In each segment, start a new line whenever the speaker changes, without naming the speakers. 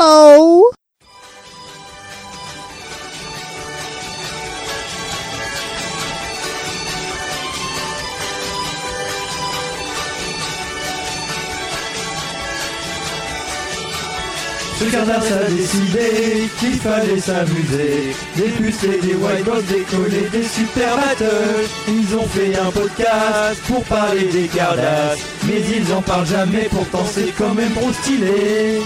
Hello
Ce carnasse a décidé qu'il fallait s'amuser. Des puces et des white box, des collets, des super battles. Ils ont fait un podcast pour parler des Cardasses. Mais ils en parlent jamais, pourtant c'est quand même trop stylé.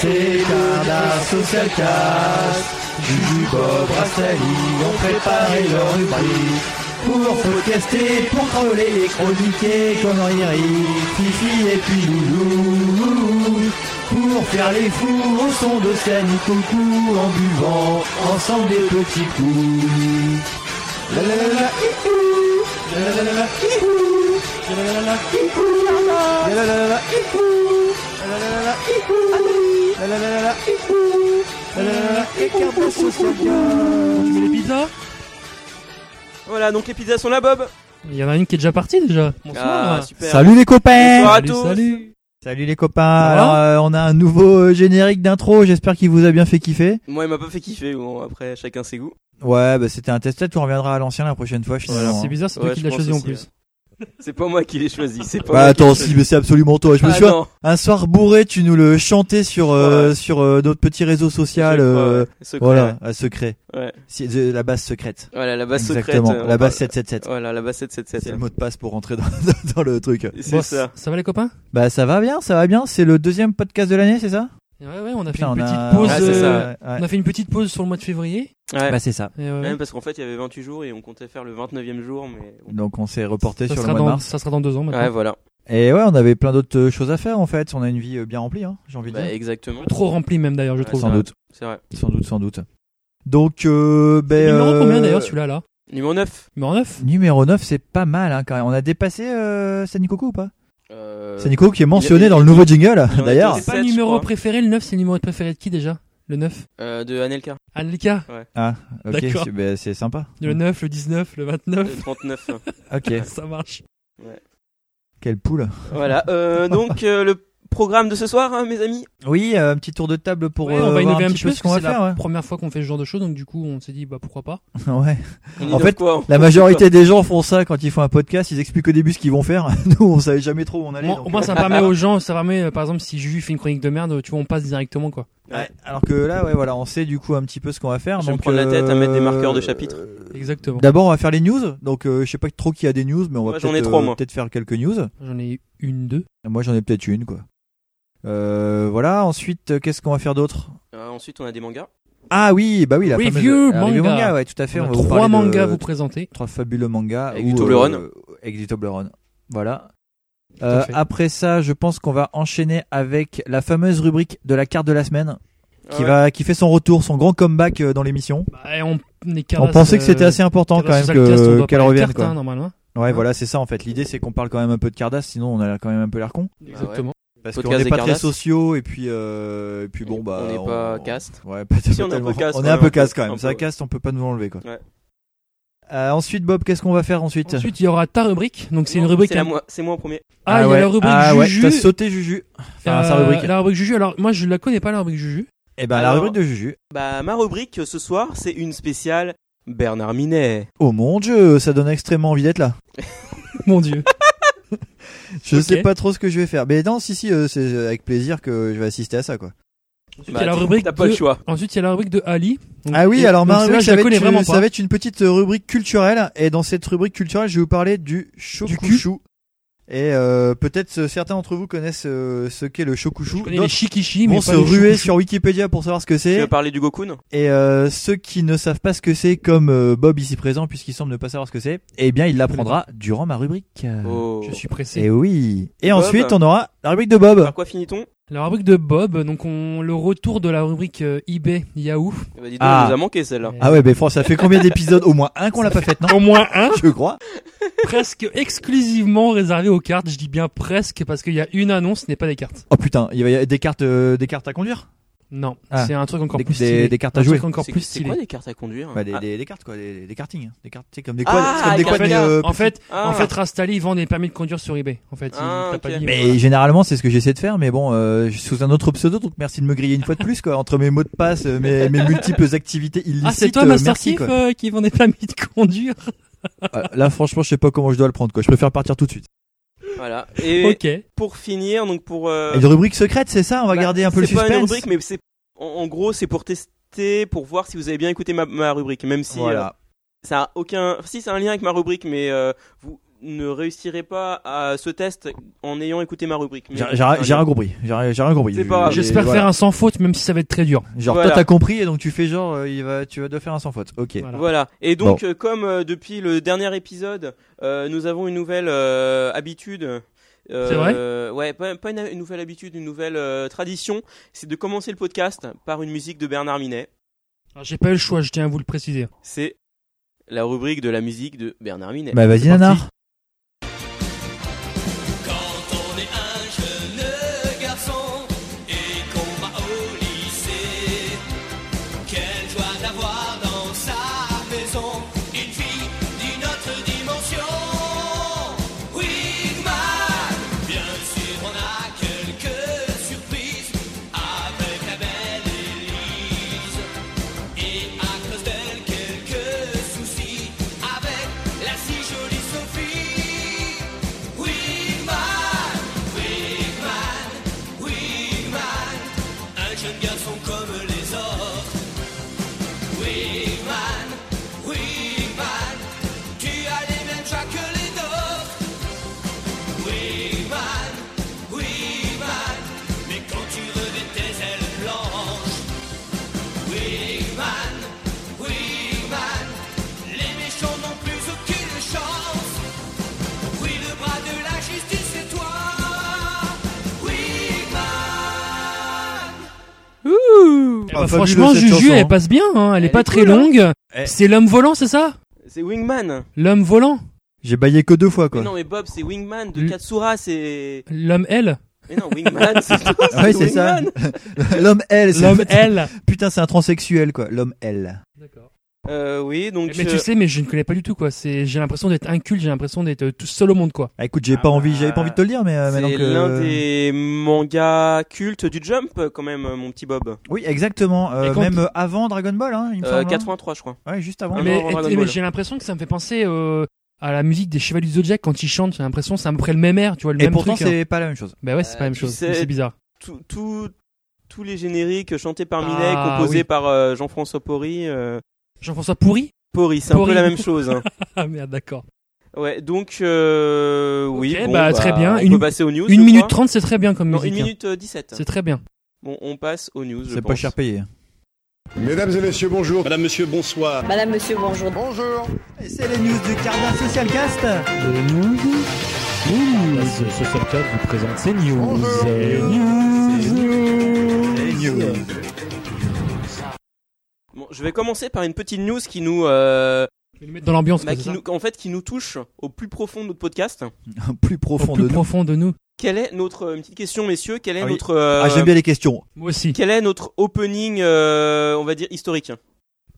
C'est Cardass Social Cast. Juju Bob Rastali ont préparé leur rubrique. Pour podcaster, pour troller et chroniquer comme Riri, Fifi et puis Loulou. Pour faire les fous au son de Sani Coucou en buvant ensemble des petits coups. La la la la, hihou. La la la la la, hihou. La la la la, hihou. La la la la, hihou. La la la la, hihou. La la la la, hihou. La la la la, hihou.
Tu mets les pizzas
Voilà, donc les pizzas sont là, Bob.
Il y en a une qui est déjà partie déjà.
ah,
Bonsoir.
super.
Salut les copains
Bonsoir à
Salut,
tous.
salut.
Salut les
Ça
copains,
va
alors euh, on a un nouveau euh, générique d'intro, j'espère qu'il vous a bien fait kiffer.
Moi, il m'a pas fait kiffer. Bon, après, chacun ses goûts.
Ouais, bah c'était un test on reviendra à l'ancien la prochaine fois. finalement.
C'est bizarre, c'est
Ouais,
toi qui
je
l'as
pense
choisi en
aussi,
plus.
C'est pas moi qui l'ai choisi. C'est
Bah
pas moi qui
attends,
l'ai
si
choisi.
mais c'est absolument toi. Je me
Ah,
souviens,
non,
un soir bourré, tu nous le chantais sur euh,
Ouais.
sur euh, notre petit réseau social,
je
euh,
crois, ouais. Secret,
voilà, à secret.
Ouais. Ouais.
C'est de- la base secrète.
Voilà, la base
Exactement,
secrète. euh,
la base
on parle-
777.
Voilà, la base
C'est le
777.
mot de passe pour rentrer dans, dans le truc.
C'est
Bon,
ça.
Ça va les copains
Bah ça va bien, ça va bien. C'est le deuxième podcast de l'année, c'est ça
Ouais, ouais, on a fait
Putain,
une petite
a-
pause.
Ouais, Ah, c'est
euh,
ça.
Ouais.
On a fait une petite pause sur le mois de février.
Ouais.
Bah c'est ça.
Et euh, ouais, ouais.
Ouais, parce qu'en fait, il y avait 28 jours et on comptait faire le 29e jour, mais. bon.
Donc on s'est reporté
ça,
sur le
sera
mois de
dans,
mars.
ça sera dans deux ans maintenant.
Ouais, voilà.
Et ouais, on avait plein d'autres euh, choses à faire en fait. On a une vie euh, bien remplie, hein, j'ai envie de
Bah, hein.
dire.
exactement.
Trop rempli même d'ailleurs, je
Ouais,
trouve.
Sans
ça-
doute,
C'est vrai.
sans doute, sans doute. Donc, euh, ben,
Numéro
euh,
combien d'ailleurs celui-là là
Numéro 9.
Numéro 9
Numéro 9, c'est pas mal hein, quand même. On a dépassé euh, Sanikoku ou pas
Euh,
C'est Nico qui est
il
mentionné
a-
dans le nouveau jingle,
il en a
d'ailleurs.
été-
C'est pas le
sept, je
numéro
crois.
préféré, le 9 c'est le numéro préféré de qui déjà Le 9
euh, de Anelka.
Anelka
Ok,
D'accord.
c'est ben, c'est sympa.
Le 9, le 19, le 29.
Le 39. hein.
Ok,
Ça marche.
quelle poule.
voilà. Euh, donc, euh, le programme de ce soir, hein, mes amis.
Oui, euh, un petit tour de table pour
Ouais,
euh,
on va
voir
innover
un petit peu
peu
ce qu'on va
parce que c'est la
faire.
première fois qu'on fait ce genre de choses donc du coup on s'est dit bah pourquoi pas.
Ouais. ouais.
On
En
innove
fait,
quoi
La majorité des gens font ça quand ils font un podcast. Ils expliquent au début ce qu'ils vont faire. Nous, on savait jamais trop où on allait.
Moi,
donc, euh,
au moins, ça permet aux gens, ça permet, euh, par exemple, si Juju fait une chronique de merde, tu vois, on passe directement, quoi.
euh, ouais. Alors que là, ouais, voilà, on sait du coup un petit peu ce qu'on va faire.
Je vais me
donc,
prendre la tête à
euh,
mettre des marqueurs de chapitres.
euh,
Exactement.
D'abord, on va faire les news. Donc, euh, je sais pas trop qui a des news, mais on va
Moi, j'en ai
peut-être,
trois,
euh,
moi.
peut-être faire quelques news.
J'en ai une, deux.
Moi, j'en ai peut-être une, quoi. Euh, voilà. Ensuite, euh, qu'est-ce qu'on va faire d'autre
Euh, ensuite, on a des mangas.
Ah oui, bah oui, la fameuse-
Review
la review
manga.
manga, ouais, tout à fait.
On a
va vous
trois
parler de-
mangas à vous présenter.
trois fabuleux mangas.
Avec
ou,
du Toblerone.
euh, avec du Toblerone. Voilà.
à
Euh,
fait.
après ça, je pense qu'on va enchaîner avec la fameuse rubrique de la carte de la semaine,
Ah
qui
ouais.
va, qui fait son retour, son grand comeback euh, dans l'émission.
Bah, et on, on est Caras,
On pensait que
euh,
c'était assez important quand
Caras
même
Social Cast, on
que-
doit
qu'elle
parler
revienne.
carte, hein,
Quoi.
normalement.
Ouais, voilà, c'est ça en fait. L'idée, c'est qu'on parle quand même un peu de Cardass, sinon on a quand même un peu l'air con.
Exactement.
Parce
Podcast
qu'on n'est
des
pas très
Cardass.
sociaux et puis, euh, et puis bon bah.
on n'est pas cast.
Ouais, pas
Si, on est un
totalement.
peu casse,
On
quand
est un
même,
peu
un peu-
casse quand même.
un
Ça
peu.
casse, on peut pas nous enlever quoi.
Ouais.
Euh, ensuite, Bob, qu'est-ce qu'on va faire ensuite
Ensuite, il y aura ta rubrique. Donc, c'est une
Non,
rubrique. hein.
C'est la
à-
moi, c'est moi en premier.
Ah, il y a
ouais.
la rubrique
Ah ouais,
Juju.
t'as sauté Juju. Enfin, sa
Euh,
rubrique.
La rubrique Juju. Alors, moi, je la connais pas, la rubrique Juju.
Eh ben, la
Alors-
rubrique de Juju.
Bah, ma rubrique euh, ce soir, c'est une spéciale Bernard Minet.
Oh mon dieu, ça donne extrêmement envie d'être là.
Mon dieu.
Je
Ok.
sais pas trop ce que je vais faire. Mais non, si, si, euh, c'est euh, avec plaisir que je vais assister à ça, quoi.
il y a la
Bah, t'as-
rubrique
T'as pas le
de-
choix.
Ensuite, il y a la rubrique de Ali. Donc,
Ah oui,
Mm. et-
alors
donc,
ma
celle-là,
rubrique,
je
ça
la
va,
connais
être,
vraiment
ça
pas.
va être une petite euh, rubrique culturelle. Et dans cette rubrique culturelle, je vais vous parler du shokushu. Et euh, peut-être euh, certains d'entre vous connaissent euh, ce qu'est le
Je
shokushu.
connais les
D'autres
Shikishi, mais
vont
pas
se
les
ruer
Shukushu.
sur Wikipédia pour savoir ce que
Tu
c'est.
veux parler du Gokun
Et euh, ceux qui ne savent pas ce que c'est, comme euh, Bob ici présent, puisqu'il semble ne pas savoir ce que c'est, eh bien, il l'apprendra durant ma rubrique.
Oh.
Euh, Je suis pressé.
Et oui. Et
Bob.
ensuite, on aura la rubrique de Bob.
Par quoi finit-on
La rubrique de Bob, donc on, le retour de la rubrique euh, eBay Yahoo.
Eh ben, dis donc,
Ah.
il nous a manqué celle-là.
Ah ouais, mais franchement, ça fait combien d'épisodes Au moins un qu'on l'a pas fait, non
Au moins un,
Je crois.
presque exclusivement réservé aux cartes. Je dis bien presque parce qu'il y a une annonce, ce n'est pas des cartes.
Oh putain, il va y avoir des cartes, euh, des cartes à conduire
Non,
Ah.
c'est un truc encore
Des-
plus
des-
stylé.
des cartes à
Un
jouer.
truc encore
C'est-
plus
C'est
stylé.
quoi des cartes à conduire
Bah, des,
Ah,
des, des cartes quoi, des, des kartings, hein. des cartes, tu sais, comme des
Ah,
quads, c'est comme des
des
quads,
cartes
mais,
à
euh,
en fait,
ah.
en fait, Rastali vend des permis de conduire sur eBay. En fait,
Ah,
Il- t'as
ok.
pas dit,
Mais
voilà.
généralement, c'est ce que j'essaie de faire, mais bon, euh, je suis sous un autre pseudo, donc merci de me griller une fois de plus, quoi, entre mes mots de passe, euh, mes, mes multiples activités illicites.
ah, c'est toi,
euh,
Master
merci,
Chief,
quoi.
euh, qui vend des permis de conduire.
Ah, Là, franchement, je sais pas comment je dois le prendre, quoi. Je préfère partir tout de suite.
Voilà. Et
ok.
pour finir, donc pour. euh,
Et Une rubrique secrète, c'est ça On va
bah,
garder un peu le
C'est
suspense.
pas une rubrique, mais c'est en, en gros, c'est pour tester, pour voir si vous avez bien écouté ma, ma rubrique, même si euh,
Voilà.
ça a aucun. Si c'est un lien avec ma rubrique, mais euh, vous ne réussirez pas à ce test en ayant écouté ma rubrique. euh, Mais-
J'ai j'ai- j'ai rien compris. J'ai rien j'ai rien compris. Euh,
C'est pas grave.
J'espère
Ah, voilà.
faire un sans faute, même si ça va être très dur.
Genre,
Voilà.
toi, t'as compris, et donc tu fais genre, euh, il va, tu vas dois faire un sans faute. Ok.
Voilà.
Voilà. Et donc, euh, comme euh, depuis le dernier épisode, euh, nous avons une nouvelle euh, habitude. euh,
C'est vrai
euh, Ouais, pas, pas une, une nouvelle habitude, une nouvelle euh, tradition. C'est de commencer le podcast par une musique de Bernard Minet.
Alors, J'ai pas eu le choix, je tiens à vous le préciser.
Ah,
Eh
C'est la rubrique de la musique de Bernard Minet.
Bah, vas-y,
parti.
nanar.
Quand on est un jeune garçon et qu'on va au lycée, quelle joie d'avoir dans sa maison une fille d'une autre dimension. Wigman, bien sûr, on a quelques surprises avec la belle Élise et à cause d'elle quelques soucis avec la si jolie Sophie. Wigman, Wigman, Wigman, un jeune garçon comme les autres. Wigman, Wigman, tu as les mêmes joies que les autres. Wigman, Wigman, mais quand tu revêt tes ailes blanches. Wigman, Wigman, les méchants n'ont plus aucune chance. Oui, le bras de la justice, c'est toi. Oui,
Eh
Ah,
bah,
fabuleux,
franchement,
cette
Juju,
chanson, hein.
elle passe bien, hein, elle, est
Elle
pas
est
très
cool, hein.
longue.
Eh.
C'est l'homme volant, c'est ça
C'est Wingman.
L'homme volant
J'ai baillé que deux fois,
Mais
quoi. Hmm.
non, mais Bob, c'est Wingman de
Mm.
Katsura, c'est.
L'homme L
Mais non, Wingman, c'est
Ouais, c'est ça.
Wingman.
L'homme L, c'est-
L'homme L
Putain, c'est un transsexuel, quoi. L'homme L.
Euh, oui, donc.
Mais
euh,
tu sais, mais je ne connais pas du tout, quoi. C'est- J'ai l'impression d'être inculte, j'ai l'impression d'être euh, tout seul au monde, quoi.
Ah, écoute, j'ai
Ah
pas envie,
bah,
j'avais pas envie de te le dire, mais euh,
c'est
maintenant que.
l'un des mangas cultes du Jump, quand même, euh, mon petit Bob.
Oui, exactement. euh,
Et quand-
même euh, avant Dragon Ball, hein, il me
Euh,
semble. hein.
83, je crois.
Ouais, juste avant.
Ah,
mais
non, Dragon
et- mais
Ball.
j'ai l'impression que ça me fait penser euh, à la musique des Chevaliers du Zodiac quand ils chantent. J'ai l'impression que c'est à peu près le même air, tu vois, le
Et
même
pourtant,
truc. hein.
c'est pas la même chose.
Bah ouais, c'est pas
Euh,
la même
tu
chose.
sais-
C'est bizarre.
tout, tout- tous les génériques chantés par Minet,
Ah,
composés
oui.
par euh, Jean-François Porry. euh,
Jean-François Pourri
Porry, c'est un peu
Porry.
la même chose. hein.
Ah merde, d'accord.
Ouais, donc euh, oui,
Ok,
bon,
bah, très bien.
On
Une-
peut passer aux news. je
Une minute
crois.
trente, c'est très bien comme
Non,
musique.
une
hein.
minute euh, 17.
C'est très bien.
Bon, on passe aux news. je
C'est pas
pense.
cher payé. hein.
Mesdames et messieurs, bonjour.
Madame, monsieur, bonsoir.
Madame, monsieur, bonjour.
Bonjour.
C'est les news du Cardin Social Cast.
Bonjour.
Les news.
Bon, je vais commencer par une petite news qui nous, euh,
Dans l'ambiance,
bah,
quoi,
qui
c'est ça
nous, en fait, qui nous touche au plus profond de notre podcast.
Plus
Au
profond
plus
de nous.
profond de nous.
Quelle est notre euh, une petite question, messieurs Quelle est
Ah oui.
notre euh,
Ah, j'aime bien les questions.
Moi aussi.
Quel est notre opening, euh, on va dire historique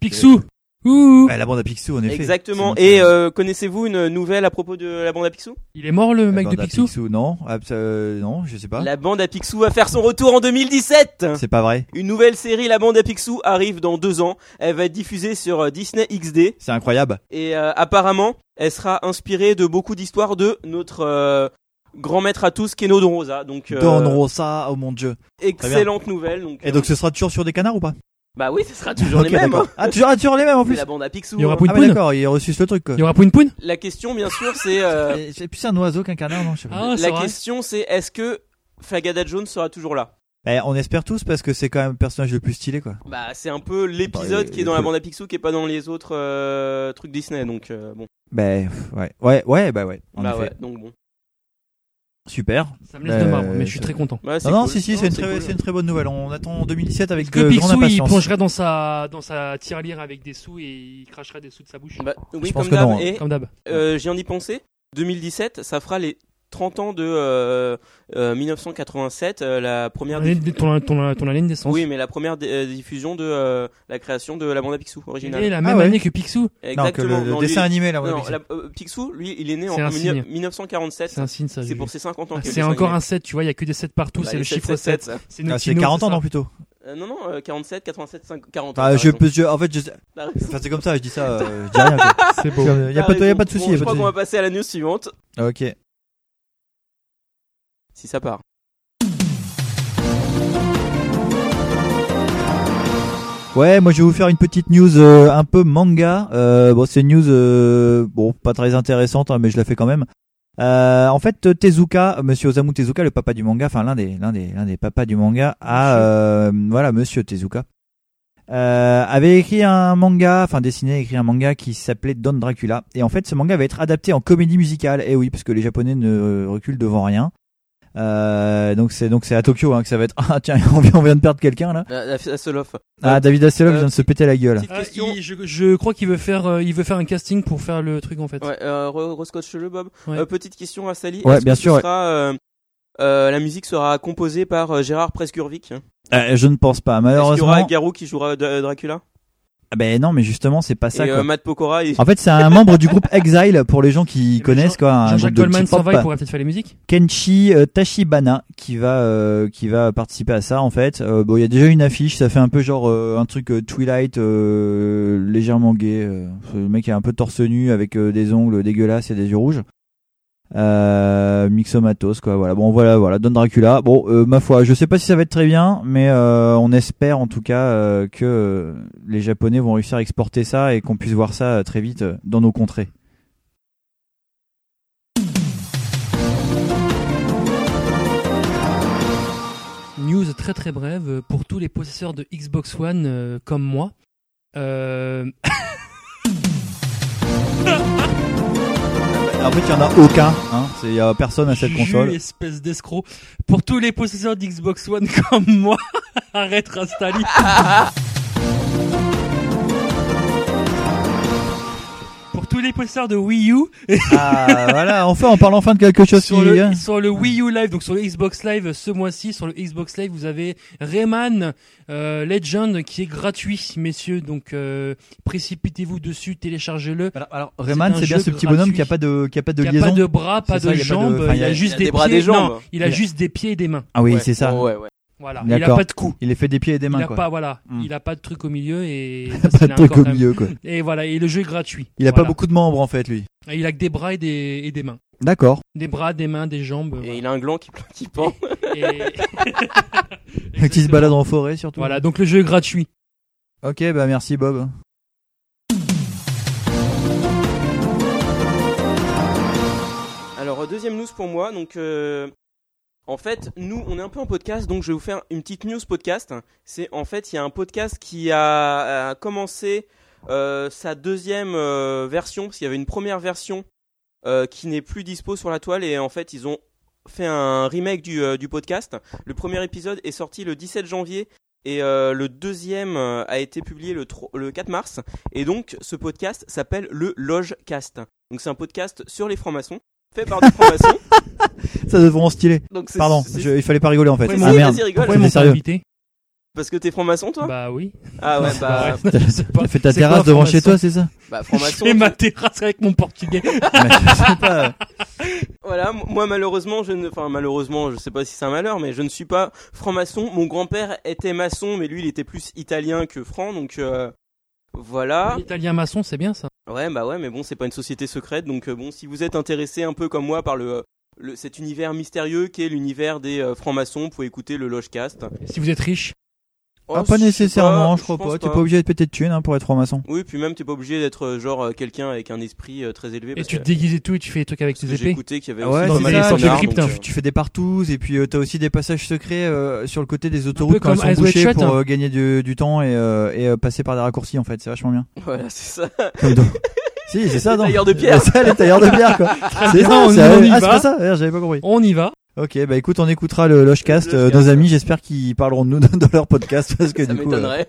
Picsou Ouh
Ah, la bande à Picsou, en effet.
Exactement.
C'est mon
Et
film.
euh, connaissez-vous une nouvelle à propos de la bande à Picsou
Il est mort le
La
mec de
bande à
Picsou
Non, ah, euh, non, je sais pas.
La bande à Picsou va faire son retour en 2017
C'est pas vrai.
Une nouvelle série, La bande à Picsou, arrive dans deux ans. Elle va être diffusée sur euh, Disney XD.
C'est incroyable.
Et euh, apparemment, elle sera inspirée de beaucoup d'histoires de notre euh, grand maître à tous, Keno Don Rosa. Donc, euh,
Don Rosa, oh mon dieu.
excellente nouvelle. Donc,
Et
euh,
donc, ce sera toujours sur des canards ou pas
bah oui, ce sera toujours
Ok,
les mêmes.
d'accord.
hein.
Ah, toujours, ah, toujours les mêmes en
C'est
plus.
la bande à Picsou.
Il y aura
hein.
Poun
Ah, ouais,
Poun
d'accord, ils reçu le truc, quoi.
Il y aura Poun Poun
La question, bien sûr, c'est euh,
Et C'est plus un oiseau qu'un canard, non, je sais pas.
Ah, c'est
la
vrai.
question, c'est est-ce que Flagada Jones sera toujours là
Eh, on espère tous parce que c'est quand même le personnage le plus stylé quoi.
Bah, c'est un peu l'épisode
Bah,
qui est
il-
dans
il-
la bande à Picsou qui est pas dans les autres euh, trucs Disney donc euh, bon
Ben pff, ouais, ouais, ouais, bah ouais. En
bah
effet.
ouais donc bon
Super.
Ça me laisse de marbre,
Euh,
mais je suis
ça-
très content.
Bah, c'est
Non, non,
cool.
si, si, c'est une, très-
cool.
c'est une très bonne nouvelle. On attend 2017 avec
Que
euh, grande
Picsou il
impatience.
plongerait dans sa dans sa tirelire avec des sous et il cracherait des sous de sa bouche.
Bah, oui
Je
comme
pense que hein.
d'hab
non.
et
Comme d'hab.
euh, j'y en ai pensé 2017 ça fera les 30 ans de euh, euh, 1987, euh, la première.
L'année
diff-
de- ton, ton, ton année de naissance.
Oui, mais la première di- euh, diffusion de euh, la création de la bande à Picsou originale.
Et la même
ouais.
année que Picsou.
Non, que le, le
Non, lui-
dessin animé là. on
non,
dit.
la- euh, Picsou, lui, il est né en
C'est un
mille-
signe.
1947.
C'est un signe, ça.
C'est
j'ai
pour
vu.
ses 50 ans.
Ah,
qu'il
C'est
est
encore
dessiné.
un 7, tu vois, il y a que des 7 partout,
Bah,
c'est
les
le chiffre
777,
7.
ça.
Ah, c'est
Notino,
40 ans
ça.
non plutôt.
Euh, non, non, euh, 47, 87, 5, 40 ans. Ah,
Ah,
t'as
je,
raison.
peux- je- en fait, je,
T'as raison.
enfin, c'est comme ça, je dis ça, euh, je dis rien. quoi.
C'est
Il
beau.
y a pas
T'as
de, il y a
raison.
pas de souci. il y a
ah, Bon, je
pas
crois
de
qu'on va
souci.
passer à la news suivante.
Ok.
Si ça part.
Ouais, moi je vais vous faire une petite news euh, un peu manga. Euh, bon, c'est une news euh, bon pas très intéressante, hein, mais je la fais quand même. Euh, en fait, Tezuka, Monsieur Osamu Tezuka, le papa du manga, enfin l'un des l'un des l'un des papas du manga, a euh, voilà Monsieur Tezuka euh, avait écrit un manga, enfin dessiné, écrit un manga qui s'appelait Don Dracula. Et en fait, ce manga va être adapté en comédie musicale. Et oui, parce que les Japonais ne reculent devant rien. Euh, donc c'est donc c'est à Tokyo hein, que ça va être. Ah tiens, on vient, on vient de perdre quelqu'un là.
La, la, la seule off.
Ah David Asseloff
Euh,
vient de se péter la gueule.
Petite
Ah,
question.
il- je, je crois qu'il veut faire, euh, il veut faire un casting pour faire le truc en fait.
Ouais, euh, re- rescotche le Bob.
Ouais.
Euh, petite question à Sally.
Ouais,
Est-ce
bien
que ce
sûr, ouais.
sera, euh, euh, la musique sera composée par euh, Gérard Prescurvic.
Euh, je ne pense pas,
Est-ce qu'il y aura
malheureusement.
Garou qui jouera D- Dracula
Ah ben non, mais justement, c'est pas ça.
Et
Quoi. Ah
euh, Matt Pokora. il-
En fait, c'est un membre du groupe Exile pour les gens qui
Et
connaissent quoi. un
Jean-Jacques
groupe Ah, de
Goldman
petit
s'en
pop.
va, il pourrait peut-être faire les musiques.
Kenshi euh, Tachibana qui va euh, qui va participer à ça en fait. Euh, bon, il y a déjà une affiche, ça fait un peu genre euh, un truc euh, Twilight euh, légèrement gay. euh. le mec est un peu torse nu avec euh, des ongles dégueulasses et des yeux rouges. Euh, Mixomatos quoi. Voilà. Bon voilà voilà. Don Dracula. Bon euh, ma foi, je sais pas si ça va être très bien, mais euh, on espère en tout cas euh, que euh, les Japonais vont réussir à exporter ça et qu'on puisse voir ça euh, très vite euh, dans nos contrées.
News très très brève euh, pour tous les possesseurs de Xbox One euh, comme moi. Euh,
En fait, il y en a aucun. Hein. C'est il y a personne à cette
Juju,
console.
espèce d'escroc. Pour tous les possesseurs d'Xbox One comme moi, arrête Rastali. Pour tous les possesseurs de Wii U,
Ah voilà, enfin on parle enfin de quelque chose
sur
qui- hein.
le, sur le Wii U Live, donc sur le Xbox Live ce mois-ci, sur le Xbox Live, vous avez Rayman euh, Legend qui est gratuit, messieurs. Donc euh, précipitez-vous dessus, téléchargez-le.
Alors, alors, Rayman,
un
c'est bien
jeu
ce petit
gratuit.
bonhomme qui a pas de qui a pas de
Il n'y a
liaison.
pas de bras, pas
C'est ça,
de
il y a pas de-
jambes,
enfin,
il a juste
il y a des bras,
pieds.
des jambes.
Non, il a
Il y a-
juste des pieds et des mains.
Ah oui,
Ouais.
c'est ça.
Oh, ouais, ouais.
Voilà, il a
D'accord.
pas de cou.
Il est fait des pieds et des
Il
mains
a
quoi.
pas voilà,
Hmm.
il a pas de truc au milieu et
Il a
ça, c'est
pas de
là
truc
encore
au
quand même.
milieu quoi.
Et voilà, et le jeu est gratuit.
Il a pas
Voilà.
beaucoup de membres en fait lui.
Et il a que des bras et des, et des mains.
D'accord.
Des bras, des mains, des jambes.
Et il a un gland qui, qui pend.
voilà. Et-
Qui se balade en forêt surtout.
Voilà, donc le jeu est gratuit.
Ok, bah merci Bob.
Alors euh, deuxième news pour moi, donc euh, en fait nous on est un peu en podcast, donc je vais vous faire une petite news podcast. C'est en fait il y a un podcast qui a, a commencé euh, sa deuxième euh, version parce qu'il y avait une première version euh, qui n'est plus dispo sur la toile et en fait ils ont fait un remake du, euh, du podcast. Le premier épisode est sorti le 17 janvier. Et euh, le deuxième euh, a été publié le, tro- le 4 mars. Et donc, ce podcast s'appelle le Logecast. Donc, c'est un podcast sur les francs-maçons fait par des francs-maçons.
Ça devrait en stylé.
Donc c'est-
Pardon,
c'est-
je- il fallait pas rigoler en fait.
Ouais,
ah
si,
merde.
vas-y, rigole.
Pourquoi
T'es
ils m'ont pas
sérieux
invité
Parce que t'es franc-maçon toi
Bah oui.
Ah ouais, bah,
Bah, je sais pas.
T'as fait ta
C'est quoi,
terrasse devant
franc-maçon
chez toi, c'est ça
bah franc-maçon.
Je fais ma terrasse avec mon portugais.
Mais je sais pas.
Voilà, m- moi malheureusement, je ne enfin malheureusement, je sais pas si c'est un malheur mais je ne suis pas franc-maçon. Mon grand-père était maçon mais lui il était plus italien que franc donc euh, voilà.
Italien maçon, c'est bien ça.
Ouais, bah ouais, mais bon, c'est pas une société secrète donc euh, bon, si vous êtes intéressé un peu comme moi par le, euh, le- cet univers mystérieux qui est l'univers des euh, francs-maçons, vous pouvez écouter le Logecast.
Si vous êtes riche,
Oh,
Ah, pas
je sais
nécessairement, je crois
pense
pas. T'es pas obligé de péter de thunes hein, pour être franc-maçon.
Oui, puis même t'es pas obligé d'être euh, genre euh, quelqu'un avec un esprit euh, très élevé.
et
parce
tu
que-
te déguises et tout, et tu fais des trucs avec
Parce
tes
que J'ai
épées.
écouté qu'il y avait
Ah ouais,
aussi
c'est ça,
pas mal de
les sortes de
connards,
cryptes,
donc,
hein.
euh,
Tu fais des partous et puis euh, t'as aussi des passages secrets euh, sur le côté des autoroutes
peu
quand elles
comme
sont
Eyes Wide
bouchées
Shut,
pour
hein.
euh, gagner du, du temps et, euh, et euh, passer par des raccourcis en fait. C'est vachement bien.
Voilà, c'est ça.
Comme dans- si, c'est ça,
Les
non
tailleurs de pierre.
C'est ça, les tailleurs de pierre, quoi. c'est
bien,
ça,
on-
c'est
on y
ah, c'est
va.
pas ça Merde, J'avais pas compris.
On y va.
Ok, bah écoute, on écoutera le Logecast.
Le
euh,
Logecast.
nos amis, j'espère qu'ils parleront de nous dans dans leur podcast parce que
Ça
du coup. euh,
m'étonnerait.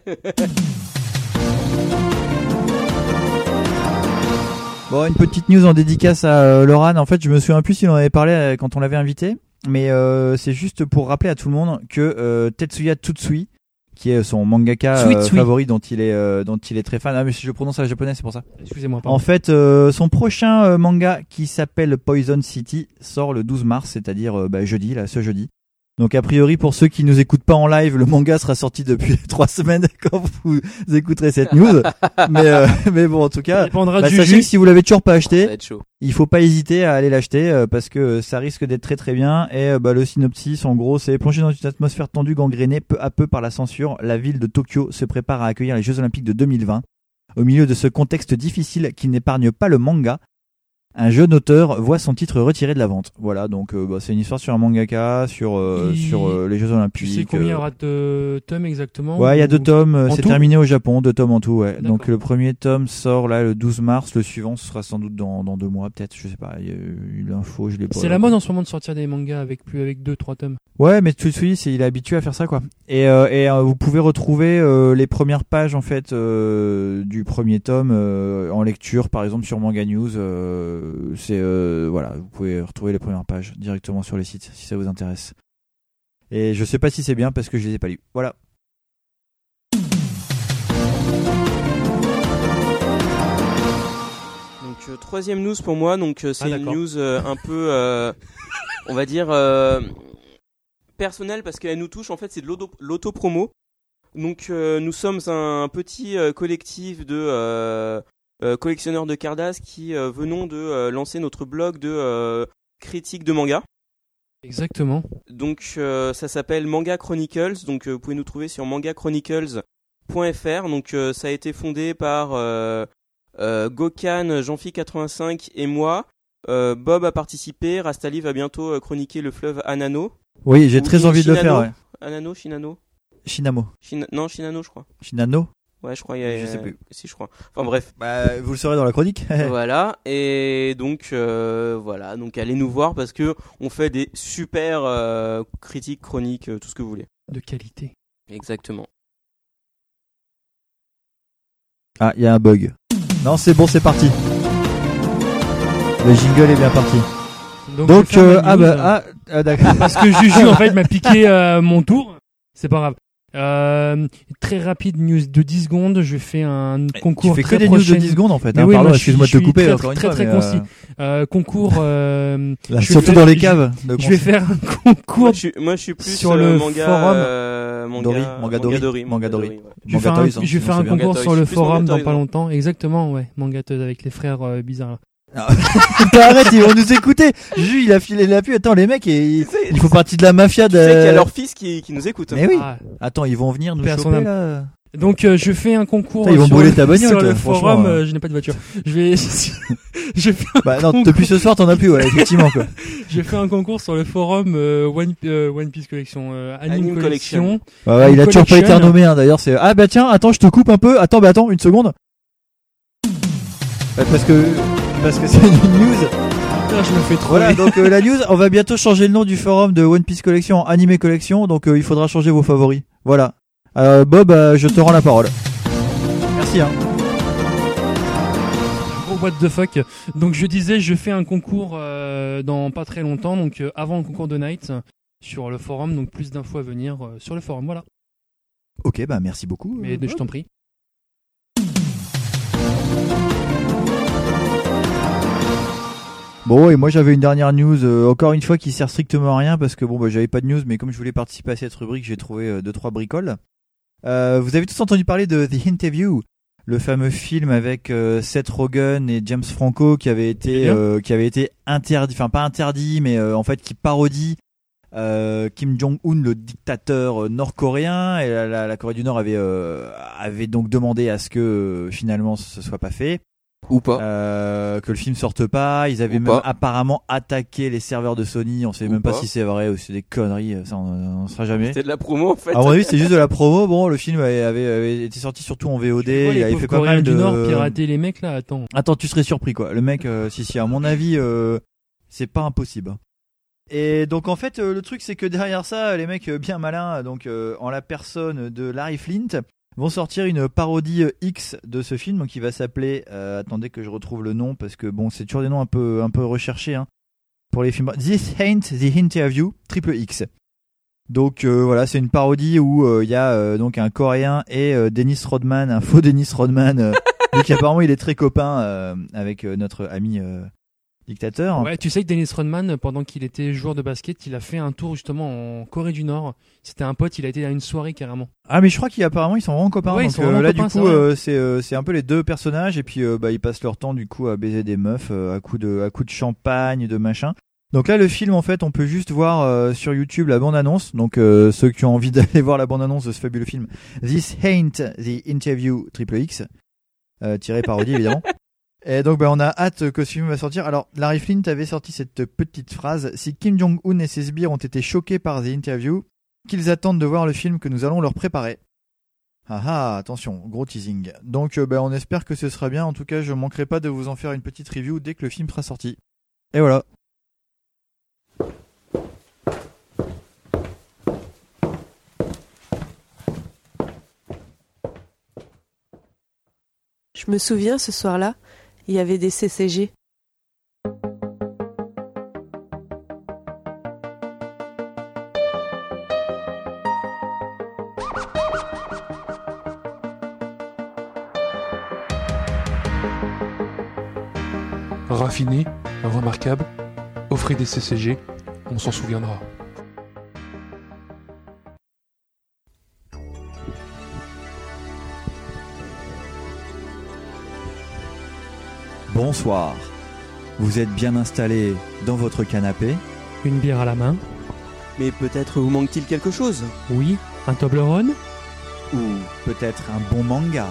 bon, Bon, une petite news en dédicace à euh, Laurent. En fait, je me souviens plus s'il en avait parlé euh, quand on l'avait invité, mais euh, c'est juste pour rappeler à tout le monde que euh, Tetsuya Tutsui, qui est son mangaka
Tsui
euh,
Tsui.
favori dont il est euh, dont il est très fan. Ah, mais si je prononce à la japonaise, c'est pour ça.
Excusez-moi,
En
pardon.
fait, euh, son prochain euh, manga qui s'appelle Poison City sort le 12 mars, c'est-à-dire euh, bah, jeudi, là, ce jeudi. Donc a priori, pour ceux qui nous écoutent pas en live, le manga sera sorti depuis trois semaines quand vous écouterez cette news. mais, euh, mais bon, en tout
Ça
cas,
dépendra
bah,
du
sachez
jus.
que si vous l'avez toujours pas
Ça
acheté,
va être chaud.
il faut pas hésiter à aller l'acheter euh, parce que euh, ça risque d'être très très bien et euh, bah, le synopsis en gros c'est plongé dans une atmosphère tendue gangrénée peu à peu par la censure la ville de Tokyo se prépare à accueillir les Jeux Olympiques de 2020 au milieu de ce contexte difficile qui n'épargne pas le manga un jeune auteur voit son titre retiré de la vente voilà donc euh, bah, c'est une histoire sur un mangaka sur euh,
Il-
sur euh, les Jeux
Tu
Olympiques
sais combien il y
euh,
aura de tomes exactement
Ouais, il y a
Ou-
deux tomes, euh,
en
c'est
tout
terminé au Japon, deux tomes en tout, ouais.
D'accord.
Donc le premier tome sort là le 12 mars, le suivant ce sera sans doute dans, dans deux mois peut-être, je sais pas, il y a eu l'info, je l'ai pas.
C'est la mode en ce moment de sortir des mangas avec plus avec deux trois tomes.
Ouais, mais tout de suite, c'est- il est habitué à faire ça quoi. Et, euh, et euh, vous pouvez retrouver euh, les premières pages en fait euh, du premier tome euh, en lecture par exemple sur Manga News, euh, c'est euh, voilà, vous pouvez retrouver les premières pages directement sur les sites si ça vous intéresse. Et je sais pas si c'est bien parce que je les ai pas lus. Voilà.
Donc euh, troisième news pour moi, donc euh, c'est
Ah,
une
d'accord.
news euh, un peu, euh, on va dire euh, personnelle parce qu'elle nous touche. En fait, c'est de l'auto- l'auto-promo. Donc euh, nous sommes un petit euh, collectif de euh, euh, collectionneurs de Cardas qui euh, venons de euh, lancer notre blog de euh, critique de manga.
Exactement.
Donc euh, ça s'appelle Manga Chronicles, donc euh, vous pouvez nous trouver sur mangachronicles.fr. Donc euh, ça a été fondé par euh, euh, Gokan, Jeanfi85 et moi. Euh, Bob a participé, Rastali va bientôt euh, chroniquer le fleuve Anano.
Oui, j'ai
Ou
très envie de le faire.
Shinano.
Ouais.
Anano, Shinano
Shinamo,
Shin- Non, Shinano je crois.
Shinano.
Ouais je crois, il y a, euh,
Je sais plus.
Si je crois. Enfin bref.
Bah, vous le saurez dans la chronique.
voilà et donc euh, voilà donc allez nous voir parce que on fait des super euh, critiques chroniques euh, tout ce que vous voulez
De qualité.
exactement
ah, il y a un bug. Non, c'est bon, c'est parti. Le jingle est bien parti.
Donc, je
Donc,
vais faire
euh,
ma
ah
news.
bah, ah, ah, d'accord.
parce que Juju en fait m'a piqué euh, mon tour. C'est pas grave. Euh, très rapide news de 10 secondes. Je fais un
Tu
concours
fais que
très
des news
prochain.
de 10 secondes en fait.
Mais
hein.
oui,
Pardon,
moi, je suis-
excuse-moi de te
je suis
couper.
très,
encore une
très,
fois,
très
mais,
concis.
euh,
Euh, concours. euh,
là,
Je
surtout
vais-
dans les
je-
caves. de
je vais
concis.
faire un concours.
Moi, je, suis, moi, je suis plus
Sur
euh,
le
manga,
forum.
euh, manga,
Dori, manga Dori, manga Dori.
ouais.
Je vais faire un,
Manga Toys, hein,
je vais faire un
sinon, c'est bien.
concours
Manga
sur
Toys.
le
Je suis plus
forum
Manga
dans
hein.
Toys,
pas
moi.
longtemps. Exactement, ouais. Mangateuse avec les frères euh, bizarres. là.
Bah, Arrête, ils vont nous écouter. Jus, il a filé la pluie. Attends, les mecs, ils, ils font partie de la mafia de.
Tu sais qu'il y a leur fils qui, qui nous écoute.
Mais oui.
Ah.
Attends, ils vont venir nous
Père son
choper
âme.
là.
Donc euh, je fais un concours.
Putain, ils vont
sur
brûler
le-
ta bagnole,
Sur
toi,
le
franchement,
forum,
hein.
euh, je n'ai pas de voiture. Je vais. je fais
Bah non, depuis ce soir, t'en as plus. Ouais, effectivement quoi.
J'ai fait un concours sur le forum euh, One, euh, One Piece Collection, euh, Anime,
Anime
Collection.
Collection.
Ouais, Bah ouais,
Une
il a toujours pas été
collection.
renommé hein, d'ailleurs. C'est ah bah tiens, attends, je te coupe un peu. Attends, bah attends, une seconde. Bah, parce que parce que c'est une news.
Putain, je me fais trop.
Voilà, donc euh, la news, on va bientôt changer le nom du forum de One Piece Collection en Anime Collection, donc euh, il faudra changer vos favoris. Voilà. Euh, Bob, euh, je te rends la parole. Merci. Hein.
Gros what the fuck. Donc je disais, je fais un concours euh, dans pas très longtemps, donc euh, avant le concours de Night euh, sur le forum, donc plus d'infos à venir euh, sur le forum, voilà.
Ok, bah merci beaucoup.
Mais
Euh,
je t'en prie.
Bon, et moi j'avais une dernière news, euh, encore une fois qui sert strictement à rien parce que bon, bah, j'avais pas de news, mais comme je voulais participer à cette rubrique, j'ai trouvé euh, deux trois bricoles. Euh, vous avez tous entendu parler de The Interview, le fameux film avec euh, Seth Rogen et James Franco qui avait
Eh
été
bien.
euh, qui avait été interdit, enfin pas interdit, mais euh, en fait qui parodie euh, Kim Jong-un, le dictateur euh, nord-coréen, et la, la- la Corée du Nord avait euh, avait donc demandé à ce que euh, finalement ce soit pas fait.
Ou pas.
Euh, que le film sorte pas. Ils avaient
Oh. Ou
même
pas.
apparemment attaqué les serveurs de Sony. On sait
Ou
même pas,
pas.
si c'est vrai ou si c'est des conneries. Ça, on, on saura jamais.
C'était de la promo en fait.
À mon avis, c'est juste de la promo. Bon, le film avait, avait- avait été sorti surtout en
Tu vois,
VOD. il
les
avait
pauvres
fait pas
Coréens
mal de.
du Nord pirater les mecs là, attends.
Attends, tu serais surpris quoi. Le mec, euh, si si, à mon avis, euh, c'est pas impossible. hein. Et donc en euh, fait, euh, le truc c'est que derrière ça, les mecs euh, bien malins, donc euh, en la personne de Larry Flint, vont sortir une parodie euh, X de ce film qui va s'appeler. euh, attendez que je retrouve le nom parce que bon, c'est toujours des noms un peu, un peu recherchés hein, pour les films. This Ain't the Interview, triple X. Donc euh, voilà, c'est une parodie où euh, il y a euh, donc un Coréen et euh, Dennis Rodman, un faux Dennis Rodman. euh, donc apparemment, il est très copain euh, avec euh, notre ami euh, dictateur.
Ouais, tu sais que Dennis Rodman, pendant qu'il était joueur de basket, il a fait un tour justement en Corée du Nord. C'était un pote, il a été à une soirée carrément.
Ah mais je crois qu'apparemment ils sont vraiment copains.
Ouais, ils
donc,
sont
euh,
vraiment
là
copains,
du
c'est
coup
vrai.
euh, c'est euh, c'est un peu les deux personnages et puis euh, bah ils passent leur temps du coup à baiser des meufs euh, à coups de à coups de champagne de machin. Donc là le film en fait on peut juste voir euh, sur YouTube la bande annonce. Donc euh, ceux qui ont envie d'aller voir la bande annonce de ce fabuleux film This Ain't the Interview Triple X euh, tiré parodie évidemment. Et donc bah, on a hâte que ce film va sortir. Alors Larry Flint avait sorti cette petite phrase si Kim Jong Un et ses sbires ont été choqués par The Interview qu'ils attendent de voir le film que nous allons leur préparer. Ah ah, attention, gros teasing. Donc euh, bah, on espère que ce sera bien. En tout cas, je manquerai pas de vous en faire une petite review dès que le film sera sorti. Et voilà.
Je me souviens ce soir-là, il y avait des CCG.
Raffiné, remarquable, offrez des CCG, on s'en souviendra.
Bonsoir. Vous êtes bien installé dans votre canapé
Une bière à la main,
Mais peut-être vous manque-t-il quelque chose
oui, un Toblerone.
ou peut-être un bon manga.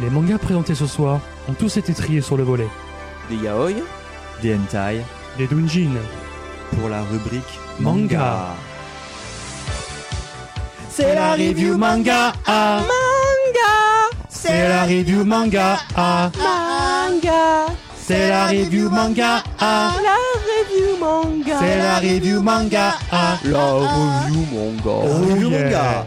Les mangas présentés ce soir ont tous été triés sur le volet.
Des yaoi
Des hentai
Les Dunjin,
pour la rubrique
Manga.
C'est la review manga.
c'est la review manga. Ah,
Manga
c'est la review manga. Ah,
La review manga
c'est la review manga. Ah.
La review, mon gars.
Review
yeah.
manga.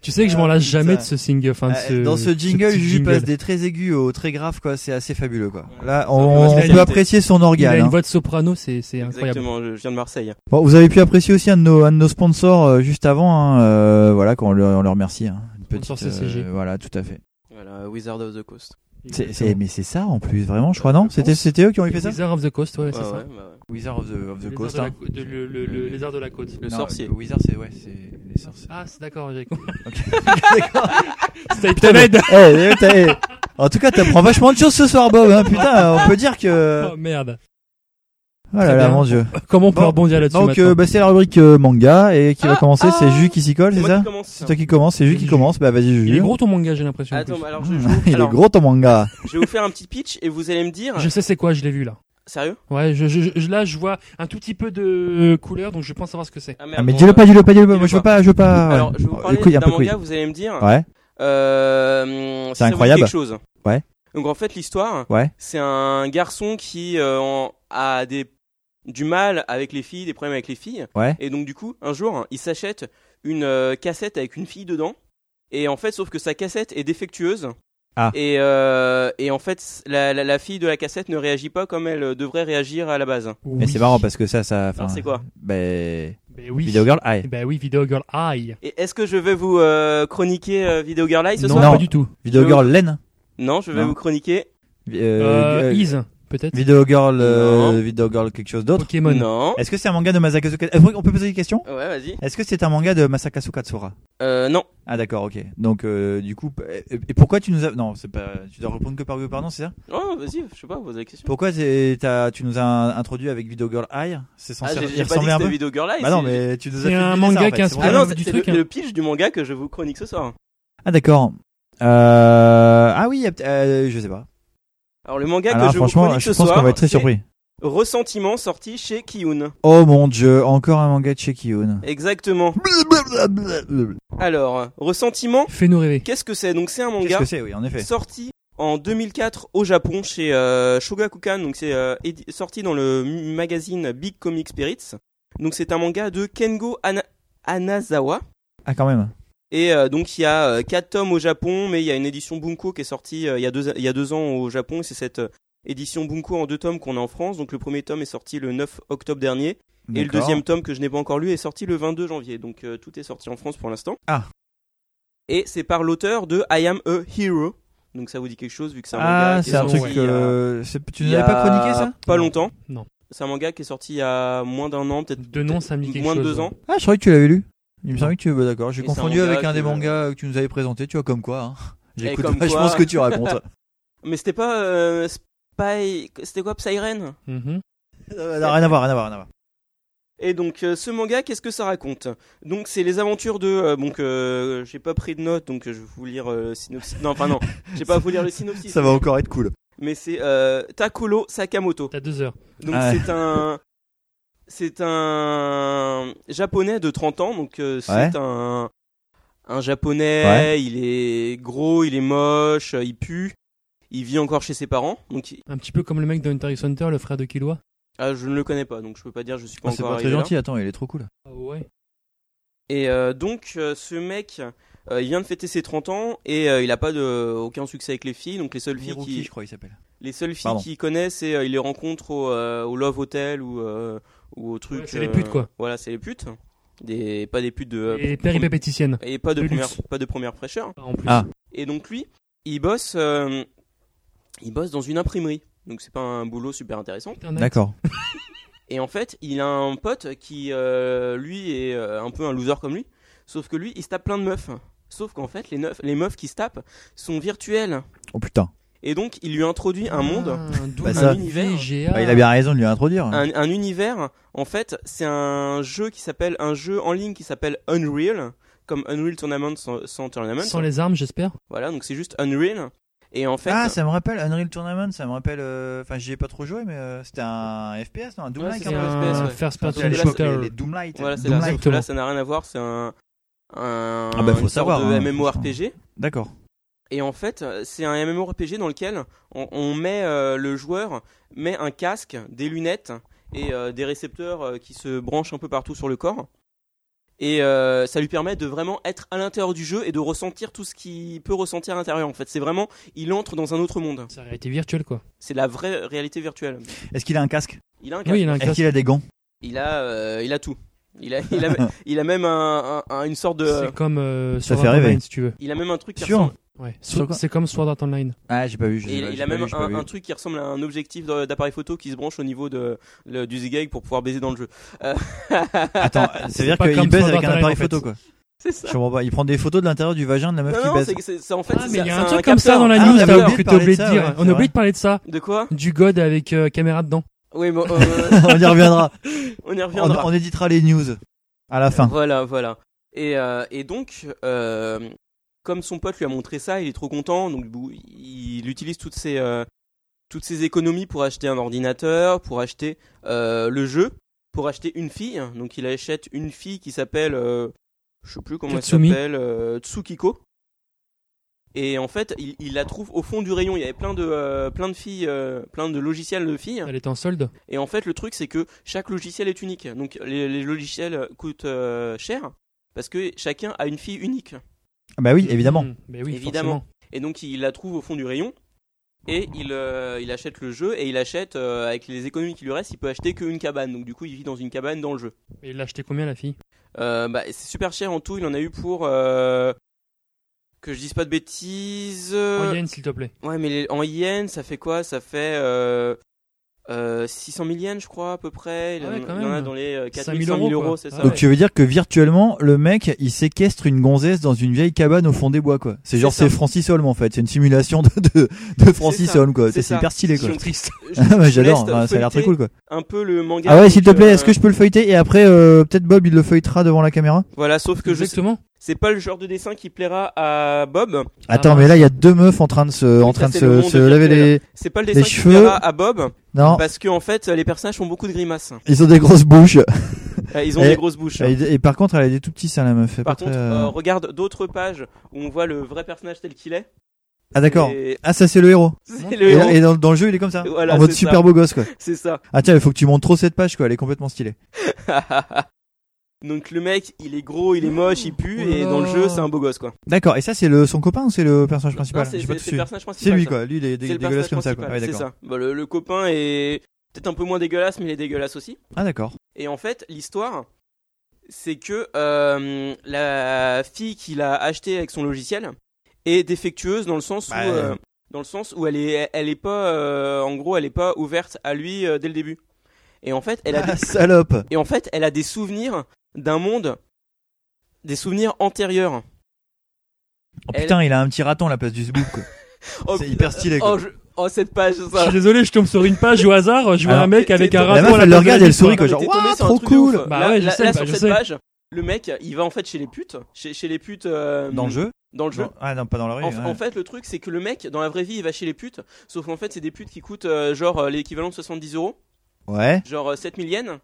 Tu sais que je m'en
Ah,
lasse
putain.
jamais de ce single. Enfin, de
Euh, Dans ce jingle,
petit
Juju
jingle.
passe des très aigus aux très graves, quoi. C'est assez fabuleux, quoi. Là, on,
Ouais,
on
c'est
peut
la-
apprécier son
Il a
organe.
une
hein.
voix de soprano, c'est c'est incroyable.
Exactement, je je viens de Marseille.
Bon, vous avez pu apprécier aussi un de nos, un de nos sponsors euh, juste avant, hein, euh, voilà, quand on le, on le remercie. Hein. Une euh,
Sponsor CCG.
voilà, tout à fait.
Voilà, Wizard of the Coast.
C'est- c'est- mais c'est ça en plus, vraiment, je crois, non C'était c'était eux qui ont fait ça
Wizard of the Coast, ouais, c'est
Ouais,
ça.
ouais, bah ouais.
Wizard of the, of the
Lézard de la co- de- le- le- le lézard de la côte.
Le sorcier.
Wizard, c'est ouais, c'est les sorciers.
Ah, c'est d'accord, j'ai compris.
D'accord.
C'était
Putain, mais- Eh, eh, t'as- eh. En tout cas, t'apprends vachement de choses ce soir, Bob. Hein. Putain, on peut dire que.
Oh merde.
Oh là
Très
là,
bien.
mon dieu.
Comment on peut
Bon.
rebondir là-dessus
Donc, euh,
maintenant
bah, c'est la rubrique euh, manga et qui va
Ah,
commencer. C'est Ju qui s'y colle,
C'est
c'est
moi
ça
qui commence.
C'est toi qui commence, c'est Ju qui
Juju.
commence. Bah, vas-y, Ju.
Il est gros ton manga, j'ai l'impression. en
Attends,
plus.
alors je, je
Mmh,
vous-
Il est
alors,
gros ton manga.
je vais vous faire un petit pitch et vous allez me dire.
Je sais c'est quoi, je l'ai vu là.
Sérieux
Ouais, je, je, je- là je vois un tout petit peu de euh, couleur, donc je pense savoir ce que c'est.
merde,
Ah, mais
bon,
dis-le
euh,
pas, dis-le pas, dis-le pas.
dis-le
Moi, je veux
pas.
pas, je veux pas.
Alors, je vais vous
Euh,
parler
couille,
d'un
un peu couille.
manga, vous allez me dire.
Ouais, C'est
Euh, si ça vous dit
incroyable.
quelque chose.
Ouais.
Donc en fait l'histoire,
Ouais.
c'est un garçon qui euh, en- a des du mal avec les filles, des problèmes avec les filles,
ouais.
et donc du coup un jour hein, il s'achète une euh, cassette avec une fille dedans, et en fait sauf que sa cassette est défectueuse.
Ah.
Et, euh, et en fait, la, la- la fille de la cassette ne réagit pas comme elle euh, devrait réagir à la base.
Mais c'est marrant parce que ça, ça.
Alors c'est quoi
Ben.
Ben oui.
Video Girl, aïe.
Ben oui, Video Girl Eye.
Et est-ce que je vais vous euh, chroniquer euh, Video Girl Live ce
non,
soir
pas du tout.
Video
Je-
Girl, laine.
Non, je vais
Non.
vous chroniquer.
Vi-
Euh,
euh,
Ease, peut-être.
Video Girl, euh,
Non.
Video Girl, quelque chose d'autre.
Pokémon.
Non.
Est-ce que c'est un manga de Masakazu Katsura On peut poser des questions
Ouais, vas-y.
Est-ce que c'est un manga de Masakazu Katsura
Euh, non.
Ah d'accord, ok. Donc euh, du coup, p- et, et pourquoi tu nous as non, c'est pas, tu dois répondre que par oui ou par non, c'est ça
Oh, vas-y, je sais pas, vous avez des questions.
Pourquoi t'es- t'as- tu nous as introduit avec Video Girl Eye C'est
Ah,
censé
j'ai
y
j'ai pas dit que
ressembler un
c'était
peu
Video Girl Live.
Bah non, mais tu nous as
C'est
fait
un
deviner ça,
manga
en fait,
qui
c'est
inspire
pour
Ah
ça.
non,
du
c'est c'est
truc,
le,
hein.
euh,
le pitch du manga que je vous chronique ce soir.
Ah d'accord. Euh... Ah oui, y a peut- euh, je sais pas.
Alors le manga
Alors
que je vous
franchement,
chronique
je
ce
pense
soir,
qu'on va être très
c'est
surpris.
Ressentiment sorti chez Kiyun.
Oh mon dieu, encore un manga de chez Kiyun.
Exactement. Alors, Ressentiment,
Fais-nous rêver.
qu'est-ce que c'est Donc c'est un
Qu'est-ce
manga
que c'est Oui, en effet.
sorti en 2004 au Japon chez euh, Shogakukan, donc c'est euh, édi- sorti dans le m- magazine Big Comic Spirits. Donc c'est un manga de Kengo Ana- Anazawa.
Ah quand même.
Et euh, donc il y a euh, quatre tomes au Japon, mais il y a une édition Bunko qui est sortie euh, il, y a deux, il y a deux ans au Japon. et C'est cette euh, édition Bunko en deux tomes qu'on a en France. Donc le premier tome est sorti le 9 octobre dernier. Et le
D'accord.
deuxième tome que je n'ai pas encore lu est sorti le 22 janvier. Donc euh, tout est sorti en France pour l'instant.
Ah.
Et c'est par l'auteur de I Am a Hero. Donc ça vous dit quelque chose vu que c'est un manga
Ah,
qui
c'est
est
un
sorti
truc.
il y a-
euh, c'est- Tu
il y
n'avais pas
a
chroniqué ça
Pas longtemps.
Non.
C'est un manga qui est sorti il y a moins d'un an, peut-être
De nom, ça me dit quelque
moins de
chose,
deux
ouais.
ans.
Ah, je croyais que tu l'avais lu. Il me semblait que tu. bah, D'accord, j'ai
Et c'est un
confondu
manga
avec un
que-
des mangas que tu nous avais présenté, tu vois, comme quoi. hein. J'écoute
comme
vachement
quoi.
ce que tu racontes.
Mais c'était pas euh, Spy... C'était quoi Psyren
Mhm.
Euh, non, rien à voir, rien à voir, rien à voir.
Et donc euh, ce manga, qu'est-ce que ça raconte Donc c'est les aventures de euh, donc euh, j'ai pas pris de notes donc euh, je vais vous lire euh, le synopsis. Non, enfin non, j'ai pas à vous lire le synopsis.
Ça va encore être cool.
Mais c'est euh, Takolo Sakamoto.
T'as deux heures.
Donc
Ah ouais.
c'est un c'est un japonais de 30 ans donc euh, c'est
Ouais.
un un japonais,
Ouais.
il est gros, il est moche, euh, il pue. Il vit encore chez ses parents, donc il-
Un petit peu comme le mec de Hunter x Hunter, le frère de Killua.
ah, je ne le connais pas, donc je peux pas dire, je suis pas
Ah, c'est
encore
pas très
arrivé là.
gentil, attends, il est trop cool.
Ah ouais.
Et euh, donc euh, ce mec, euh, il vient de fêter ses 30 ans et euh, il a pas de aucun succès avec les filles. Donc les seules filles
Hiroki,
qui
je crois, il s'appelle.
les seules filles
Pardon.
qu'il connaît, c'est euh, il les rencontre au, euh, au Love Hotel ou euh, ou au truc. euh,
Ouais, c'est les putes, quoi.
Voilà, c'est les putes. Des pas des putes de euh,
Et
prom-
péripéticienne.
et pas de
de
première
luxe.
pas de première fraîcheur.
En plus.
Ah.
Et donc lui, il bosse euh, il bosse dans une imprimerie. Donc c'est pas un boulot super intéressant.
Internet.
D'accord.
Et en fait, il a un pote qui, euh, lui, est euh, un peu un loser comme lui. Sauf que lui, il se tape plein de meufs. Sauf qu'en fait, les, neuf, les meufs qui se tapent sont virtuelles.
Oh putain.
Et donc, il lui introduit un monde,
Ah, d'où
Bah,
le
ça-
univers. VGA.
Bah, il a bien raison de lui introduire.
un, un univers. En fait, c'est un jeu qui s'appelle, un jeu en ligne qui s'appelle Unreal. Comme Unreal Tournament sans, sans tournament.
Sans les armes, j'espère.
Voilà, donc c'est juste Unreal. Et en fait,
Ah, ça me rappelle Unreal Tournament, ça me rappelle. euh, Enfin, j'y ai pas trop joué, mais euh, c'était un FPS, non Un
Ouais,
Doomlight
c'est
C'est
un
un peu.
FPS,
un
ouais.
first
Enfin,
person
les-
les-
shooter.
les- les Doomlight.
voilà, c'est là,
Doomlight.
sauf que là, ça n'a rien à voir. C'est un, un
Ah bah, faut
une sorte
savoir,
de
hein,
MMORPG.
D'accord.
Et en fait, euh, c'est un MMORPG dans lequel on, on met euh, le joueur met un casque, des lunettes et euh, des récepteurs euh, qui se branchent un peu partout sur le corps. Et euh, ça lui permet de vraiment être à l'intérieur du jeu et de ressentir tout ce qu'il peut ressentir à l'intérieur. En fait, c'est vraiment il entre dans un autre monde.
C'est la réalité virtuelle, quoi.
C'est la vraie réalité virtuelle.
Est-ce qu'il a un casque
Il a un casque.
Oui, il a un
Est-ce
casque.
qu'il a des gants
Il a euh, il a tout. Il a il a, il a même un- un- un- une sorte de
C'est comme euh,
Ça
Sword
fait
Art
rêver.
Online, si tu veux.
il a même un truc qui
Sûr
ressemble,
Ouais.
Sur quoi
C'est comme Sword Art Online.
Ah, j'ai pas vu. j'ai-
et il,
j'ai
a
pas
même
vu, j'ai pas
un,
vu.
un truc qui ressemble à un objectif d'a- d'appareil photo qui se branche au niveau de le- du zigzag pour pouvoir baiser dans le jeu. Euh,
Attends, ça veut dire
pas comme
qu'il baise
Sword
avec un
Art Online,
appareil
en fait.
photo quoi.
C'est ça.
Je comprends pas. Il prend des photos de l'intérieur du vagin de la meuf
Non,
qui
non,
baise.
c'est- c'est c'est- en fait.
Ah, mais il y
c'est-
a un
c'est
truc comme ça
capteur.
dans la
Ah,
news,
on a
t'as
oublié
oublié
de parler de
de
ça, ouais,
dire. On
c'est
a oublié de parler de ça.
De quoi
Du God avec euh, caméra dedans.
Oui, bon, euh,
on y reviendra.
on y
on,
reviendra.
on éditera les news à la fin.
Voilà, voilà. Et, euh, et donc, euh, comme son pote lui a montré ça, il est trop content. Donc, bou- il utilise toutes ses euh, toutes ses économies pour acheter un ordinateur, pour acheter euh, le jeu, pour acheter une fille. Donc, il achète une fille qui s'appelle, euh, je sais plus comment
Tatsumi.
elle s'appelle, euh, Tsukiko. Et en fait, il, il la trouve au fond du rayon. Il y avait plein de euh, plein de filles, euh, plein de logiciels de filles.
Elle est en solde.
Et en fait, le truc, c'est que chaque logiciel est unique. Donc, les, les logiciels euh, coûtent euh, cher parce que chacun a une fille unique.
Ah Bah oui, évidemment.
Mmh, mais oui,
Évidemment.
évidemment.
Et donc, il la trouve au fond du rayon. Et il, euh, il achète le jeu et il achète, euh, avec les économies qui lui restent, il peut acheter qu'une cabane. Donc, du coup, il vit dans une cabane dans le jeu.
Et il l'a acheté combien la fille
Euh, bah, c'est super cher en tout. Il en a eu pour. euh, que je dise pas de bêtises.
En yen, Oh, s'il te plaît.
Ouais, mais les- en yens, ça fait quoi Ça fait euh, euh, 600 000 yens, je crois, à peu près. Il,
Ah ouais,
en-
quand
il en a
même.
dans les euh, 4 000,
5 000
5 000
euros,
euros,
quoi.
c'est
Ah
ça
Donc
ouais.
tu veux dire que virtuellement, le mec, il séquestre une gonzesse dans une vieille cabane au fond des bois quoi. C'est genre
ça.
c'est Francis Holm en fait. C'est une simulation de de, de Francis
ça,
Holm quoi.
c'est
C'est
ça.
hyper stylé quoi.
Si on-
Triste.
Je-
Ah, bah,
je
J'adore.
laisse
Bah, ça a l'air très
feuilleter
cool quoi.
Un peu le manga.
Ah ouais,
donc,
s'il te plaît, est-ce
euh,
que je peux le feuilleter et après euh, peut-être Bob il le feuilletera devant la caméra
Voilà, sauf que je...
Exactement.
c'est pas le genre de dessin qui plaira à Bob.
Attends,
Ah,
mais là il y a deux meufs en train de se en
ça,
train de
c'est le
se,
monde
se
virtuel.
laver les
C'est pas le dessin
Les
qui
cheveux.
plaira à Bob
Non,
parce que en fait les personnages font beaucoup de grimaces.
ils ont des grosses bouches.
Euh, Ils ont
Et-
des grosses bouches.
Et, et par contre, elle a des tout petits seins la meuf. Elle est
Par
pas
contre,
très,
euh,
euh,
regarde d'autres pages où on voit le vrai personnage tel qu'il est.
ah d'accord.
Et-
Ah ça c'est le héros.
C'est
Et,
le héros,
et dans, dans le jeu, il est comme ça.
Voilà,
en mode
c'est
super
ça.
beau gosse quoi.
c'est ça.
Ah tiens, il faut que tu montes trop cette page quoi, elle est complètement stylée.
Donc le mec, il est gros, il est moche, il pue,
Oh
et dans le jeu, c'est un beau gosse quoi.
D'accord. Et ça, c'est le son copain ou c'est le personnage principal
Non, c'est
J'ai
c'est-
pas tout
c'est le
suivi.
personnage
C'est
principal.
lui
ça.
quoi. Lui, il est
C'est le
dégueulasse
personnage
comme ça. Quoi.
principal,
Ouais,
c'est
d'accord.
ça. Bah, le, le copain est peut-être un peu moins dégueulasse, mais il est dégueulasse aussi.
Ah d'accord.
Et en fait, l'histoire, c'est que euh, la fille qu'il a achetée avec son logiciel est défectueuse dans le sens où,
Bah,
euh, dans le sens où elle est, elle est pas, euh, en gros, elle est pas ouverte à lui euh, dès le début. Et en fait, elle a,
Ah, salope.
et en fait, elle a des souvenirs d'un monde, des souvenirs antérieurs.
Oh
Elle-
putain, il a un petit raton à la place du zboub quoi.
Oh,
c'est hyper stylé quoi.
oh, je- oh, cette page,
Je
ça.
suis désolé, je tombe sur une page au hasard. Je vois
Alors,
un mec
t'es-
avec
t'es-
un
t'es-
la
rapport.
meuf, elle le regarde, elle sourit
T'es
quoi. Genre,
tombé
waouh,
sur un
trop
truc de ouf.
cool.
Bah
Là-
ouais, je
là-
sais,
là,
bah,
sur
je
cette
sais.
page, le mec, il va en fait chez les putes, chez, chez les putes euh,
Dans le jeu
dans le jeu.
Non, Ah non, pas dans la rue.
En,
ouais.
en fait, le truc, c'est que le mec, dans la vraie vie, il va chez les putes, sauf qu'en fait, c'est des putes qui coûtent euh, genre euh, l'équivalent de 70 euros,
Ouais.
genre euh, 7000 yens.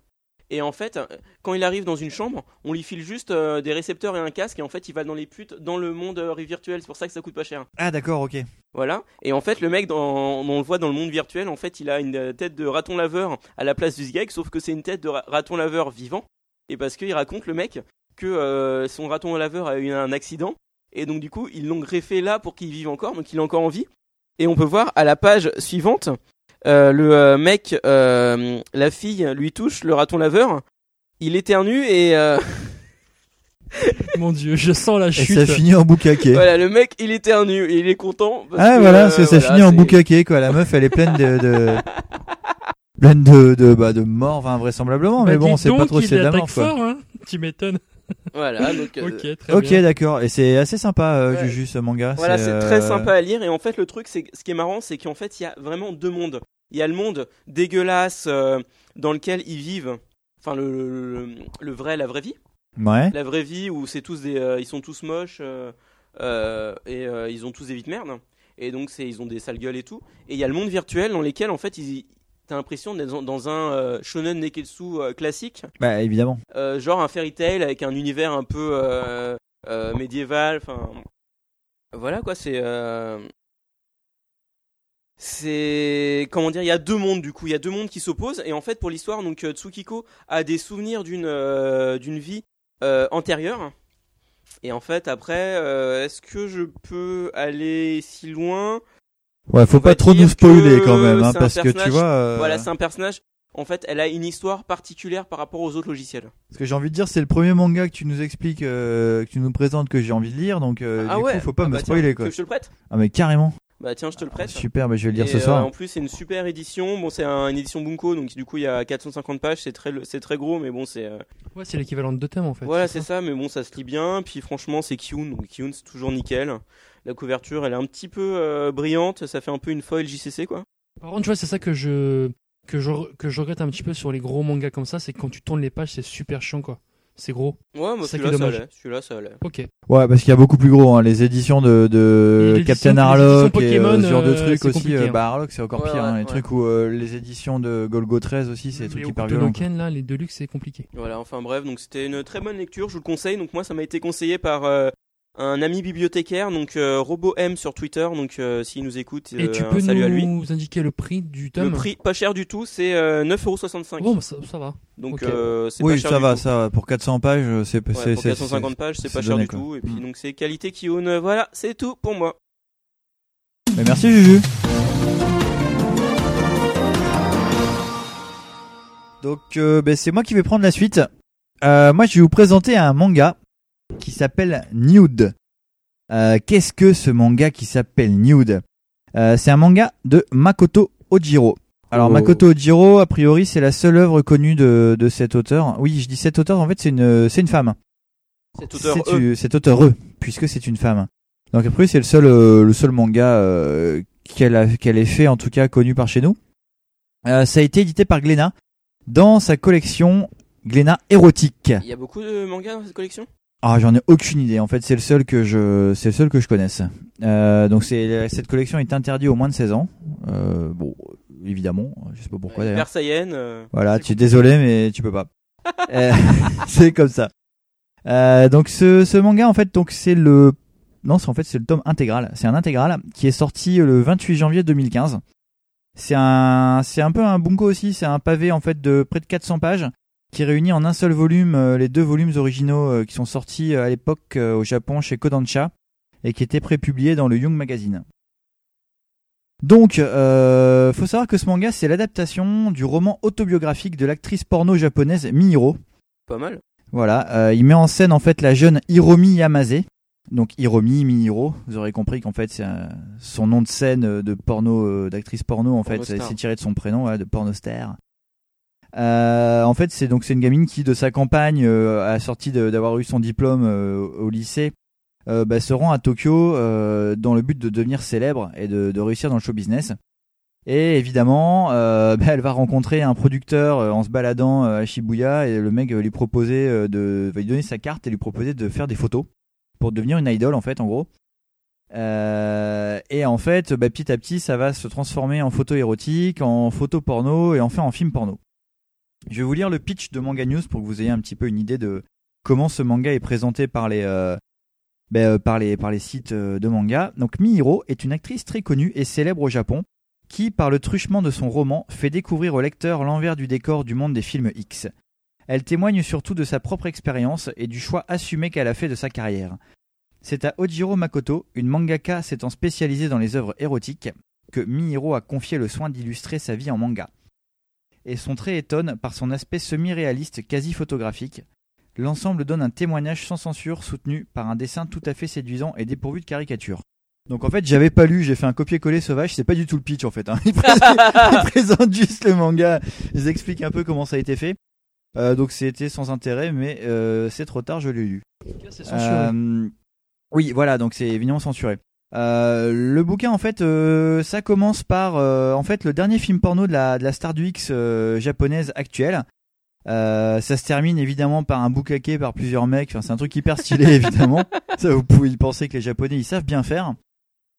Et en fait, euh, quand il arrive dans une chambre, on lui file juste euh, des récepteurs et un casque, et en fait, il va dans les putes dans le monde euh, virtuel, c'est pour ça que ça coûte pas cher.
Ah d'accord, ok.
Voilà. Et en fait, le mec, dans- on le voit dans le monde virtuel, en fait, il a une euh, tête de raton laveur à la place du Zgeg, sauf que c'est une tête de ra- raton laveur vivant. Et parce qu'il raconte, le mec, que euh, son raton laveur a eu un accident. Et donc, du coup, ils l'ont greffé là pour qu'il vive encore, donc il est encore en vie. Et on peut voir à la page suivante, euh, le euh, mec, euh, la fille lui touche le raton laveur. Il éternue et euh,
Mon dieu, je sens la
Et
chute.
ça finit en boucaquet.
voilà le mec il éternue et il est content. parce
Ah
que,
voilà,
euh,
c'est ça
voilà,
finit en
c'est-
boucaquet quoi. La meuf, elle est pleine de, de- pleine de de bah de morts, enfin, vraisemblablement. Mais
Bah,
bon,
dites
c'est pas
donc
trop
qu'il
c'est de la
attaque
mort quoi.
fort, hein. Tu m'étonnes.
Voilà donc. euh,
Ok, très
Ok,
bien.
d'accord. Et c'est assez sympa, euh,
Ouais.
Juju, ce manga.
Voilà, c'est
euh,
très sympa à lire. Et en fait, le truc, c'est ce qui est marrant, c'est qu'en fait, il y a vraiment deux mondes. Il y a le monde dégueulasse euh, dans lequel ils vivent. Enfin, le, le, le- le vrai, la vraie vie.
Ouais.
La vraie vie où c'est tous des, euh, ils sont tous moches euh, euh, et euh, ils ont tous des vies de merde. Et donc, c'est, ils ont des sales gueules et tout. Et il y a le monde virtuel dans lequel, en fait, ils, t'as l'impression d'être dans, dans un euh, shonen neketsu euh, classique
Bah évidemment.
euh, genre un fairy tale avec un univers un peu euh, euh, médiéval. Enfin, voilà quoi, c'est. euh, C'est comment dire, il y a deux mondes du coup, il y a deux mondes qui s'opposent et en fait pour l'histoire donc euh, Tsukiko a des souvenirs d'une euh, d'une vie euh, antérieure et en fait après euh, est-ce que je peux aller si loin
Ouais, faut
On va
pas trop
dire
nous spoiler
que
quand même, hein,
c'est un
parce que tu
personnage-
vois. euh,
Voilà, c'est un personnage. En fait, elle a une histoire particulière par rapport aux autres logiciels.
Ce que j'ai envie de dire, c'est le premier manga que tu nous expliques, euh, que tu nous présentes, que j'ai envie de lire, donc euh, du coup, faut pas
Ah
me
bah tiens,
spoiler quoi.
Que je te le prête
Ah mais carrément.
Bah tiens, je te le prête.
Super, mais je vais le lire ce
Et,
soir.
euh, en plus, c'est une super édition. Bon, c'est un- une édition Bunko, donc du coup, il y a 450 pages. C'est très, c'est très gros, mais bon, c'est. euh,
Ouais, c'est l'équivalent de hein. deux thèmes en fait.
voilà, c'est ça. Mais bon, ça se lit bien. Puis franchement, c'est Kyun. Donc Kyun, c'est toujours nickel. La couverture, elle est un petit peu euh, brillante. Ça fait un peu une foil JCC, quoi.
Par contre, tu vois, c'est ça que je que je que je regrette un petit peu sur les gros mangas comme ça, c'est que quand tu tournes les pages, c'est super chiant quoi. C'est gros.
Ouais, moi,
C'est
celui-là,
qui est
ça
dommage.
allait. Celui-là, ça allait.
Ok.
Ouais, parce qu'il y a beaucoup plus gros, hein, les éditions de, de
Les éditions-
Captain
les éditions
Harlock et euh,
Pokémon,
ce genre de
euh,
trucs
c'est
aussi.
compliqué,
euh,
hein.
bah Harlock c'est encore
Ouais,
pire, hein,
ouais,
les
ouais.
trucs où euh, les éditions de Golgo 13 aussi, c'est des trucs
Les
hyper violents. quoi.
Okutonoken, là, les Deluxe, c'est compliqué.
Voilà, enfin bref, donc c'était une très bonne lecture, je vous le conseille. Donc moi, ça m'a été conseillé par euh, un ami bibliothécaire, donc euh, Robo M sur Twitter. Donc euh, s'il nous écoute,
Et
euh,
tu
un
peux
salut à lui.
nous indiquer le prix du tome
Le prix pas cher du tout, c'est euh, 9,65€.
Oh,
Bon, bah, ça, ça va.
donc
ok.
euh, c'est pas
Oui,
cher
ça
du
va,
tout.
ça va. Pour 400 pages, euh, c'est
Ouais,
c'est
pour
c'est-
450 pages, c'est
c'est
pas cher
donné,
du
quoi.
tout. Et puis
Mm.
donc c'est qualité qui own. Voilà, c'est tout pour moi.
c'est- Mais merci Juju. Donc euh, ben, c'est moi qui vais prendre la suite. Euh, moi, je vais vous présenter un manga qui s'appelle Nude. Euh, Qu'est-ce que ce manga qui s'appelle Nude Euh, C'est un manga de Makoto Ojiro. Alors
Oh.
Makoto Ojiro, a priori, c'est la seule œuvre connue de, de cet auteur. Oui, je dis cet auteur, en fait, c'est une, c'est une femme.
Cet auteur, E.
C'est
eux.
une- cet auteur eux, puisque c'est une femme. Donc a priori, c'est le seul, euh, le seul manga euh, qu'elle a- qu'elle ait fait, en tout cas connu par chez nous. Euh, ça a été édité par Glénat dans sa collection Glénat érotique.
Il y a beaucoup de mangas dans cette collection
Ah, j'en ai aucune idée. En fait, c'est le seul que je, c'est le seul que je connaisse. Euh, donc c'est cette collection est interdite aux moins de 16 ans. Euh, bon, évidemment, je sais pas pourquoi
Ouais,
d'ailleurs.
Hyper Saiyan, euh,
Voilà,
c'est
tu es désolé mais tu peux pas. Euh, c'est comme ça. Euh, donc ce, ce manga en fait donc c'est le non c'est en fait c'est le tome intégral. C'est un intégral qui est sorti le 28 janvier 2015. C'est un c'est un peu un bunko aussi. C'est un pavé en fait de près de 400 pages qui réunit en un seul volume euh, les deux volumes originaux euh, qui sont sortis euh, à l'époque euh, au Japon chez Kodansha et qui étaient prépubliés dans le Young Magazine. Donc, euh, faut savoir que ce manga, c'est l'adaptation du roman autobiographique de l'actrice porno japonaise Mihiro.
Pas mal.
Voilà, euh, il met en scène en fait la jeune Hiromi Yamase. Donc Hiromi, Mihiro, vous aurez compris qu'en fait c'est un- son nom de scène euh, de porno, euh, d'actrice porno en fait, c'est
Pornostar.
c'est tiré de son prénom, ouais, de pornoster. Euh, en fait, c'est donc c'est une gamine qui de sa campagne euh, à sortie de- d'avoir eu son diplôme euh, au lycée, euh, bah, se rend à Tokyo euh, dans le but de devenir célèbre et de, de réussir dans le show business. Et évidemment, euh, bah, elle va rencontrer un producteur euh, en se baladant euh, à Shibuya et le mec va lui proposer euh, de, va lui donner sa carte et lui proposer de faire des photos pour devenir une idole en fait, en gros. Euh, et en fait, bah, petit à petit, ça va se transformer en photo érotique, en photo porno et enfin en film porno. Je vais vous lire le pitch de Manga News pour que vous ayez un petit peu une idée de comment ce manga est présenté par les, euh, bah, euh, par les, par les sites euh, de manga. Donc Mihiro est une actrice très connue et célèbre au Japon qui, par le truchement de son roman, fait découvrir au lecteur l'envers du décor du monde des films X. Elle témoigne surtout de sa propre expérience et du choix assumé qu'elle a fait de sa carrière. C'est à Ojiro Makoto, une mangaka s'étant spécialisée dans les œuvres érotiques, que Mihiro a confié le soin d'illustrer sa vie en manga. Et son trait étonne par son aspect semi-réaliste quasi photographique. L'ensemble donne un témoignage sans censure soutenu par un dessin tout à fait séduisant et dépourvu de caricature. Donc en fait, j'avais pas lu, j'ai fait un copier-coller sauvage, c'est pas du tout le pitch en fait. Hein. Ils, présentent, ils présentent juste le manga, ils expliquent un peu comment ça a été fait. Euh, donc c'était sans intérêt, mais euh, c'est trop tard, je l'ai lu.
C'est
Euh, oui, voilà, donc c'est évidemment censuré. Euh, le bouquin, en fait, euh, ça commence par euh, en fait le dernier film porno de la, de la star du X euh, japonaise actuelle. Euh, ça se termine évidemment par un boucaquet par plusieurs mecs. Enfin, c'est un truc hyper stylé évidemment. Ça, vous pouvez y penser que les Japonais ils savent bien faire.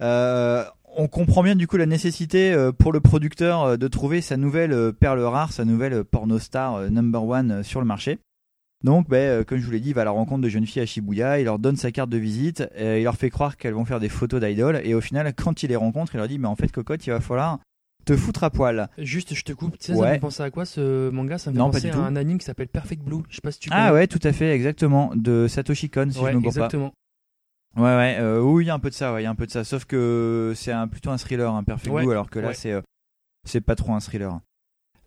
Euh, on comprend bien du coup la nécessité euh, pour le producteur euh, de trouver sa nouvelle euh, perle rare, sa nouvelle euh, porno star euh, number one euh, sur le marché. Donc, ben, euh, comme je vous l'ai dit, il va à la rencontre de jeunes filles à Shibuya, il leur donne sa carte de visite, euh, il leur fait croire qu'elles vont faire des photos d'idoles, et au final, quand il les rencontre, il leur dit, mais en fait, cocotte, il va falloir te foutre à poil.
Juste, je te coupe. Tu sais, ça
Ouais.
me fait penser à quoi ce manga Ça me fait
Non, pas
penser
du
à
tout.
un anime qui s'appelle Perfect Blue. Je sais pas si tu connais.
Ah ouais, tout à fait, exactement, de Satoshi Kon, si
Ouais,
je me gourre pas.
exactement.
Ouais, ouais, euh, oui, il y a un peu de ça, ouais, il y a un peu de ça. Sauf que c'est un, plutôt un thriller, un Perfect
Ouais,
Blue, alors que là,
ouais.
c'est euh, c'est pas trop un thriller.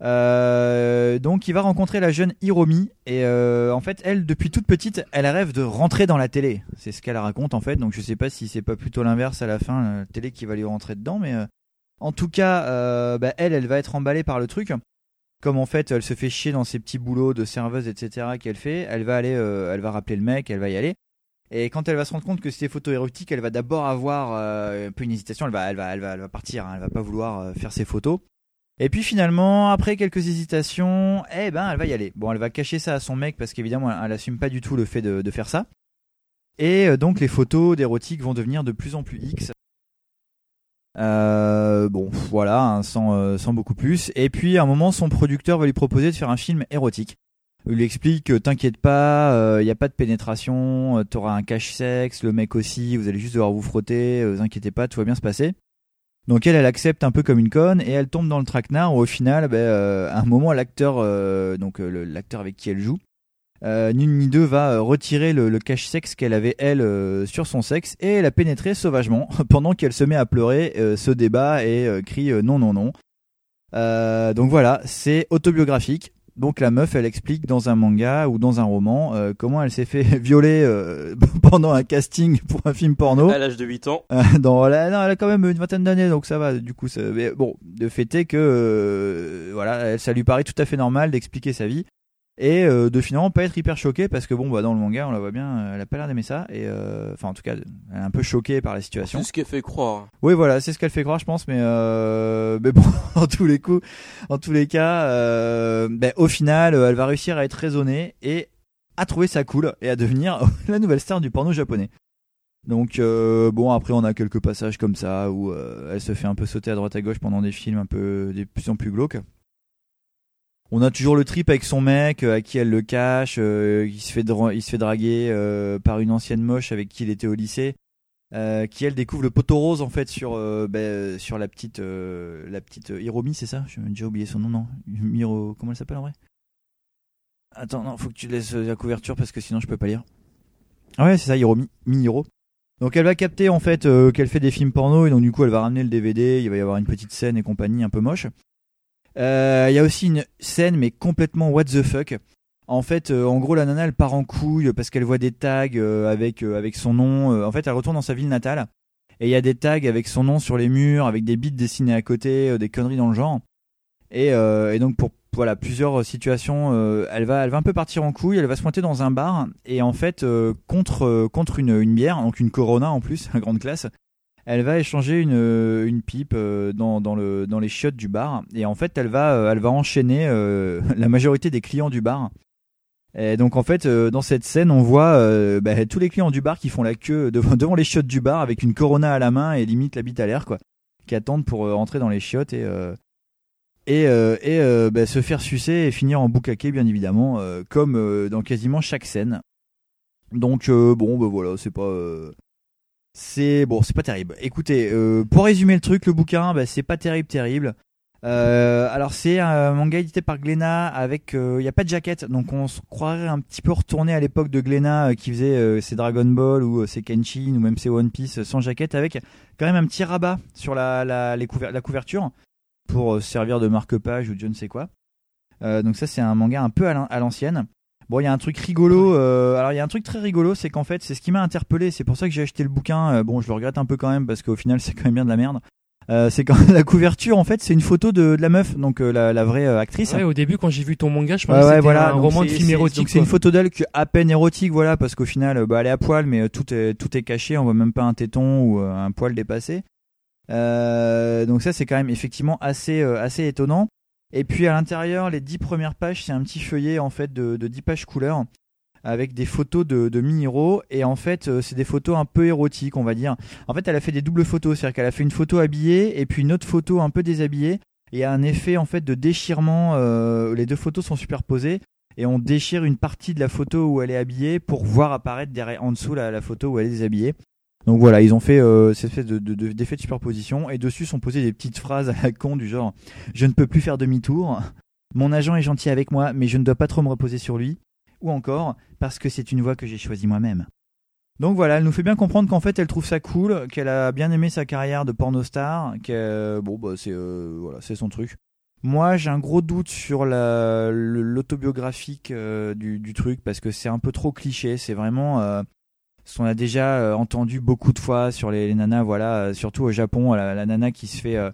Euh, donc, il va rencontrer la jeune Hiromi, et euh, en fait, elle, depuis toute petite, elle rêve de rentrer dans la télé. C'est ce qu'elle raconte, en fait. Donc, je sais pas si c'est pas plutôt l'inverse à la fin, la télé qui va lui rentrer dedans, mais euh, en tout cas, euh, bah, elle, elle va être emballée par le truc. Comme en fait, elle se fait chier dans ses petits boulots de serveuse, etc. qu'elle fait, elle va aller, euh, elle va rappeler le mec, elle va y aller. Et quand elle va se rendre compte que c'est photos érotiques, elle va d'abord avoir euh, un peu une hésitation, elle va, elle va, elle va, elle va partir, hein, elle va pas vouloir euh, faire ses photos. Et puis finalement, après quelques hésitations, eh ben, elle va y aller. Bon, elle va cacher ça à son mec parce qu'évidemment, elle, elle assume pas du tout le fait de, de faire ça. Et euh, donc, les photos d'érotiques vont devenir de plus en plus X. Euh, bon, pff, voilà, hein, sans, euh, sans beaucoup plus. Et puis, à un moment, son producteur va lui proposer de faire un film érotique. Il Euh, lui explique que t'inquiète pas, il n'y a pas de pénétration, euh, t'auras un cache sexe, le mec aussi, vous allez juste devoir vous frotter, euh, vous inquiétez pas, tout va bien se passer. Donc elle, elle accepte un peu comme une conne et elle tombe dans le traquenard où au final, ben, euh, à un moment, l'acteur, euh, donc euh, le- l'acteur avec qui elle joue, euh, ni une ni deux va euh, retirer le, le cache sexe qu'elle avait elle euh, sur son sexe et la pénétrer sauvagement pendant qu'elle se met à pleurer, euh, se débat et euh, crie euh, non non non. Euh, donc voilà, c'est autobiographique. Donc la meuf, elle explique dans un manga ou dans un roman euh, comment elle s'est fait violer euh, pendant un casting pour un film porno.
À l'âge de 8 ans.
Euh, non, elle a, non, elle a quand même une vingtaine d'années, donc ça va. Du coup, ça- mais bon, de fait est que euh, voilà, ça lui paraît tout à fait normal d'expliquer sa vie et euh, de finalement pas être hyper choqué parce que bon, bah dans le manga, on la voit bien, euh, elle a pas l'air d'aimer ça et euh, enfin en tout cas, elle est un peu choquée par la situation.
Tout ce qu'elle fait croire.
Oui, voilà, c'est ce qu'elle fait croire, je pense, mais euh, mais bon, en tous les coups, en tous les cas, euh, ben, au final, euh, elle va réussir à être raisonnée et à trouver ça cool et à devenir la nouvelle star du porno japonais. Donc euh, bon, après on a quelques passages comme ça où euh, elle se fait un peu sauter à droite à gauche pendant des films un peu des plus en plus glauques. On a toujours le trip avec son mec euh, à qui elle le cache, euh, il se fait dra- il se fait draguer euh, par une ancienne moche avec qui il était au lycée euh, qui elle découvre le poteau rose en fait sur euh, bah, euh, sur la petite euh, la petite euh, Hiromi c'est ça j'ai déjà oublié son nom non Miro comment elle s'appelle en vrai Attends, non, faut que tu laisses euh, la couverture parce que sinon je peux pas lire. Ah ouais, c'est ça, Hiro, Mi- Mini Hiro. Donc elle va capter en fait euh, qu'elle fait des films porno et donc du coup elle va ramener le DVD, il va y avoir une petite scène et compagnie un peu moche. Euh, Il y a aussi une scène mais complètement what the fuck. En fait, euh, en gros la nana elle part en couille parce qu'elle voit des tags euh, avec, euh, avec son nom. Euh, en fait elle retourne dans sa ville natale et il y a des tags avec son nom sur les murs, avec des bits dessinés à côté, euh, des conneries dans le genre. Et, euh, et donc pour voilà plusieurs situations, euh, elle va elle va un peu partir en couille, elle va se pointer dans un bar et en fait euh, contre euh, contre une, une bière, donc une Corona en plus, grande classe. Elle va échanger une, euh, une pipe euh, dans, dans, le, dans les chiottes du bar et en fait elle va, euh, elle va enchaîner euh, la majorité des clients du bar. Et donc en fait euh, dans cette scène on voit euh, bah, tous les clients du bar qui font la queue devant, devant les chiottes du bar avec une corona à la main et limite la bite à l'air quoi, qui attendent pour euh, entrer dans les chiottes et, euh, et, euh, et euh, bah, se faire sucer et finir en boucaquet bien évidemment euh, comme euh, dans quasiment chaque scène. Donc euh, bon bah voilà c'est pas euh, c'est bon c'est pas terrible. Écoutez euh, pour résumer le truc le bouquin bah, c'est pas terrible terrible. Euh, alors c'est un manga édité par Glénat avec euh, il n'y y a pas de jaquette donc on se croirait un petit peu retourné à l'époque de Glénat euh, qui faisait euh, ses Dragon Ball ou euh, ses Kenshin ou même ses One Piece euh, sans jaquette avec quand même un petit rabat sur la la, les couver- la couverture pour euh, servir de marque-page ou de je ne sais quoi. Euh, donc ça c'est un manga un peu à l'an- à l'ancienne. Bon, il y a un truc rigolo. euh, alors, il y a un truc très rigolo, c'est qu'en fait, c'est ce qui m'a interpellé. C'est pour ça que j'ai acheté le bouquin. Euh, bon, je le regrette un peu quand même parce qu'au final, c'est quand même bien de la merde. Euh, c'est quand la couverture, en fait, c'est une photo de, de la meuf, donc euh, la, la vraie euh, actrice.
Ouais, au début, quand j'ai vu ton manga, je
Ouais,
pensais que
ouais,
c'était
voilà.
un
donc
roman de
c'est-
film
c'est-
érotique.
Donc c'est une
quoi.
photo d'elle qui est à peine érotique, voilà, parce qu'au final, bah, elle est à poil, mais euh, tout est, tout est caché, on voit même pas un téton ou euh, un poil dépassé. Euh, donc ça, c'est quand même effectivement assez, euh, assez étonnant. Et puis à l'intérieur, les dix premières pages, c'est un petit feuillet en fait de, de 10 pages couleurs avec des photos de, de Mihiro et en fait euh, c'est des photos un peu érotiques on va dire. En fait elle a fait des doubles photos, c'est-à-dire qu'elle a fait une photo habillée et puis une autre photo un peu déshabillée et il y a un effet en fait de déchirement, euh, les deux photos sont superposées et on déchire une partie de la photo où elle est habillée pour voir apparaître derrière en dessous la, la photo où elle est déshabillée. Donc voilà, ils ont fait euh, cette espèce de, de, de- d'effet de superposition et dessus sont posées des petites phrases à la con du genre je ne peux plus faire demi-tour, mon agent est gentil avec moi mais je ne dois pas trop me reposer sur lui ou encore parce que c'est une voie que j'ai choisie moi-même. Donc voilà, elle nous fait bien comprendre qu'en fait elle trouve ça cool, qu'elle a bien aimé sa carrière de pornostar, que bon bah c'est euh, voilà, c'est son truc. Moi, j'ai un gros doute sur la- le- l'autobiographique euh, du, du truc parce que c'est un peu trop cliché. C'est vraiment euh, ce qu'on a déjà euh, entendu beaucoup de fois sur les, les nanas. Voilà, euh, surtout au Japon, la, la nana qui se fait euh,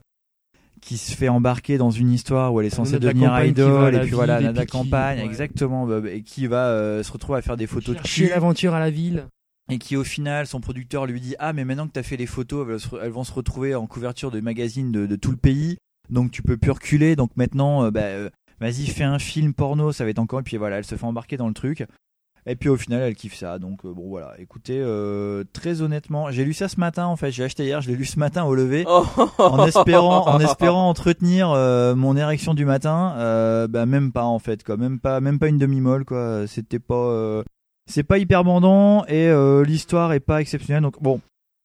qui se fait embarquer dans une histoire où elle est
La
censée
nana de la
devenir
campagne qui va à
idole
la
et puis voilà,
ville et
nana de la
puis qui-
campagne,
ouais.
exactement, bah, bah, et qui va euh, se retrouver à faire des photos de
Chercher
cul
l'aventure à la ville.
et qui au final son producteur lui dit ah mais maintenant que t'as fait les photos elles, se- elles vont se retrouver en couverture de magazines de, de tout le pays donc tu peux plus reculer donc maintenant euh, bah, euh, vas-y fais un film porno ça va être encore et puis voilà elle se fait embarquer dans le truc et puis au final elle kiffe ça donc euh, bon voilà écoutez euh, très honnêtement j'ai lu ça ce matin en fait j'ai acheté hier je l'ai lu ce matin au lever
Oh.
en espérant en espérant entretenir euh, mon érection du matin euh, bah même pas en fait quoi même pas même pas une demi molle quoi c'était pas euh, c'est pas hyper bandant et euh, l'histoire est pas exceptionnelle donc bon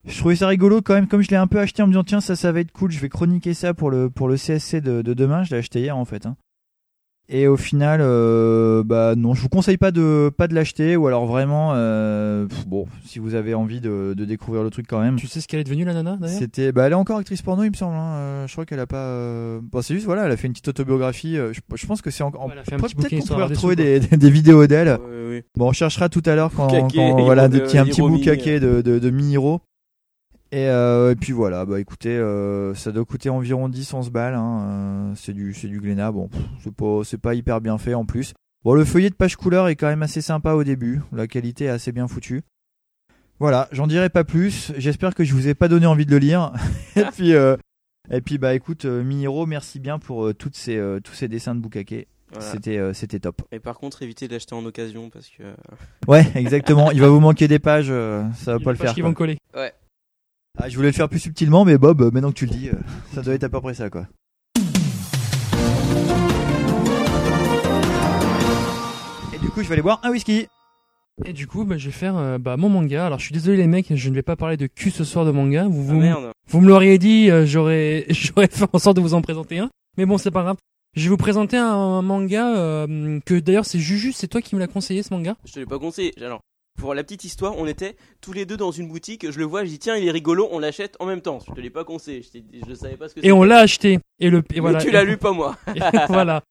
je trouvais ça rigolo quand même comme je l'ai un peu acheté en me disant tiens ça ça va être cool je vais chroniquer ça pour le pour le CSC de, de demain je l'ai acheté hier en fait hein. et au final euh, bah non je vous conseille pas de pas de l'acheter ou alors vraiment euh, pff, bon si vous avez envie de, de découvrir le truc quand même
Tu sais ce qu'elle est devenue, la nana, d'ailleurs
c'était, bah, elle est encore actrice porno, il me semble. hein. Euh, je crois qu'elle a pas. euh, Bon, c'est juste, voilà, elle a fait une petite autobiographie. euh, Je, je pense que c'est encore.
Ouais, elle a fait un
Peut-
petit
Peut-être
bouquin
qu'on pourrait
histoire
retrouver
des
des, des- des vidéos d'elle.
Oui, oui.
Bon, on cherchera tout à l'heure quand,
Bukake,
quand-
Hiro
voilà,
de-
qu'il y a un petit
Hiromi. euh,
boucaquet de, de, de Mihiro. Et, euh, et puis voilà, bah écoutez, euh, ça doit coûter environ 10, 11 balles. hein. Euh, c'est du, c'est du Glénat. Bon, pff, c'est pas, c'est pas hyper bien fait en plus. Bon, le feuillet de page couleur est quand même assez sympa au début. La qualité est assez bien foutue. Voilà, j'en dirai pas plus. J'espère que je vous ai pas donné envie de le lire. et puis, euh, et puis bah écoute, euh, Mihiro, merci bien pour euh, toutes ces, euh, tous ces dessins de boucaquet.
Voilà.
C'était, euh, c'était top.
Et par contre, évitez de l'acheter en occasion parce que. euh, ah,
Ouais, exactement. Il va vous manquer des pages, euh, ça va pas le faire.
Qui
quoi.
vont coller.
Ah, je voulais le faire plus subtilement, mais Bob, euh, maintenant que tu le dis, euh, ça doit être à peu près ça, quoi. Et du coup, je vais aller boire un whisky.
Et du coup, bah, je vais faire euh, bah, mon manga. Alors, je suis désolé les mecs, je ne vais pas parler de cul ce soir de manga. Vous,
Ah
vous,
merde.
vous me l'auriez dit, euh, j'aurais, j'aurais fait en sorte de vous en présenter un. Mais bon, c'est pas grave. Je vais vous présenter un, un manga euh, que d'ailleurs c'est Juju, c'est toi qui me l'as conseillé ce manga.
Je te l'ai pas conseillé. Alors, pour la petite histoire, on était tous les deux dans une boutique. Je le vois, je dis tiens, il est rigolo, on l'achète en même temps. Je te l'ai pas conseillé. Je, t'ai- je savais pas ce que
Et on l'a acheté. Et le et
Mais
voilà.
tu l'as lu, pas moi.
Et voilà.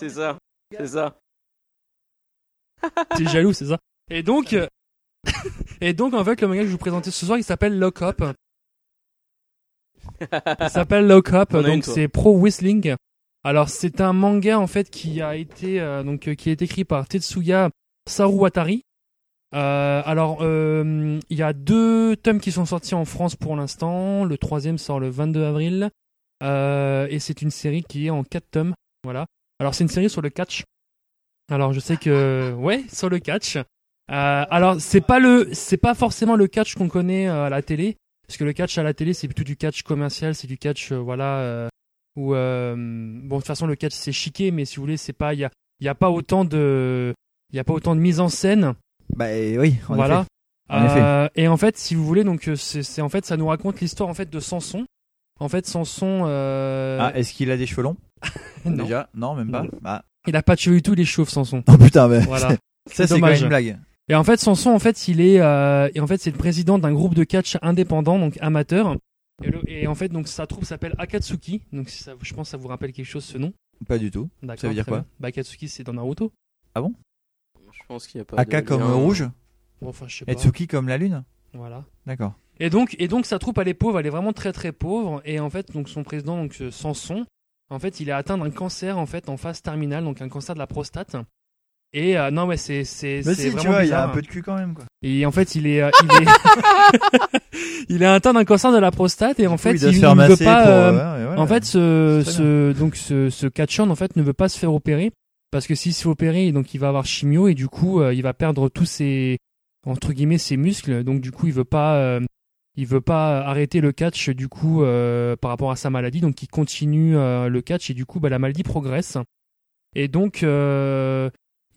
C'est ça. C'est ça.
T'es jaloux, c'est ça. Et donc, euh, et donc en fait, le manga que je vais vous présenter ce soir, il s'appelle Lock Up. Il s'appelle Lock Up,
On a une,
donc
toi.
c'est Pro Whistling. Alors c'est un manga en fait qui a été euh, donc euh, qui est écrit par Tetsuya Saruwatari. Euh, alors euh, il y a deux tomes qui sont sortis en France pour l'instant. Le troisième sort le 22 avril Euh, et c'est une série qui est en quatre tomes. Voilà. Alors c'est une série sur le catch. Alors je sais que ouais sur le catch. Euh, alors c'est pas le c'est pas forcément le catch qu'on connaît euh, à la télé parce que le catch à la télé c'est plutôt du catch commercial c'est du catch euh, voilà euh, où euh, bon de toute façon le catch c'est chiqué mais si vous voulez c'est pas il y a il y a pas autant de il y a pas autant de mise en scène
Bah euh, oui, en
voilà
effet. En effet.
Euh, et en fait si vous voulez donc euh, c'est c'est- en fait ça nous raconte l'histoire en fait de Samson en fait Samson euh,
Ah, est-ce qu'il a des cheveux longs
non.
Déjà Non, même pas. Ah.
il a pas de cheveux du tout il est chauve Samson
Oh putain, mais
voilà
ça c'est quand
dommage.
même une blague.
Et en fait, Sanson, en fait, il est, euh, et en fait, c'est le président d'un groupe de catch indépendant, donc amateur. Et, le- et en fait, donc sa troupe s'appelle Akatsuki. Donc, si ça, je pense, que ça vous rappelle quelque chose ce nom.
Pas du tout.
D'accord,
Ça veut dire
très
quoi
bien. Bah, Akatsuki, c'est dans Naruto.
Je pense qu'il y a pas.
Aka
de
comme
lien.
rouge,
Bon, enfin, je sais pas.
Etsuki comme la lune.
Voilà.
D'accord.
Et donc, et donc, sa troupe, elle est pauvre, elle est vraiment très très pauvre. Et en fait, donc son président, donc euh, Samson, en fait, il est atteint d'un cancer en fait en phase terminale, donc un cancer de la prostate. Et euh, non, ouais, c'est c'est
Mais
c'est
si, tu
vraiment
vois, il y a
bizarre.
un peu de cul quand même quoi.
Et en fait, il est, euh, il est, il est atteint d'un cancer de la prostate et en fait,
Oui,
il, il ne veut pas. euh, En fait, ce,
C'est très
ce donc ce, ce catchon en fait ne veut pas se faire opérer parce que s'il se fait opérer, donc il va avoir chimio et du coup, euh, il va perdre tous ses entre guillemets ses muscles. Donc du coup, il veut pas, euh, il veut pas arrêter le catch du coup euh, par rapport à sa maladie. Donc il continue euh, le catch et du coup, bah, la maladie progresse. Et donc, euh,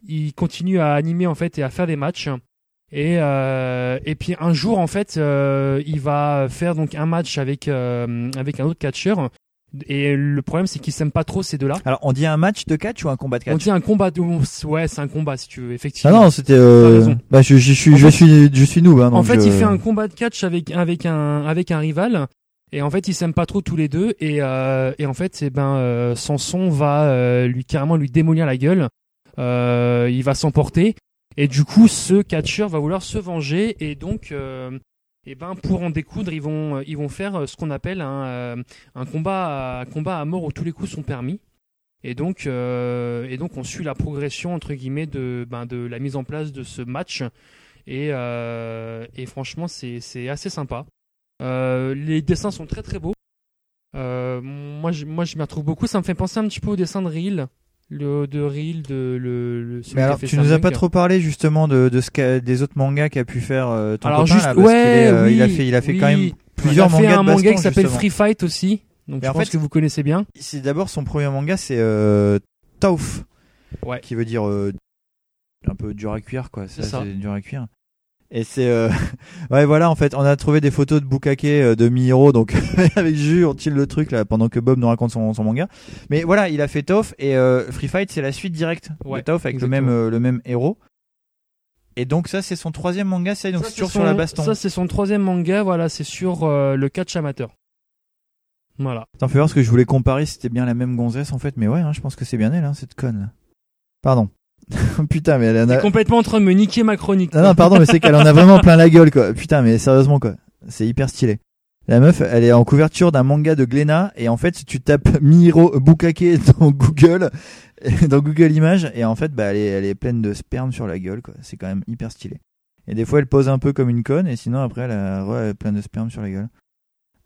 il continue à animer en fait et à faire des matchs. Et, euh, et puis un jour en fait, euh, il va faire donc un match avec euh, avec un autre catcheur. Et le problème c'est qu'ils s'aiment pas trop ces deux-là.
Alors, on dit un match de catch ou un combat de
On
catch
dit un combat, de... ouais, c'est un combat si tu veux,
Ah
effectivement.
non, c'était.
T'as
Euh...
raison.
Bah, je, je suis,
En
je
fait-
suis, je suis noob. Hein,
en
donc
fait,
je-
il fait un combat de catch avec avec un avec un rival. Et en fait, ils s'aiment pas trop tous les deux. Et, euh, et en fait, eh ben, euh, Samson va euh, lui carrément lui démolir la gueule. Euh, il va s'emporter. Et du coup, ce catcheur va vouloir se venger. Et donc, euh, eh ben, pour en découdre, ils vont ils vont faire euh, ce qu'on appelle un, euh, un combat à, un combat à mort où tous les coups sont permis. Et donc, euh, et donc, on suit la progression entre guillemets de ben, de la mise en place de ce match. Et, euh, et franchement, c'est c'est assez sympa. Euh, les dessins sont très très beaux. Euh, moi, je, moi, je m'y retrouve beaucoup. Ça me fait penser un petit peu au dessin de Reel, le, de Reel, de le. le celui
Mais
qu'a
alors,
fait
tu nous as
Samyang.
pas trop parlé justement de, de ce qu'a- des autres mangas qu'a pu faire euh, ton
Alors
copain,
juste,
là, parce
ouais,
qu'il est, euh, il a
oui,
fait, il a fait
oui.
quand même plusieurs
Il a fait
mangas
un
de
manga
baston,
qui s'appelle
justement.
Free Fight aussi. Donc,
Mais
je
en
pense
fait-
que vous connaissez bien.
C'est d'abord son premier manga, c'est euh, Tauf,
Ouais.
qui veut dire euh, un peu dur à cuire, quoi. Ça,
C'est ça.
c'est dur à cuire. Et c'est euh, ouais, voilà. En fait, on a trouvé des photos de Bukake euh, de Mihiro, donc avec Ju, on tire le truc là pendant que Bob nous raconte son, son manga. Mais voilà, il a fait Tauf et euh, Free Fight, c'est la suite directe
Ouais,
de Tauf avec le
exactement.
même euh, le même héros. Et donc ça, c'est son troisième manga, c'est donc
Ça,
c'est toujours
c'est
sur la
son-
baston.
Ça, c'est son troisième manga. Voilà, c'est sur euh, le catch amateur. Voilà.
T'en fais voir ce que je voulais comparer, c'était bien la même gonzesse en fait, mais ouais, hein, je pense que c'est bien elle, hein, cette conne. là. Pardon. Putain, mais elle en
T'es
a.
complètement en train de me niquer ma chronique.
Euh. Ah Non, non, pardon, mais c'est qu'elle en a vraiment plein la gueule, quoi. Putain, mais sérieusement, quoi. C'est hyper stylé. La meuf, elle est en couverture d'un manga de Glénat, et en fait, si tu tapes Mihiro Bukake dans Google, dans Google Images, et en fait, bah, elle est, elle est pleine de sperme sur la gueule, quoi. C'est quand même hyper stylé. Et des fois, elle pose un peu comme une conne, et sinon, après, elle a, ouais, elle est pleine de sperme sur la gueule.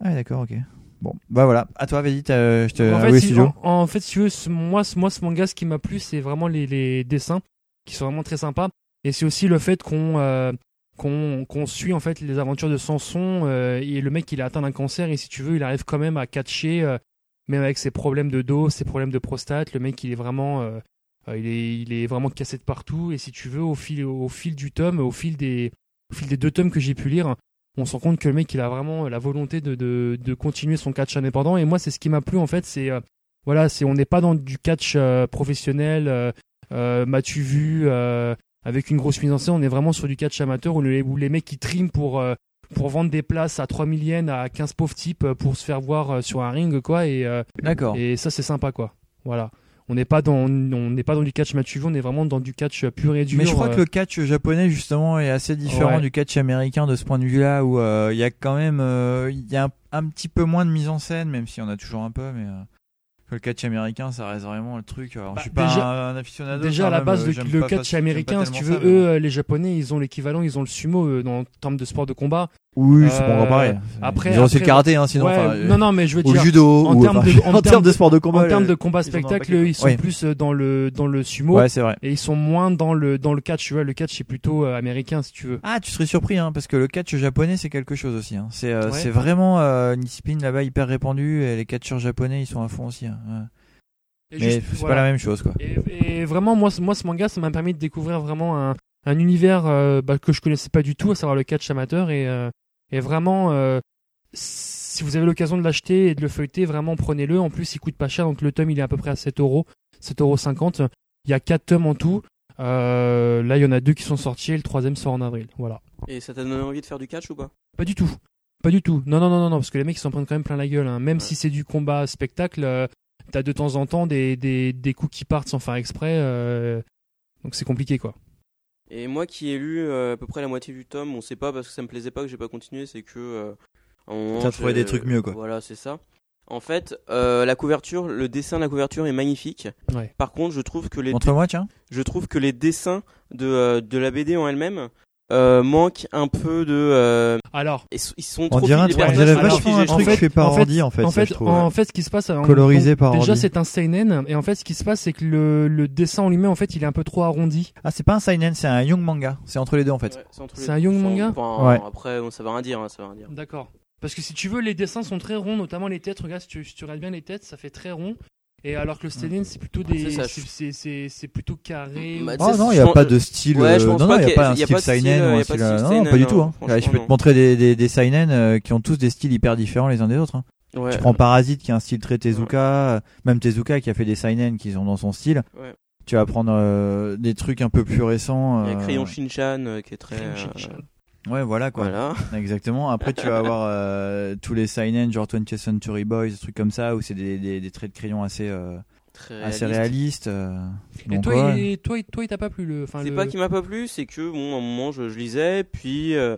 Ah, d'accord, ok. Bon, bah voilà. À toi, vas-y, t'as- je te.
en,
ah
fait,
oui,
si-
Studio.
en- en fait, si tu veux, ce- moi, ce- moi, ce manga, ce qui m'a plu, c'est vraiment les, les dessins qui sont vraiment très sympas. Et c'est aussi le fait qu'on euh, qu'on qu'on suit en fait les aventures de Samson. euh, et le mec, il a atteint un cancer et si tu veux, il arrive quand même à catcher, euh, même avec ses problèmes de dos, ses problèmes de prostate. Le mec, il est vraiment, euh, euh, il est, il est vraiment cassé de partout. Et si tu veux, au fil, au fil du tome, au fil des, au fil des deux tomes que j'ai pu lire, on se rend compte que le mec il a vraiment euh, la volonté de, de, de continuer son catch indépendant et moi c'est ce qui m'a plu en fait c'est euh, voilà c'est on n'est pas dans du catch euh, professionnel euh, euh, m'as-tu vu euh, avec une grosse mise en scène on est vraiment sur du catch amateur où, les- où les mecs qui triment pour euh, pour vendre des places à 3000 yens à 15 pauvres types euh, pour se faire voir euh, sur un ring quoi et euh,
D'accord.
et ça, c'est sympa, quoi. Voilà. On n'est pas dans, on n'est pas dans du catch match vu, on est vraiment dans du catch pur et dur.
Mais je crois
euh,
que le catch japonais justement est assez différent
Ouais.
du catch américain de ce point de vue-là où euh, il y a quand même euh, il y a un, un petit peu moins de mise en scène même si on a toujours un peu mais euh, que le catch américain ça reste vraiment le truc. Alors,
Bah,
je suis pas
déjà-
un, un aficionado.
Déjà à
enfin,
la base,
Ah, même, euh,
le,
j'aime
le
pas
catch
faci- j'aime pas
américain, si tu veux,
tellement ça,
eux,
mais-
euh, les Japonais, ils ont l'équivalent, ils ont le sumo euh, dans, en termes de sport de combat.
Oui, c'est pas
euh,
pareil.
après-
ils ont aussi le
après-
karaté hein, sinon.
Ouais,
enfin, euh,
non, non, mais je veux
ou le
dire,
judo
en
ou
termes de- en
enfin, en
termes
termes de sport de combat. euh,
en termes
les-
de combat
ils en ont un
spectacle,
paquet,
ils sont
ouais.
plus euh, dans le, dans le sumo
Ouais, c'est vrai.
et ils sont moins dans le, dans le catch. Tu vois, le catch, c'est plutôt euh, américain, si tu veux.
Ah, tu serais surpris, hein, parce que le catch japonais, c'est quelque chose aussi. Hein. C'est euh,
Ouais.
c'est vraiment euh, une discipline là-bas hyper répandue, et les catcheurs japonais, ils sont à fond aussi. hein. Ouais.
Et
Mais
juste-
c'est
voilà.
pas la même chose, quoi.
Et, et vraiment, moi, ce- moi, ce manga, ça m'a permis de découvrir vraiment un, un univers euh, bah, que je connaissais pas du tout, à savoir le catch amateur. Et, euh, et vraiment, euh, si vous avez l'occasion de l'acheter et de le feuilleter, vraiment prenez-le. En plus, il coûte pas cher, donc le tome, il est à peu près à 7 euros, 7 euros 50. Il y a 4 tomes en tout. Euh, là, il y en a deux qui sont sortis et le troisième sort en avril. Voilà.
Et ça t'a donné envie de faire du catch ou pas
Pas du tout. Pas du tout. Non, non, non, non, non, parce que les mecs, ils s'en prennent quand même plein la gueule. hein. Même si c'est du combat spectacle, euh, t'as de temps en temps des, des, des coups qui partent sans faire exprès. euh, donc c'est compliqué, quoi.
Et moi qui ai lu euh, à peu près la moitié du tome, on sait pas parce que ça me plaisait pas que j'ai pas continué, c'est que. Euh, à un moment,
T'as trouvé
j'ai-
des trucs mieux, quoi.
Voilà, c'est ça. En fait, euh, la couverture, le dessin de la couverture est magnifique.
Ouais.
Par contre, je trouve que les,
Montre-moi, tiens.
je trouve que les dessins de, euh, de la BD en elle-même euh, manquent un peu de. euh,
Alors,
ils sont- ils sont
On
trop
dirait, un,
les
truc- on
personnages
dirait
sont trop
vachement un
figés, je
truc
trouve.
fait par
en fait-
ordi, en fait.
en,
ça,
fait,
je trouve.
en fait, ce qui se passe. en-
Colorisé par
Déjà,
ordi.
c'est un seinen, et en fait, ce qui se passe, c'est que le, le dessin en lui-même, en fait, il est un peu trop arrondi.
Ah, c'est pas un seinen, c'est un young manga. C'est entre les deux, en fait.
Ouais, entre les
C'est un
deux.
young
Enfin,
manga
enfin,
Ouais.
Après, bon, ça veut rien dire, hein, ça veut rien dire.
D'accord. Parce que si tu veux, les dessins sont très ronds, notamment les têtes. Regarde, si tu, si tu regardes bien les têtes, ça fait très rond. Et alors que le seinen, c'est plutôt
Ah,
des,
C'est ça, je-
c'est- c'est c'est- c'est plutôt carré.
Bah,
Oh
c'est-
non, il
je
n'y a
pense-
pas de style.
Ouais, je
euh,
pense
non,
pas
non, il n'y a
qu'il y
pas un
y a
style
pas de style,
seinen
euh,
ou
y
un
a pas de
style. euh,
style
Non, non, pas
seinen,
du tout.
hein,
hein.
franchement,
Je peux
non.
te montrer des- des des seinen euh, qui ont tous des styles hyper différents les uns des autres. hein.
Ouais.
Tu prends Parasite qui a un style très Tezuka, euh, même Tezuka qui a fait des seinen qui sont dans son style.
Ouais.
Tu vas prendre euh, des trucs un peu plus récents.
Il y a
euh,
Crayon Shinchan euh, qui est très.
Crayon
euh,
Shinchan.
Ouais, voilà quoi.
Voilà.
Exactement. Après, tu vas avoir euh, tous les seinen genre 20th Century Boys, des trucs comme ça où c'est des, des, des traits de crayon assez euh,
Très
assez
réaliste.
réalistes. euh,
Et
donc,
toi,
ouais.
il- et toi, il- toi, il t'a pas plu le.
hein,
enfin,
C'est
le-
pas qui m'a pas plu, c'est que bon, à un moment je, je lisais, puis euh,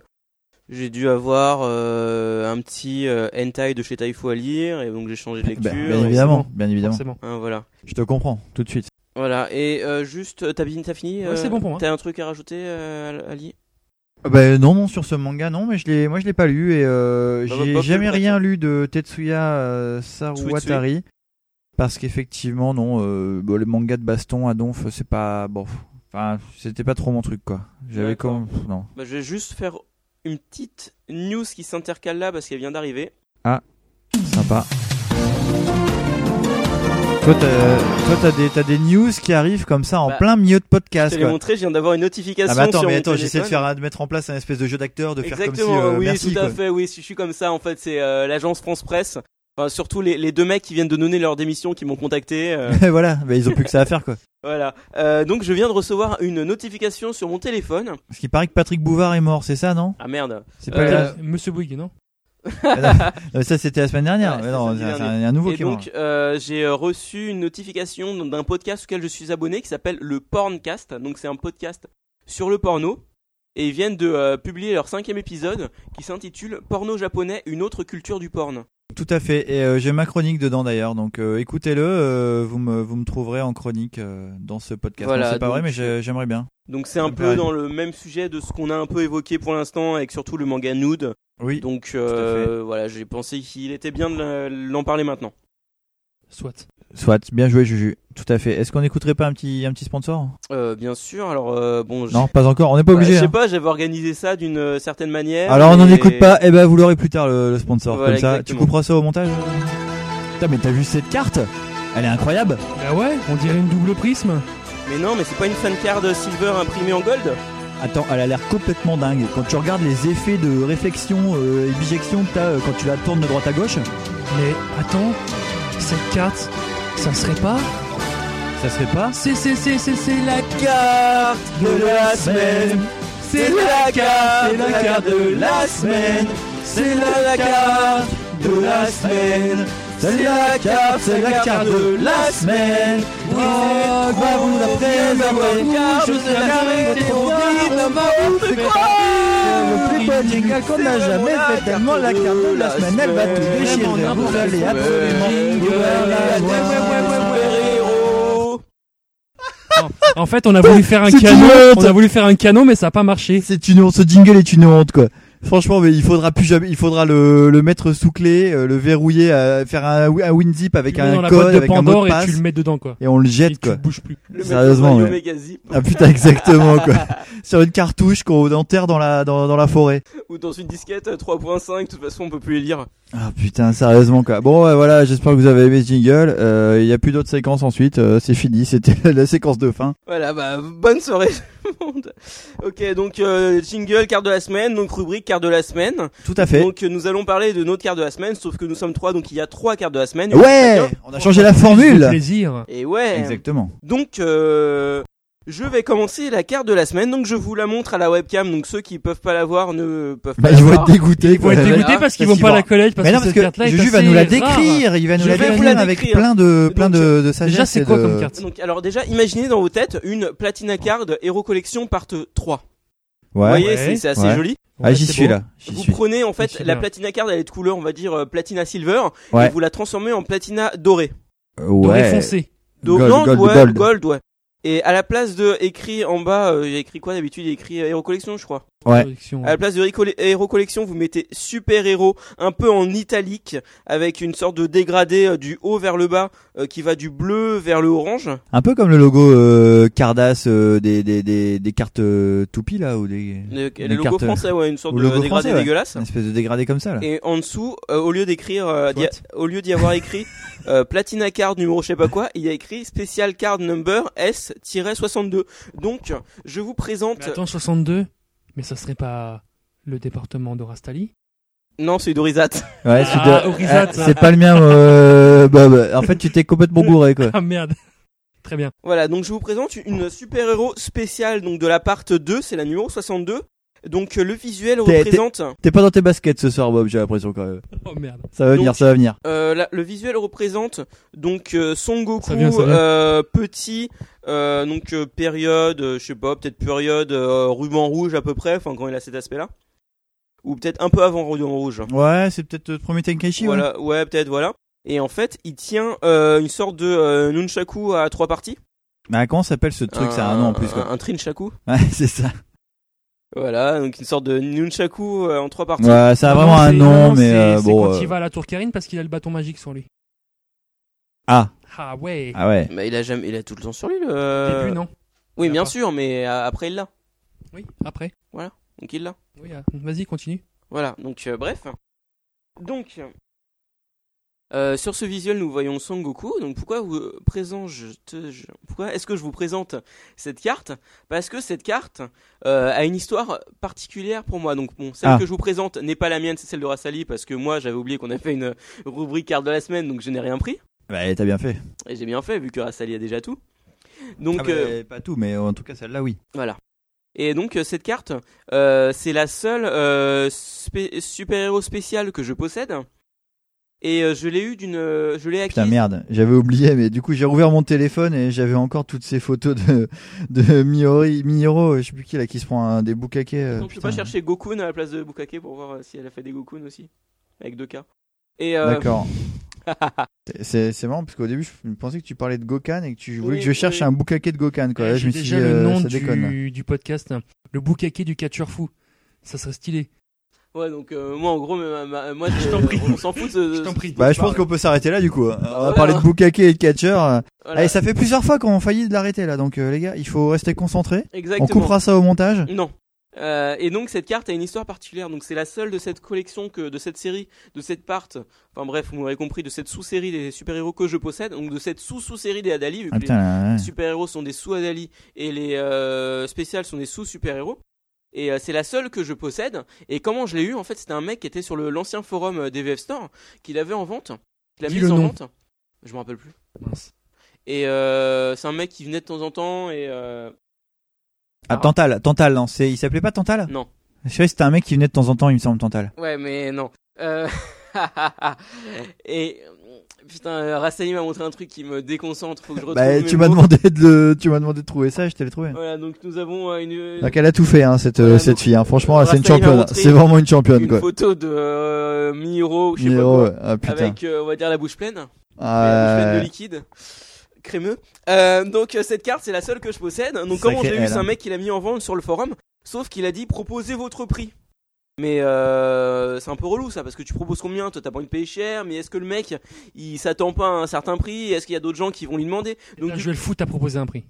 j'ai dû avoir euh, un petit euh, hentai de chez Taifu à lire, et donc j'ai changé de
Bah,
lecture.
bien
et-
évidemment, bien évidemment.
forcément.
Hein, voilà.
Je te comprends tout de suite.
Voilà. Et euh, juste, euh, t'as fini, t'as fini.
Ouais,
euh,
c'est bon pour moi.
T'as un truc à rajouter, euh, Ali
Euh, Bah, non, non, sur ce manga, non, mais je l'ai, moi je l'ai pas lu et euh,
Bah, bah,
j'ai
bah,
jamais
peut-être.
rien lu de Tetsuya euh, Saruwatari parce qu'effectivement, non, euh, bon, le manga de baston à donf, c'est pas bon. Enfin, c'était pas trop mon truc quoi. J'avais
D'accord.
comme non.
Bah, Je vais juste faire une petite news qui s'intercale là parce qu'elle vient d'arriver.
Sympa. Toi, t'as, toi, t'as des, t'as des news qui arrivent comme ça en
Bah,
plein milieu de
Je
podcast.
te l'ai
Quoi.
montré, je viens d'avoir une notification.
Ah, bah attends,
sur
mais
mon
attends, j'essaie de
téléphone.
faire, un- de mettre en place un espèce de jeu d'acteur, de faire
Exactement,
comme si, euh,
oui,
merci,
tout à
quoi.
fait, oui, je suis comme ça en fait, c'est euh, l'agence France Presse. Enfin, surtout les, les deux mecs qui viennent de donner leur démission qui m'ont contacté. euh,
voilà, bah, ils ont plus que ça à faire, quoi.
voilà. Euh, donc je viens de recevoir une notification sur mon téléphone.
Parce qu'il paraît que Patrick Bouvard est mort, c'est ça, non?
Ah merde.
C'est
Euh,
le-
T'as- Monsieur Bouygues, non
Non, mais ça c'était la semaine dernière.
Ouais,
Mais
c'est
non,
samedi
c'est un,
dernier.
c'est un nouveau
Et
qui est mort.
donc euh, j'ai euh, reçu une notification d'un podcast auquel je suis abonné qui s'appelle le Porncast. Donc c'est un podcast sur le porno. Et ils viennent de euh, publier leur cinquième épisode qui s'intitule Porno japonais, une autre culture du porn.
Tout à fait. Et euh, j'ai ma chronique dedans d'ailleurs. Donc euh, écoutez-le. euh, vous me vous me trouverez en chronique euh, dans ce podcast.
Voilà,
Non, c'est pas
donc,
vrai, mais j'ai- j'aimerais bien.
Donc c'est
Ça
un
me
peu
paraît
dans le même sujet de ce qu'on a un peu évoqué pour l'instant avec surtout le manga nude.
Oui.
Donc euh, voilà, j'ai pensé qu'il était bien de l'en- l'en parler maintenant.
Soit.
Soit. Bien joué, Juju. Tout à fait. Est-ce qu'on écouterait pas un petit un petit sponsor
Euh, bien sûr, alors euh, bon, je-
Non, pas encore. On n'est pas
bah,
obligé.
je sais
hein.
pas, j'avais organisé ça d'une euh, certaine manière.
Alors on n'en
mais-
écoute pas. Eh ben vous l'aurez plus tard le, le sponsor.
Voilà,
comme ça,
exactement.
tu couperas ça au montage. Putain, mais t'as vu cette carte Elle est incroyable.
Bah ouais, on dirait une double prisme.
Mais non, mais c'est pas une fan card silver imprimée en gold
Attends, elle a l'air complètement dingue. Quand tu regardes les effets de réflexion euh, et bijection que t'as euh, quand tu la tournes de droite à gauche,
Mais attends, cette carte, ça serait pas
ça serait pas
C'est c'est c'est c'est c'est la
Carte de la semaine, c'est la carte, la carte de la semaine, c'est la, la carte de la semaine, c'est la carte, c'est la carte de la semaine.
Oh,
Oui, c'est quoi vous après avoir une carte, je sais jamais, c'est trop vite, la marron, c'est quoi
Le plus bon jingle qu'on n'a jamais fait tellement la carte de la semaine, elle va tout déchirer. Vous allez absolument.
Jingle,
vous allez avoir-
En fait, on a voulu faire un
C'est
canon,
une honte.
on a voulu faire un canon mais ça a pas marché.
C'est une honte, ce jingle est une honte quoi. Franchement, mais il faudra plus jamais, il faudra le, le mettre sous clé, euh, le verrouiller, euh, faire un, un WinZip avec
Tu le mets
un
dans la boîte
code,
de
avec un mot
Pandore
de passe,
et
et,
tu le mets dedans quoi.
on le
Et
jette
tu
quoi.
bouges plus.
Le
Sérieusement,
maître
ouais.
Maillot Megazip,
Ah putain, exactement quoi. Sur une cartouche qu'on enterre dans la dans, dans la forêt.
ou dans une disquette euh, 3.5, de toute façon on peut plus les lire.
Ah putain, sérieusement quoi. Bon ouais, voilà, j'espère que vous avez aimé ce jingle. Euh, Il y a plus d'autres séquences ensuite, euh, c'est fini, c'était la séquence de fin.
Voilà, bah bonne soirée tout le monde. Ok, donc euh, jingle, carte de la semaine, donc rubrique carte de la semaine.
Tout à fait.
Donc euh, nous allons parler de notre carte de la semaine, sauf que nous sommes trois, donc il y a trois cartes de la semaine.
Ouais, on a changé la
Le
formule.
plaisir.
Et ouais.
Exactement.
Donc euh, je vais commencer la carte de la semaine. Donc je vous la montre à la webcam. Donc ceux qui peuvent pas la voir ne peuvent pas.
Bah,
la
ils vont
voir.
être dégoûtés.
Ils vont
quoi.
être
Voilà.
dégoûtés parce qu'ils
Parce
vont
qu'ils
pas
vont-
la connaître parce
mais non,
que
parce
cette
que
carte-là est
Juju va
assez
nous la
rare.
décrire, il va nous
Je
la
vais vous
décrire
la
avec
décrire.
plein de, plein
Donc,
de, de sagesse.
Déjà, c'est
et
quoi
de-
comme carte
Donc alors déjà imaginez dans vos têtes une Platina Card Hero Collection Part 3. Vous
Ouais.
voyez,
Ouais.
c'est- c'est assez
Ouais.
joli.
Ah,
Ouais,
j'y
c'est
suis
beau.
là. J'y
Vous
suis.
prenez en
Je
fait
suis
la
bien.
Platina Card, elle est de couleur, on va dire euh, Platina Silver,
Ouais.
et vous la transformez en Platina dorée.
Euh,
Doré
Ouais.
foncé.
Do-
Gold,
non,
gold,
ouais,
gold.
ouais. Et à la place de écrit en bas, euh, il y a écrit quoi d'habitude Il y a écrit euh, Hero Collection, je crois.
Ouais.
Correction.
À la place de Rico- Hero Collection, vous mettez Super Héros, un peu en italique, avec une sorte de dégradé euh, du haut vers le bas, euh, qui va du bleu vers le orange.
Un peu comme le logo, euh, Cardass, euh, des, des, des, des cartes euh, toupies, là, ou des,
Le,
Des
le logo
cartes, euh,
français, ouais, une sorte
ou
de
le logo
dégradé
français, ouais.
dégueulasse.
une espèce de dégradé comme ça, là.
Et en dessous, euh, au lieu d'écrire, euh, d'y a-
Soit.
au lieu d'y avoir écrit euh, Platina Card numéro je sais pas quoi, il y a écrit Special Card Number S-62. Donc, je vous
Mais
présente.
attends, 62 Mais ça serait pas le département de Rastali
Non, c'est Dorizat.
Ouais, c'est de-
Ah, Orizat.
Ah, c'est pas le mien, euh, Bob. En fait, tu t'es complètement bourré, quoi.
Ah merde. Très bien.
Voilà, donc je vous présente une super-héros spéciale donc de la part 2, c'est la numéro 62. Donc euh, le visuel
t'es-
représente
T'es pas dans tes baskets ce soir, Bob, j'ai l'impression, quand même.
Oh merde.
Ça va
Donc-
venir, ça va venir.
euh, la- le visuel représente donc euh, Son Goku
Ça vient, ça vient.
euh, petit euh, donc euh, période euh, je sais pas peut-être période euh, ruban rouge à peu près enfin quand il a cet aspect là ou peut-être un peu avant ruban rouge.
Ouais, c'est peut-être le premier Tenkaichi, ouais.
Voilà, ouais, peut-être voilà. Et en fait, il tient euh, une sorte de euh, nunchaku à trois parties.
Mais ah, comment s'appelle ce truc? Ça a un nom en plus,
Un,
Euh,
quoi.
un trinchaku.
Ouais, c'est ça.
Voilà, donc une sorte de nunchaku euh, en trois parties.
Ouais, ça a vraiment
Non,
un
c'est-
nom,
non,
mais
c'est-
euh,
c'est
bon.
quand
euh,
il va à la tour Karine parce qu'il a le bâton magique sur lui.
Ah,
Ah ouais.
ah ouais.
Bah, il a jamais, il a tout le temps sur lui. Le...
Au début, non.
Oui,
Il a
bien
pas.
sûr, mais euh, après il l'a.
Oui, après.
Donc il l'a.
Oui, ah, vas-y, continue.
Voilà. Donc euh, bref. Donc euh, sur ce visuel, nous voyons Son Goku. Donc pourquoi vous euh, présent je te je- pourquoi est-ce que je vous présente cette carte Parce que cette carte euh, a une histoire particulière pour moi. Donc bon, celle
Ah.
que je vous présente n'est pas la mienne, c'est celle de Rassali parce que moi j'avais oublié qu'on a fait une euh, rubrique carte de la semaine, donc je n'ai rien pris.
Bah, t'as bien fait.
Et j'ai bien fait vu que Rassali a déjà tout. Donc
Ah bah,
euh,
Pas tout, mais en tout cas celle-là, oui.
Voilà. Et donc euh, cette carte, euh, c'est la seule euh, spé- super-héros spéciale que je possède. Et euh, je l'ai eu d'une, euh, je l'ai acquise.
Putain, merde, j'avais oublié, mais du coup, j'ai rouvert mon téléphone et j'avais encore toutes ces photos de, de Miori, Mihiro, je sais plus qui là, qui se prend un, des boucaquets. euh,
Oh,
Donc je peux pas
putain.
chercher Gokun à la place de Bukake pour voir euh, si elle a fait des Gokun aussi, avec deux cas. Et euh,
D'accord. C'est c'est marrant parce qu'au début je pensais que tu parlais de Gokan et que tu voulais
Oui,
que je cherche
oui.
un boucaquet de Gokan quoi. Là,
Eh,
je
j'ai
me suis dit
déjà le
euh,
nom
ça déconne.
du, du podcast. hein. Le boucaquet du catcheur fou. Ça serait stylé.
ouais, donc euh, moi en gros, ma- ma- moi je-
t'en prie.
on s'en fout de.
Je t'en prie.
Bah je pense qu'on peut s'arrêter là du coup. hein. On
Bah,
va
voilà.
parler de boucaquet et de catcheur.
Voilà.
Allez, Eh, ça fait plusieurs fois qu'on a failli de l'arrêter là donc euh, les gars, il faut rester concentré.
Exactement.
On coupera ça au montage.
Non. Euh, et donc cette carte a une histoire particulière. Donc c'est la seule de cette collection que de cette série, de cette part. Enfin bref, vous m'aurez compris, de cette sous-série des super-héros que je possède, donc de cette sous-sous-série des Adali. Vu que
Ah, putain, là,
les
ouais.
super-héros sont des sous-Adali et les euh, spéciales sont des sous-super-héros. Et euh, c'est la seule que je possède. Et comment je l'ai eu En fait, c'était un mec qui était sur le l'ancien forum euh, DVF Store, qui l'avait en vente, qui l'a
Dis
mis
le
en
nom.
vente. Je me rappelle plus. Et euh, c'est un mec qui venait de temps en temps et euh,
Ah, Tantal, Tantal, non, c'est, il s'appelait pas Tantal
Non.
Je sais que c'était un mec qui venait de temps en temps, il me semble, Tantal.
ouais, mais non. Euh, et putain, Rassani m'a montré un truc qui me déconcentre. Faut que je retrouve.
Bah,
mes
tu m'as
mots.
demandé de le, tu m'as demandé de trouver ça, je t'ai trouvé.
Voilà, donc nous avons euh, une,
Donc elle a tout fait, hein, cette, euh,
Voilà,
cette
donc,
fille. Hein. Franchement,
euh,
c'est une
Raphaël m'a
championne.
montré
C'est vraiment une championne,
une
quoi.
photo de euh, Miro, je sais pas
Miro,
quoi,
ouais. ah, putain.
avec euh, on va dire la bouche pleine, la
Ah,
bouche pleine de liquide crémeux. Euh, donc euh, cette carte c'est la seule que je possède. Donc comment
Sacré
j'ai eu
elle,
C'est un
hein.
mec qui l'a mis en vente sur le forum, sauf qu'il a dit proposez votre prix. Mais euh, c'est un peu relou ça parce que tu proposes combien Toi t'as pas envie de payer cher, mais est-ce que le mec il s'attend pas à un certain prix Est-ce qu'il y a d'autres gens qui vont lui demander Donc
Là,
du
je vais le foutre à proposer un prix.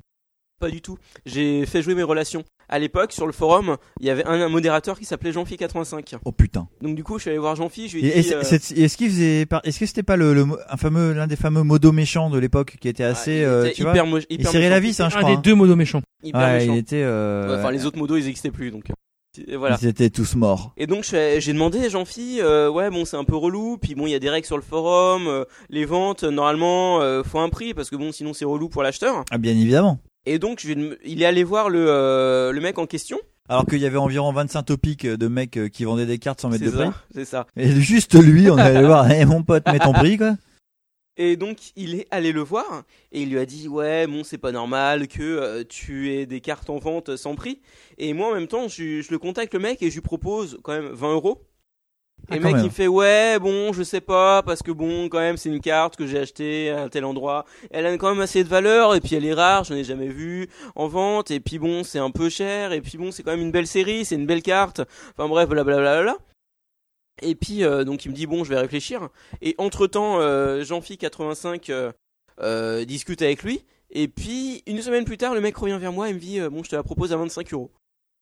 pas du tout. J'ai fait jouer mes relations. À l'époque sur le forum il y avait un, un modérateur qui s'appelait Jean-Fi85.
Oh putain.
Donc du coup je suis allé voir Jean-Fi, je lui ai
Et- et
dit. euh,
c'est- c'est- Est-ce qu'il faisait, par- est-ce que c'était pas le, le mo- un fameux, l'un des fameux modos méchants de l'époque qui était
Ah,
assez,
il
euh,
était
tu
hyper
vois,
mo-
il
hyper
serrait
méchant.
la vis, hein, je
Un
crois.
des
hein.
deux modos méchants.
Hyper
Ouais,
méchant.
il était, euh,
Ouais, Enfin, les autres modos, ils existaient plus, donc. euh, Et Voilà.
ils étaient tous morts.
Et donc, je- j'ai demandé, Jean-Phi, euh, ouais, bon, c'est un peu relou, puis bon, il y a des règles sur le forum, euh, les ventes, euh, normalement, euh, faut un prix, parce que bon, sinon c'est relou pour l'acheteur.
Ah, bien évidemment.
Et donc, je vais- il est allé voir le, euh, le mec en question.
Alors qu'il y avait environ 25 topics de mecs euh, qui vendaient des cartes sans mettre
C'est
de prix.
ça, c'est ça.
Et juste lui, on allait voir, Eh, mon pote, mets ton prix, quoi.
Et donc, il est allé le voir, et il lui a dit, ouais, bon, c'est pas normal que euh, tu aies des cartes en vente sans prix. Et moi, en même temps, je, je le contacte, le mec, et je lui propose quand même 20 euros.
Ah,
Et le
quand
mec
même.
il me fait ouais bon je sais pas parce que bon quand même c'est une carte que j'ai achetée à un tel endroit elle a quand même assez de valeur et puis elle est rare je n'ai jamais vu en vente et puis bon c'est un peu cher et puis bon c'est quand même une belle série c'est une belle carte enfin bref blablabla et puis euh, donc il me dit bon je vais réfléchir et entre temps Jean-Phi 85 euh, euh, discute avec lui et puis une semaine plus tard le mec revient vers moi et me dit euh, bon je te la propose à 25 euros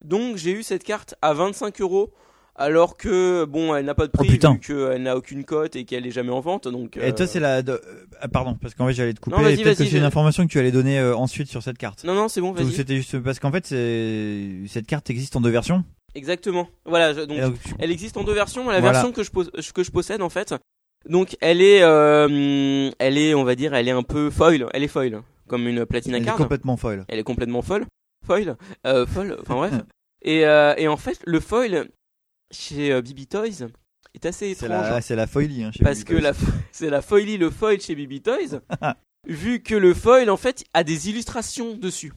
donc j'ai eu cette carte à 25 euros alors que bon elle n'a pas de
Oh,
prix
putain.
vu qu'elle n'a aucune cote et qu'elle est jamais en vente donc euh,
Et toi, c'est la, de- euh, ah, pardon, parce qu'en fait, j'allais te couper.
Non, vas-y,
et peut-être que
vas-y,
c'est une
je-
information que tu allais donner euh, ensuite sur cette carte.
non non c'est bon
Ou
vas-y
C'était juste parce qu'en fait, c'est- cette carte existe en deux versions.
exactement voilà je- donc
Et euh, donc, tu-
Elle existe en deux versions. La
Voilà.
version que je, pos- que je possède, en fait, donc elle est, euh, hum, elle est, on va dire, elle est un peu foil. Elle est foil, comme une Platina
elle est
Card.
complètement folle.
Elle est complètement folle, foil, euh, folle. Enfin bref. et, euh, et en fait, le foil chez euh, BB Toys est assez
C'est
étrange
la, c'est la folie. Hein, chez
parce
Baby
que
Boys.
la fo- c'est la foilie le foil chez BB Toys. vu que le foil, en fait, a des illustrations dessus.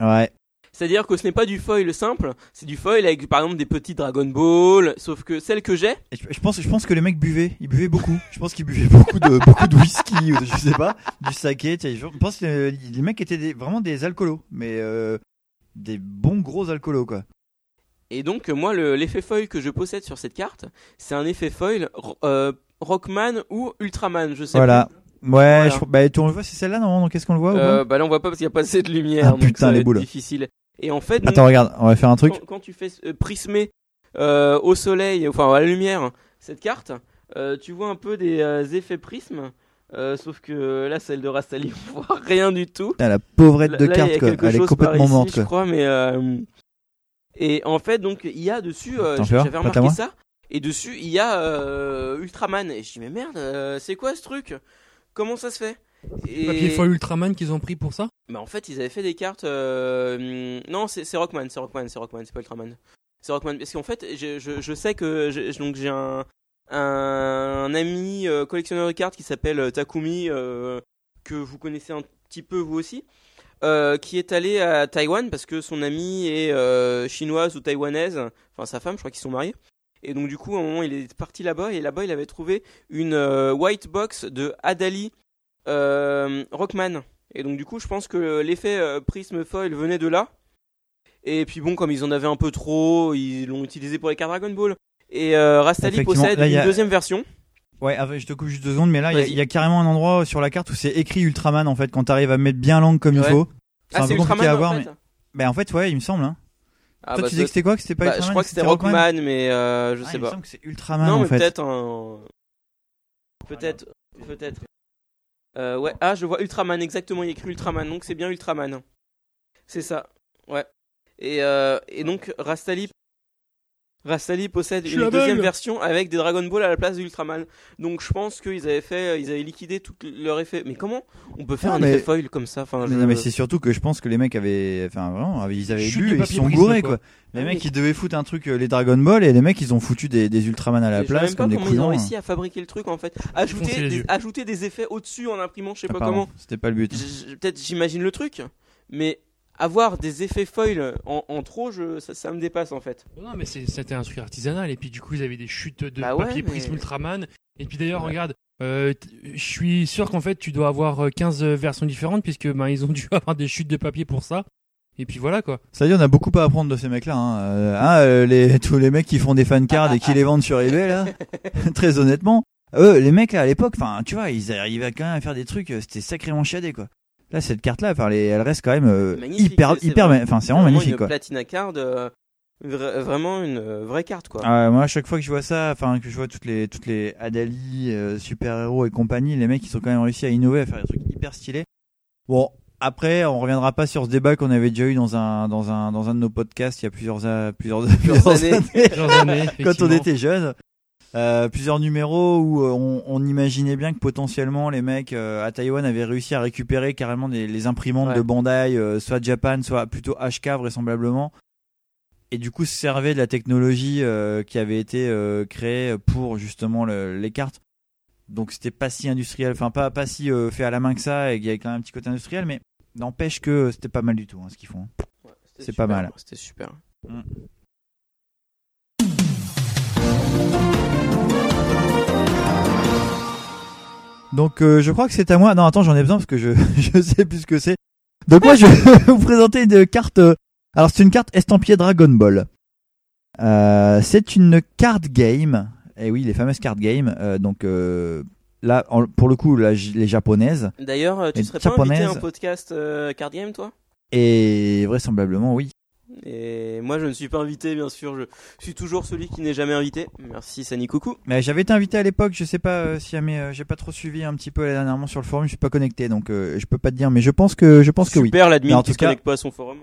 Ouais.
C'est-à-dire que ce n'est pas du foil simple, c'est du foil avec par exemple des petits Dragon Ball, sauf que celle que j'ai,
Et Je, je pense, je pense que les mecs buvaient. Ils buvaient beaucoup. Je pense qu'ils buvaient beaucoup de, beaucoup de whisky ou de- je sais pas, du saké. tu sais, Je pense que euh, les mecs étaient des- vraiment des alcoolos, mais euh, des bons gros alcoolos quoi.
Et donc, euh, moi, le- l'effet foil que je possède sur cette carte, c'est un effet foil ro- euh, Rockman ou Ultraman, je sais
Voilà. Ouais.
Voilà.
Je, crois- bah, et toi, on le voit, c'est celle-là non Donc, qu'est-ce qu'on le voit
plus.
ou
hein. Euh, bah là, on voit pas parce qu'il n'y a pas assez de lumière.
Ah,
donc
putain,
ça va
les
être
boules.
difficile. Et en fait,
pas Attends, regarde. On va faire un truc.
donc, quand, quand tu fais euh, prismer euh, au soleil, enfin à la lumière, cette carte, euh, tu vois un peu des euh, effets prismes. euh, sauf que là, celle de Rastali, on voit rien du tout.
Putain, Ah, la pauvrette de
Là, il y
carte,
a
quoi.
quelque
Elle est
chose par
complètement
ici,
morte,
Je
quoi.
crois, mais euh, et en fait, donc il y a dessus, euh,
T'en fais voir,
j'avais
pas à
remarqué
moi.
ça, et dessus il y a euh, Ultraman. Et je dis mais merde, euh, c'est quoi ce truc Comment ça se fait
Le
et...
Papier foil Ultraman qu'ils ont pris pour ça.
Bah en fait, ils avaient fait des cartes. euh, hum, Non, c'est c'est Rockman, c'est Rockman, c'est Rockman, c'est pas Ultraman. C'est Rockman. Parce qu'en fait, je, je, je sais que j'ai- donc j'ai un, un ami euh, collectionneur de cartes qui s'appelle euh, Takumi, euh, que vous connaissez un petit peu vous aussi, euh, qui est allé à Taïwan parce que son amie est euh, chinoise ou taïwanaise, enfin sa femme, je crois qu'ils sont mariés. Et donc du coup, à un moment, il est parti là-bas et là-bas, il avait trouvé une euh, white box de Adali euh, Rockman. Et donc du coup, je pense que l'effet euh, prisme foil venait de là. Et puis bon, comme ils en avaient un peu trop, ils l'ont utilisé pour les cartes Dragon Ball. Et euh, Rastali
Effectivement,
possède
là, il y
une
a-
deuxième version.
Ouais, ah, je te coupe juste deux secondes, mais là, il y a-
Vas-y.
il y, a carrément un endroit sur la carte où c'est écrit Ultraman, en fait, quand t'arrives à mettre bien l'angle comme
Ouais.
il faut. C'est
Ah,
un peu compliqué
c'est Ultraman
à
en
voir,
fait.
mais. Bah, en fait, ouais, il me semble, hein.
Ah,
Toi,
bah,
tu disais que c'était quoi Que c'était pas
bah,
Ultraman
je crois que c'était Rockman, mais euh, je
Ah,
sais
Il me
pas.
semble que c'est Ultraman,
non,
en
mais
fait.
peut-être. un- Peut-être. Peut-être. Euh, ouais, ah, je vois Ultraman, exactement, il y a écrit Ultraman, donc c'est bien Ultraman. C'est ça, ouais. Et, euh, et donc Rastali, Rastali possède
Je suis
une
aveugle.
deuxième version avec des Dragon Ball à la place d'Ultraman. Donc je pense qu'ils avaient fait, euh, ils avaient liquidé tout leur effet. Mais comment on peut faire
Non,
un
mais-
effet foil comme ça Enfin, je-
Non mais c'est surtout que je pense que les mecs avaient, enfin vraiment, avaient- ils avaient
Chute
lu
de
et ils se
papier
sont
brisé,
gourés
quoi.
quoi. Les
Ah
mecs
oui.
ils devaient foutre un truc euh, les Dragon Ball et les mecs ils ont foutu des, des Ultraman à la
je sais
place
même pas
comme des hein.
comment ils ont
couillons.
réussi à fabriquer le truc en fait.
foncer
Ajouter
les
des,
yeux.
ajouter des effets au-dessus en imprimant, je sais
Ah,
pas
pardon,
comment.
C'était pas le but.
J- j- Peut-être j'imagine le truc, mais avoir des effets foil en, en trop, je, ça, ça me dépasse en fait.
Non, mais c'est- c'était un truc artisanal. Et puis, du coup, ils avaient des chutes de
Bah ouais,
papier
mais-
prisme Ultraman. Et puis, d'ailleurs, regarde, euh, t- je suis sûr qu'en fait, tu dois avoir euh, 15 versions différentes, puisque ben, ils ont dû avoir des chutes de papier pour ça. Et puis voilà, quoi.
Ça veut dire on a beaucoup à apprendre de ces mecs là. Hein. Euh, hein, euh, les, tous les mecs qui font des fancards et qui les vendent sur eBay là. Très honnêtement, eux les mecs là à l'époque, enfin tu vois, ils arrivaient quand même à faire des trucs, euh, c'était sacrément chiadé quoi. Là cette carte là, enfin les- elle reste quand même euh,
Magnifique,
hyper,
c'est
hyper,
vraiment-
ma- enfin c'est vraiment magnifique
une
quoi.
Platina card, euh, vra- vraiment une euh, vraie carte quoi.
Ah ouais, moi, à chaque fois que je vois ça, enfin que je vois toutes les toutes les Adali, euh, super héros et compagnie, les mecs ils sont quand même réussi à innover, à faire des trucs hyper stylés. Bon, après, on reviendra pas sur ce débat qu'on avait déjà eu dans un dans un dans un de nos podcasts il y a plusieurs a- plusieurs plusieurs
années.
Plusieurs années,
quand on
effectivement.
était jeune. Euh, plusieurs numéros où euh, on, on imaginait bien que potentiellement les mecs euh, à Taïwan avaient réussi à récupérer carrément des- les imprimantes
Ouais.
de Bandai, euh, soit Japan, soit plutôt HK vraisemblablement, et du coup se servaient de la technologie euh, qui avait été euh, créée pour justement le- les cartes. Donc c'était pas si industriel, enfin pas pas si euh, fait à la main que ça, et qu'il y avait quand même un petit côté industriel, mais n'empêche que c'était pas mal du tout hein, ce qu'ils font.
Ouais, c'était
c'est pas
super,
mal.
C'était super.
Mm. Donc euh, je crois que c'est à moi. Non, attends, j'en ai besoin parce que je je sais plus ce que c'est. Donc moi je vais vous présenter une carte. euh, Alors c'est une carte estampillée Dragon Ball. Euh, c'est une card game. Et oui, les fameuses card games. Euh, donc euh, là, en- pour le coup, là, j- les japonaises
D'ailleurs, euh, tu
Et
serais pas invité à un
japonaise.
podcast euh, card game toi
et vraisemblablement oui.
Et moi je ne suis pas invité bien sûr, je suis toujours celui qui n'est jamais invité. Merci Sani Coucou.
Mais j'avais été invité à l'époque. Je sais pas euh, si jamais euh, j'ai pas trop suivi un petit peu là, dernièrement sur le forum. Je suis pas connecté, donc euh, je peux pas te dire. Mais je pense que je pense que oui.
super l'admin
Mais en
qui
tout
se
cas-
connecte pas à son forum.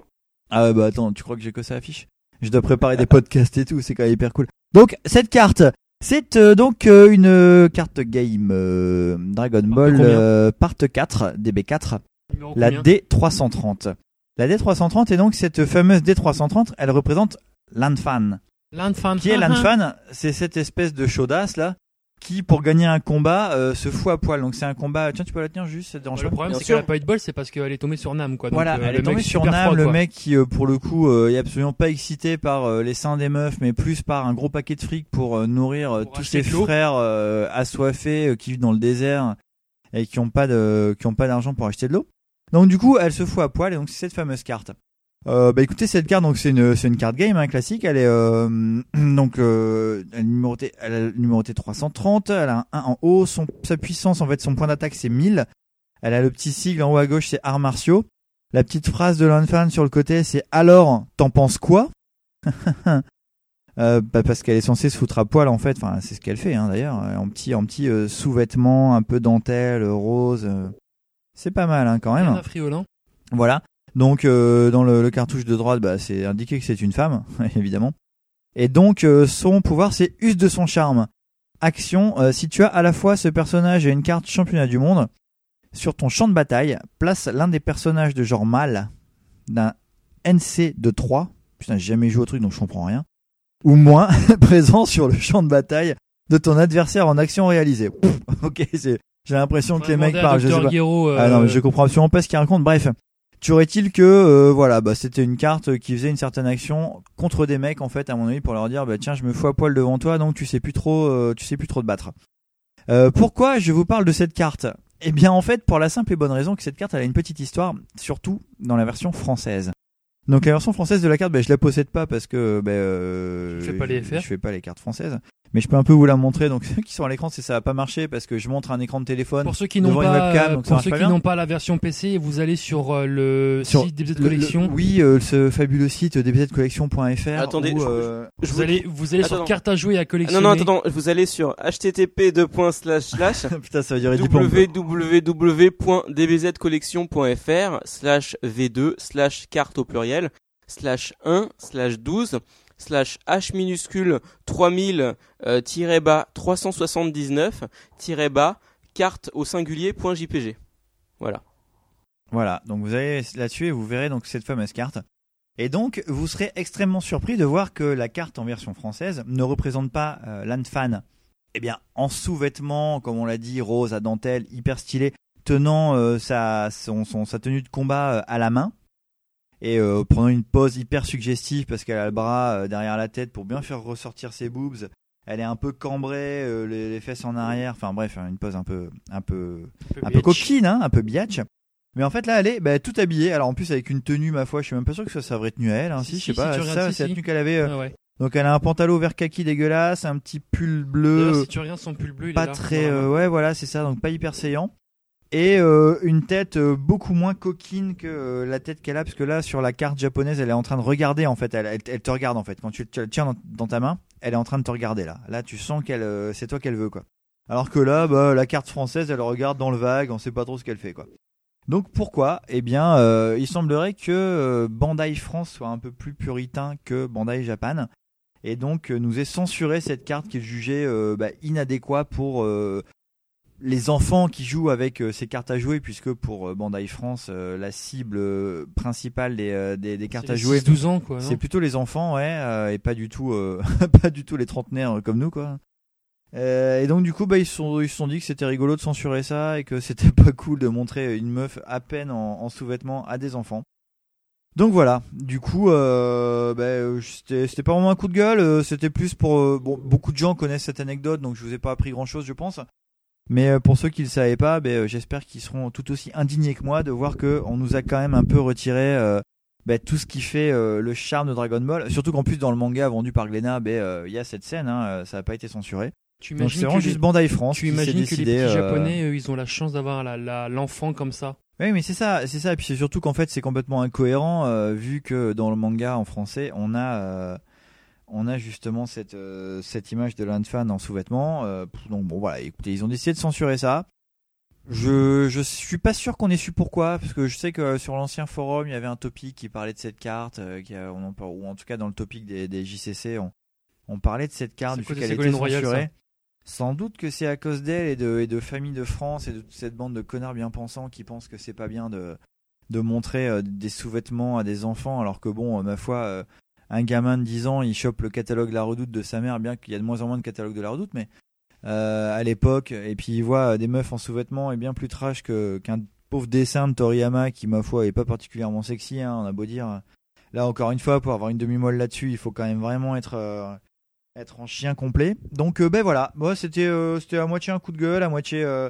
Ah bah attends, tu crois que j'ai que ça affiche Je dois préparer des podcasts et tout, c'est quand même hyper cool. Donc cette carte, c'est euh, donc euh, une euh, carte game euh, Dragon Ball
combien
euh, part 4 DB4,
Numéro
la
combien
D330. La D330 et donc cette fameuse D330, elle représente l'Anfan.
L'Anfan.
Qui est l'Anfan C'est cette espèce de chaudasse là qui pour gagner un combat euh, se fout à poil. Donc c'est un combat, tiens tu peux la tenir juste, ça te dérange
Le
pas
problème,
Bien
c'est
sûr.
qu'elle a pas eu de bol, c'est parce qu'elle est tombée sur Nam, quoi. Donc,
voilà,
euh,
elle
le
est tombée
mec
sur
super
Nam,
froid,
le
quoi.
mec qui, euh, pour le coup, euh, est absolument pas excité par euh, les seins des meufs, mais plus par un gros paquet de fric pour euh, nourrir euh,
Pour
tous
acheter
ses
de l'eau.
frères euh, assoiffés euh, qui vivent dans le désert et qui ont pas de, qui ont pas d'argent pour acheter de l'eau. Donc du coup, elle se fout à poil et donc c'est cette fameuse carte. Euh, bah écoutez cette carte donc c'est une c'est une carte game hein, classique elle est euh, donc euh, elle est numérotée elle est numérotée 330 elle a un 1 en haut son sa puissance en fait son point d'attaque c'est 1000 elle a le petit sigle en haut à gauche c'est arts martiaux la petite phrase de l'enfant sur le côté, c'est alors, t'en penses quoi Euh, bah, Parce qu'elle est censée se foutre à poil en fait. Enfin, c'est ce qu'elle fait hein, d'ailleurs, euh, en petit, en petit euh, sous-vêtement un peu dentelle, euh, rose. euh. C'est pas mal hein, quand
Il y en
même.
a friolant.
Voilà. Donc euh, dans le, le cartouche de droite, bah, c'est indiqué que c'est une femme, évidemment. Et donc euh, son pouvoir, c'est use de son charme. Action, euh, si tu as à la fois ce personnage et une carte championnat du monde, sur ton champ de bataille, place l'un des personnages de genre mâle d'un NC de 3, putain j'ai jamais joué au truc donc je comprends rien, ou moins présent sur le champ de bataille de ton adversaire en action réalisée. Pouf, ok, c'est- j'ai l'impression que les mecs parlent, je sais pas.
euh,
Ah non, mais je comprends absolument pas ce qu'il raconte. Bref, tu aurait-il que euh, voilà, bah c'était une carte qui faisait une certaine action contre des mecs en fait à mon avis pour leur dire bah tiens, je me fous à poil devant toi donc tu sais plus trop euh, tu sais plus trop te battre. Euh, pourquoi je vous parle de cette carte Eh bien en fait pour la simple et bonne raison que cette carte elle a une petite histoire surtout dans la version française. Donc la version française de la carte, bah, je la possède pas parce que bah, euh,
Tu fais pas les FR.
je fais pas les cartes françaises. Mais je peux un peu vous la montrer. Donc ceux qui sont à l'écran, c'est ça va pas marcher parce que je montre un écran de téléphone.
Pour ceux qui n'ont
devant une
pas,
webcam, donc ça
pour
marche
ceux
pas
qui
bien.
n'ont pas la version PC, vous allez sur euh, le
Sur
site des
Le-
collection.
le- oui, euh, ce fabuleux site dbzcollection.fr.
Attendez,
où,
je-
euh,
Je
Vous
vous-
allez, vous allez sur
Attends.
carte à jouer et à
Ah
collectionner.
Non, non, attends, attends, vous allez sur http
putain, ça va durer 10 plombes.
www.dbzcollection.fr slash v2 slash carte au pluriel slash 1 slash 12 slash h minuscule 3000 euh, tiré bas 379 tiré bas carte au singulier point jpg. Voilà.
Voilà, donc vous allez là-dessus et vous verrez donc cette fameuse carte. Et donc, vous serez extrêmement surpris de voir que la carte en version française ne représente pas euh, l'Anfan. Eh bien, en sous-vêtements, comme on l'a dit, rose à dentelle, hyper stylé, tenant euh, sa, son- son- sa tenue de combat euh, à la main et euh, prenant une pose hyper suggestive parce qu'elle a le bras euh, derrière la tête pour bien faire ressortir ses boobs. Elle est un peu cambrée, euh, les, les fesses en arrière. Enfin bref, hein, une pose un peu, un peu, un peu coquine, hein, un peu biatch. Mais en fait, là, elle est bah, tout habillée. Alors, en plus, avec une tenue, ma foi, je suis même pas sûr que ce soit sa vraie tenue à elle. hein.
Si, si,
Si, je sais
si,
pas,
tu regardes,
ça,
si,
c'est
si.
la tenue qu'elle avait. euh.
Ah ouais.
Donc, elle a un pantalon vert kaki dégueulasse, un petit pull bleu,
D'ailleurs, si tu regardes son pull bleu, il est
euh, pas
là.
très.
Voilà.
euh, ouais, voilà, c'est ça, donc pas hyper saillant. Et euh, une tête euh, beaucoup moins coquine que euh, la tête qu'elle a, parce que là, sur la carte japonaise, elle est en train de regarder, en fait. Elle, elle- elle te regarde, en fait. Quand tu, tu la tiens dans, dans ta main, elle est en train de te regarder, là. Là, tu sens qu'elle, euh, c'est toi qu'elle veut, quoi. Alors que là, bah, la carte française, elle regarde dans le vague, on sait pas trop ce qu'elle fait, quoi. Donc pourquoi Eh bien, euh, il semblerait que euh, Bandai France soit un peu plus puritain que Bandai Japan, et donc euh, nous ait censuré cette carte qu'il jugeait euh, bah, inadéquat pour euh, les enfants qui jouent avec euh, ces cartes à jouer, puisque pour euh, Bandai France, euh, la cible euh, principale des, euh, des- des cartes
C'est
à
les
jouer,
12 ans, quoi. hein. non
c'est plutôt les enfants, ouais, euh, et pas du tout, euh, pas du tout les trentenaires comme nous, quoi. Euh, et donc du coup, bah, ils se sont, ils se sont dit que c'était rigolo de censurer ça et que c'était pas cool de montrer une meuf à peine en, en sous-vêtements à des enfants. Donc voilà, du coup, euh, bah, euh, c'était c'était pas vraiment un coup de gueule, euh, c'était plus pour euh, bon, beaucoup de gens connaissent cette anecdote, donc je vous ai pas appris grand chose, je pense. Mais euh, pour ceux qui le savaient pas, bah, euh, j'espère qu'ils seront tout aussi indignés que moi de voir que on nous a quand même un peu retiré euh, bah, tout ce qui fait euh, le charme de Dragon Ball. Surtout qu'en plus, dans le manga vendu par Glénat, bah, euh, il y a cette scène, hein, euh, ça n'a pas été censuré.
Tu
Donc
imagines
c'est vraiment
que les-
juste Bandai France
Tu
qui s'est
imagines que les
décidé.
petits
euh,
japonais, eux, ils ont la chance d'avoir la- la- l'enfant comme ça.
Oui, mais c'est ça, c'est ça. Et puis c'est surtout qu'en fait, c'est complètement incohérent euh, vu que dans le manga en français, on a, euh, on a justement cette, euh, cette image de l'Anfan en sous-vêtements. euh, pff, donc bon, voilà. Écoutez, ils ont décidé de censurer ça. Je, je suis pas sûr qu'on ait su pourquoi, parce que je sais que sur l'ancien forum, il y avait un topic qui parlait de cette carte, euh, qui, a- on en par- ou en tout cas dans le topic des, des JCC, on, on parlait de cette carte
C'est à
du fait
cause de
qu'elle était
Ségolène Royal,
censurée. Sans doute que c'est à cause d'elle et de, et de Famille de France et de toute cette bande de connards bien pensants qui pensent que c'est pas bien de, de montrer euh, des sous-vêtements à des enfants alors que bon, euh, ma foi, euh, un gamin de 10 ans, il chope le catalogue La Redoute de sa mère, bien qu'il y a de moins en moins de catalogue de La Redoute, mais euh, à l'époque, et puis il voit euh, des meufs en sous-vêtements et bien plus trash que- qu'un pauvre dessin de Toriyama qui, ma foi, est pas particulièrement sexy, hein, on a beau dire. Là, encore une fois, pour avoir une demi-molle là-dessus, il faut quand même vraiment être... euh, être en chien complet. Donc euh, ben voilà, moi c'était euh, c'était à moitié un coup de gueule, à moitié euh,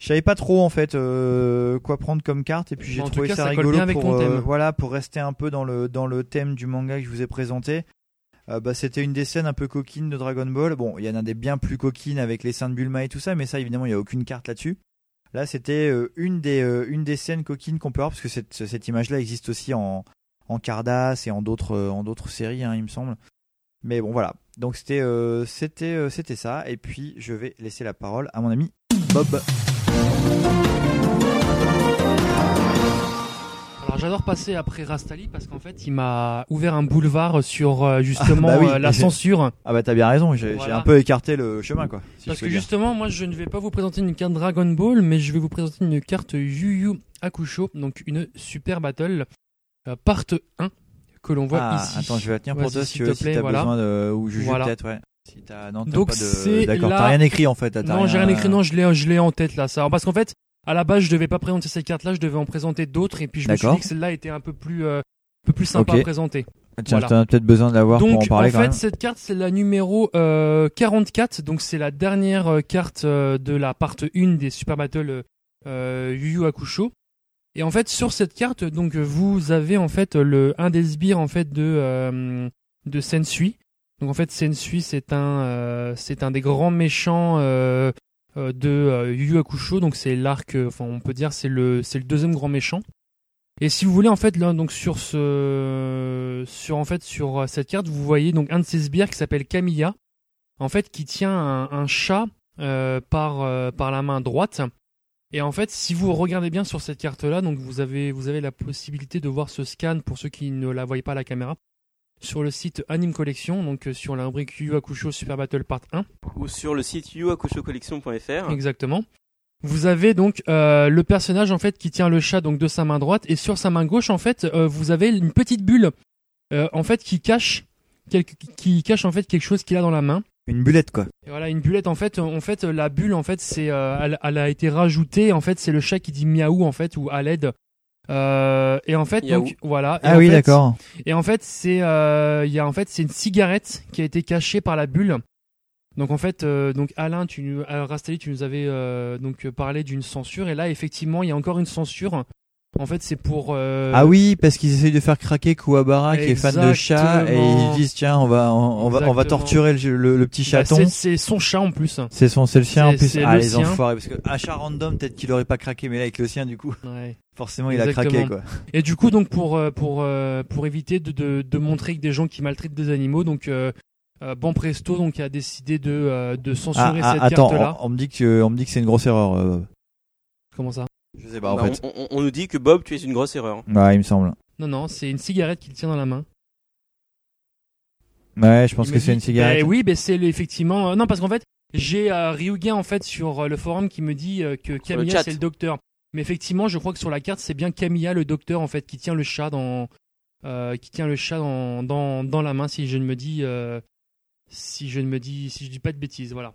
je savais pas trop en fait euh, quoi prendre comme carte et puis j'ai
En tout
trouvé
cas,
ça,
ça colle
rigolo
bien avec
pour euh,
ton thème.
voilà, pour rester un peu dans le dans le thème du manga que je vous ai présenté. Euh, bah, c'était une des scènes un peu coquines de Dragon Ball. Bon, il y en a des bien plus coquines avec les seins de Bulma et tout ça, mais ça évidemment, il y a aucune carte là-dessus. Là, c'était euh, une des euh, une des scènes coquines qu'on peut avoir parce que cette cette image-là existe aussi en en Cardass et en d'autres euh, en d'autres séries, hein, il me semble. Mais bon, voilà. Donc c'était euh, c'était euh, c'était ça. Et puis je vais laisser la parole à mon ami Bob.
Alors j'adore passer après Rastali parce qu'en fait, il m'a ouvert un boulevard sur euh, justement
Ah, bah oui.
euh, la censure.
Ah bah t'as bien raison. J'ai
Voilà.
j'ai un peu écarté le chemin quoi. si
Parce
je
que
peux dire.
justement, moi, je ne vais pas vous présenter une carte Dragon Ball, mais je vais vous présenter une carte Yu Yu Hakusho, donc une super battle, euh, part 1, que l'on voit
ah,
ici.
attends, je vais la tenir pour
Vas-y,
toi si,
s'il
tu
te
veux, si
plaît,
t'as
voilà.
besoin de ou juju
Voilà.
peut-être ouais. Si t'as non t'as
Donc,
pas de-
c'est
d'accord.
la-
T'as rien écrit en fait. t'as
Non,
rien- euh.
j'ai rien écrit, non, je l'ai, je l'ai en tête là, ça. Parce qu'en fait, à la base, je devais pas présenter ces cartes-là, je devais en présenter d'autres, et puis je me suis
D'accord.
dit que celle-là était un peu plus, euh, un peu plus sympa
Ok.
à présenter.
Tiens,
Voilà.
t'en as peut-être besoin de l'avoir pour en
Donc,
parler
en
quand
fait,
même.
cette carte, c'est la numéro euh, 44. Donc, c'est la dernière euh, carte euh, de la part 1 des Super Battle euh, Yu Yu Hakusho. Et en fait, sur cette carte, donc vous avez en fait le un des sbires en fait de euh, de Sensui. Donc en fait, Sensui, c'est un euh, c'est un des grands méchants euh, euh, de euh, Yu Yu Hakusho. Donc c'est l'arc, euh, enfin on peut dire c'est le c'est le deuxième grand méchant. Et si vous voulez en fait là donc sur ce sur en fait sur euh, cette carte vous voyez donc un de ces sbires qui s'appelle Camilla en fait qui tient un, un chat euh, par euh, par la main droite Et en fait, si vous regardez bien sur cette carte-là, donc vous avez, vous avez la possibilité de voir ce scan pour ceux qui ne la voient pas à la caméra sur le site Anime Collection, donc euh, sur la rubrique Yu Yu Hakusho Super Battle Part 1.
Ou sur le site youakushocollection.fr.
Exactement. Vous avez donc euh, le personnage en fait qui tient le chat donc de sa main droite et sur sa main gauche en fait euh, vous avez une petite bulle euh, en fait qui cache quelque- qui cache en fait quelque chose qu'il a dans la main.
Une bullette quoi.
Et voilà une bullette en fait euh, en fait la bulle en fait c'est euh, elle, elle a été rajoutée en fait c'est le chat qui dit miaou en fait ou à l'aide. Euh, et en fait
Yaou.
donc voilà. Et
Ah
en
oui
fait,
d'accord.
et en fait, c'est euh, il y a en fait c'est une cigarette qui a été cachée par la bulle. Donc en fait, euh, donc Alain, tu nous, euh, Rastelli, tu nous avais euh, donc euh, parlé d'une censure et là effectivement il y a encore une censure. En fait, c'est pour euh,
Ah oui, parce qu'ils essayent de faire craquer Kuwabara qui est fan de chat et
Exactement.
ils disent tiens on va on, on va on va
Exactement.
torturer le, le- le petit
bah,
chaton.
c'est- c'est son chat en plus.
c'est son, c'est le sien en
c'est-
plus.
c'est
Ah
le
les
sien.
enfoirés parce que à chat random peut-être qu'il aurait pas craqué mais là avec le sien du coup
Ouais.
forcément il
Exactement.
a craqué quoi.
Et du coup, donc pour euh, pour euh, pour éviter de, de de montrer que des gens qui maltraitent des animaux, donc euh, euh, Banpresto donc a décidé de euh, de
Ah,
censurer
ah,
cette
attends,
carte là.
on, on me dit que on me dit que c'est une grosse erreur. euh,
Comment ça
je sais pas en
Bah,
fait.
on, on- on nous dit que Bob, tu es une grosse erreur.
Ouais, il me semble.
Non non, c'est une cigarette qu'il tient dans la main.
Ouais, je pense
Il
que
me
c'est
dit-
une cigarette.
Bah oui, ben c'est le- effectivement. euh, non, parce qu'en fait, j'ai euh, Ryuga en fait sur euh, le forum qui me dit euh, que Camilla
chat.
c'est le docteur. Mais effectivement, je crois que sur la carte, c'est bien Camilla le docteur en fait qui tient le chat dans euh, qui tient le chat dans, dans dans la main si je ne me dis euh, si je ne me dis si je dis pas de bêtises, voilà.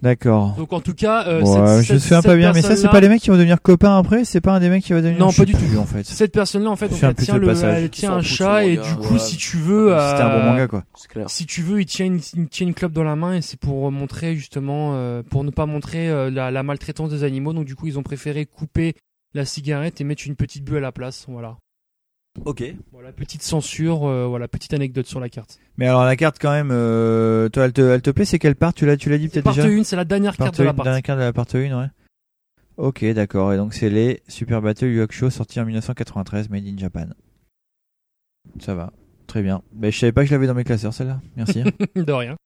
D'accord.
Donc en tout cas, euh,
Ouais,
cette-
je
cette-
me souviens pas
cette
bien, mais ça, c'est
personne-là-
pas les mecs qui vont devenir copains après, c'est pas un des mecs qui va devenir.
Non,
je sais
pas du
plus,
tout.
En fait, c'était
cette personne-là en fait donc,
Je me souviens
elle
plus de
tient
ce
le
passage.
elle tient
Ils s'en
un
foutent,
chat
ce
et
manga.
du coup
Ouais.
si tu veux
un bon
euh,
manga quoi.
C'est clair.
Si tu veux, il tient une, il tient une clope dans la main et c'est pour montrer justement, euh, pour ne pas montrer euh, la, la maltraitance des animaux. Donc du coup, ils ont préféré couper la cigarette et mettre une petite bulle à la place. Voilà.
Ok.
Voilà, petite censure. euh, voilà, petite anecdote sur la carte.
Mais alors la carte quand même, euh, toi, elle te, elle te plaît, c'est quelle part Tu l'as, tu l'as dit peut-être
Partie
déjà.
1, c'est la dernière carte de la
une,
partie.
dernière carte de la partie 1, ouais. Ok, d'accord. Et donc c'est les Super Battle Yuakusho sorti en 1993, made in Japan. Ça va, très bien. Mais je savais pas que je l'avais dans mes classeurs celle-là. Merci.
de rien.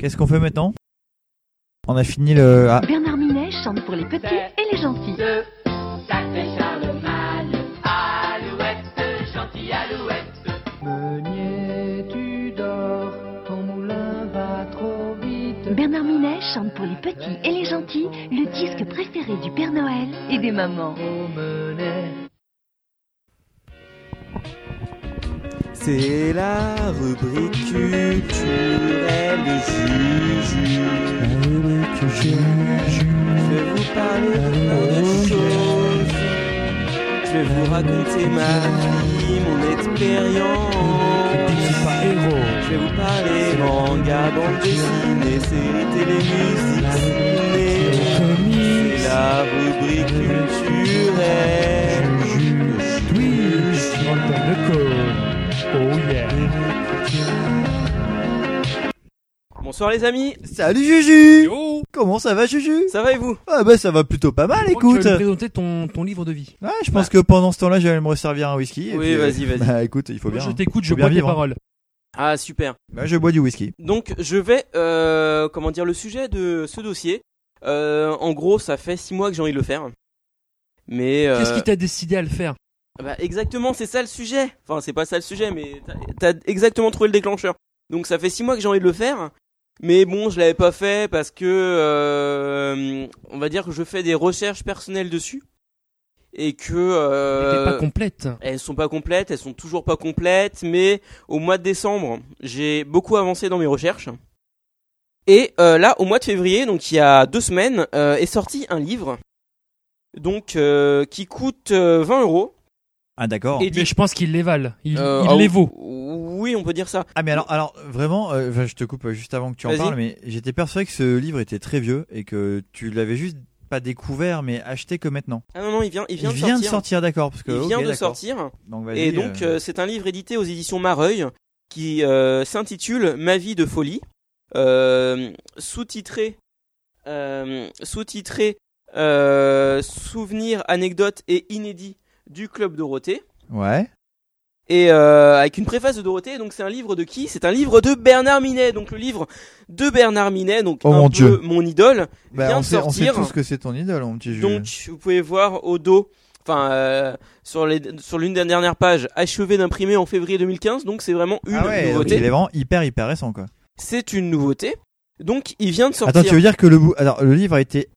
Qu'est-ce qu'on fait maintenant On a fini le. Ah,
Bernard Minet chante pour les petits et les gentils. Bernard Minet chante pour les petits et les gentils, le disque préféré du Père Noël et des mamans.
C'est la rubrique culturelle de Juju. Je vais vous parler de plein de choses. Je vais vous raconter ma vie, mon expérience. Je vais vous parler manga, bande dessinée, séries télé, musique, ciné. C'est la rubrique culturelle. Bonsoir les amis,
salut Juju.
Yo
Comment ça va Juju
ça va et vous
Ah bah ça va plutôt pas mal,
Je crois que
écoute.
Tu vas nous présenter ton, ton livre de vie.
Ouais, je pense que pendant ce temps-là, j'allais me resservir un whisky. et
Oui,
puis, euh,
vas-y, vas-y.
Bah écoute, il faut bien.
je
hein.
t'écoute, je
Faut bien
bois tes
vivre, hein.
paroles.
Ah super.
Bah je bois du whisky.
Donc je vais, euh, comment dire, le sujet de ce dossier. euh, en gros, ça fait six mois que j'ai envie de le faire. Mais euh,
Qu'est-ce qui t'a décidé à le faire
bah, exactement, c'est ça le sujet. Enfin, c'est pas ça le sujet, mais t'as t'as exactement trouvé le déclencheur. Donc ça fait six mois que j'ai envie de le faire. Mais bon, je l'avais pas fait parce que, euh, on va dire que je fais des recherches personnelles dessus et que.
Elle
Euh,
était pas complète.
elles sont pas complètes, elles sont toujours pas complètes, mais au mois de décembre, j'ai beaucoup avancé dans mes recherches. Et euh, là, au mois de février, donc il y a deux semaines, euh, est sorti un livre, donc euh, qui coûte euh, 20 euros.
Ah d'accord.
Et
Mais je pense qu'il les vale. Il,
Euh,
il
ah,
les vaut.
Oui, on peut dire ça.
Ah mais alors, alors vraiment, euh, enfin, je te coupe euh, juste avant que tu en
Vas-y.
parles, mais j'étais persuadé que ce livre était très vieux et que tu l'avais juste pas découvert, mais acheté que maintenant.
Ah non non, il vient, il vient, de, sortir.
d'accord, parce que
Il
ok,
vient de
d'accord.
sortir.
Donc, vas-y,
Et donc
euh,
euh, c'est un livre édité aux éditions Mareuil qui euh, s'intitule Ma vie de folie, euh, sous-titré euh, sous-titré euh, Souvenirs, anecdotes et inédits du club Dorothée.
ouais.
et euh, avec une préface de Dorothée. Donc c'est un livre de qui C'est un livre de Bernard Minet. Donc le livre de Bernard Minet, donc
Oh
un
mon
peu
Dieu.
mon idole,
Bah,
vient
on,
de
sait, on sait
sortir.
tout ce que c'est ton idole, mon petit Jules.
Donc vous pouvez voir au dos, enfin euh, sur les sur l'une des dernières pages, achevé d'imprimer en février 2015. Donc c'est vraiment une
ah ouais, donc il
nouveauté.
est vraiment hyper hyper récent quoi.
C'est une nouveauté. Donc il vient de sortir
Attends, tu veux dire que le bou- alors le livre a été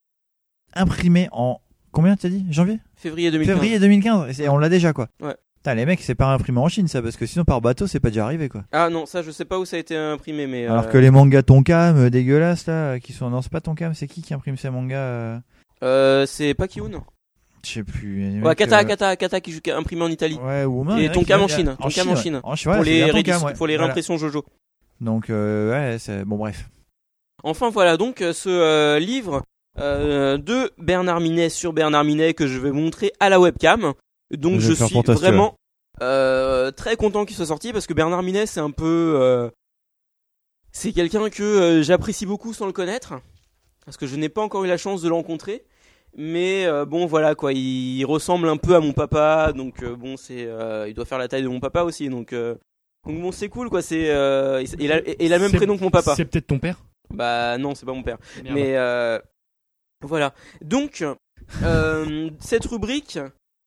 imprimé en combien t'as dit Janvier
février 2015.
Février 2015 et on l'a déjà quoi.
Ouais.
Putain, les mecs, c'est pas imprimé en Chine ça parce que sinon par bateau, c'est pas déjà arrivé quoi.
Ah non, ça je sais pas où ça a été imprimé, mais euh,
Alors que les mangas Tonkam euh, dégueulasses là qui sont non, c'est pas Tonkam, c'est qui qui imprime ces mangas euh,
euh, c'est pas Kiun.
Je sais plus. les
Ouais,
mecs,
Kata,
euh,
Kata, Kata qui joue imprimé en Italie
Ouais, ou au moins,
Et
il y en a
Tonkam
qui-
en Chine,
En
Tonkam
Chine,
en
ouais.
Chine.
En Chine, ouais,
pour
c'est
les
bien
rééditions-
Tonkam, ouais.
pour les
Voilà.
réimpressions Jojo.
Donc euh, ouais, c'est bon bref.
Enfin voilà donc euh, ce euh, livre euh, de Bernard Minet sur Bernard Minet que je vais montrer à la webcam. Donc
Je vais
je
faire
suis
fantastique,
vraiment euh, très content qu'il soit sorti parce que Bernard Minet c'est un peu euh, c'est quelqu'un que euh, j'apprécie beaucoup sans le connaître parce que je n'ai pas encore eu la chance de le rencontrer. Mais euh, bon voilà quoi, il, il ressemble un peu à mon papa, donc euh, bon c'est, euh, il doit faire la taille de mon papa aussi, donc euh, donc bon c'est cool quoi, c'est euh, il, il a, il a le même
C'est-
prénom que mon papa.
C'est peut-être ton père.
Bah non, c'est pas mon père.
Merde.
Mais euh, voilà. Donc, euh, cette rubrique,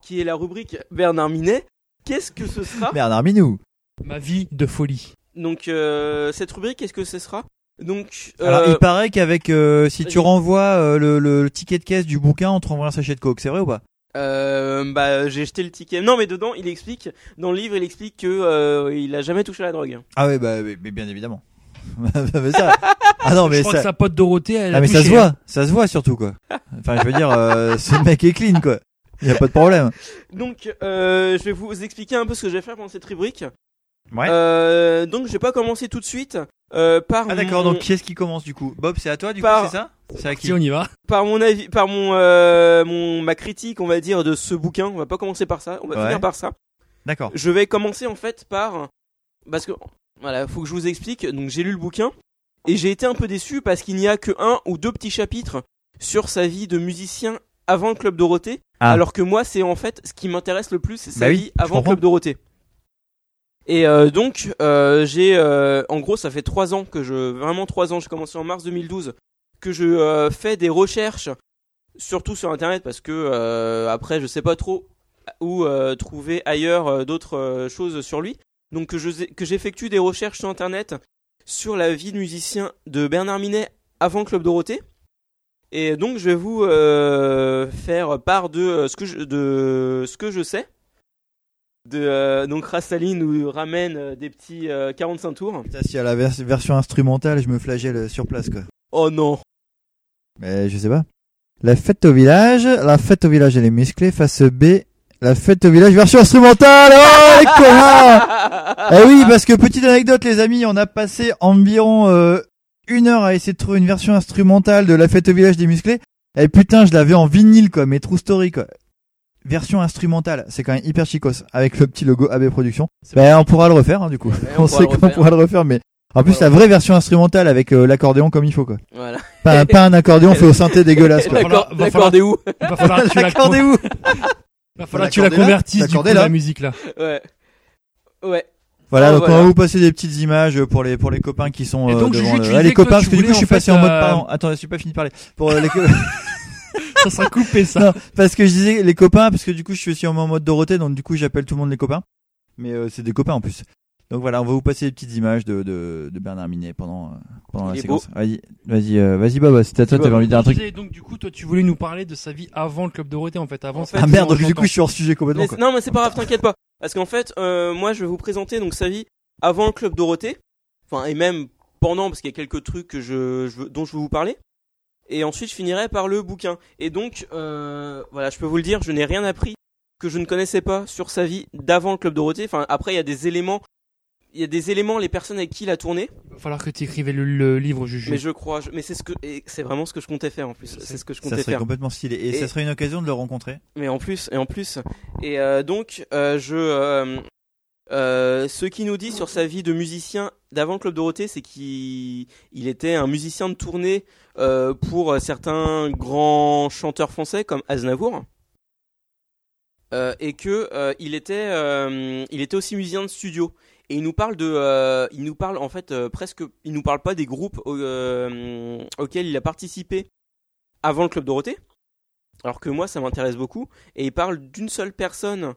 qui est la rubrique Bernard Minet, qu'est-ce que ce sera
Bernard Minou.
Ma vie de folie.
Donc, euh, cette rubrique, qu'est-ce que ce sera Donc, euh,
Alors il paraît qu'avec euh, si tu
vas-y.
renvoies euh, le, le ticket de caisse du bouquin, on te renvoie un sachet de coke, c'est vrai ou pas
euh, bah, j'ai jeté le ticket. Non, mais dedans, il explique, dans le livre, il explique que euh, il a jamais touché à la drogue.
Ah oui, bah mais, mais bien évidemment. Mais Bah, ça- Ah non
je
mais
crois
ça,
que sa pote Dorothée, elle
ah,
a
mais ça
touché,
se
hein.
voit, ça se voit surtout quoi. Enfin je veux dire, euh, ce mec est clean quoi. Il y a pas de problème.
Donc, euh, je vais vous expliquer un peu ce que je vais faire pendant cette rubrique.
Ouais.
Euh, donc, je vais pas commencer tout de suite euh, par.
Ah d'accord,
mon-
donc qui est-ce qui commence du coup Bob, c'est à toi du
Par-
coup, c'est ça C'est à qui
Si on y va.
par mon avis, par mon, euh, mon ma critique, on va dire de ce bouquin. On va pas commencer par ça. On va
Ouais.
finir par ça.
D'accord.
Je vais commencer en fait par parce que voilà, faut que je vous explique. Donc j'ai lu le bouquin et j'ai été un peu déçu parce qu'il n'y a que un ou deux petits chapitres sur sa vie de musicien avant le club Dorothée,
Ah.
alors que moi c'est en fait ce qui m'intéresse le plus, c'est sa
Bah oui,
vie
je
avant le
comprends.
club Dorothée. Et euh, donc euh, j'ai euh, en gros ça fait trois ans que je vraiment trois ans, j'ai commencé en mars 2012 que je euh, fais des recherches surtout sur internet parce que euh, après je sais pas trop où euh, trouver ailleurs euh, d'autres euh, choses sur lui. Donc que je- que j'effectue des recherches sur internet sur la vie de musicien de Bernard Minet avant Club Dorothée. Et donc je vais vous euh, faire part de euh, ce que je, de ce que je sais. De, euh, donc Rassaline nous ramène euh, des petits euh, 45 tours.
Putain, si à la vers- version instrumentale, je me flagelle sur place quoi.
Oh non
Mais je sais pas. La fête au village, la fête au village elle est musclée, face B, la fête au village version instrumentale, oh les connards Eh
Ah.
oui, parce que petite anecdote les amis, on a passé environ euh, une heure à essayer de trouver une version instrumentale de la fête au village des musclés, et putain je l'avais en vinyle quoi, mais true story quoi. Version instrumentale, c'est quand même hyper chicos, avec le petit logo AB Productions.
C'est
Ben, on pourra le refaire hein, du coup,
on
on
pourra
sait
le
qu'on
refaire.
pourra le refaire, mais en plus la vraie version instrumentale avec euh, l'accordéon comme il faut quoi.
Voilà.
Pas, un- pas un accordéon fait au synthé dégueulasse quoi.
D'accord,
falloir- va
d'accord,
falloir-
des où
Il va falloir que tu la, con-
Accordez-vous
va falloir que tu la
L'accordez là,
convertisses du coup,
l'accordez là.
la musique là.
Ouais. Ouais.
Voilà,
Ah,
donc on
voilà.
va vous passer des petites images euh, pour les pour les copains qui sont
Et
euh,
donc,
devant
Juju,
le-
tu
Ah,
disais
les
que toi,
copains parce
tu
que du coup
voulais,
je suis
en fait,
passé en mode
euh,
pardon, attends, je suis pas fini de parler. Pour euh, les co-
Ça sera coupé ça.
Non, parce que je disais les copains parce que du coup je suis aussi en mode Dorothée donc du coup j'appelle tout le monde les copains. Mais euh, c'est des copains en plus. Donc voilà, on va vous passer des petites images de de, de Bernard Minet pendant euh, pendant
Il
la
est
séquence. Vas-y, vas-y euh, vas-y Bob, c'était à toi, t'avais envie de dire un
Tu
truc.
disais, donc du coup, toi, tu voulais nous parler de sa vie avant le club Dorothée, en fait, avant.
En
sa
fait,
Ah
vie
merde,
en
donc du
chantant.
coup je suis hors sujet complètement
Mais-
quoi.
non, mais c'est pas grave, t'inquiète pas. Parce qu'en fait, euh, moi, je vais vous présenter donc sa vie avant le club Dorothée, enfin et même pendant, parce qu'il y a quelques trucs que je, je veux- dont je veux vous parler. Et ensuite, je finirai par le bouquin. Et donc, euh, voilà, je peux vous le dire, je n'ai rien appris que je ne connaissais pas sur sa vie d'avant le club Dorothée. Enfin, après, il y a des éléments, il y a des éléments, les personnes avec qui il a tourné.
Il va falloir que tu écrivais le, le livre, Juju.
Mais je crois, je- mais c'est ce que, et c'est vraiment ce que je comptais faire en plus. C'est ce que je
Ça
comptais
serait
faire.
complètement stylé et,
Et-
ça serait une occasion de le rencontrer.
Mais en plus, et en plus. Et euh, donc, euh, je. euh, euh, ce qu'il nous dit sur sa vie de musicien d'avant le Club Dorothée, c'est qu'il il était un musicien de tournée euh, pour certains grands chanteurs français comme Aznavour. euh, et que euh, il était euh, il était aussi musicien de studio et il nous parle de euh, il nous parle en fait euh, presque il nous parle pas des groupes au- euh, auxquels il a participé avant le club Dorothée alors que moi ça m'intéresse beaucoup et il parle d'une seule personne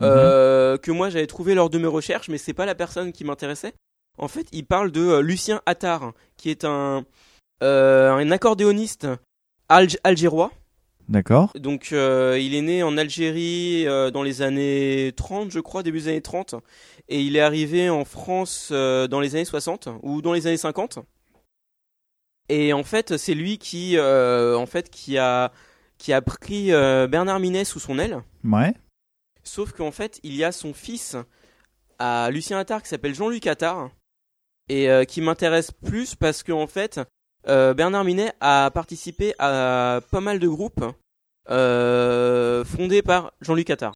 Mhm.
euh, que moi j'avais trouvé lors de mes recherches, mais c'est pas la personne qui m'intéressait. En fait, il parle de euh, Lucien Attard, qui est un, euh, un accordéoniste alg- algérois.
D'accord.
Donc, euh, il est né en Algérie euh, dans les années 30, je crois, début des années 30, et il est arrivé en France euh, dans les années 60 ou dans les années 50. Et en fait, c'est lui qui, euh, en fait, qui a qui a pris euh, Bernard Minet sous son aile.
Ouais.
Sauf qu'en fait, il y a son fils à Lucien Attard qui s'appelle Jean-Luc Attard et euh, qui m'intéresse plus parce qu'en fait, euh, Bernard Minet a participé à pas mal de groupes euh, fondés par Jean-Luc Attard.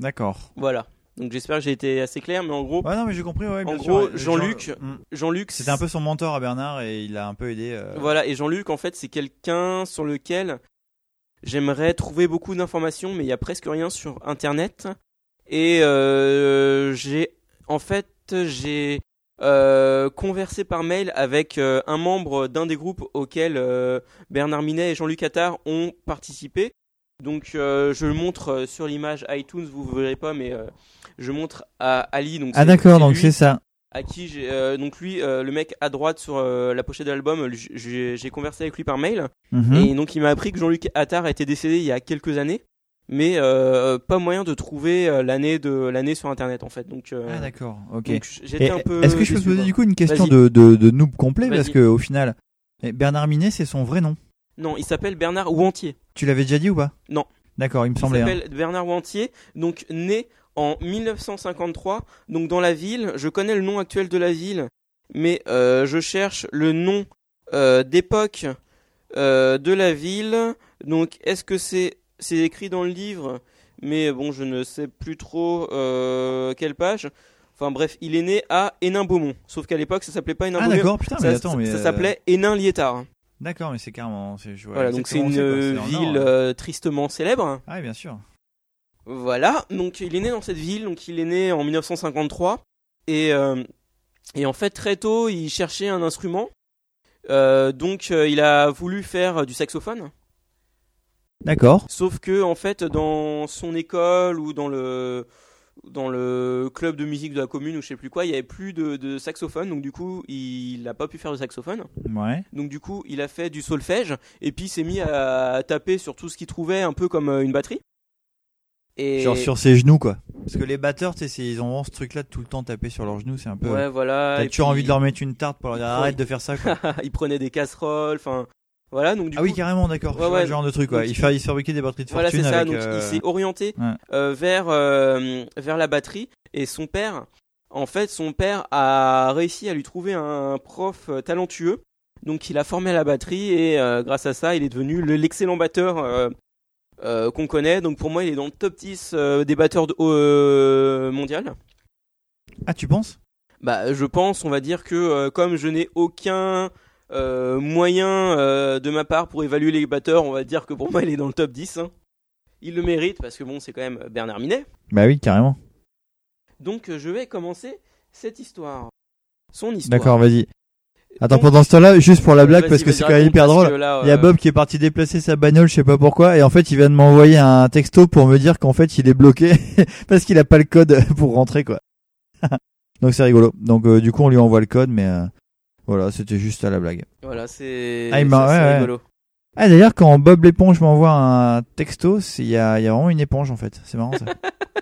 D'accord.
Voilà. Donc j'espère que j'ai été assez clair, mais en gros,
Ouais, non, mais j'ai compris. Ouais,
En
bien
gros,
sûr, euh,
Jean-Luc,
Jean- Mm.
Jean-Luc,
c'était un peu son mentor à Bernard et il a un peu aidé. euh,
Voilà, et Jean-Luc, en fait, c'est quelqu'un sur lequel j'aimerais trouver beaucoup d'informations, mais il y a presque rien sur Internet. Et euh, j'ai, en fait, j'ai euh, conversé par mail avec euh, un membre d'un des groupes auxquels euh, Bernard Minet et Jean-Luc Attard ont participé. Donc, euh, je le montre euh, sur l'image iTunes, vous ne verrez pas, mais euh, je montre à Ali. Donc
Ah
c'est-
d'accord, donc
lui
c'est ça.
à qui j'ai euh, donc lui euh, le mec à droite sur euh, la pochette de l'album j- j'ai j'ai conversé avec lui par mail
Mhm.
et donc il m'a appris que Jean-Luc Attard était décédé il y a quelques années mais euh, pas moyen de trouver euh, l'année de l'année sur internet en fait donc, euh,
Ah d'accord, ok.
donc j- j'étais
Et
un peu
Est-ce que je peux te
déçu,
poser
quoi.
du coup une question
Vas-y.
de, de, de noob complet parce
Vas-y.
que au final, eh, Bernard Minet c'est son vrai nom.
non il s'appelle Bernard Wantier
Tu l'avais déjà dit ou pas
Non.
D'accord, il me
il
semblait. hein.
s'appelle Bernard Wantier donc né en 1953 donc dans la ville je connais le nom actuel de la ville mais euh, je cherche le nom euh, d'époque euh, de la ville. Donc, est-ce que c'est c'est écrit dans le livre Mais bon, je ne sais plus trop euh, quelle page. Enfin bref, il est né à Hénin-Beaumont. Sauf qu'à l'époque, ça s'appelait pas
Ah
Hénin-Beaumont.
d'accord, putain,
ça
mais attends, mais
ça
euh,
s'appelait Hénin-Liétard.
D'accord, mais c'est carrément. c'est- je vois
voilà, donc c'est
exactement
une
où c'est,
euh,
quoi, c'est dans le
ville
Nord, hein.
euh, tristement célèbre.
Ah bien sûr.
Voilà, donc il est né dans cette ville, donc il est né en 1953. Et, euh, et en fait, très tôt, il cherchait un instrument. Euh, donc euh, il a voulu faire euh, du saxophone.
D'accord.
Sauf que en fait, dans son école ou dans le dans le club de musique de la commune ou je sais plus quoi, il y avait plus de, de saxophone, donc du coup, il n'a pas pu faire de saxophone.
Ouais.
Donc du coup, il a fait du solfège et puis il s'est mis à taper sur tout ce qu'il trouvait, un peu comme euh, une batterie. Et
Genre sur ses genoux quoi. Parce que les batteurs, tu sais, c'est- ils ont vraiment ce truc-là de tout le temps taper sur leurs genoux, c'est un peu.
ouais, voilà.
T'as
et
toujours
puis-
envie de leur mettre une tarte pour leur dire
il faut-
arrête de faire ça quoi.
il prenait des casseroles, enfin voilà. Donc du
Ah
coup,
oui, carrément, d'accord.
Ouais,
je vois
ouais,
le genre de truc quoi.
donc-
Il fait il se fabriquait des batteries de
Voilà,
fortune
c'est ça.
avec,
Donc, il
euh,
s'est orienté
ouais.
euh, vers, euh, vers la batterie et son père, en fait, son père a réussi à lui trouver un prof euh, talentueux. Donc, il a formé à la batterie et euh, grâce à ça, il est devenu le- l'excellent batteur euh, euh, qu'on connaît. Donc, pour moi, il est dans le top 10 euh, des batteurs de, euh, mondial.
Ah, tu penses
Bah, je pense, on va dire que euh, comme je n'ai aucun euh, moyen euh, de ma part pour évaluer les batteurs, on va dire que pour moi il est dans le top 10. hein. Il le mérite parce que bon, c'est quand même Bernard Minet.
Bah oui, carrément.
Donc euh, je vais commencer cette histoire. Son histoire.
D'accord, vas-y. Attends,
Donc,
pendant ce temps-là, juste pour la
euh,
blague,
vas-y,
parce que
vas-y,
c'est quand même
raconte,
hyper
parce
drôle.
que là,
Il y a
euh,
Bob qui est parti déplacer sa bagnole, je sais pas pourquoi, et en fait, il vient de m'envoyer un texto pour me dire qu'en fait, il est bloqué parce qu'il a pas le code pour rentrer, quoi. Donc c'est rigolo. Donc euh, du coup, on lui envoie le code, mais euh, voilà, c'était juste à la blague.
Voilà, c'est
Ah, il
c'est
m'a-
assez
ouais, ouais.
rigolo.
Ah d'ailleurs, quand Bob l'éponge m'envoie un texto, c'est- il y a, il y a vraiment une éponge en fait. C'est marrant. Ça.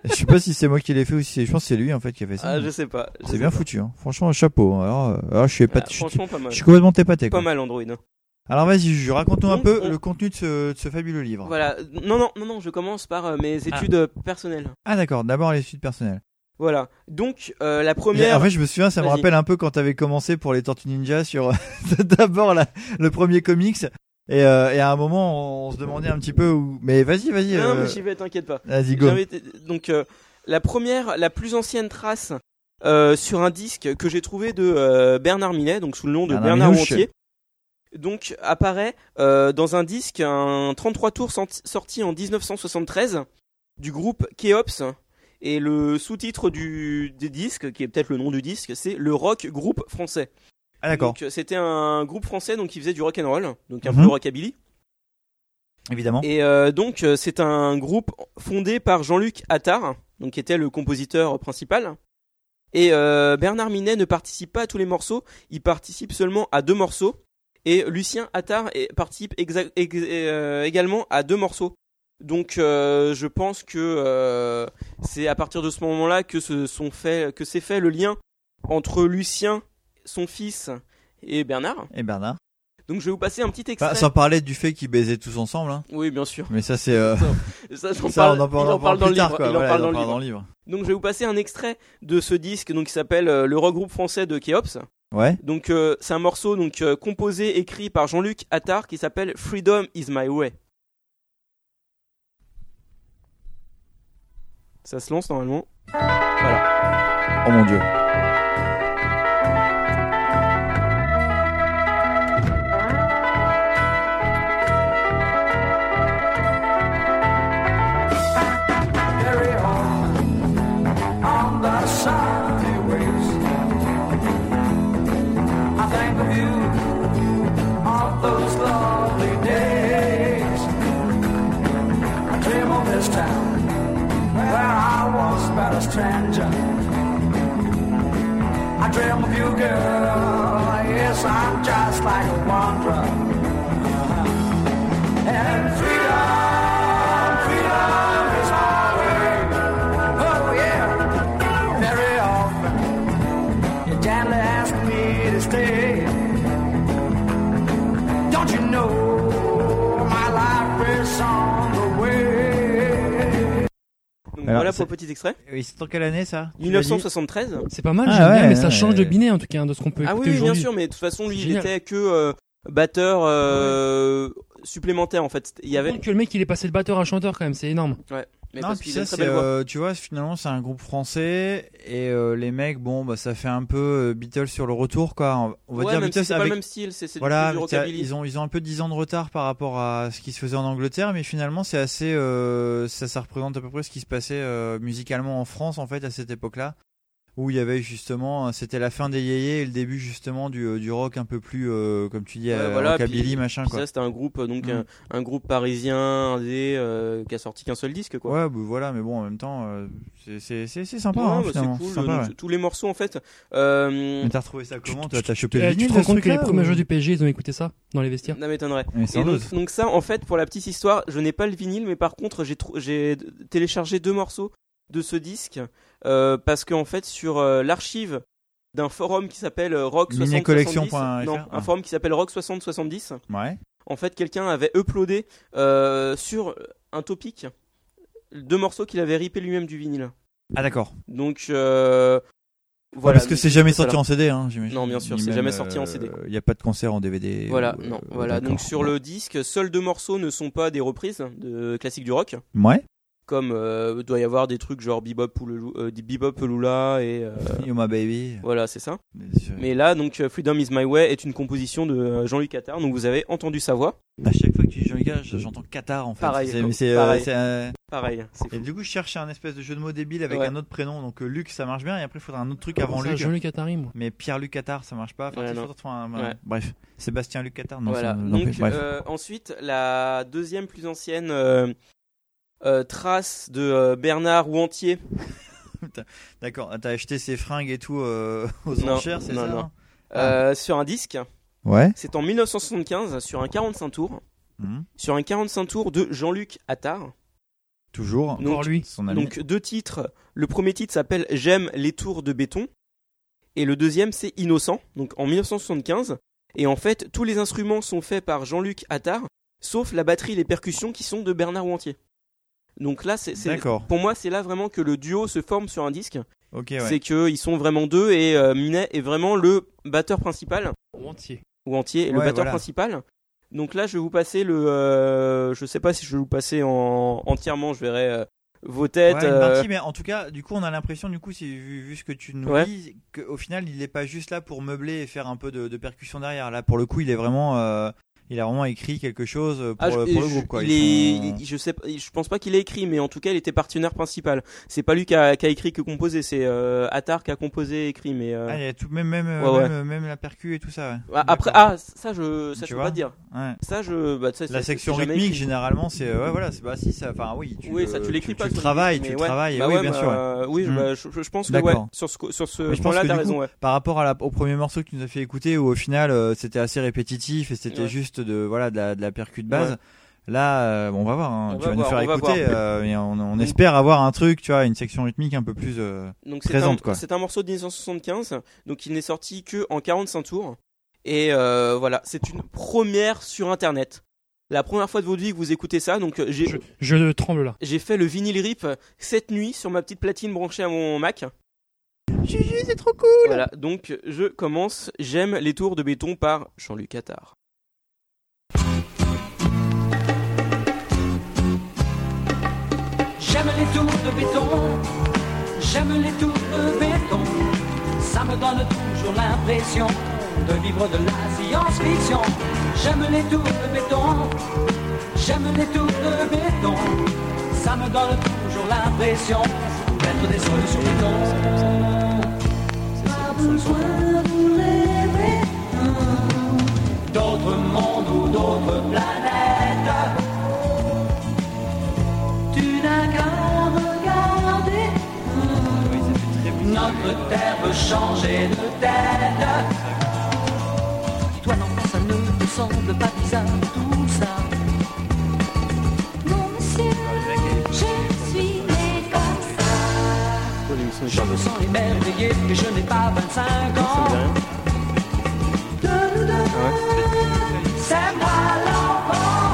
je sais pas si c'est moi qui l'ai fait ou si c'est- je pense que c'est lui en fait qui a fait ça.
Ah, je sais pas. je sais
c'est bien
pas.
foutu. Hein. Franchement, chapeau. Alors, euh, alors, je suis
Ah,
épaté- je suis-
franchement, pas mal.
je suis complètement épaté.
Pas
Quoi.
mal Android. hein.
Alors vas-y, je raconte-nous un
Donc,
peu
on-
le contenu de ce, de ce fabuleux livre.
Voilà. Non, non, non, non. Je commence par euh, mes études euh, personnelles.
Ah d'accord, d'abord les études personnelles.
Voilà. Donc euh, la première.
En fait, je me souviens, ça me
Vas-y.
rappelle un peu quand t'avais commencé pour les Tortues Ninja sur d'abord la- le premier comics. Et, euh, et à un moment, on, on se demandait un petit peu où... Mais vas-y, vas-y.
Non,
euh,
mais j'y vais. T'inquiète pas.
Vas-y, go.
J'avais été- donc euh, la première, la plus ancienne trace euh, sur un disque que j'ai trouvé de euh, Bernard Minet, donc sous le nom de
Bernard
Bernard
Minouche.
Montier. Donc apparaît euh, dans un disque un 33 tours senti- sorti en 1973 du groupe Keops. Et le sous-titre du, des disques, qui est peut-être le nom du disque, c'est le rock groupe français.
Ah d'accord,
Donc, euh, C'était un groupe français donc qui faisait du rock and roll, donc un
Mhm.
peu rockabilly.
évidemment.
Et euh, donc euh, c'est un groupe fondé par Jean-Luc Attard, donc qui était le compositeur principal. Et euh, Bernard Minet ne participe pas à tous les morceaux, il participe seulement à deux morceaux. Et Lucien Attard eh, participe exa- ex- euh, également à deux morceaux. Donc euh, je pense que euh, c'est à partir de ce moment-là que se sont fait que s'est fait le lien entre Lucien, son fils et Bernard.
Et Bernard.
Donc je vais vous passer un petit extrait.
Bah, sans parler du fait qu'ils baisaient tous ensemble, hein.
Oui, bien sûr.
mais ça c'est. euh,
Ça, j'en
ça
parle-
on en
il
parlera
en parle
plus
dans le
tard,
livre.
quoi.
Il en
Voilà,
parle
il
dans
en
le
parle
livre.
dans le livre.
Donc je vais vous passer un extrait de ce disque donc, qui s'appelle euh, Le regroupe français de Keops.
Ouais.
Donc euh, c'est un morceau donc, euh, composé, écrit par Jean-Luc Attard qui s'appelle Freedom is my way. Ça se lance normalement.
Oh mon dieu.
Oh,
Donc
Alors,
voilà pour
c'est-
le petit extrait.
Oui, c'est en quelle année ça Tu l'as dit
1973.
C'est pas mal,
Ah
j'aime bien,
ouais,
mais ça
ouais,
change de
ouais.
binet en tout cas hein, de ce qu'on peut
Ah oui,
écouter
oui, bien
aujourd'hui.
sûr, mais de toute façon lui
C'est
il
génial.
était que euh, batteur euh, supplémentaire en fait. Il y avait.
Que le mec il est passé de batteur à chanteur quand même, c'est énorme.
Mais
Non,
parce
puis
qu'il a
ça,
une très
c'est,
belle voix.
euh, tu vois, finalement, c'est un groupe français et euh, les mecs, bon, bah, ça fait un peu euh, Beatles sur le retour, quoi. On- On va
Ouais,
dire
même si
Beatles
c'est pas
avec.
le même style, c'est c'est du-
voilà,
du
t'as-
rockabilly.
ils ont ils ont un peu 10 ans de retard par rapport à ce qui se faisait en Angleterre, mais finalement, c'est assez, euh, ça, ça représente à peu près ce qui se passait euh, musicalement en France en fait à cette époque-là, où il y avait justement, euh, c'était la fin des yéyés et le début justement du, euh, du rock un peu plus, euh, comme tu dis,
Ouais,
euh,
voilà,
rockabilly
puis-
machin
Puis
quoi.
ça c'était un groupe euh, donc
Mm.
un, un groupe parisien indé euh, qui a sorti qu'un seul disque quoi.
Ouais, bah, voilà, mais bon, en même temps, euh, c'est- c'est c'est c'est sympa
Ouais,
hein,
bah,
finalement.
c'est cool.
C'est sympa,
Donc,
ouais.
Tous les morceaux en fait. euh,
Mais t'as retrouvé ça comment T'as t'as chopé
Eh,
le
tu
vinyle
te
de
rends
ce
compte que les
truc-là,
premiers
ou-
joueurs du PSG ils ont écouté ça dans les vestiaires
ça m'étonnerait.
Mais sans
Et donc,
doute.
donc ça en fait pour la petite histoire, je n'ai pas le vinyle mais par contre j'ai trou- j'ai téléchargé deux morceaux de ce disque euh, parce qu'en fait sur euh, l'archive d'un forum qui s'appelle euh, Rock 60
Minecollection.fr,
non, un
ah.
forum qui s'appelle Rock 60 70
Ouais.
En fait, quelqu'un avait uploadé euh, sur un topic deux morceaux qu'il avait ripé lui-même du vinyle.
Ah d'accord.
Donc euh,
Ouais,
voilà.
Ah, parce que c'est jamais
Voilà.
sorti en CD, hein, j'imagine.
Non, bien sûr,
Ni
c'est
même,
jamais sorti en CD.
Il n'y a pas de concert en DVD.
Voilà,
ou, euh,
non, voilà.
d'accord.
Donc sur le disque, seuls deux morceaux ne sont pas des reprises de classiques du rock,
Ouais.
comme euh, doit y avoir des trucs genre Bebop ou euh, Bebop Lula et euh,
You're my baby.
voilà, c'est ça.
Mais...
Mais là, donc euh, Freedom Is My Way est une composition de euh, Jean-Luc Attard, donc vous avez entendu sa voix.
À chaque fois que tu dis Jean-Luc, j'entends Qatar en fait.
Pareil,
C'est- c'est, euh,
pareil.
c'est, euh,
Pareil, c'est
Et
fou.
du coup, je cherchais un espèce de jeu de mots débile avec
Ouais.
un autre prénom. Donc euh, Luc, ça marche bien. Et après, il faudra Ah, un autre truc avant
Ça,
Luc.
Jean-Luc Attari, moi.
Mais Pierre-Luc Qatar, ça marche pas. Enfin,
Ouais,
tu
non.
sais, surtout un-
Ouais.
Bref, Sébastien Luc Qatar, non,
Voilà.
ça- non
Donc,
plus, bref.
euh, ensuite, la deuxième plus ancienne euh, euh, trace de euh, Bernard Ouantier.
D'accord, Ah, t'as acheté ces fringues et tout euh, aux
Non,
enchères, c'est
non,
ça
non.
hein
euh, sur un disque.
Ouais.
C'est en 1975 sur un 45 tours.
Mhm.
Sur un 45 tours de Jean-Luc Attard.
Toujours.
Donc- euh,
Encore lui.
Son ami.
Donc deux titres. Le premier titre s'appelle J'aime les tours de béton. Et le deuxième c'est Innocent, donc en 1975. Et en fait, tous les instruments sont faits par Jean-Luc Attard, sauf la batterie et les percussions qui sont de Bernard Ouantier. Donc là, c'est, c'est-
D'accord.
pour moi, c'est là vraiment que le duo se forme sur un disque.
Ok, ouais.
C'est qu'ils sont vraiment deux et euh, Minet est vraiment le batteur principal
Entier.
ou entier et le
Ouais,
batteur
voilà.
principal. Donc là, je vais vous passer le. euh, je sais pas si je vais vous passer en, entièrement, je verrai euh, vos têtes.
Ouais, une
euh,
partie, mais en tout cas, du coup, on a l'impression, du coup, si, vu, vu ce que tu nous
Ouais.
dis, qu'au final, il n'est pas juste là pour meubler et faire un peu de, de percussion derrière. Là, pour le coup, il est vraiment. euh, il a vraiment écrit quelque chose pour,
Ah, je,
pour le
je-
groupe. Quoi.
il
Ils
est,
sont- euh,
il- je sais, pas- je pense pas qu'il ait écrit, mais en tout cas, il était partenaire principal. C'est pas lui qui a, qui a écrit que composé, c'est euh, Attar qui a composé et écrit. Mais euh,
Ah, il y a tout, même, même,
Ouais, ouais.
même, même la percu et tout ça. ouais.
ah, après,
D'accord.
ah, ça je, ça
Tu
je peux
vois
pas te dire.
Ouais.
Ça je, bah, ça, c'est-
La
c'est
section
jamais
rythmique,
écrit.
généralement, c'est. euh, Ouais, voilà, c'est bah, si, ça. Enfin, oui. Tu,
Oui,
le-
ça tu l'écris pas.
Tu le
sur
travailles,
mais
tu le
ouais.
travailles.
Bah
oui,
ouais,
bien
bah,
sûr. ouais.
euh, oui, je-
Mm.
bah, je, je- je pense que ouais,
D'accord.
sur ce, co-
Mais
sur ce
je pense
point-là,
que
t'as
du
raison.
coup,
ouais.
Par rapport à la, au premier morceau que tu nous as fait écouter, où au final euh, c'était assez répétitif et c'était
Ouais.
juste de voilà de la, de la percu de base.
Ouais.
Là, euh, bon, on va voir. hein.
On
tu
va
vas
voir,
nous
on
faire
va
écouter. euh, et on, on espère avoir un truc, tu vois, une section rythmique un peu plus. euh,
Donc c'est un,
présente, quoi.
c'est un morceau de 1975, donc il n'est sorti que en 45 tours. Et euh, voilà, c'est une première sur Internet. La première fois de votre vie que vous écoutez ça, donc euh, j'ai
Je, je tremble là.
j'ai fait le vinyle rip euh, cette nuit sur ma petite platine branchée à mon Mac.
Juju, c'est trop cool.
Voilà, donc je commence. J'aime les tours de béton par Jean-Luc Attard.
J'aime les tours de béton, j'aime les tours de béton. Ça me donne toujours l'impression de vivre de la science-fiction. J'aime les tours de béton, j'aime les tours de béton. Ça me donne toujours l'impression d'être des solutions béton. Pas besoin de rêver hein, d'autres mondes ou d'autres planètes. Tu n'as qu'à regarder Notre terre veut changer de tête Toi non, ça ne te semble pas bizarre tout ça
Non, monsieur, je suis né comme ça.
Je me sens émerveillé et je n'ai pas 25 ans De nous deux, c'est moi l'enfant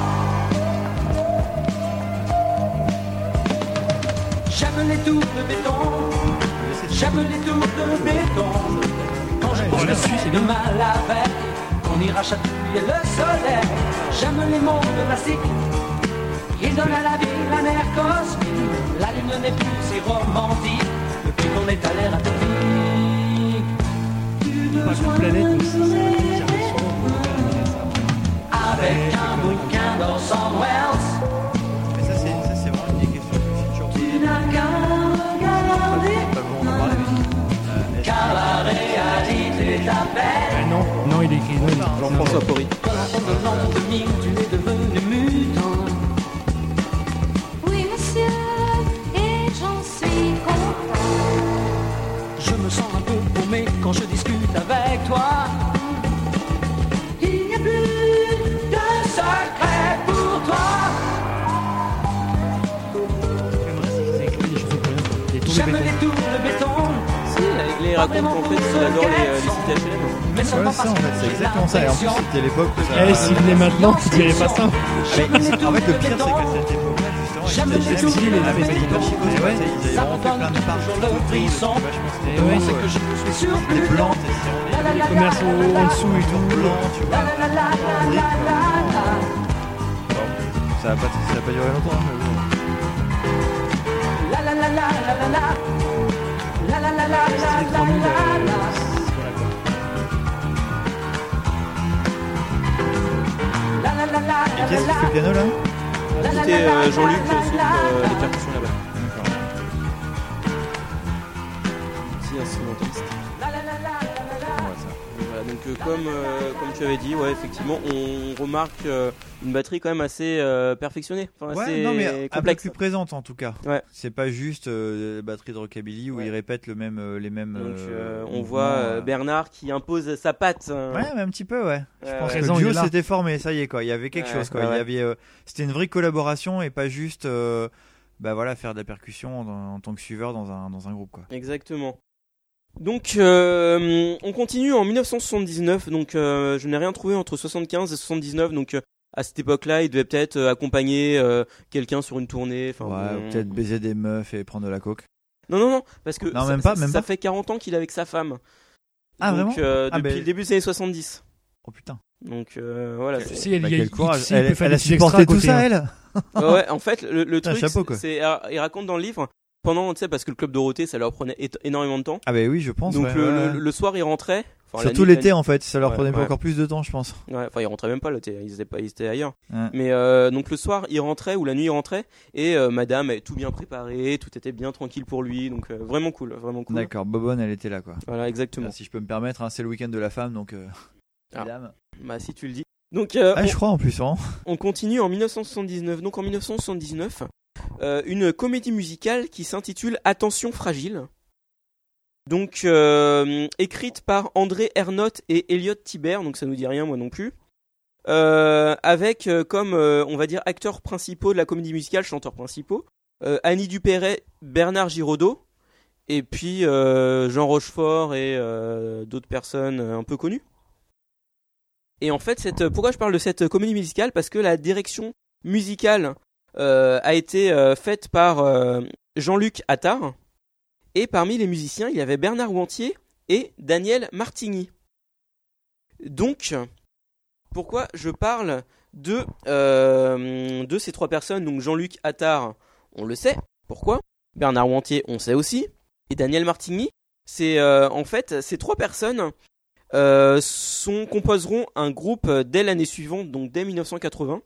J'aime les tours de béton J'aime les tours de béton Quand je pense que c'est demain la veille Qu'on ira chatouiller le soleil J'aime les mondes plastiques Il donne à la ville un air cosmique La lune n'est plus si romantique Depuis qu'on est à l'ère atomique
Pas qu'une planète, mais c'est- euh, c'est-
Avec un bouquin d'Orson Welles
Mais ça, c'est ça, c'est vraiment une des questions du futur.
Tu n'as qu'à regarder
Pas bon, on en parlait, mais-
Car la réalité t'appelle
Ah non, non, il écrit. non, il écrit-
Jean-François Porry.
Toi l'enfant de l'an 2000 tu es devenu mutant
Oui, monsieur, et j'en suis content.
Je me sens un peu paumé quand je discute avec toi. Il n'y a plus de secret pour toi.
Il écrit des choses pour rien. Il est tombé
J'aime
béton.
les tours de béton,
Si, avec les racontes en fait, il adore les, euh, les cités HLM.
mais
Ouais,
seulement
ça,
parce
en
que
fait, c'est
j'ai
exactement ça. Et en plus,
l'impression
c'était l'époque où ça.
Eh, s'il venait maintenant, je dirais pas ça.
Bah,
J'aime les
En
tours
fait, le
de
pire, c'est
béton,
que cette époque-là, justement,
Jamais
ils
tout
étaient
le
ah, mais
monde
c'était hyper
est
chicoté,
content.
ouais, ils avaient
Ça
vraiment fait plein
redonne
de parcs,
toujours
de
le
trucs,
frisson.
c'était
Eh
vachement
ouais, c'est
que je ne suis sûr
des
plus
plantes,
de-
et c'est vraiment
La, la, la,
Les commerces au- en dessous et
des
tout.
plans, tu vois.
la, la, la, la, la, la, la.
Ça a pas, ça a pas duré longtemps, hein, mais bon.
La la la la la la la. La la la la la la la la. La la la la
Et qu'est-ce
la
qui fait le piano là
la la
C'était
la la
euh, Jean-Luc qui
la
s'occupe
la
euh,
la.
des percussions là-bas. Petit instrumentaliste.
La la la la la la la.
Voilà, donc euh, comme, euh, comme tu avais dit, ouais, effectivement, on remarque euh, une batterie quand même assez euh, perfectionnée, enfin, assez
Ouais, non, mais un peu
complexe.
plus présente en tout cas.
Ouais.
C'est pas juste euh, la batterie de rockabilly où
Ouais.
ils répètent le même, euh, les mêmes.
Donc
euh,
euh, on voit
mouvements,
euh, Bernard Euh, qui impose sa patte. hein.
Ouais, mais un petit peu, ouais. Je
Ouais,
pense
ouais.
que
Présent,
le
il
duo
est là.
s'était formé, ça y est, quoi. Il y avait quelque
Ouais,
chose, quoi.
ouais,
Il
ouais.
y avait, euh, c'était une vraie collaboration et pas juste, euh, bah voilà, faire de la percussion en, en tant que suiveur dans un, dans un groupe, quoi.
Exactement. Donc euh, on continue en 1979, donc euh, je n'ai rien trouvé entre 75 et 79, donc euh, à cette époque-là, il devait peut-être euh, accompagner euh, quelqu'un sur une tournée. enfin,
ouais,
on-
ou peut-être baiser des meufs et prendre de la coke.
Non, non, non, parce que
Non,
ça,
même pas,
ça-
même
ça
pas.
fait 40 ans qu'il est avec sa femme.
Ah,
Donc,
vraiment
euh,
Ah,
Depuis
ben-
le début des années 70.
Oh putain.
Donc euh, voilà.
Tu
c'est-
sais, il
Bah,
y a
quel
il-
courage.
il- il
Elle,
peut faire
elle a
des petits extras à
supporté tout
côté,
ça,
hein.
elle
ouais, ouais, en fait, le, le
Putain,
truc,
chapeau,
c'est-
quoi.
c'est, il raconte dans le livre, pendant, tu sais, parce que le club Dorothée, ça leur prenait é- énormément de temps.
Ah bah oui, je pense.
Donc
ouais,
le,
ouais.
le- le soir, ils rentraient. Enfin, la
Surtout
nuit, la
l'été en fait, ça leur
Ouais,
prenait
ouais.
encore plus de temps, je pense. Hein.
Ouais, enfin, ils rentraient même pas, là, t'es- ils étaient, pas- ils étaient ailleurs.
Mm,
Ouais.
Mais euh, donc le soir, il rentrait ou la nuit, il rentrait et euh, madame avait tout bien préparé, tout était bien tranquille pour lui, donc euh, vraiment cool, vraiment cool.
D'accord, Bobonne, elle était là quoi.
Voilà, exactement.
Ah, si je peux me permettre, hein, c'est le week-end de la femme, donc. euh,
Ah.
mesdames.
Bah, si tu le dis. Donc, euh,
Ah, je crois en plus, hein.
on, on continue en 1979. Donc, en 1979, euh, une comédie musicale qui s'intitule Attention fragile. Donc, euh, écrite par André Ernotte et Elliot Tiber, donc ça nous dit rien, moi non plus. Euh, avec euh, comme, euh, on va dire, acteurs principaux de la comédie musicale, chanteurs principaux, euh, Annie Dupéret, Bernard Giraudot, et puis euh, Jean Rochefort et euh, d'autres personnes euh, un peu connues. Et en fait, cette, euh, pourquoi je parle de cette comédie musicale Parce que la direction musicale euh, a été euh, faite par euh, Jean-Luc Attard. Et parmi les musiciens, il y avait Bernard Wantier et Daniel Martigny. Donc, pourquoi je parle de, euh, de ces trois personnes Donc Jean-Luc Attard, on le sait. Pourquoi Bernard Wantier, on sait aussi. Et Daniel Martigny, c'est euh, en fait ces trois personnes euh, sont, composeront un groupe euh, dès l'année suivante, donc dès 1980.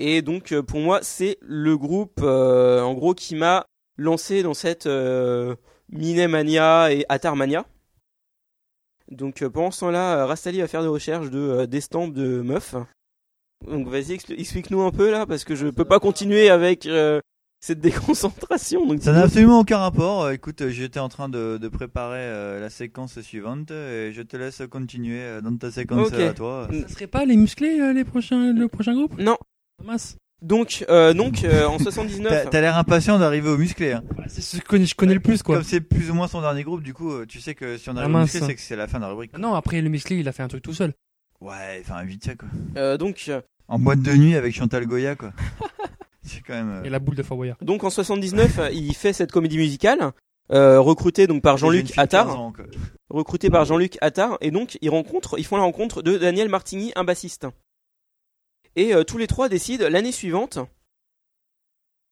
Et donc euh, pour moi, c'est le groupe euh, en gros qui m'a lancé dans cette euh, Minemania et Atarmania. Donc euh, pendant ce temps-là, euh, Rastali va faire des recherches de euh, d'estampes de meufs. Donc vas-y, expli- explique-nous un peu là parce que je peux pas continuer avec euh, cette déconcentration. Donc
Ça n'a absolument aucun rapport. Euh, Écoute, euh, j'étais en train de, de préparer euh, la séquence suivante euh, et je te laisse continuer euh, dans ta séquence
Ok.
euh, à toi.
Ça serait pas les musclés, euh, les prochains, le prochain groupe
non.
Mince.
Donc euh, donc euh, en 79.
T'as t'as l'air impatient d'arriver au musclé. hein.
Bah, c'est ce que je connais, je connais le plus, quoi.
Comme c'est plus ou moins son dernier groupe, du coup, euh, tu sais que si on arrive
Ah,
au
mince.
musclé, c'est que c'est la fin de la rubrique.
Non, après, le musclé, il a fait un truc tout seul.
Ouais, enfin, vite ça quoi.
Euh, donc euh,
En boîte de nuit avec Chantal Goya quoi. c'est quand même. euh,
Et la boule de Fort Boyard.
Donc en 79, euh, il fait cette comédie musicale, euh, recrutée donc par
des jeunes
Jean-Luc
filles de 15
Attard,
ans, quoi.
recruté par Jean-Luc Attard, et donc ils rencontrent, ils font la rencontre de Daniel Martigny, un bassiste. Et euh, tous les trois décident l'année suivante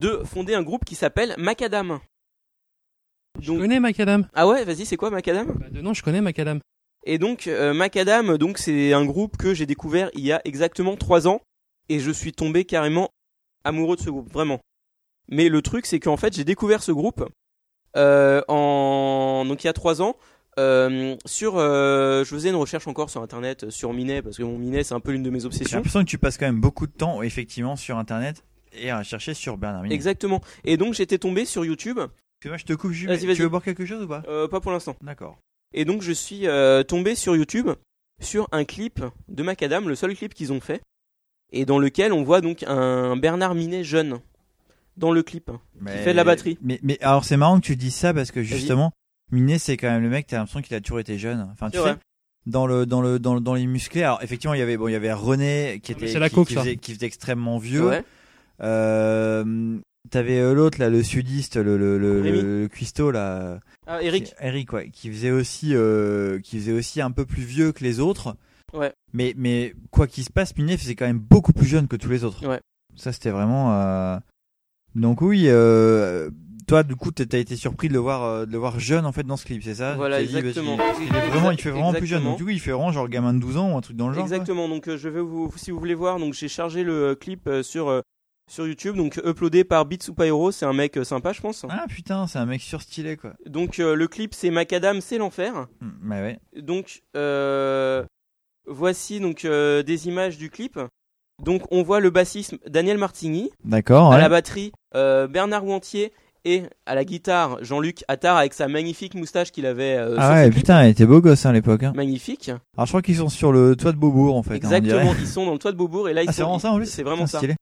de fonder un groupe qui s'appelle Macadam.
Je
Donc,
connais Macadam.
ah ouais, vas-y, c'est quoi Macadam
Bah, de nom, je connais Macadam.
Et donc euh, Macadam, donc c'est un groupe que j'ai découvert il y a exactement trois ans et je suis tombé carrément amoureux de ce groupe, vraiment. Mais le truc c'est qu'en fait j'ai découvert ce groupe euh, en donc il y a trois ans euh, sur euh, je faisais une recherche encore sur internet euh, sur Minet parce que mon Minet c'est un peu l'une de mes
J'ai
obsessions.
l'impression que tu passes quand même beaucoup de temps effectivement sur internet et à chercher sur Bernard Minet.
Exactement. Et donc j'étais tombé sur YouTube,
Excuse-moi, je te coupe, Jules,
Vas-y,
mais
vas-y.
Tu veux boire quelque chose ou pas
euh, pas pour l'instant.
D'accord.
Et donc je suis euh, tombé sur YouTube sur un clip de Macadam, le seul clip qu'ils ont fait, et dans lequel on voit donc un Bernard Minet jeune dans le clip.
Mais...
fait de la batterie.
Mais, mais alors c'est marrant que tu dis ça parce que justement, Minet c'est quand même le mec, t'as l'impression qu'il a toujours été jeune. Enfin, tu
C'est vrai.
sais, dans le dans le dans, le- dans les musclés. Alors effectivement, il y avait bon, il y avait René qui
Ah, mais
était
c'est la
qui,
coke,
qui
ça.
faisait, qui faisait extrêmement vieux.
Ouais.
Euh, T'avais euh, l'autre là, le sudiste, le le, le,
Rémi.
le- le cuistot là, euh,
Ah, Eric,
qui- Eric ouais, qui faisait aussi euh, qui faisait aussi un peu plus vieux que les autres.
Ouais.
Mais mais quoi qu'il se passe, Minet faisait quand même beaucoup plus jeune que tous les autres.
Ouais.
Ça c'était vraiment. euh, Donc oui, euh, toi du coup t'as t'as été surpris de le voir euh, de le voir jeune en fait dans ce clip, c'est ça
Voilà,
Tu t'es ah, dit, parce qu'il-
exactement.
parce qu'il est vraiment, il fait vraiment plus jeune.
Exactement.
Donc du coup, il fait vraiment genre gamin de 12 ans ou un truc dans le genre. quoi.
exactement. Donc euh, je vais vous, si vous voulez voir, donc j'ai chargé le euh, clip euh, sur euh, sur YouTube, donc uploadé par Bitsupa Hero, c'est un mec euh, sympa, je pense.
Ah putain, c'est un mec surstylé quoi.
Donc euh, le clip c'est Macadam, c'est l'enfer.
Hmm, Mais ouais.
Donc euh, voici donc euh, des images du clip. Donc on voit le bassiste Daniel Martigny.
D'accord.
à
ouais.
la batterie euh, Bernard Wantier et à la guitare Jean-Luc Attard avec sa magnifique moustache qu'il avait euh, sur
Ah
ses
ouais,
clips.
putain, il était beau gosse hein, à l'époque. hein.
magnifique
Alors je crois qu'ils sont sur le toit de Beaubourg en fait. hein, on
exactement
dirait.
ils sont dans le toit de Beaubourg et là ils
Ah,
sont-
c'est vraiment ça en plus
c'est vraiment
Putain,
ça
stylé.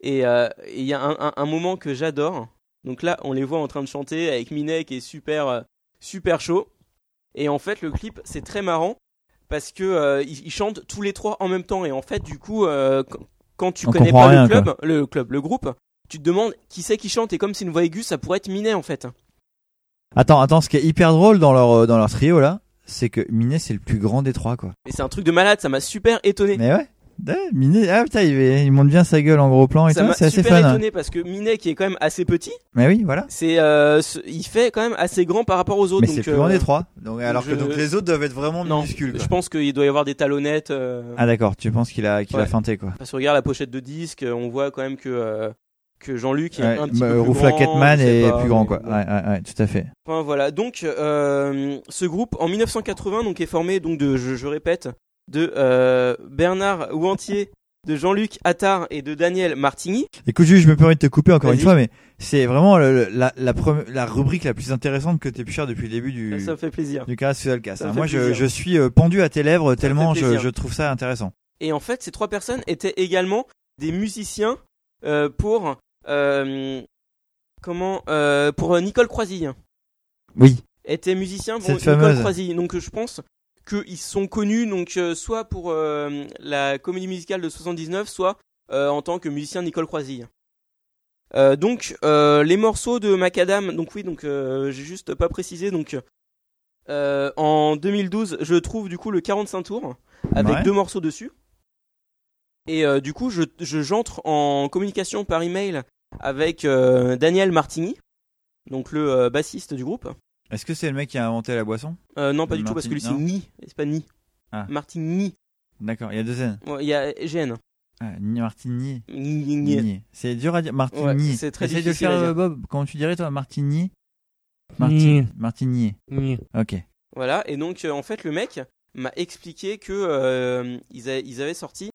et euh, et il y a un, un- un moment que j'adore donc là on les voit en train de chanter avec Minet qui est super euh, super chaud et en fait le clip c'est très marrant parce que euh, ils, ils chantent tous les trois en même temps et en fait du coup euh, quand- quand tu
On
connais
comprend
pas
rien,
le club le club le groupe tu te demandes qui c'est qui chante et comme c'est une voix aiguë ça pourrait être Minet en fait
Attends, attends, ce qui est hyper drôle dans leur euh, dans leur trio là, c'est que Minet c'est le plus grand des trois quoi.
Mais c'est un truc de malade, ça m'a super étonné.
Mais ouais. Ouais, Minet, ah putain, il, il monte bien sa gueule en gros plan et
ça
tout,
m'a
c'est assez
super
fun. hein.
étonné parce que Minet, qui est quand même assez petit,
Mais oui, voilà.
c'est, euh, ce- il fait quand même assez grand par rapport aux autres.
Mais
donc,
c'est plus
euh,
en étroit. Donc, alors que
je-
donc, les autres doivent être vraiment
Non,
minuscules. quoi.
je pense qu'il doit y avoir des talonnettes. euh,
Ah d'accord, tu penses qu'il a, qu'il a
Ouais.
feinté quoi.
Parce que regarde la pochette de disque, euh, on voit quand même que, euh, que Jean-Luc est
Ouais,
un petit
bah,
peu plus
Roufla
grand,
Catman
je sais
est
pas,
plus grand
mais
quoi.
bon.
Ouais, ouais, ouais, tout à fait.
Enfin, voilà. Donc euh, ce groupe en 1980 donc est formé donc de je, je répète de euh, Bernard Ouantier, de Jean-Luc Attard et de Daniel Martini.
Écoute, Jules, je me permets de te couper encore une
Vas-y.
fois, mais c'est vraiment le- le- la, la, pre- la rubrique la plus intéressante que t'aies pu faire depuis le début du,
Bah, Ça me fait plaisir.
du Carré Social Cast.
Ça
hein.
fait
Moi, je,
plaisir.
je suis euh, pendu à tes lèvres
fait
tellement je,
plaisir.
je trouve ça intéressant.
Et en fait, ces trois personnes étaient également des musiciens euh, pour euh, comment euh, pour Nicole Croisille.
Oui.
Était musicien pour
Cette
Nicole
fameuse.
Croisille. Donc euh, je pense qu'ils sont connus donc euh, soit pour euh, la comédie musicale de 79, soit euh, en tant que musicien Nicole Croisille. Euh, donc euh, les morceaux de Macadam, donc oui, donc euh, j'ai juste pas précisé, donc euh, en 2012 je trouve du coup le 45 tours avec
Ouais.
deux morceaux dessus. Et euh, du coup je je- j'entre en communication par email avec euh, Daniel Martini, donc le euh, bassiste du groupe.
Est-ce que c'est le mec qui a inventé la boisson
Euh, non, pas du
Martin-
tout, parce que lui c'est
non.
Ni, et c'est pas Ni.
Ah.
Martin Ni.
D'accord, il y a deux N.
Ouais, Il y a GN.
Ah, Ni Martini.
Ni, Ni, Ni.
Ni. C'est dur à dire. Martini.
Ouais, c'est très
Essaye de le
difficile
faire,
à dire.
euh, Bob. Comment tu dirais toi, Martini
Ni.
Martini. Martini.
Ni.
Ok.
Voilà, et donc euh, en fait, le mec m'a expliqué que euh, ils, a- ils avaient sorti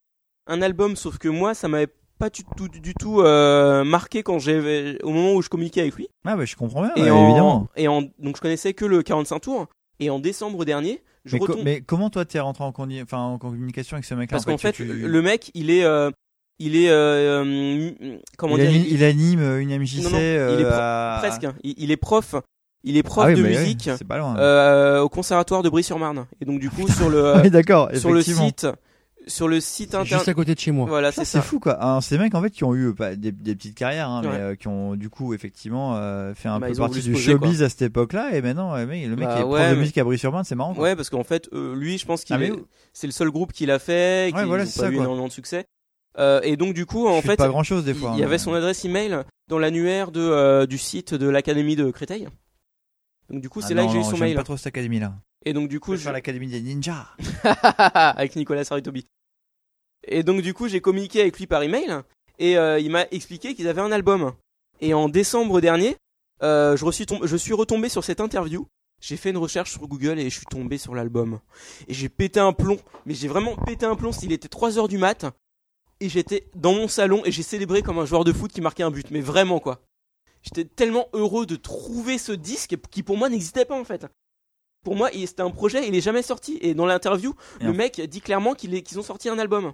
un album, sauf que moi ça m'avait pas du tout, du tout euh, marqué quand j'avais- au moment où je communiquais avec lui.
Ah bah je comprends bien,
et
ouais,
en-
évidemment.
Et en, donc je connaissais que le 45 tours. Et en décembre dernier, je
Mais, co-
retombe.
mais comment toi t'es rentré en, condi- enfin, en communication avec ce mec-là
parce qu'en fait,
tu- tu-
le mec, il est. euh, il est. euh, euh, comment
il,
dire
anime, il anime, euh, une MJC
Non, non, il est
euh,
pro-
à-
Presque. hein. Il, il est prof. Il est prof
Ah oui,
de
bah oui,
musique
c'est pas loin.
euh, au conservatoire de Brie-sur-Marne. Et donc du coup sur le euh,
oui, d'accord,
sur le
effectivement.
site sur le site
C'est
internet.
Juste à côté de chez moi.
Voilà,
Putain,
c'est
c'est
ça.
fou quoi. Alors, ces mecs en fait qui ont eu euh, pas des, des petites carrières, hein, mais
Ouais.
euh, qui ont du coup effectivement euh, fait un
Bah,
peu
ils ont
partie
voulu se
du
poser,
showbiz à cette époque-là, et maintenant euh, mec, le mec
Bah,
qui est
ouais,
prof de
mais-
musique à Brie-sur-Marne, c'est marrant. quoi.
Ouais, parce qu'en fait, euh, lui, je pense qu'il
Ah, mais
est-
où-
c'est le seul groupe qu'il a fait,
Ouais,
qui
voilà,
n'a
c'est
pas
ça,
eu
quoi.
énormément de succès. Euh, et donc du coup, en
Je
fait,
pas grand chose des
il
fois.
il y
hein,
avait son
mais-
adresse email dans l'annuaire de euh, du site de l'académie de Créteil. Donc du coup,
Ah
c'est là
non,
que j'ai eu
non,
son
j'aime
mail.
Pas trop cette académie là.
Et donc du coup,
je
je...
faire l'académie des ninjas.
avec Nicolas Saritobi. Et donc du coup, j'ai communiqué avec lui par email et euh, il m'a expliqué qu'ils avaient un album. Et en décembre dernier, euh, je, reçus tom- je suis retombé sur cette interview. J'ai fait une recherche sur Google et je suis tombé sur l'album. Et j'ai pété un plomb, mais j'ai vraiment pété un plomb. Il était 3h du mat et j'étais dans mon salon et j'ai célébré comme un joueur de foot qui marquait un but. Mais vraiment quoi. J'étais tellement heureux de trouver ce disque qui pour moi n'existait pas en fait. Pour moi, il- c'était un projet, il est jamais sorti. Et dans l'interview,
Et
le
en-
mec dit clairement qu'il est- qu'ils ont sorti un album.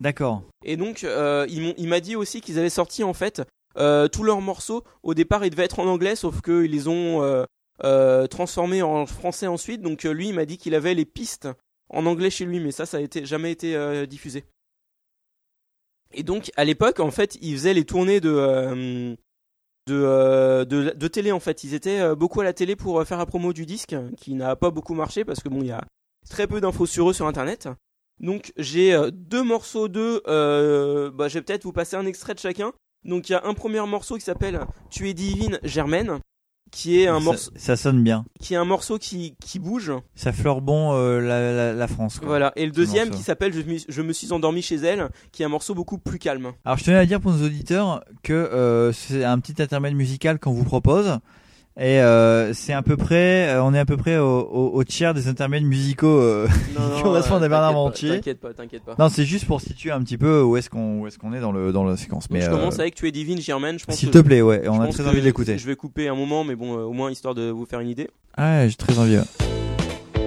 D'accord.
Et donc, euh, ils m'ont- il m'a dit aussi qu'ils avaient sorti en fait euh, tous leurs morceaux. Au départ, ils devaient être en anglais, sauf qu'ils les ont euh, euh, transformés en français ensuite. Donc, euh, lui, il m'a dit qu'il avait les pistes en anglais chez lui, mais ça, ça a été, jamais été euh, diffusé. Et donc, à l'époque, en fait, ils faisaient les tournées de. euh, de, euh, de, de télé en fait ils étaient euh, beaucoup à la télé pour euh, faire la promo du disque qui n'a pas beaucoup marché parce que bon il y a très peu d'infos sur eux sur internet donc j'ai euh, deux morceaux d'eux. euh, bah, je vais peut-être vous passer un extrait de chacun. Donc il y a un premier morceau qui s'appelle Tu es divine Germaine, qui est un
Ça-
morceau
Ça sonne bien.
qui est un morceau qui qui bouge.
Ça fleure bon euh, la, la, la France. Quoi.
Voilà. Et le
Ce
deuxième
morceau.
qui s'appelle je, me- Je me suis endormi chez elle, qui est un morceau beaucoup plus calme.
Alors je tenais à dire pour nos auditeurs que euh, c'est un petit intermède musical qu'on vous propose et euh, c'est à peu près, euh, on est à peu près au, au- au tiers des intermèdes musicaux. euh. non, correspond à
euh,
Bernard
t'inquiète pas,
Montier.
T'inquiète pas, t'inquiète pas.
Non, c'est juste pour situer un petit peu où est-ce qu'on où est-ce qu'on est dans le dans la séquence.
Donc,
Mais
je
euh,
commence avec Tu es divine Germaine. Je pense.
s'il
que-
te plaît, ouais, on
je
a
pense
très
que
envie de
je-
l'écouter.
Je vais couper un moment, mais bon, euh, au moins histoire de vous faire une idée.
Ah, j'ai très envie. ouais.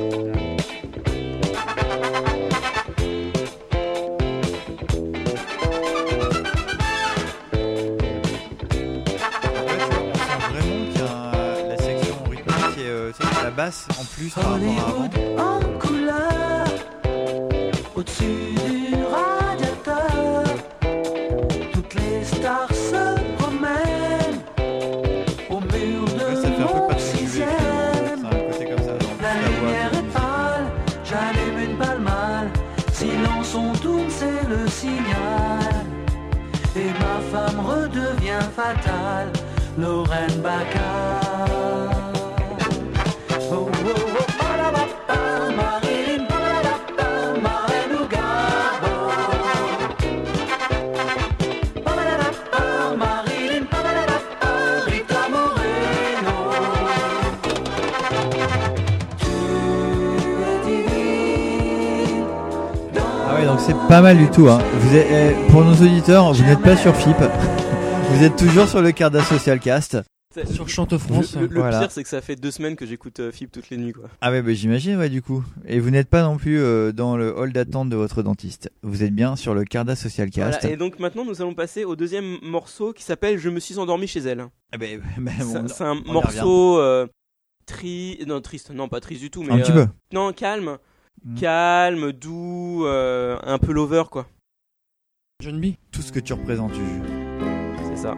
la basse en plus par rapport à avant.
en couleur au-dessus du radiateur. Toutes les stars se promènent au mur
Ouais,
de
ça fait un peu
mon
pas
sixième.
un hein, côté comme ça dans
La
la voix.
lumière est pâle, j'allume une balle mal. Silence, on tourne, c'est
le signal. Et ma femme redevient fatale, Lorraine Bacall. Oh, oh, oh, ba-da-ba-ba, Marilyn, ba-da-ba-ba, Marraine ou Gabo. Ba-da-ba-ba, Marilyn, ba-da-ba-ba, Rita Moreno. Tu es divine dans
Ah ouais, donc c'est pas mal du tout. Hein. Vous êtes, eh, pour nos auditeurs, vous n'êtes pas sur FIP. Vous êtes toujours sur le Carda Social Cast.
Sur Chante France.
Le, le- le
Voilà.
pire, c'est que ça fait deux semaines que j'écoute euh, FIP toutes les nuits, quoi.
Ah ouais, bah, j'imagine, ouais, du coup. Et vous n'êtes pas non plus euh, dans le hall d'attente de votre dentiste. Vous êtes bien sur le Carda Social Cast.
Voilà, et donc maintenant, nous allons passer au deuxième morceau qui s'appelle Je me suis endormi chez elle.
Eh ben, ben,
C'est
on-
un- c'est un
y
morceau euh, tri... non, triste, non pas triste du tout, mais
Un petit
euh,
peu.
non calme,
Mm.
calme, doux, euh, un peu lover quoi.
euh, John B.
Tout ce que tu représentes, Juju.
C'est ça.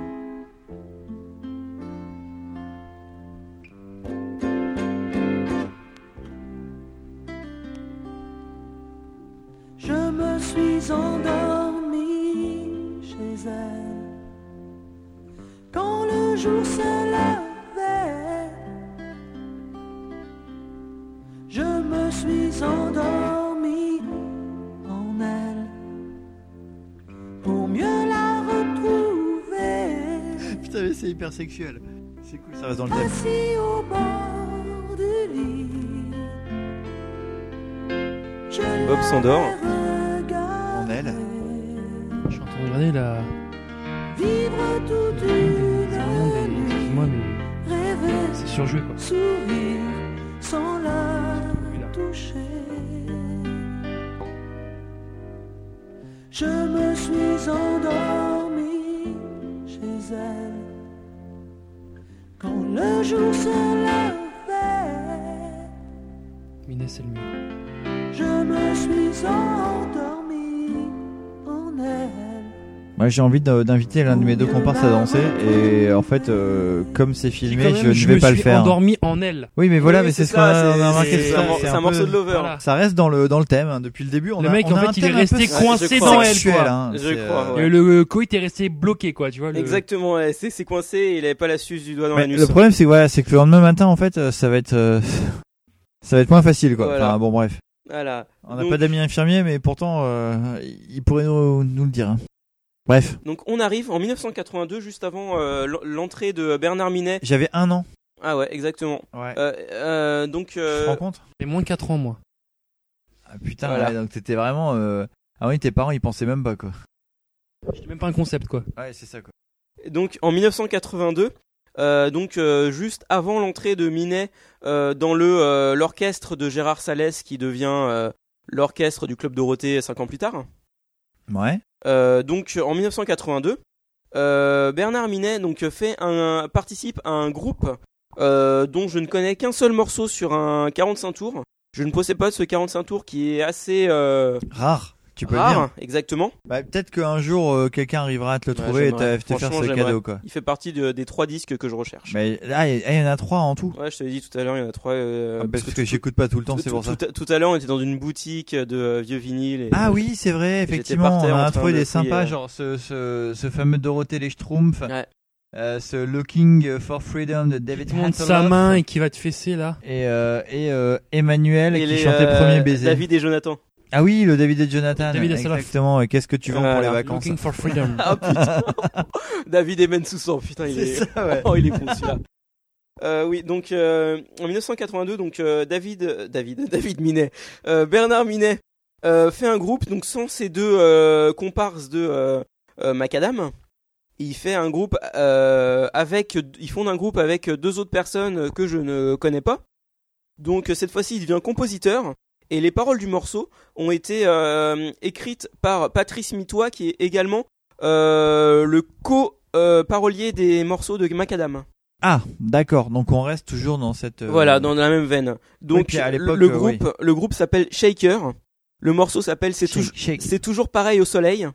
Je me suis endormie chez elle quand le jour se levait. Je me suis endormie en elle pour mieux la retrouver
Putain, mais c'est hyper sexuel. C'est cool, ça reste dans le thème.
assis au bord du lit. Je
Bob s'endort.
En elle.
Je suis en train de regarder la.
Vivre toute
C'est vraiment des-
une nuit,
Excuse-moi, mais
rêver,
c'est surjoué quoi.
sourire sans la
Celui-là.
toucher. Je me suis endormie chez elle quand le jour se levait.
Minet, c'est le mieux.
Je me suis endormie en elle.
Moi, j'ai envie de- d'inviter l'un de mes deux comparses à danser. Et en fait, euh, comme c'est
J'ai
filmé,
quand même-
je ne vais
me
pas le
suis
faire.
endormi en elle.
Oui, mais voilà,
Oui,
mais
oui,
c'est ce qu'on
ça,
a, on a
c'est-
remarqué.
c'est
tout à
un,
l'heure,
c'est un
peu-
morceau de lover.
Voilà.
Ça reste dans le dans le thème hein, depuis le début. On
Le
a-
mec,
on
en
a
fait,
un
il
thème
est
un peu
resté
sexuel,
coincé dans elle, quoi.
hein.
Je
C'est,
crois,
euh,
Ouais.
Et Le coït est resté bloqué quoi, tu vois. le-
Exactement, ouais, c'est c'est coincé, et il avait pas la suce du doigt dans
Mais
l'anus.
le problème, c'est que voilà, c'est que le lendemain matin, en fait, euh, ça va être euh, ça va être moins facile, quoi.
Voilà.
Enfin, bon, bref.
Voilà.
On n'a
Donc-
pas d'amis infirmiers, mais pourtant, euh, il pourrait nous, nous le dire. hein. Bref,
Donc on arrive en 1982, juste avant euh, l- l'entrée de Bernard Minet.
j'avais un an.
Ah ouais, exactement.
Ouais.
Euh, euh, donc
Tu te
euh,
rends compte
J'ai moins de 4 ans moi.
Ah putain,
voilà.
ouais, donc t'étais vraiment. euh, Ah oui, tes parents, ils pensaient même pas, quoi.
J'ai même pas un concept quoi.
Ouais, c'est ça, quoi.
Donc en 1982, euh, donc euh, juste avant l'entrée de Minet euh, dans le euh, l'orchestre de Gérard Salès qui devient euh, l'orchestre du club Dorothée cinq ans plus tard.
Ouais.
Euh, donc en 1982, euh, Bernard Minet donc fait un participe à un groupe euh, dont je ne connais qu'un seul morceau sur un 45 tours. Je ne possède pas ce 45 tours qui est assez euh,
Rare. Tu peux le
rare,
dire.
exactement.
Bah, peut-être qu'un jour, euh, quelqu'un arrivera à te le
Ouais,
trouver et
Bah, j'aimerais.
te te faire
Franchement,
ce
j'aimerais.
cadeau, quoi.
Il fait partie de- des trois disques que je recherche.
Mais là, il il y en a trois en tout.
Ouais, je te l'ai dit tout à l'heure, il y en a trois. euh,
Ah, parce que,
tout-
j'écoute pas tout le temps,
tout-
c'est pour
tout-
ça.
tout à- Tout à l'heure, on était dans une boutique de euh, vieux vinyles. et-
Ah oui, c'est vrai,
J'étais
effectivement,
par
on
terre en
a
train
trouvé
de
des
fouiller,
sympas,
ouais.
genre ce, ce, ce fameux Dorothée les Schtroumpfs,
Ouais.
euh, ce Looking for Freedom de David
Qui monte
Hasselhoff,
sa main et qui va te fesser là.
et, euh, et euh, Emmanuel
Et
qui
les,
chantait
euh,
Premier baiser.
David et Jonathan.
Ah oui, le David et Jonathan,
David Hasselhoff.
exactement, et qu'est-ce que tu vends pour les
Voilà.
vacances
Looking for freedom.
Ah putain David et Bensoussan, putain, il est.
C'est ça, ouais.
Oh, il est con celui-là. Euh, oui, donc euh, en 1982, donc euh, David, euh, David, David Minet, euh, Bernard Minet euh, fait un groupe donc sans ces deux euh, comparses de euh, euh, Macadam. Il fait un groupe euh, avec, ils fondent un groupe avec deux autres personnes que je ne connais pas. Donc cette fois-ci, il devient compositeur et les paroles du morceau ont été euh, écrites par Patrice Mitois, qui est également euh, le co-parolier des morceaux de Macadam.
Ah, d'accord, donc on reste toujours dans cette... euh,
Voilà, dans la même veine.
Oui,
Donc
puis à l'époque,
le
euh,
groupe, le groupe s'appelle Shaker. Le morceau s'appelle C'est
shake,
toujours,
shake.
c'est toujours pareil au soleil.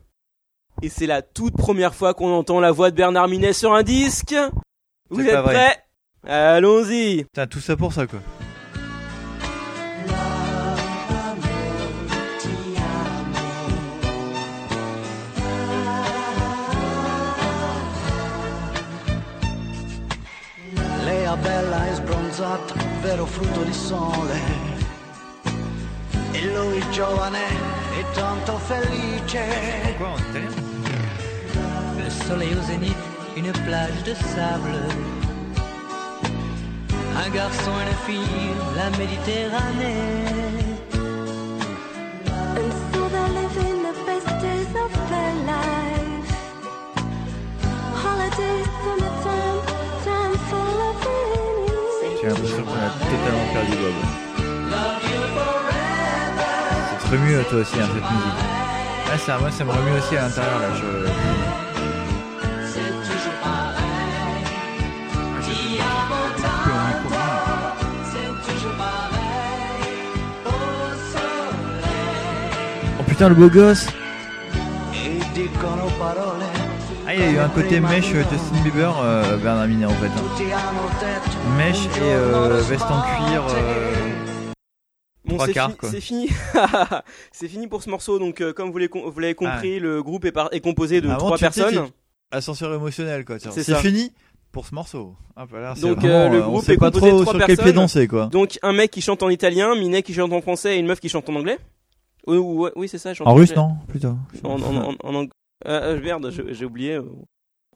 Et c'est la toute première fois qu'on entend la voix de Bernard Minet sur un disque. Vous
C'est
êtes
pas vrai.
prêts Allons-y.
Putain, tout ça pour ça, quoi.
L'amour, ti amo,
Maria bella e sbronzata, vero frutto di sole. E lui giovane e tanto felice.
Le soleil au zénith, une plage de sable.
Un garçon et une fille, la Méditerranée.
And so they're living the best days of their life. Holidays, summertime, time full of meaning.
J'ai l'impression qu'on a totalement perdu Bob.
Love you forever.
Ça te remue euh, toi aussi hein, cette musique. Ah ça, moi ça me remue aussi à l'intérieur là. Je...
C'est toujours pareil. Il y a mon
micro,
temps. C'est toujours pareil. Au soleil.
Oh putain, le beau gosse
E dicono parole.
Ah, il y a eu un côté mèche euh, Justin Bieber, euh, Bernard Minet en fait. hein.
Tutti hanno detto.
Mèche et euh, veste en cuir. euh,
Bon,
trois
c'est
quarts
fini-
quoi.
c'est fini. c'est fini pour ce morceau. Donc, euh, comme vous l'avez com- vous l'avez compris, le groupe est, par- est composé de
Ah. Avant,
trois
tu sais,
personnes.
c'est Ascenseur émotionnel quoi.
C'est
C'est
ça.
fini pour ce morceau. Ah, bah là, c'est
Donc
vraiment,
euh, le
euh, on
groupe
sait
est
pas
composé
trop
de trois
sur quel pied
personnes.
danser quoi.
Donc un mec qui chante en italien, Minet qui chante en français et une meuf qui chante en anglais. Ou- ou- ouais, oui, c'est ça. chante
En russe
anglais.
non plutôt.
En, en, en, en ang- euh, euh, merde, je- j'ai oublié. euh,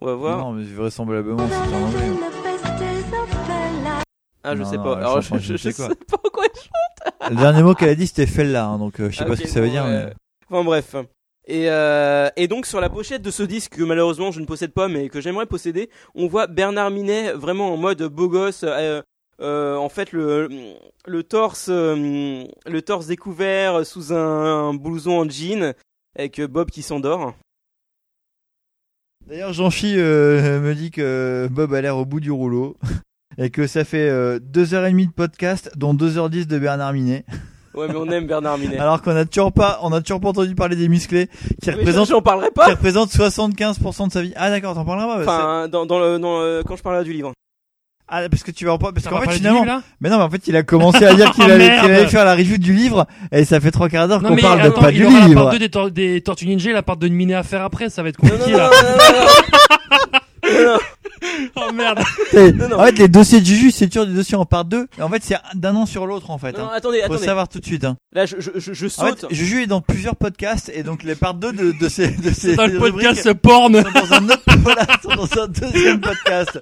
On va voir.
Non mais vraisemblablement c'est en anglais.
The best days of their life.
Ah, je
Non,
sais
non,
pas.
elle
Alors,
chante en
je, je- je
sais
sais
quoi.
pas pourquoi elle chante.
Le dernier mot qu'elle a dit c'était fella hein, donc euh, je sais
Ah,
pas
ok,
ce que ça veut
bon,
dire
euh,
mais.
Enfin bref. Et, euh, et donc sur la pochette de ce disque que malheureusement je ne possède pas mais que j'aimerais posséder, on voit Bernard Minet vraiment en mode beau gosse. euh, euh, en fait le le torse euh, le torse découvert sous un, un blouson en jean avec Bob qui s'endort.
D'ailleurs, Jean-Chi euh, me dit que Bob a l'air au bout du rouleau et que ça fait euh, 2h30 de podcast, dont 2h10 de Bernard Minet.
Ouais mais on aime Bernard Minet.
Alors qu'on n'a toujours pas, on a toujours pas entendu parler des musclés qui
Ah, Mais
représentent,
j'en parlerai pas.
qui représentent 75% de sa vie. Ah d'accord, t'en parleras pas. bah, c'est-
Enfin dans, dans le, dans le- quand je parlerai du livre.
ah, parce que tu vas en par- parce
T'as
qu'en
pas
fait
parlé du
finalement,
livre, là
mais non, mais en fait il a commencé à dire qu'il
Oh,
allait,
merde.
qu'il allait faire la review du livre et ça fait trois quarts d'heure
Non,
qu'on
mais
parle
attends,
de pas
il
du
aura la
livre.
part 2 des, tor- des Tortues Ninja et la part 2 de Minet à faire après, ça va être compliqué là. oh merde.
Et- En fait, les dossiers de Juju, c'est toujours des dossiers en part 2. En fait, c'est d'un an sur l'autre en fait.
Non,
hein.
attendez,
Faut
attendez.
savoir tout de suite. hein.
Là je je je, je
En
saute.
fait, Juju est dans plusieurs podcasts et donc les parts 2 de, de ces, de ces
dans le
rubriques
podcast porn.
sont dans un autre voilà, sont dans un deuxième podcast.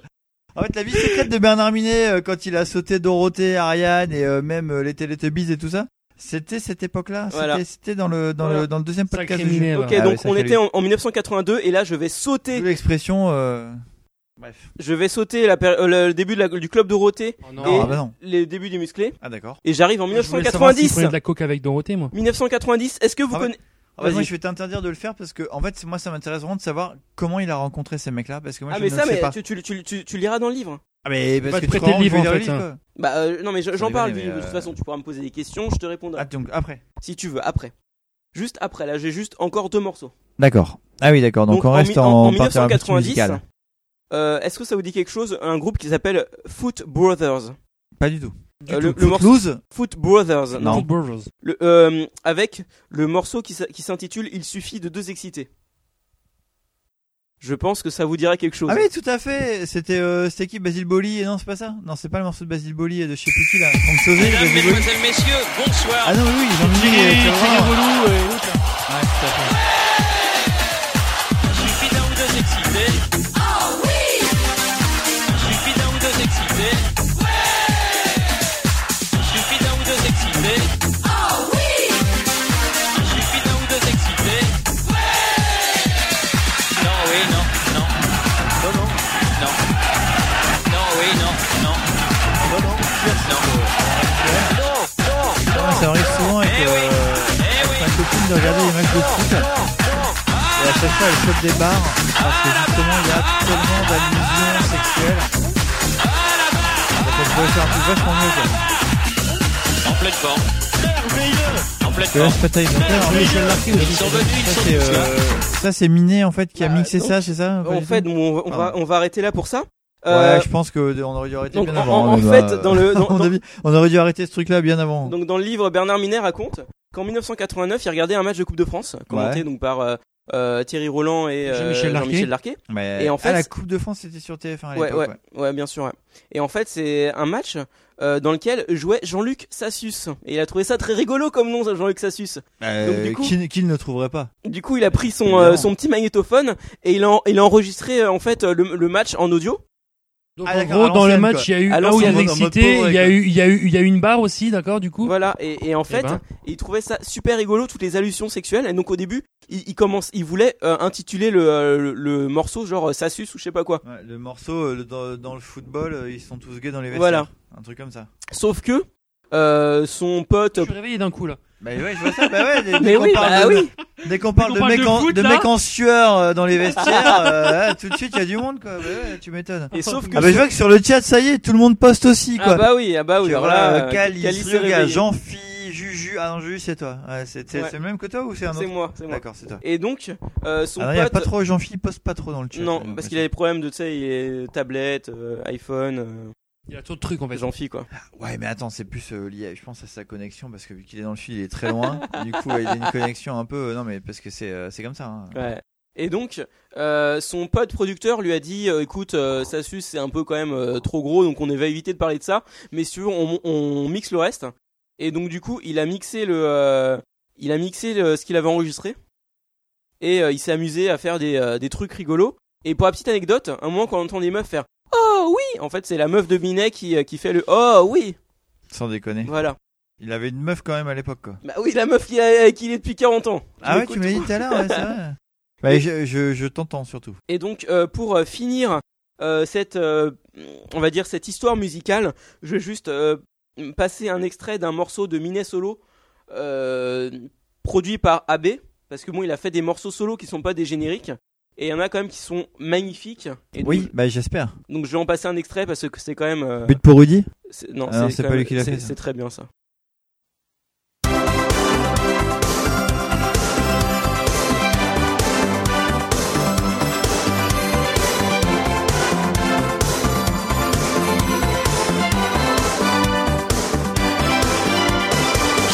En fait, la vie secrète de Bernard Minet euh, quand il a sauté Dorothée, Ariane et euh, même euh, les Teletubbies et tout ça, c'était cette époque-là. C'était-
Voilà.
C'était dans le dans
Voilà.
le dans le deuxième podcast. de Juju.
Ok donc on était en, en 1982 et là je vais sauter.
l'expression. euh, Bref.
Je vais sauter la péri- euh, le- le début de la- du club Dorothée
non.
et
Ah bah non.
les débuts des musclés.
Ah d'accord.
Et j'arrive en
Oh, Je voulais savoir s'il
1990.
prenait de la coke avec Dorothée, moi.
1990. Est-ce que vous
Ah ouais.
connaissez
Ah bah, moi,
Vas-y.
je vais t'interdire de le faire parce que en fait, c'est- moi, ça m'intéresse vraiment de savoir comment il a rencontré ces mecs-là parce que moi,
Ah
je
mais
ne
ça
sais
mais
pas.
tu, tu, tu, tu, tu liras dans le livre. hein.
Ah mais
Bah,
parce que
prêtez
tu crois
le livre,
que je
en
vais
fait,
lire le
hein.
livre, quoi.
Bah euh, non mais je- j'en
déconne,
parle du
mais,
livre. De toute
euh,
façon, tu pourras me poser des questions, je te répondrai.
Ah donc après.
Si tu veux après. Juste après là, j'ai juste encore deux morceaux.
D'accord. Ah oui, d'accord. Donc, on
en
reste
mi-
en,
en, en
partie un peu
1990.
musicale.
euh, Est-ce que ça vous dit quelque chose Un groupe qui s'appelle Foot Brothers.
Pas du tout.
Euh,
Du
le,
tout.
le morceau
Footloose
Foot Brothers.
Non.
Foot Brothers.
Le, euh, avec le morceau qui s'a- qui s'intitule Il suffit de deux excités. Je pense que ça vous dira quelque chose.
Ah oui, tout à fait. C'était euh, c'était qui Basile Boli et non, c'est pas ça. Non, c'est pas le morceau de Basile Boli et de je sais plus qui là. Franck Sauzet, Basile Boli.
messieurs, bonsoir.
Ah non, oui, ils ont mis
Thierry-
euh,
Thierry
Ferrand.
Relou et
Ah,
l'autre,
Ouais, tout à fait.
Suffit d'un ou deux excités. Oh oui Suffit d'un ou deux excités. Ouais Suffit d'un ou deux excités. Oh oui Suffit d'un ou deux excités. Ouais Non, oui, non, non. Non, non. Non. Non, oui, non, non. Non, non. Non.
Ah, ça arrive souvent avec
Eh
euh, ma copine de regarder les matchs de foot. Et à chaque fois, elle chope des barres parce que justement, il y a tellement d'allusions sexuelles. Donc, on pourrait faire un truc vachement mieux quand même.
En pleine forme. En pleine
Parce que là, c'est pas taille dentaire, mais Michel Larquet aussi.
Ils sont venus, ils
Ça,
sont
c'est,
venus,
euh, Ça, c'est Minet en fait qui a mixé
Ah, donc,
ça, c'est ça Pas
En
du
fait,
tout Ah.
bon, on, va, on, va, on va arrêter là pour ça.
Ouais,
Euh,
je pense que on aurait dû arrêter
donc,
bien
en-
avant.
en-
hein,
en
même,
fait,
euh,
dans le-
à
dans-
mon
dans-
avis, on aurait dû arrêter ce truc-là bien avant.
Donc dans le livre, Bernard Minet raconte qu'en 1989, il regardait un match de Coupe de France, commenté
Ouais.
donc par euh, euh, Thierry Roland et euh,
Jean-Michel Larquet.
Jean-Michel Larquet.
Mais
et en
à
fait,
la Coupe de France, c'était sur TF1 à
ouais,
l'époque,
ouais, ouais, bien sûr. ouais. Et en fait, c'est un match euh, dans lequel jouait Jean-Luc Sassus. Et il a trouvé ça très rigolo comme nom, Jean-Luc Sassus.
Euh,
du coup-
qui, qui ne trouverait pas
Du coup, il a pris son,
Évidemment.
euh, son petit magnétophone et il a, en- il a enregistré euh, en fait euh, le, le match en audio.
Donc, en gros, dans le match, il y a eu
À
un où il y
l'ancienne,
avait
en mode
excité,
pauvre,
il y a
quoi.
eu, il y a eu, il y a eu une barre aussi, d'accord, du coup.
Voilà, et, et en fait,
ben.
il trouvait ça super rigolo, toutes les allusions sexuelles. Et donc au début, il, il commence, il voulait euh, intituler le, euh, le, le morceau genre euh, Sassus ou je sais pas quoi.
Ouais, Le morceau, euh, le- dans, dans le football, euh, ils sont tous gays dans les vestiaires.
Voilà.
Un truc comme ça.
Sauf que euh, son pote.
Je suis réveillé d'un coup là.
Bah ouais, je vois ça. Bah ouais, dès, dès
Mais
qu'on
oui,
parle
bah
de,
oui.
Dès qu'on parle
qu'on
de,
parle
mecs
de
en,
foot,
de
là.
mecs en sueur euh, dans les vestiaires, euh, ouais, tout de suite, il y a du monde, quoi. Bah ouais, tu m'étonnes.
Et sauf que
Ah bah je vois que sur le chat, ça y est, tout le monde poste aussi,
Ah
quoi.
bah oui, ah bah oui.
Tu vois,
alors là,
euh,
euh,
Calice,
Calice
le
est
gars,
réveillé.
Jean-Phi, Juju. Ah non, Juju, c'est toi. Ouais, c'est c'est-
Ouais.
c'est le même que toi ou c'est un autre
C'est moi, c'est moi.
D'accord, c'est toi.
Et donc, euh, son
Ah non,
pote.
y a pas trop, Jean-Phi poste pas trop dans le chat.
Non,
Euh,
parce qu'il a des problèmes de, tu sais, il est tablette, euh, iPhone. euh,
Il a trop de trucs en fait.
Jean-Phi quoi.
Ouais, mais attends, c'est plus euh, lié, je pense, à sa connexion, parce que vu qu'il est dans le fil, il est très loin. du coup, ouais, il a une connexion un peu. euh, non, mais parce que c'est euh, c'est comme ça. hein.
Ouais. Et donc, euh, son pote producteur lui a dit euh, écoute, euh, Sassus, c'est un peu quand même euh, trop gros, donc on va éviter de parler de ça. Mais si tu veux, on, on mixe le reste. Et donc, du coup, il a mixé le, euh, il a mixé le- ce qu'il avait enregistré. Et euh, il s'est amusé à faire des, euh, des trucs rigolos. Et pour la petite anecdote, un moment quand on entend des meufs faire Oh oui En fait, c'est la meuf de Binet qui, euh, qui fait le Oh oui
Sans déconner.
Voilà.
Il avait une meuf quand même à l'époque, quoi.
Bah oui, la meuf qui, a- qui est depuis 40 ans.
Ah ouais,
l'écoutes.
tu m'as dit tout à l'heure, ouais, c'est vrai. Bah, je je, je t'entends surtout.
Et donc, euh, pour euh, finir euh, cette, euh, on va dire cette histoire musicale, je vais juste euh, passer un extrait d'un morceau de Minet Solo euh, produit par AB, parce que bon, il a fait des morceaux solo qui sont pas des génériques, et il y en a quand même qui sont magnifiques. Et donc-
Oui, bah j'espère.
Donc, je vais en passer un extrait parce que c'est quand même. euh,
But pour Rudy
c'est- Non,
Ah non,
c'est
c'est pas
quand même-
lui qui l'a
c'est-
fait, ça.
C'est très bien ça.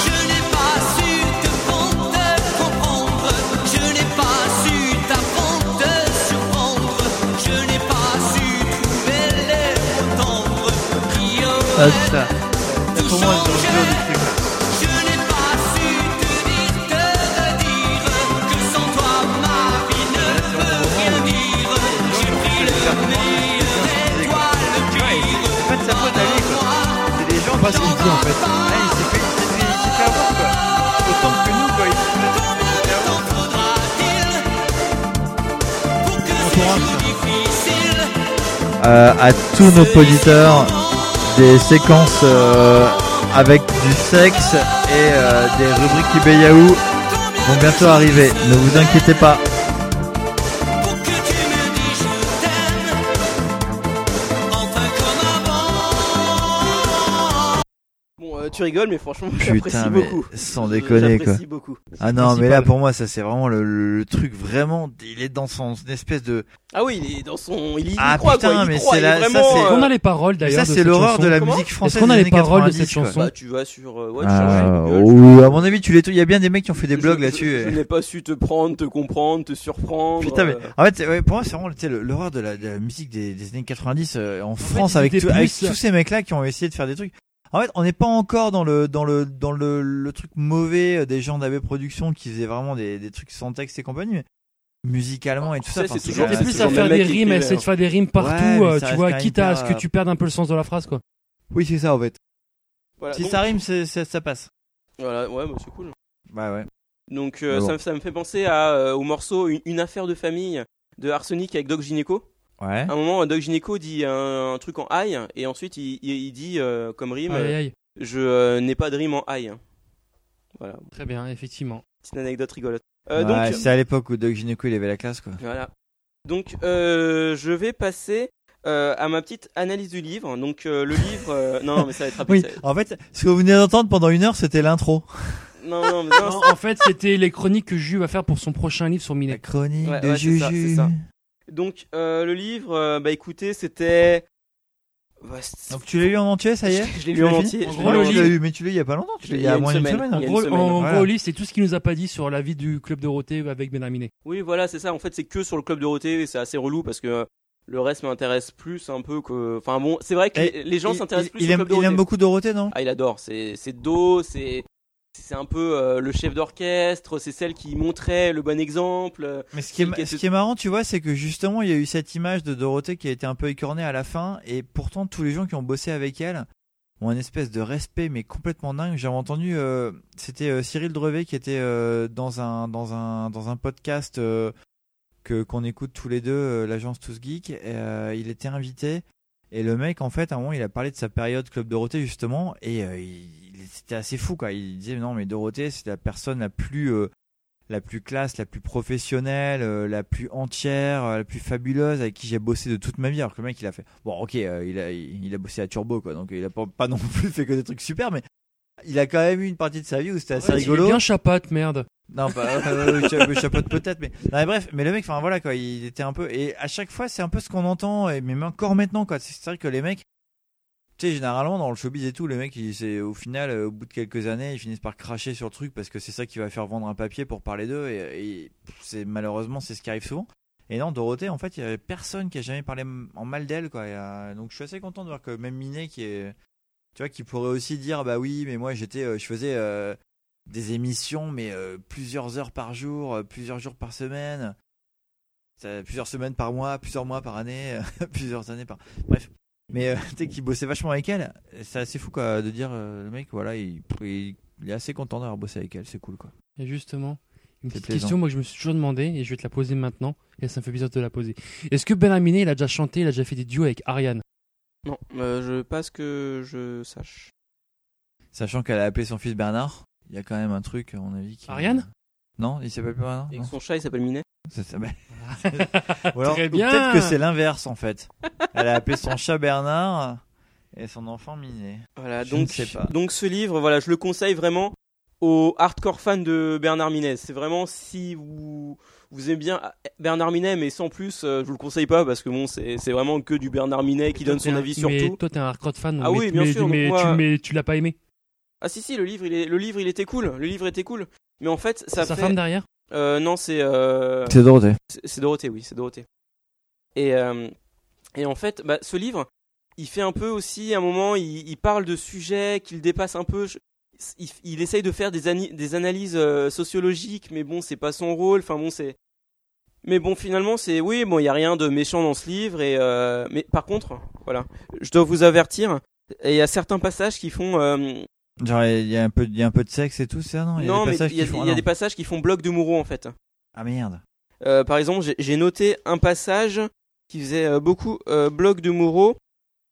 Je n'ai pas su te te comprendre, je n'ai pas su ta te surprendre, je n'ai pas su trouver les mots tendres qui
Ah
auraient
putain. Pour moi, ils ont joué au truc.
Je n'ai pas su te dire, te dire que sans toi ma vie ne peut rien dire. J'ai pris le meilleur des toi, le cuir. C'est pas de sa faute à lui, quoi.
C'est des gens pas ce qu'il dit en fait. Ah, il s'est fait, il s'est fait, il s'est fait avoir quoi. Autant que nous quoi. Il s'est fait, il s'est fait avoir.
Euh, à tous nos auditeurs des séquences euh, avec du sexe et euh, des rubriques Ibeyaou vont bientôt arriver. Ne vous inquiétez pas.
Bon, euh, tu rigoles, mais franchement,
Putain,
j'apprécie
mais
beaucoup.
sans
Je-
déconner quoi.
j'apprécie beaucoup.
Ah non, mais là pour moi ça c'est vraiment le, le- le truc vraiment. Il est dans son espèce de.
Ah oui, il est dans son, il y, il y
Ah,
croit
putain,
quoi, il y
mais
croit,
c'est
il
la-
est
ça,
vraiment.
c'est-
euh,
On a les paroles d'ailleurs.
ça,
de
c'est
cette
l'horreur
chanson.
de la
Comment
musique française
Est-ce qu'on a
des
les paroles de
années
cette
90, quoi.
chanson
Bah, tu vas sur. euh, ouais, tu cherches
hein. Ah,
sur Google,
ou à mon avis tu les il y a bien des mecs qui ont fait des blogs
je-
là-dessus.
Je,
et-
je n'ai pas su te prendre, te comprendre, te surprendre.
Putain, mais
euh,
en fait, c'est- ouais, pour moi, c'est vraiment tu sais, le- l'horreur de la, de la musique des, des années 90 euh, en France
ils
avec,
étaient
tout- avec
plus-
tous ces mecs-là qui ont essayé de faire des trucs. En fait, on n'est pas encore dans le dans le dans le, le truc mauvais euh, des gens d'AB Productions qui faisaient vraiment des, des trucs sans texte et compagnie, mais musicalement et tout ça.
sais,
enfin,
c'est toujours
quand même-
des
plus
c'est
à faire
le mec
des
qui
rimes,
écrivait,
essayer de
hein.
faire des rimes partout,
Ouais, mais
euh,
ça
tu
reste
vois,
quand même
quitte à
pas-
ce que tu
euh,
perdes un peu le sens de la phrase, quoi.
Oui, c'est ça en fait.
voilà,
Si
Ah, donc-
ça rime, c'est- ça, ça passe.
Voilà, ouais, bah, c'est cool.
Bah ouais.
Donc, euh,
Mais bon.
ça, me- ça me fait penser à, euh, au morceau une, Une affaire de famille de Arsenic avec Doc Gineco.
Ouais.
À un moment, Doc Gineco dit un, un truc en aïe, et ensuite il, il- il dit euh, comme rime
Ah,
Aïe, aïe.
euh, Je euh, n'ai pas de rime en aïe. Voilà,
Très bien, effectivement.
petite anecdote rigolote. Euh,
Ouais,
donc,
c'est à l'époque où Doc Gineco il avait la classe quoi.
Voilà. Donc, euh, je vais passer euh, à ma petite analyse du livre. Donc, euh, le livre. euh, Non, non, mais ça va être rapide.
Oui,
ça va être-
en fait, ce que vous venez d'entendre pendant une heure, c'était l'intro.
Non, non, mais non,
Non, en fait, c'était les chroniques que Ju va faire pour son prochain livre sur Minet.
Chronique
Ouais,
de
ouais, c'est ça,
Juju.
c'est ça. Donc euh, le livre, euh, bah écoutez, c'était
Donc tu l'as lu en entier, ça y est
Je l'ai
Tu
lu en
l'as fini
entier.
En
Je
gros,
l'ai lu en
tu
entier.
l'as eu, mais tu l'as eu il y a pas longtemps. Tu l'as eu il y a moins d'une semaine.
En gros, en
Voilà.
gros, Oli, c'est tout ce qu'il nous a pas dit sur la vie du club Dorothée avec Benaminé.
Oui, voilà, c'est ça. En fait, c'est que sur le club Dorothée et c'est assez relou parce que euh, le reste m'intéresse plus un peu que. Enfin bon, c'est vrai que
Eh,
les- les gens
il-
s'intéressent
il-
plus
il
au
aime-
club
il aime
Dorothée.
beaucoup Dorothée, non
Ah, il adore. C'est c'est Do, c'est c'est un peu euh, le chef d'orchestre, c'est celle qui montrait le bon exemple.
Mais ce qui, est, ma- ce qui est marrant, tu vois, c'est que justement, il y a eu cette image de Dorothée qui a été un peu écornée à la fin, et pourtant, tous les gens qui ont bossé avec elle ont un espèce de respect, mais complètement dingue. J'ai entendu, euh, c'était euh, Cyril Drevet qui était euh, dans, un, dans, un, dans un podcast euh, que qu'on écoute tous les deux, euh, l'agence Tous Geek. et, euh, il était invité, et le mec, en fait, à un moment, il a parlé de sa période Club Dorothée, justement, et euh, il, il- c'était assez fou, quoi. Il disait, non, mais Dorothée, c'est la personne la plus. euh, la plus classe, la plus professionnelle, euh, la plus entière, euh, la plus fabuleuse avec qui j'ai bossé de toute ma vie. Alors que le mec, il a fait bon, ok, euh, il a il, il a bossé à Turbo quoi, donc il a pas, pas non plus fait que des trucs super, mais il a quand même eu une partie de sa vie où c'était assez
Ouais, il est
rigolo.
bien chapatte, merde.
Non, pas euh, cha- euh, chapeau de peut-être, mais non, mais bref, mais le mec, enfin voilà quoi, il était un peu et à chaque fois c'est un peu ce qu'on entend et même encore maintenant quoi. C'est c'est vrai que les mecs tu sais, généralement, dans le showbiz et tout, les mecs, ils- c'est- au final, euh, au bout de quelques années, ils finissent par cracher sur le truc parce que c'est ça qui va faire vendre un papier pour parler d'eux. Et, et c'est malheureusement, c'est ce qui arrive souvent. Et non, Dorothée, en fait, il y avait personne qui a jamais parlé m- en mal d'elle, quoi. Et, euh, donc, je suis assez content de voir que même Minet, qui est, tu vois, qui pourrait aussi dire, bah oui, mais moi, j'étais, euh, je faisais euh, des émissions, mais euh, plusieurs heures par jour, euh, plusieurs jours par semaine, ça- plusieurs semaines par mois, plusieurs mois par année, plusieurs années par. Bref. Mais euh, tu sais qu'il bossait vachement avec elle. C'est assez fou quoi de dire euh, le mec voilà il, il- il est assez content d'avoir bossé avec elle, c'est cool quoi.
Et justement, une
C'est
petite
plaisant.
question, moi, que je me suis toujours demandé, et je vais te la poser maintenant, et ça me fait bizarre de te la poser. Est-ce que Benaminé, il a déjà chanté, il a déjà fait des duos avec Ariane
Non, euh, je passe que je sache.
Sachant qu'elle a appelé son fils Bernard, il y a quand même un truc à mon avis. Qui...
Ariane
Non, il s'appelle pas Bernard.
Et
non
que son chat il s'appelle Minet.
Ça s'appelle- Ou alors,
Ah, Très
ou
bien.
peut-être que c'est l'inverse en fait. Elle a appelé son chat Bernard et son enfant Minet.
Voilà,
Je ne
donc,
sais pas.
donc ce livre, voilà, je le conseille vraiment aux hardcore fans de Bernard Minet. C'est vraiment si vous, vous aimez bien euh, Bernard Minet, mais sans plus, euh, je vous le conseille pas parce que bon, c'est c'est vraiment que du Bernard Minet qui donne son avis sur
mais
tout.
toi, t'es un hardcore fan.
Ah
mais-
oui, bien
mais-
sûr, donc
Mais,
moi-
tu, mais tu l'as pas aimé.
Ah si si, le livre, il est, le livre, il était cool. Le livre était cool. Mais en fait, ça
C'est sa
fait-
femme derrière
Euh, Non, c'est. euh,
C'est Dorothée.
c'est- C'est Dorothée, oui, c'est Dorothée. Et euh, et en fait, bah, ce livre, il fait un peu aussi, à un moment, il, il parle de sujets qu'il dépasse un peu. Je- il, il essaye de faire des, ani- des analyses euh, sociologiques, mais bon, c'est pas son rôle. Enfin bon, c'est. Mais bon, finalement, c'est oui, bon, il y a rien de méchant dans ce livre. Et euh, mais par contre, voilà, je dois vous avertir. et Il y a certains passages qui font. euh,
Genre il y a un peu il y a un peu de sexe et tout ça non Il y a
non,
des
mais
passages
il y a,
qui font-
il
ah,
y a
non.
des passages qui font bloc de Moreau en fait.
Ah merde.
Euh, par exemple, j'ai- j'ai noté un passage qui faisait euh, beaucoup euh, bloc de Moreau.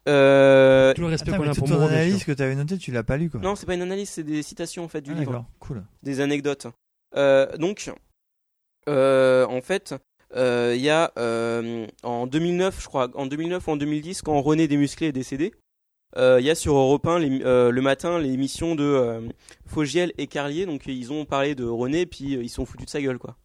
Euh,
Tout le respect
Attends, mais toute ton analyse que t'avais notée, tu l'as pas lu quoi.
non, c'est pas une analyse, c'est des citations en fait du
Ah,
livre.
d'accord, cool.
Des anecdotes. Euh, donc, euh, en fait, euh, il y a euh, en 2009, je crois, en 2009 ou en 2010, quand René Desmusclés est décédé, euh, il y a sur Europe 1 les- euh, le matin l'émission de euh, Fogiel et Carlier. Donc ils ont parlé de René, puis euh, ils se sont foutus de sa gueule quoi.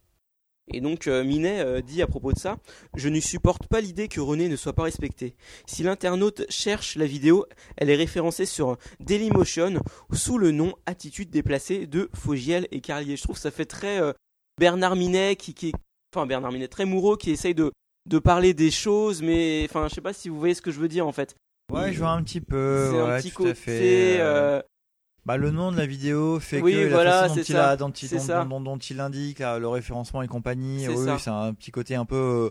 Et donc euh, Minet euh, dit à propos de ça Je ne supporte pas l'idée que René ne soit pas respecté. Si l'internaute cherche la vidéo, elle est référencée sur Dailymotion sous le nom Attitude déplacée de Fogiel et Carlier. Je trouve que ça fait très euh, Bernard Minet qui, qui est- Enfin, Bernard Minet, très Mouraux qui essaye de, de parler des choses, mais enfin, je sais pas si vous voyez ce que je veux dire en fait.
Ouais, je vois un petit peu.
C'est un
Euh, ouais,
petit
tout à
côté,
fait.
euh,
Bah, le nom de la vidéo fait
Oui,
que
voilà,
la façon dont
c'est
il,
ça,
a, dont, il-
c'est
dont-
ça.
dont- dont il indique là, le référencement et compagnie,
C'est
oui,
ça.
oui, c'est un petit côté un peu. euh,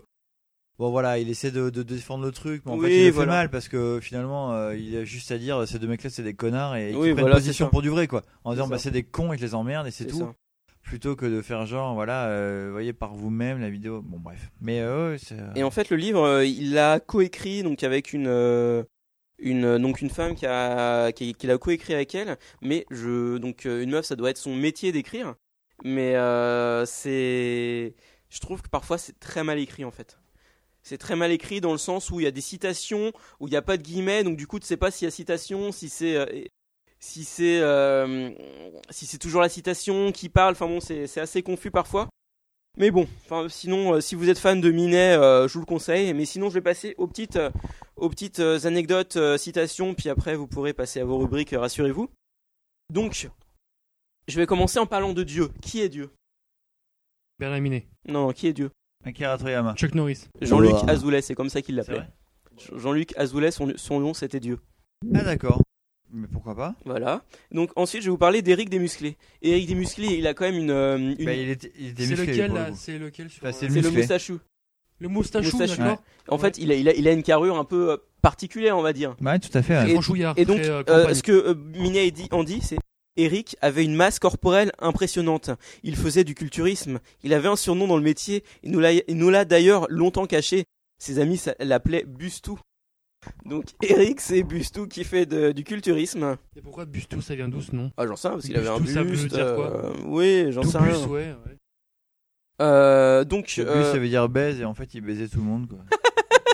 Bon voilà, il essaie de, de défendre le truc, mais en
Oui,
fait il le
voilà.
fait mal parce que finalement euh, il a juste à dire ces deux mecs-là c'est des connards et ils
Oui,
prennent
voilà,
position
c'est ça.
pour du vrai quoi, en
C'est
disant
ça.
bah c'est des cons et je les emmerde et c'est
C'est
tout,
ça.
plutôt que de faire genre voilà, euh, voyez par vous-même la vidéo, bon bref. Mais euh, ouais, c'est.
Et en fait, le livre, euh, il l'a coécrit donc avec une euh, une euh, donc une femme qui a qui, qui l'a coécrit avec elle. Mais je donc euh, une meuf, ça doit être son métier d'écrire. Mais euh, c'est je trouve que parfois c'est très mal écrit en fait. C'est très mal écrit dans le sens où il y a des citations, où il n'y a pas de guillemets, donc du coup tu sais pas s'il y a citation, si c'est euh, si c'est euh, si c'est toujours la citation qui parle. Enfin bon, c'est c'est assez confus parfois. Mais bon, enfin, sinon, euh, si vous êtes fan de Minet, euh, je vous le conseille. Mais sinon, je vais passer aux petites, euh, aux petites euh, anecdotes, euh, citations, puis après vous pourrez passer à vos rubriques, euh, rassurez-vous. Donc, je vais commencer en parlant de Dieu. Qui est Dieu
Bernard Minet.
Non, qui est Dieu
Akira Toriyama.
Chuck Norris.
Jean-Luc
Ouah.
Azoulay, c'est comme ça qu'il
C'est
l'appelait.
vrai
Jean- Jean-Luc Azoulay, son, son nom c'était Dieu.
Ah d'accord. Mais pourquoi pas
Voilà. Donc ensuite, je vais vous parler d'Éric Desmusclés. Éric Desmusclés, il a quand même une. euh, une-
Bah, il est- il était
C'est
musclé,
lequel
pour le
là
coup.
C'est lequel sur
Bah,
euh,
c'est
C'est le
musclé.
moustachou.
Le moustachou,
Moustachu.
d'accord.
En fait, il a, il, a, il a une carrure un peu euh, particulière, on va dire.
Ouais, tout à fait, ouais.
Et,
Franchouillard,
et donc,
très, euh,
euh,
campagne.
ce que euh, Minet et dit, en dit, c'est Eric avait une masse corporelle impressionnante. Il faisait du culturisme. Il avait un surnom dans le métier. Il nous l'a- il nous l'a d'ailleurs longtemps caché. Ses amis ça- l'appelaient Bustou. Donc, Eric, c'est Bustou qui fait de- du culturisme.
Et pourquoi Bustou, ça vient d'où ce nom
Ah, j'en sais rien, parce qu'il avait un
Bustou,
buste.
ça veut dire quoi
euh, oui, j'en
Tout
sais
bus,
rien.
ouais, ouais.
Euh, donc,
Le bus,
euh,
ça veut dire baise et en fait il baisait tout le monde quoi.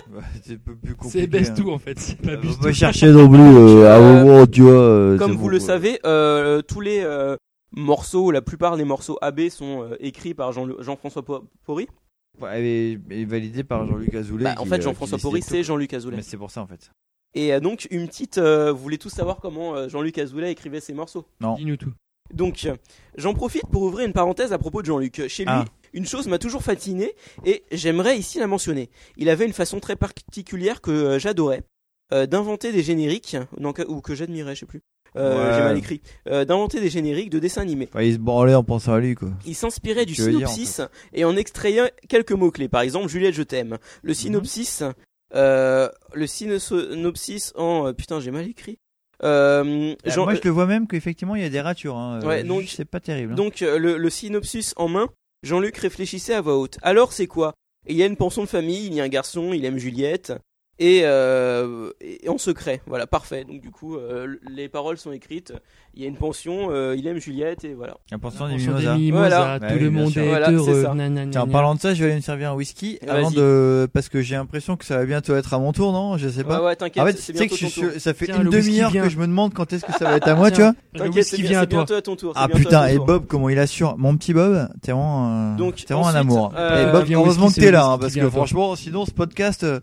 Bah, c'est un peu plus compliqué.
C'est baisse
hein.
tout en fait, c'est pas
Faut
bus
pas
tout.
chercher non plus euh, à
Euh,
avoir tu vois. euh,
comme
c'est
vous
bon,
le
quoi.
savez, euh, tous les euh, morceaux, la plupart des morceaux AB sont euh, écrits par Jean- Jean-François Po- Porry.
Ouais, et, et validé par Jean-Luc Azoulay.
Bah, en
qui,
fait,
euh,
Jean-François
qui décide
Porry,
tout,
c'est
quoi.
Jean-Luc Azoulay.
Mais c'est pour ça en fait.
Et euh, donc, une petite. euh, vous voulez tous savoir comment euh, Jean-Luc Azoulay écrivait ses morceaux.
Non.
Dis-nous tout.
Donc, euh, j'en profite pour ouvrir une parenthèse à propos de Jean-Luc. Euh, Chez lui,
Ah.
une chose m'a toujours fasciné et j'aimerais ici la mentionner. Il avait une façon très particulière que euh, j'adorais euh, d'inventer des génériques, non, que- ou que j'admirais, je sais plus. Euh,
Ouais.
J'ai mal écrit. Euh, d'inventer des génériques de dessins animés.
Enfin, il se branlait en pensant à lui quoi.
Il s'inspirait du
Tu veux dire, en
synopsis et en extrayait quelques mots-clés. Par exemple, Juliette, je t'aime.
Mhm.
Le synopsis, euh, le syno- synopsis en. euh, putain, j'ai mal écrit. Euh,
Ah,
Jean-
Moi je le vois même qu'effectivement il y a des ratures. Hein.
Ouais,
Euh,
donc-
c'est pas terrible. hein.
donc, euh, le, le synopsis en main, Jean-Luc réfléchissait à voix haute. Alors, c'est quoi Et Il y a une pension de famille, il y a un garçon, il aime Juliette. Et, euh, et en secret, voilà, parfait. Donc du coup, euh, les paroles sont écrites. Il y a une pension, euh, il aime Juliette et voilà.
La pension des
Sur des
mimosas.
mimosas,
Voilà.
Bah
tout
oui,
le
bien
monde
sûr.
est
Voilà, c'est
heureux.
ça.
nanana.
Tiens, en parlant de ça, je vais aller me servir un whisky
Vas-y.
avant de parce que j'ai l'impression que ça va bientôt être à mon tour, non Je sais pas.
ouais, ouais,
En
t'inquiète,
fait,
c'est
tu sais
bientôt
que je
ton
suis
tour.
sûr- ça fait
Tiens,
une
le whisky
demi-heure
vient.
que je me demande quand est-ce que ça va être à moi, tu vois
Le
T'inquiète,
whisky
c'est bien-
vient
c'est
à toi.
bientôt à ton tour. c'est
Ah
bientôt à
putain,
ton
et
tour.
Bob, comment il assure Mon petit Bob, t'es vraiment, euh,
Donc,
t'es vraiment un
ensuite,
amour.
euh,
et Bob,
Viens,
heureusement
whisky,
que t'es
c'est
là,
le
hein,
whisky
parce
qui
que
vient à toi.
franchement, sinon ce podcast, euh,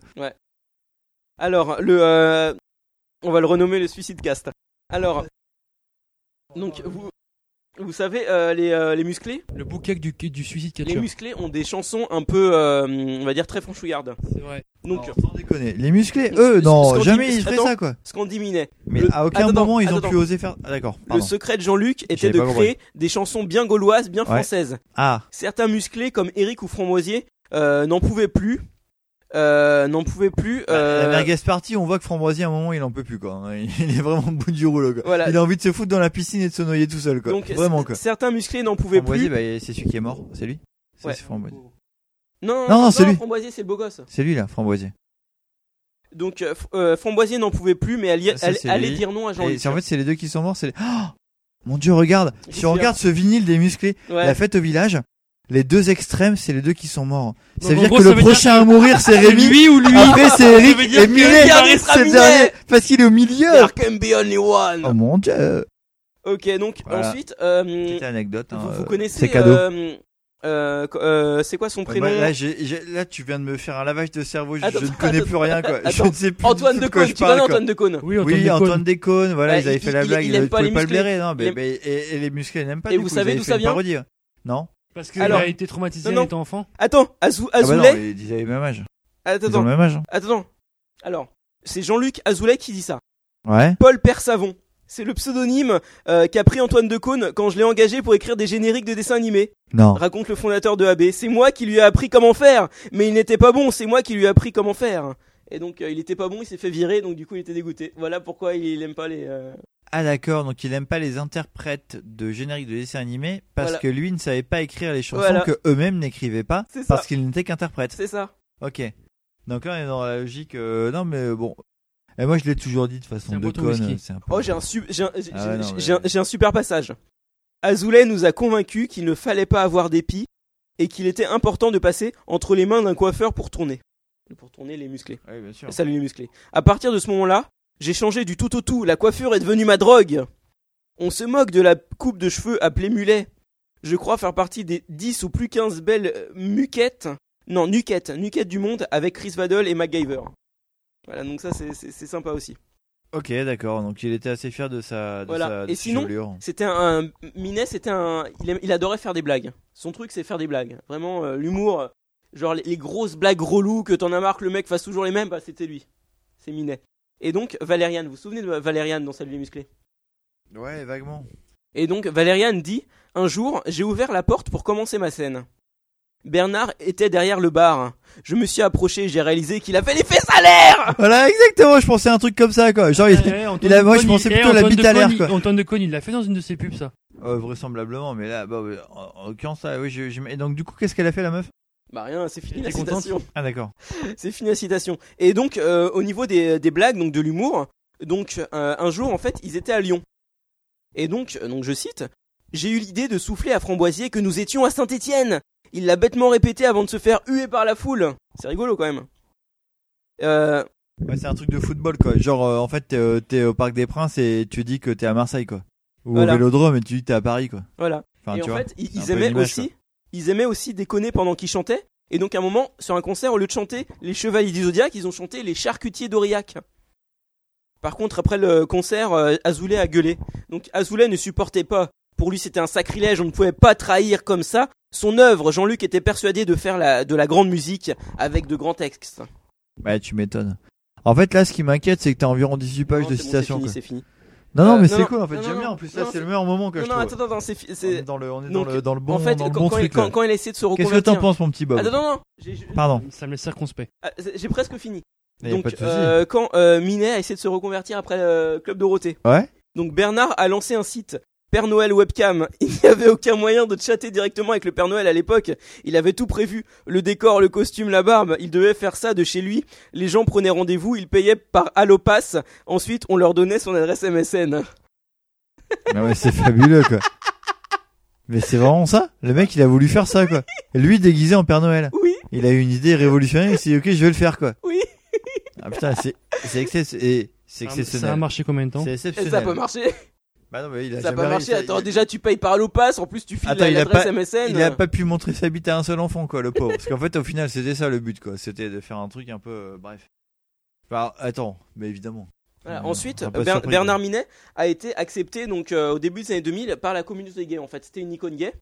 Alors, le, euh, on va le renommer le Suicide Cast. Alors, donc vous, vous savez euh, les, euh, les musclés,
Le bouquet du, du suicide
les
catcher.
musclés ont des chansons un peu, euh, on va dire très franchouillardes.
C'est vrai.
Donc,
sans déconner, les musclés,
Ce-
eux,
ce- ce
non,
qu'on
jamais
dit-
ils feraient
attends.
ça, quoi.
ce qu'on diminait.
Mais
Le-
à aucun
attends,
moment ils ont
attends.
pu oser faire. Ah, d'accord.
Le
pardon.
secret de Jean-Luc était
J'avais
de
pas compris.
créer des chansons bien gauloises, bien
Ouais.
françaises.
Ah,
Certains musclés comme Eric ou Framboisier euh, n'en pouvaient plus. Euh, n'en pouvaient plus.
Bah, la
euh,
merguez partie, on voit que Framboisier, à un moment, il en peut plus, quoi. Il est vraiment au bout du rouleau, quoi.
Voilà.
Il a envie de se foutre dans la piscine et de se noyer tout seul, quoi.
donc,
vraiment, quoi.
certains musclés n'en pouvaient plus.
Framboisier, bah, c'est celui qui est mort, c'est lui. Ça,
Ouais.
c'est Framboisier.
Non,
Non, non, c'est lui.
Framboisier, c'est le beau gosse.
C'est lui, là, Framboisier.
Donc euh, F- euh, Framboisier n'en pouvait plus, mais elle, y-
Ah, Ça,
elle-
c'est
allait
lui.
dire non à
Et
Jean-Luc.
c'est- en fait, c'est les deux qui sont morts, c'est les... Oh Mon dieu, regarde.
Je
Si
suis
on
là.
regarde ce vinyle des musclés,
Ouais.
la fête au village, les deux extrêmes, c'est les deux qui sont morts.
Donc,
ça veut
en
dire
gros,
que
ça
le
veut dire
prochain à mourir, c'est Rémi.
Lui ou lui
Après, c'est
Ça
Eric
veut dire
et
que
Millet.
Gary sera
C'est le
Millet.
dernier. Parce qu'il est au milieu.
There can be only one.
Oh mon dieu.
Ok, donc
Voilà.
ensuite, euh,
C'était anecdote. hein,
vous, vous
euh,
connaissez.
C'est cadeau.
euh, euh, co- euh, c'est quoi son
Ouais,
prénom
bah, là, j'ai- j'ai- là, tu viens de me faire un lavage de cerveau. Je,
Attends,
je ne connais plus rien, quoi. Je
attends.
ne sais plus. du
Antoine
tout
de
quoi
Caunes,
je
tu
parle,
connais
quoi.
Antoine de Caunes
Oui, Antoine
Oui,
Déconne.
Antoine Déconne, voilà,
Ouais,
ils avaient
il-
fait la
il-
blague,
il
ils
aime
ne
pas
pouvaient
les
pas le
musclés.
blairer, non, mais,
Il aime-
mais- et, et les musclés n'aiment pas.
Et
du
vous
coup, ils
savez
avaient
d'où
fait
ça
une
vient Ah,
parodie, ouais. Non
Parce qu'il
Alors-
a été traumatisé
Non, non.
en étant enfant.
Attends, Azou-
Ah bah non,
Azoulay.
mais ils avaient le même âge.
Attends,
Ils ont
attends,
le même âge. hein.
attends. Alors, c'est Jean-Luc Azoulay qui dit ça.
Ouais.
Paul Persavon. C'est le pseudonyme euh, qu'a pris Antoine de Caunes quand je l'ai engagé pour écrire des génériques de dessins animés.
Non.
Raconte le fondateur de AB. C'est moi qui lui ai appris comment faire, mais il n'était pas bon. C'est moi qui lui ai appris comment faire. Et donc euh, il était pas bon, il s'est fait virer, donc du coup il était dégoûté. Voilà pourquoi il, il aime pas les. euh,
Ah d'accord, donc il aime pas les interprètes de génériques de dessins animés parce
Voilà.
que lui ne savait pas écrire les chansons
Voilà.
que eux-mêmes n'écrivaient pas
C'est ça.
parce qu'il n'était qu'interprète.
C'est ça.
Ok. Donc là on est dans la logique. euh, non mais bon. Et moi je l'ai toujours dit de façon
C'est un
de
beau ton
conne.
whisky.
C'est un peu-
Oh j'ai un, su- j'ai un- j'ai-
Ah ouais, non,
j'ai-
mais-
j'ai un- j'ai un super passage. Azoulay nous a convaincus qu'il ne fallait pas avoir d'épis et qu'il était important de passer entre les mains d'un coiffeur pour tourner. Pour tourner les musclés.
Ouais, bien sûr.
Salut les musclés. À partir de ce moment-là, j'ai changé du tout au tout. La coiffure est devenue ma drogue. On se moque de la coupe de cheveux appelée mulet. Je crois faire partie des 10 ou plus 15 belles euh, muquettes. Non, nuquettes. Nuquettes du monde avec Chris Waddle et MacGyver. Voilà, donc ça c'est- c'est c'est sympa aussi.
Ok, d'accord. Donc il était assez fier de sa, de sa-
Voilà.
de
Et
sa
sinon,
chevelure.
c'était un, un- Minet, c'était un, il, aim- il adorait faire des blagues. Son truc, c'est faire des blagues. Vraiment, euh, l'humour, euh, genre les, les grosses blagues reloues que t'en as marre que le mec fasse toujours les mêmes, bah c'était lui. C'est Minet. Et donc Valériane, vous vous souvenez de Valériane dans Salut les musclés
Ouais, vaguement.
Et donc Valériane dit Un jour, j'ai ouvert la porte pour commencer ma scène. Bernard était derrière le bar. Je me suis approché et j'ai réalisé qu'il avait les fesses à l'air
Voilà, exactement. Je pensais à un truc comme ça, quoi. Genre, il,
Eh, Antoine
il a, moi,
de
je
Caunes,
pensais
eh,
plutôt à la
Antoine
bite
de
à l'air,
Caunes,
quoi.
il- Antoine de Caunes, il l'a fait dans une de ses pubs, ça.
Euh, vraisemblablement, mais là, bah, bah, en en l'occurrence, ça, oui, je- je- et donc du coup, qu'est-ce qu'elle a fait la meuf
Bah rien, c'est fini la
était contente
citation.
Ah, d'accord.
C'est fini la citation. Et donc euh, au niveau des, des blagues, donc de l'humour, donc euh, un jour en fait ils étaient à Lyon. Et donc, euh, donc je cite, j'ai eu l'idée de souffler à Framboisier que nous étions à Saint-Étienne. Il l'a bêtement répété avant de se faire huer par la foule. C'est rigolo quand même. Euh,
Ouais, c'est un truc de football, quoi. Genre, euh, en fait, t'es, euh, t'es au Parc des Princes et tu dis que t'es à Marseille, quoi. Ou
Voilà.
au Vélodrome et tu dis que t'es à Paris, quoi.
Voilà.
Enfin,
et en
tu vois,
fait, ils,
c'est un
ils
peu
aimaient
une image,
aussi, ils aimaient aussi déconner pendant qu'ils chantaient. Et donc, à un moment, sur un concert, au lieu de chanter les Chevaliers du Zodiac, ils ont chanté les Charcutiers d'Aurillac. Par contre, après le concert, euh, Azoulay a gueulé. Donc, Azoulay ne supportait pas. Pour lui, c'était un sacrilège. On ne pouvait pas trahir comme ça son œuvre. Jean-Luc était persuadé de faire la- de la grande musique avec de grands textes.
Ouais, tu m'étonnes. En fait, là, ce qui m'inquiète, c'est que t'as environ 18 pages
Non,
de
c'est bon,
citations.
c'est fini,
quoi.
c'est fini.
Non, non,
Euh,
mais c'est cool,
non,
en fait.
non,
J'aime
non,
bien. En plus, là,
non,
c'est le meilleur moment que
non,
je
non,
trouve.
attends, attends, attends, c'est fi- c'est-
dans le, on est
Donc,
dans le, dans le bon,
en fait,
dans le
quand,
bon
quand
truc.
il, quand-
là.
quand il a essayé de se
Qu'est-ce
reconvertir.
que t'en penses, mon petit Bob
Attends, non, non, j'ai- j'ai-
Pardon.
Ça me laisse circonspect.
Ah, c'est- J'ai presque fini.
Mais Eh, y a
Donc,
pas de souci.
euh, quand euh, Minet a essayé de se reconvertir après le Club Dorothée,
Ouais.
donc Bernard a lancé un site Père Noël Webcam. Il n'y avait aucun moyen de chatter directement avec le Père Noël à l'époque. Il avait tout prévu le décor, le costume, la barbe. Il devait faire ça de chez lui. Les gens prenaient rendez-vous, ils payaient par Allopass. Ensuite, on leur donnait son adresse MSN.
Ah ouais, c'est fabuleux, quoi. Mais c'est vraiment ça Le mec, il a voulu faire ça, quoi. Lui, déguisé en Père Noël.
Oui.
Il a eu une idée révolutionnaire, il s'est dit, ok, je vais le faire, quoi.
Oui.
Ah putain, c'est c'est excess- et- c'est exceptionnel.
Ça a marché combien de temps
C'est
Et
exceptionnel.
ça a pas marché.
Bah non, mais il a
ça a
jamais
pas
réussi.
marché. Attends, déjà tu payes par Allopass, en plus tu files
Attends, il a
l'adresse
pas,
MSN.
il a pas pu montrer sa bite à un seul enfant, quoi, le pauvre. Parce qu'en fait, au final, c'était ça le but, quoi. C'était de faire un truc un peu, euh, bref. Enfin, attends, mais évidemment.
Voilà.
Euh,
Ensuite,
un peu
Ber-
surpris,
Bernard Minet a été accepté donc euh, au début des années 2000 par la communauté gay. En fait, c'était une icône gay.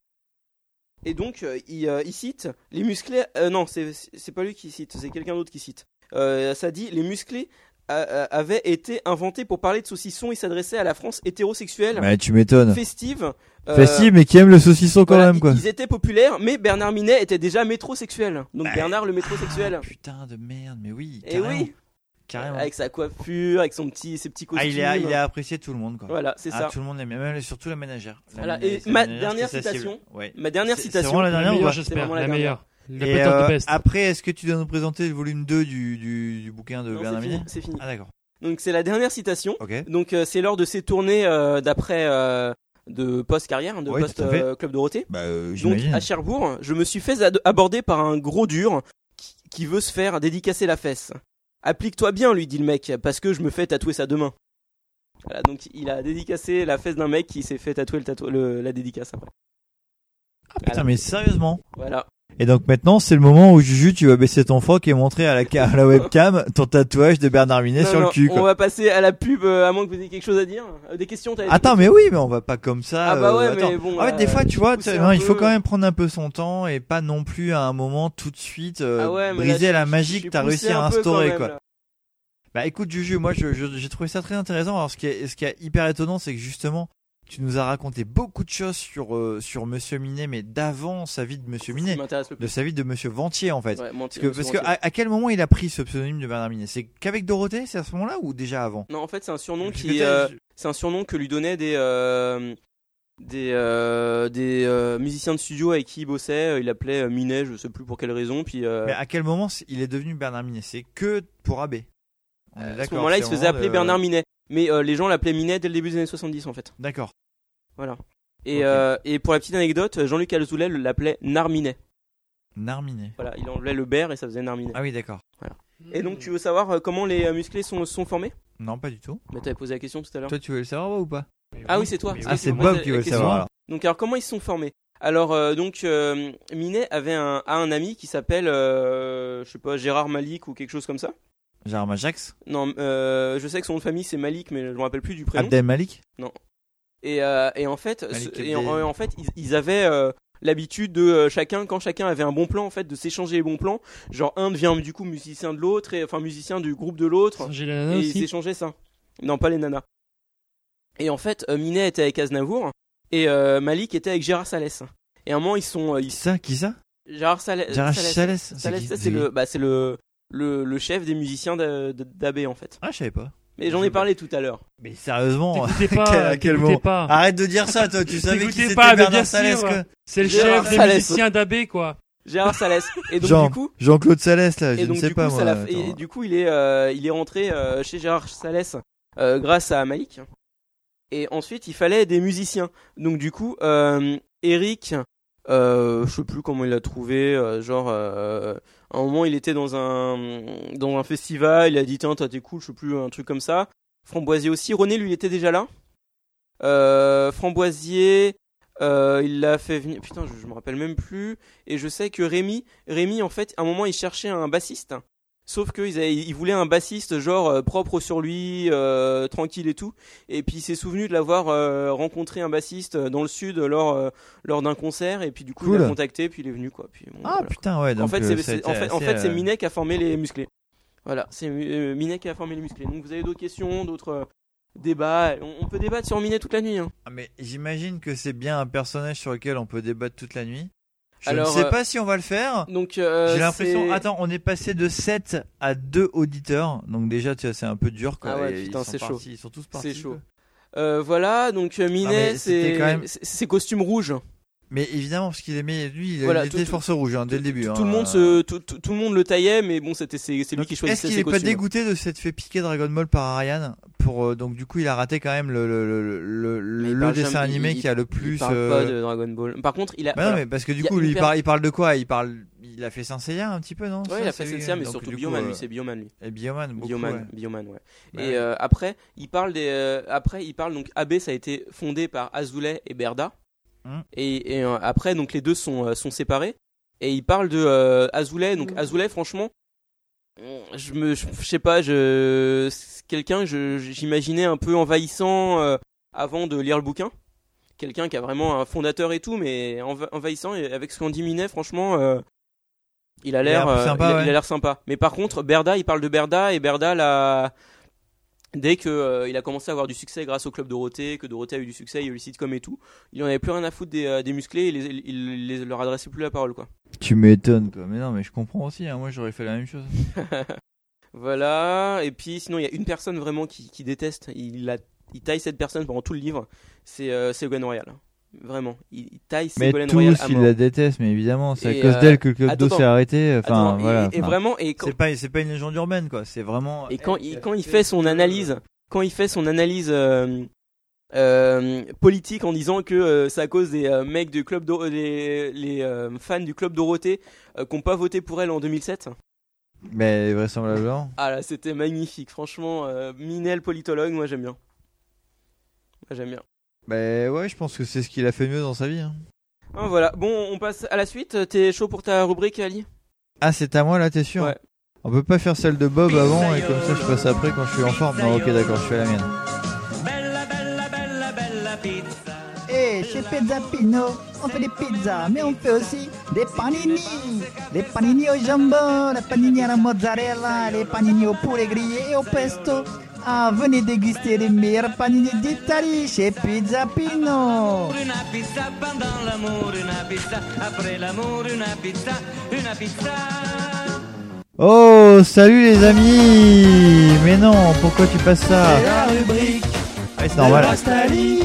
Et donc, euh, il, euh, il cite les musclés. euh, non, c'est c'est pas lui qui cite, c'est quelqu'un d'autre qui cite. Euh, ça dit les musclés euh, euh, avaient été inventés pour parler de saucissons. Ils s'adressaient à la France hétérosexuelle.
Mais tu m'étonnes.
Festive. euh,
Facile, mais qui aime le saucisson quand
voilà,
même, quoi.
Ils étaient populaires, mais Bernard Minet était déjà métrosexuel. Donc Bernard le métrosexuel.
Putain de merde, mais oui.
Et Eh oui,
Bah, ah, Carrément.
avec sa coiffure, avec son petit, ses petits costumes.
Ah, il a, il a apprécié tout le monde, quoi.
Voilà, c'est
Ah,
ça.
Tout le monde l'aime, même surtout la ménagère. La
Voilà,
ménagère,
et
c'est la
ma
ménagère,
dernière
c'est sa cible.
citation.
Ouais.
Ma dernière
C'est-
citation.
C'est vraiment la dernière,
meilleure,
ou pas
j'espère,
C'est vraiment
la
dernière.
meilleure. La
Et,
peut-être
euh,
best.
Après, est-ce que tu dois nous présenter le volume 2 du, du, du bouquin de
Non,
Bernard
c'est fini,
Minet
c'est fini.
Ah, d'accord.
Donc c'est la dernière citation.
Ok.
Donc euh, c'est lors de ses tournées euh, d'après euh, de post carrière, de
Oui,
post
tout à fait.
euh, club Dorothée.
Bah, euh,
Donc
j'imagine.
à Cherbourg, je me suis fait ad- aborder par un gros dur qui, qui veut se faire dédicacer la fesse. Applique-toi bien, lui dit le mec, parce que je me fais tatouer ça demain. Voilà, donc il a dédicacé la fesse d'un mec qui s'est fait tatouer le tatou- le- la dédicace après.
Ah, Putain, mais sérieusement.
Voilà.
Et donc maintenant, c'est le moment où Juju, tu vas baisser ton froc et montrer à la, ca- à la webcam ton tatouage de Bernard Minet
Non,
sur
non,
le cul.
on
Quoi.
va passer à la pub, euh, à moins que vous ayez quelque chose à dire. Euh, des questions, t'as des
Attends, mais oui, mais on va pas comme ça.
Ah bah ouais,
euh, attends.
mais bon,
En fait, des
euh,
fois, tu vois,
pousser
t'as-
un
non, il faut
peu.
quand même prendre un peu son temps et pas non plus à un moment tout de suite euh,
Ah ouais, mais là,
briser
je-
la
je- je
magie que
suis
t'as
poussé
réussi à
un peu quand
instaurer,
même,
quoi.
là.
Bah écoute, Juju, moi, je- je- j'ai trouvé ça très intéressant. Alors, ce qui est, ce qui est hyper étonnant, c'est que justement, tu nous as raconté beaucoup de choses sur euh, sur Monsieur Minet, mais d'avant sa vie de Monsieur Minet,
m'intéresse le
de sa vie de Monsieur Ventier, en fait.
Ouais,
parce
mentir,
que
monsieur
parce que
mentir.
à, à quel moment il a pris ce pseudonyme de Bernard Minet C'est qu'avec Dorothée, c'est à ce moment-là ou déjà avant
Non, en fait, c'est un surnom
Parce que
qui,
t'as-
euh, c'est un surnom que lui donnaient des euh, des euh, des euh, musiciens de studio avec qui il bossait. Euh, Il l'appelait euh, Minet, je sais plus pour quelle raison. Puis euh,
Mais à quel moment c- il est devenu Bernard Minet C'est que pour AB. On est
Euh, à ce
d'accord,
moment-là, il
c'est au
se faisait
moment
appeler
de-
Bernard Minet. Mais euh, les gens l'appelaient Minet dès le début des années 70, en fait.
D'accord.
Voilà. Et, euh, et pour la petite anecdote, Jean-Luc Alzoulay l'appelait Narminet.
Narminet.
Voilà, il enlevait le ber et ça faisait Narminet.
Ah oui, d'accord.
Et donc, tu veux savoir euh, comment les euh, musclés sont, sont formés
Non, pas du tout.
Mais t'avais posé la question tout à l'heure.
Toi, tu veux le savoir ou pas
Ah oui, c'est toi.
Ah,
oui,
c'est
moi,
Bob
la-
qui
la
veut le
question.
savoir. alors.
Donc, alors comment ils se sont formés Alors, euh, donc, euh, Minet avait un, a un ami qui s'appelle, euh, je sais pas, Gérard Malik ou quelque chose comme ça.
Gérard Majax
Non, euh, je sais que son nom de famille c'est Malik, mais je me rappelle plus du prénom.
Abdel Malik
Non. Et, euh, et en fait,
Malik
ce- et en,
Abdel.
en fait, ils, ils avaient euh, l'habitude de euh, chacun, quand chacun avait un bon plan, en fait, de s'échanger les bons plans. Genre un devient du coup musicien de l'autre, et enfin musicien du groupe de l'autre.
J'ai la nana
Et ils
aussi.
s'échangeaient ça. Non, pas les nanas. Et en fait, euh, Minet était avec Aznavour et euh, Malik était avec Gérard Salès. Et à un moment, ils sont. euh, ils-
Ça, qui ça
Gérard Salès.
Gérard Salès, c'est
Salès,
qui-
ça, c'est
c'est
le,
qui
bah, c'est le, le, le chef des musiciens d'A- d'AB en fait.
Ah, je savais pas.
Mais j'en ai parlé tout à l'heure.
Mais sérieusement,
T'écoutez pas,
quel- quel
t'écoutez
mot.
pas.
Arrête de dire ça, toi, tu savais qui
T'écoutez
c'était
pas, mais
Bernard
bien sûr,
Salès. quoi.
C'est le
Gérard
chef des
Salès.
musiciens d'Abbé, quoi.
Gérard Salès. Et donc
Jean-
du coup,
Jean-Claude Salès, là,
et
je ne
donc,
sais
du
pas,
coup,
moi.
ça l'a fait-
attends.
et du coup, il est, euh, il est rentré euh, chez Gérard Salès euh, grâce à Malik. Et ensuite, il fallait des musiciens. Donc du coup, euh, Eric, euh, je sais plus comment il l'a trouvé. euh, genre, euh, à un moment, il était dans un dans un festival. Il a dit tiens, toi t'es cool, je sais plus un truc comme ça. Framboisier aussi. René, lui, il était déjà là. Euh, Framboisier, euh, il l'a fait venir. Putain, je, je me rappelle même plus. Et je sais que Rémi, Rémi, en fait, à un moment, il cherchait un bassiste. Sauf qu'ils avaient- ils voulaient un bassiste genre euh, propre sur lui, euh, tranquille et tout. Et puis il s'est souvenu de l'avoir euh, rencontré un bassiste euh, dans le sud lors euh, lors d'un concert. Et puis du coup il l'a
Cool.
contacté, puis il est venu quoi. Puis,
Ah,
bon, voilà, quoi.
putain, ouais,
en
donc,
fait
euh,
c'est
ça a
c'est-
été
en fait, en
assez,
fait, c'est
euh,
Minet qui a formé les musclés. Voilà, c'est euh, Minet qui a formé les musclés. Donc vous avez d'autres questions, d'autres euh, débats. On, on peut débattre sur Minet toute la nuit. hein.
Ah, mais j'imagine que c'est bien un personnage sur lequel on peut débattre toute la nuit. Je
Alors,
ne sais
euh,
pas si on va le faire.
Donc euh,
J'ai l'impression.
c'est-
Attends, on est passé de 7 à 2 auditeurs. Donc, déjà, tu vois, c'est un peu dur. Quoi,
Ah ouais,
et ils
putain,
sont
c'est chaud.
partis, Ils sont tous
C'est
partis.
chaud. Euh, voilà, donc euh,
Non, mais
Minet,
c'était
c'est
quand même-
c'est- c'est costume rouge.
Mais évidemment, parce qu'il aimait. Lui, il,
Voilà,
il
tout-
était force rouge hein, dès le début.
Tout le
hein.
monde se, tout, tout- tout le monde le taillait, mais bon, c'était c'est c'est lui qui
Est-ce
choisissait
qu'il
ses
est pas
costumes.
dégoûté de s'être fait piquer Dragon Ball par Ariane pour euh, donc du coup il a raté quand même le le, le, le-
Mais il
le
parle
dessin
jamais-
animé
il-
qui a le
il
plus
parle
euh,
pas de Dragon Ball. Par contre, il a.
Bah non,
voilà.
mais parce que du
Il y a
coup, lui,
une
il
per-
parle, il parle de quoi Il parle, il a fait Saint Seiya un petit peu, non
Ouais,
Ça,
il a fait
c'est lui,
Senseiya, mais
donc,
surtout
du coup,
Bioman,
euh,
lui, c'est Bioman, lui.
Et Bioman, beaucoup.
Bioman,
ouais.
Bioman, ouais.
Bah
et
ouais.
euh, après, il parle des. euh, après, il parle donc AB, ça a été fondé par Azoulay et Berda.
Hum.
Et, et, euh, après, donc les deux sont euh, sont séparés. Et il parle de euh, Azoulay. Donc Azoulay, franchement, je me, je, je sais pas, je c'est quelqu'un, je j'imaginais un peu envahissant euh, avant de lire le bouquin. Quelqu'un qui a vraiment un fondateur et tout, mais enva- envahissant. Et avec ce qu'on dit Minet, franchement. euh,
Il
il a
a
l'air
l'air
euh,
sympa,
il a-
ouais.
il a l'air sympa. Mais par contre, Berda, il parle de Berda et Berda là dès que euh, il a commencé à avoir du succès grâce au club Dorothée, que Dorothée a eu du succès, il y a eu le sitcom et tout, il en avait plus rien à foutre des, euh, des musclés, il, les- il- il les- leur adressait plus la parole quoi.
Tu m'étonnes, quoi. Mais non, mais je comprends aussi. hein, Moi, j'aurais fait la même chose.
voilà, et puis sinon il y a une personne vraiment qui, qui déteste, il la- il taille cette personne pendant tout le livre, c'est euh, Ségolène Royal. Vraiment, il, il taille
Mais
Ségolène Royal
tous,
à
ils
mort.
la détestent, mais évidemment, c'est
Et,
à cause
euh,
d'elle que le club d'eau
attends,
s'est arrêté. Enfin,
attends, et-
voilà.
et
enfin,
vraiment, et quand-
c'est pas, c'est pas une légende urbaine, quoi. C'est vraiment.
Et quand, il, quand il fait son analyse, quand il fait son analyse euh, euh, politique en disant que euh, c'est à cause des euh, mecs du club Dor- les, les, euh, fans du club Dorothée euh, qui n'ont pas voté pour elle en 2007.
Mais vraisemblablement.
Ah là, c'était magnifique, franchement. euh, Minel politologue, moi j'aime bien. Moi, J'aime bien.
Mais ouais, je pense que c'est ce qu'il a fait mieux dans sa vie. hein.
Ah, voilà. Bon, on passe à la suite. T'es chaud pour ta rubrique, Ali
Ah, c'est à moi là, t'es sûr
Ouais.
On peut pas faire celle de Bob avant et comme ça je passe après quand je suis en forme. Non, ok, d'accord, je fais la mienne.
Et Eh, chez Pizza Pino, on fait des pizzas, mais on fait aussi des panini. Des panini au jambon, des panini à la mozzarella, des panini au poulet grillé et au pesto. Ah, venez déguster les meilleurs panini d'Italie chez Pizza Pino.
Una pizza pendant l'amour, una pizza après l'amour, una pizza, una pizza.
Oh, salut les amis Mais non, pourquoi tu passes ça
C'est la rubrique.
Ouais, c'est normal.
de Rastali.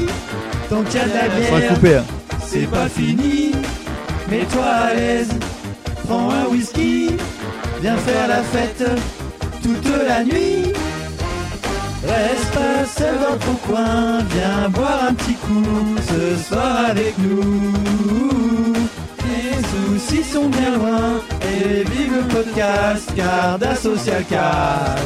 Tant qu'il y a de la
Ah, On va
bière,
couper. hein.
c'est pas fini. Mets-toi à l'aise, prends un whisky, viens faire la fête toute la nuit. Reste pas seul dans ton coin, viens boire un petit coup ce soir avec nous. Les soucis sont bien loin et vive le podcast Garda Social Cast.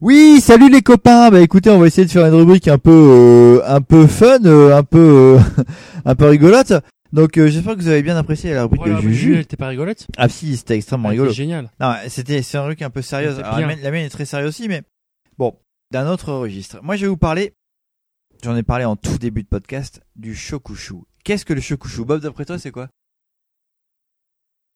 Oui, salut les copains. Bah écoutez, on va essayer de faire une rubrique un peu, euh, un peu fun, euh, un peu, euh, un peu rigolote. Donc euh, j'espère que vous avez bien apprécié la rubrique
Voilà,
de
mais
Juju.
elle était pas rigolote
Ah si, c'était extrêmement
Elle était
rigolo.
géniale.
Non, c'était c'est un truc un peu sérieux.
était
Alors, la,
bien.
mienne, la mienne est très sérieuse aussi, mais bon, d'un autre registre. Moi, je vais vous parler. J'en ai parlé en tout début de podcast du chocouchou. Qu'est-ce que le chocouchou, Bob D'après toi, c'est quoi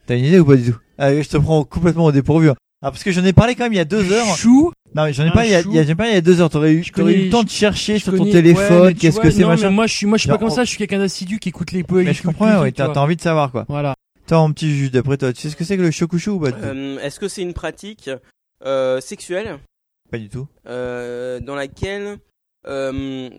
T'as une idée ou pas du tout Ah, Je te prends complètement au dépourvu. hein. Ah, parce que j'en ai parlé quand même il y a deux heures.
Chou
Non, mais j'en ai
Un
pas. Il y a, il y a- j'en ai pas il y a deux heures. T'aurais eu, t'aurais eu le temps de chercher sur ton téléphone. Qu'est-ce que c'est, machin.
Moi, je suis, moi, je suis pas
Genre,
comme
on-
ça. Je suis quelqu'un d'assidu qui écoute les poèmes.
Mais je comprends. ouais, T'as t'as envie de savoir quoi.
Voilà.
Toi, mon petit juge, d'après toi, tu sais ce que c'est que le chocouchou ou pas du tout
Euh, Est-ce que c'est une pratique euh, sexuelle
Pas du tout.
euh, dans laquelle euh,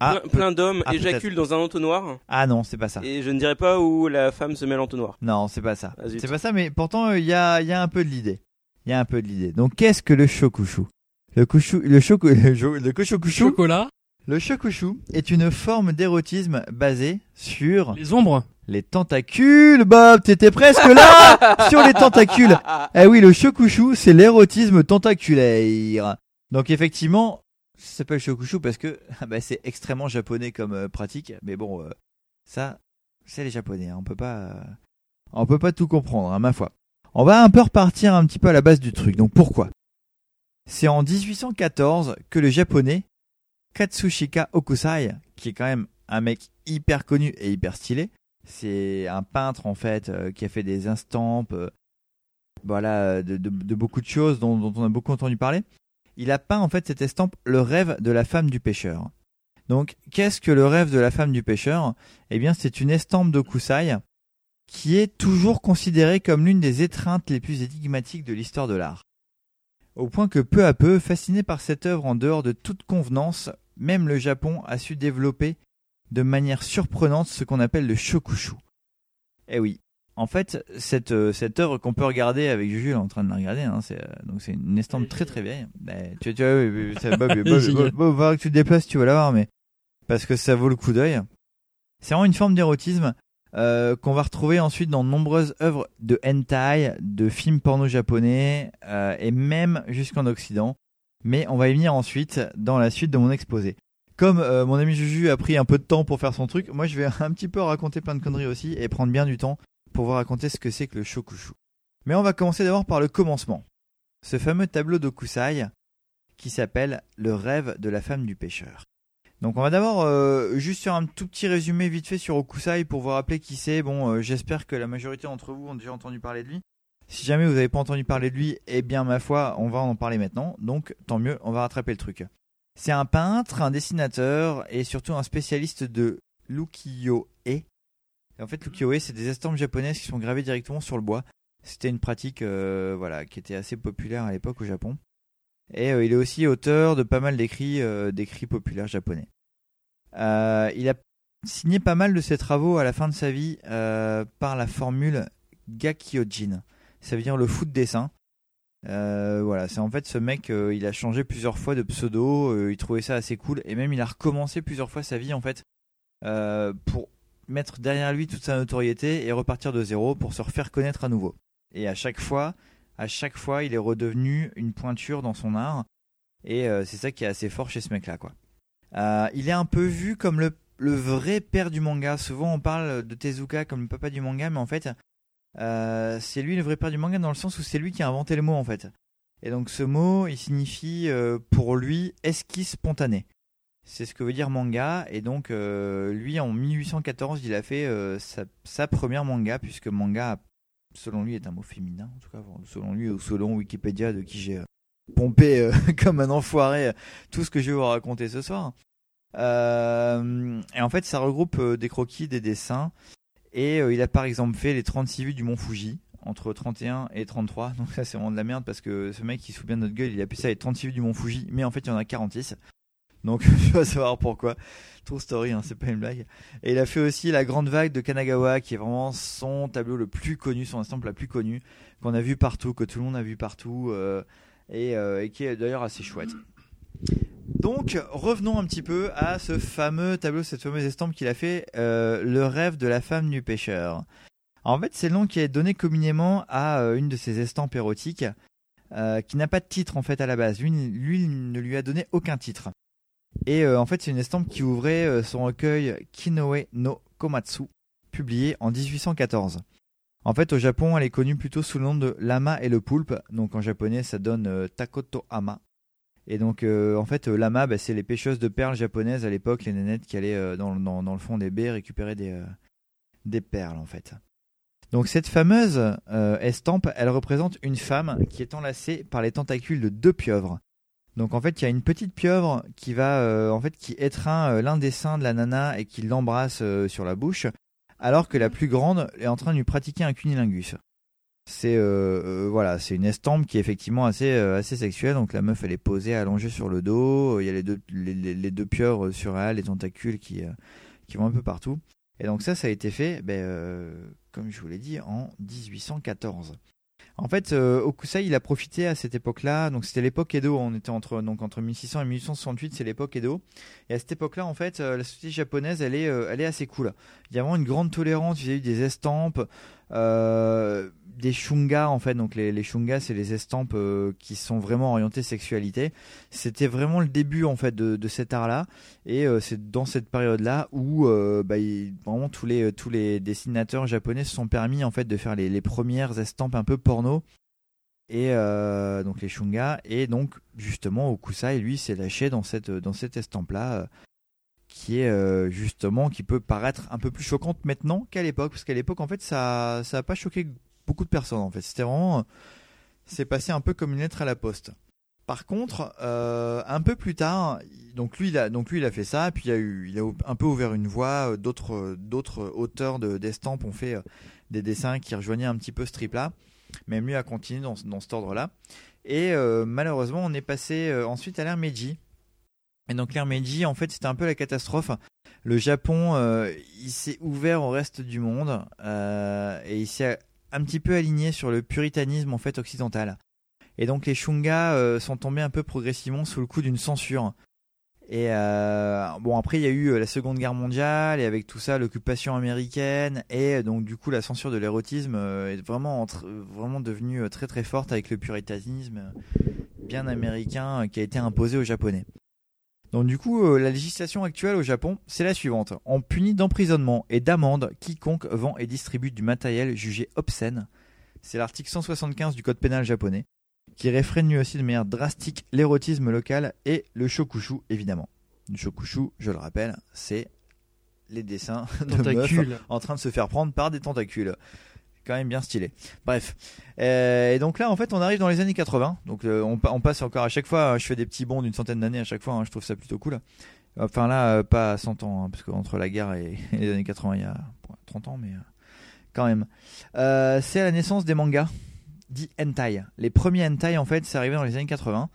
Ah,
plein, plein d'hommes
ah, peut-être.
éjaculent dans un entonnoir
Ah non, c'est pas ça.
et je ne dirais pas où la femme se met à l'entonnoir.
Non, c'est pas ça.
Ah, zut.
C'est pas ça, mais pourtant, euh, il y, a, y a un peu de l'idée. Il y a un peu de l'idée. Donc, qu'est-ce que le chocouchou Le couchou, le choco, le, jo- le cochocouchou-
Chocolat.
Le chocouchou est une forme d'érotisme basée sur
les ombres,
les tentacules. Bob, t'étais presque là sur les tentacules.
ah.
Eh oui, le chocouchou, c'est l'érotisme tentaculaire. Donc, effectivement, ça s'appelle chocouchou parce que ah bah, c'est extrêmement japonais comme euh, pratique. Mais bon, euh, ça, c'est les japonais. hein. On peut pas. euh, on peut pas tout comprendre, à ma foi. On va un peu repartir un petit peu à la base du truc. Donc pourquoi C'est en 1814 que le japonais Katsushika Okusai, qui est quand même un mec hyper connu et hyper stylé, c'est un peintre en fait euh, qui a fait des estampes, euh, voilà, euh, de, de- de beaucoup de choses dont, dont on a beaucoup entendu parler. Il a peint en fait cette estampe Le rêve de la femme du pêcheur. Donc qu'est-ce que le rêve de la femme du pêcheur Eh bien c'est une estampe d'Okusai qui est toujours considérée comme l'une des étreintes les plus énigmatiques de l'histoire de l'art. Au point que peu à peu, fasciné par cette œuvre en dehors de toute convenance, même le Japon a su développer de manière surprenante ce qu'on appelle le shokushu. Eh oui, en fait, cette, euh, cette œuvre qu'on peut regarder avec Juju, elle est en train de la regarder, hein, c'est, euh, donc c'est une estampe très très vieille. Eh, tu, tu, oui, oui, bah, oui, ça, Bob, Bob, Bob,
Génial.
Bob, va que tu te déplaces, tu vas la voir, mais parce que ça vaut le coup d'œil. C'est vraiment une forme d'érotisme euh, qu'on va retrouver ensuite dans de nombreuses œuvres de hentai, de films porno japonais euh, et même jusqu'en Occident. Mais on va y venir ensuite dans la suite de mon exposé. Comme euh, mon ami Juju a pris un peu de temps pour faire son truc, moi je vais un petit peu raconter plein de conneries aussi et prendre bien du temps pour vous raconter ce que c'est que le shokushu. Mais on va commencer d'abord par le commencement. Ce fameux tableau d'Okusai qui s'appelle Le rêve de la femme du pêcheur. Donc on va d'abord euh, juste faire un tout petit résumé vite fait sur Okusai pour vous rappeler qui c'est. Bon, euh, j'espère que la majorité d'entre vous ont déjà entendu parler de lui. Si jamais vous n'avez pas entendu parler de lui, eh bien ma foi, on va en parler maintenant. Donc tant mieux, on va rattraper le truc. C'est un peintre, un dessinateur et surtout un spécialiste de l'ukiyo-e. Et En fait, l'ukiyo-e, c'est des estampes japonaises qui sont gravées directement sur le bois. C'était une pratique euh, voilà, qui était assez populaire à l'époque au Japon. Et euh, il est aussi auteur de pas mal d'écrits euh, d'écrits populaires japonais. Euh, il a signé pas mal de ses travaux à la fin de sa vie euh, par la formule Gakyojin. Ça veut dire le foot dessin. Euh, voilà, c'est en fait ce mec, euh, il a changé plusieurs fois de pseudo, euh, il trouvait ça assez cool, et même il a recommencé plusieurs fois sa vie en fait euh, pour mettre derrière lui toute sa notoriété et repartir de zéro pour se refaire connaître à nouveau. Et à chaque fois, à chaque fois, il est redevenu une pointure dans son art, et euh, c'est ça qui est assez fort chez ce mec-là, quoi. Euh, il est un peu vu comme le, le vrai père du manga. Souvent, on parle de Tezuka comme le papa du manga, mais en fait, euh, c'est lui le vrai père du manga dans le sens où c'est lui qui a inventé le mot, en fait. Et donc, ce mot, il signifie euh, pour lui esquisse spontanée. C'est ce que veut dire manga, et donc euh, lui en 1814 il a fait euh, sa, sa première manga, puisque manga selon lui est un mot féminin, en tout cas selon lui ou selon Wikipédia de qui j'ai euh, pompé euh, comme un enfoiré euh, tout ce que je vais vous raconter ce soir. Euh, et en fait, ça regroupe euh, des croquis, des dessins. Et euh, il a par exemple fait les 36 vues du mont Fuji entre 31 et 33. Donc ça, c'est vraiment de la merde parce que ce mec, il se fout bien de notre gueule. Il a appelé ça les 36 vues du mont Fuji, mais en fait, il y en a 46. Donc tu vas savoir pourquoi. True story, hein, c'est pas une blague. Et il a fait aussi la grande vague de Kanagawa, qui est vraiment son tableau le plus connu, son estampe la plus connue, qu'on a vu partout, que tout le monde a vu partout, euh, et, euh, et qui est d'ailleurs assez chouette. Donc, revenons un petit peu à ce fameux tableau, cette fameuse estampe qu'il a fait, euh, Le rêve de la femme du pêcheur. En fait, c'est le nom qui est donné communément à euh, une de ses estampes érotiques. euh, qui n'a pas de titre en fait à la base. Lui, lui il ne lui a donné aucun titre. Et euh, en fait, c'est une estampe qui ouvrait euh, son recueil Kinoe no Komatsu, publié en 1814. En fait, au Japon, elle est connue plutôt sous le nom de Lama et le poulpe. Donc en japonais, ça donne euh, Takoto Ama. Et donc, euh, en fait, euh, Lama, bah, c'est les pêcheuses de perles japonaises à l'époque, les nénettes qui allaient euh, dans, le- dans- dans le fond des baies récupérer des, euh, des perles, en fait. Donc, cette fameuse euh, estampe, elle représente une femme qui est enlacée par les tentacules de deux pieuvres. Donc, en fait, il y a une petite pieuvre qui va, euh, en fait, qui étreint euh, l'un des seins de la nana et qui l'embrasse euh, sur la bouche, alors que la plus grande est en train de lui pratiquer un cunilingus. C'est euh, euh, voilà, c'est une estampe qui est effectivement assez euh, assez sexuelle. Donc la meuf elle est posée, allongée sur le dos. Il y a les deux les, les- les deux pieuvres sur elle, les tentacules qui euh, qui vont un peu partout. Et donc ça, ça a été fait, ben, euh, comme je vous l'ai dit, en 1814. En fait, euh, Hokusai, il a profité à cette époque-là. Donc c'était l'époque Edo. On était entre donc entre 1600 et 1868, c'est l'époque Edo. Et à cette époque-là, en fait, euh, la société japonaise, elle est euh, elle est assez cool. Il y a vraiment une grande tolérance vis-à-vis des estampes, euh, des shunga en fait. Donc les, les shunga, c'est les estampes euh, qui sont vraiment orientées sexualité. C'était vraiment le début en fait de, de cet art-là. Et euh, c'est dans cette période-là où euh, bah, il- vraiment tous les tous les dessinateurs japonais se sont permis en fait de faire les, les premières estampes un peu porno et euh, donc les shunga et donc justement Okusai lui s'est lâché dans cette dans cette estampe là qui est euh, justement qui peut paraître un peu plus choquante maintenant qu'à l'époque parce qu'à l'époque en fait ça ça a pas choqué beaucoup de personnes en fait c'était vraiment euh, c'est passé un peu comme une lettre à la poste par contre euh, un peu plus tard il- donc lui il a donc lui il a fait ça puis il a eu il a ou- un peu ouvert une voie euh, d'autres euh, d'autres auteurs de d'estampes ont fait euh, des dessins qui rejoignaient un petit peu ce trip là même lui a continué dans, ce- dans cet ordre là et euh, malheureusement on est passé euh, ensuite à l'ère Meiji et donc l'ère Meiji, en fait, c'était un peu la catastrophe. Le Japon, euh, il s'est ouvert au reste du monde euh, et il s'est un petit peu aligné sur le puritanisme en fait occidental. Et donc les shunga euh, sont tombés un peu progressivement sous le coup d'une censure. Et euh, bon après il y a eu euh, la Seconde Guerre mondiale et avec tout ça l'occupation américaine et euh, donc du coup la censure de l'érotisme euh, est vraiment en tr- vraiment devenue euh, très très forte avec le puritanisme euh, bien américain euh, qui a été imposé aux japonais. Donc du coup, euh, la législation actuelle au Japon, c'est la suivante. On punit d'emprisonnement et d'amende quiconque vend et distribue du matériel jugé obscène. C'est l'article 175 du Code pénal japonais, qui réfrène lui aussi de manière drastique l'érotisme local et le shokushu, évidemment. Le shokushu, je le rappelle, c'est les dessins de
Tentacules.
meufs en train de se faire prendre par des tentacules. Quand même bien stylé. Bref. Euh, et donc là, en fait, on arrive dans les années 80. Donc euh, on, pa- on passe encore à chaque fois. hein, je fais des petits bonds d'une centaine d'années à chaque fois. hein, je trouve ça plutôt cool. Enfin là, euh, pas à 100 ans, hein, parce qu'entre la guerre et, et les années 80, il y a bon, 30 ans, mais euh, quand même. Euh, c'est à la naissance des mangas, dit hentai. Les premiers hentai, en fait, c'est arrivé dans les années 80.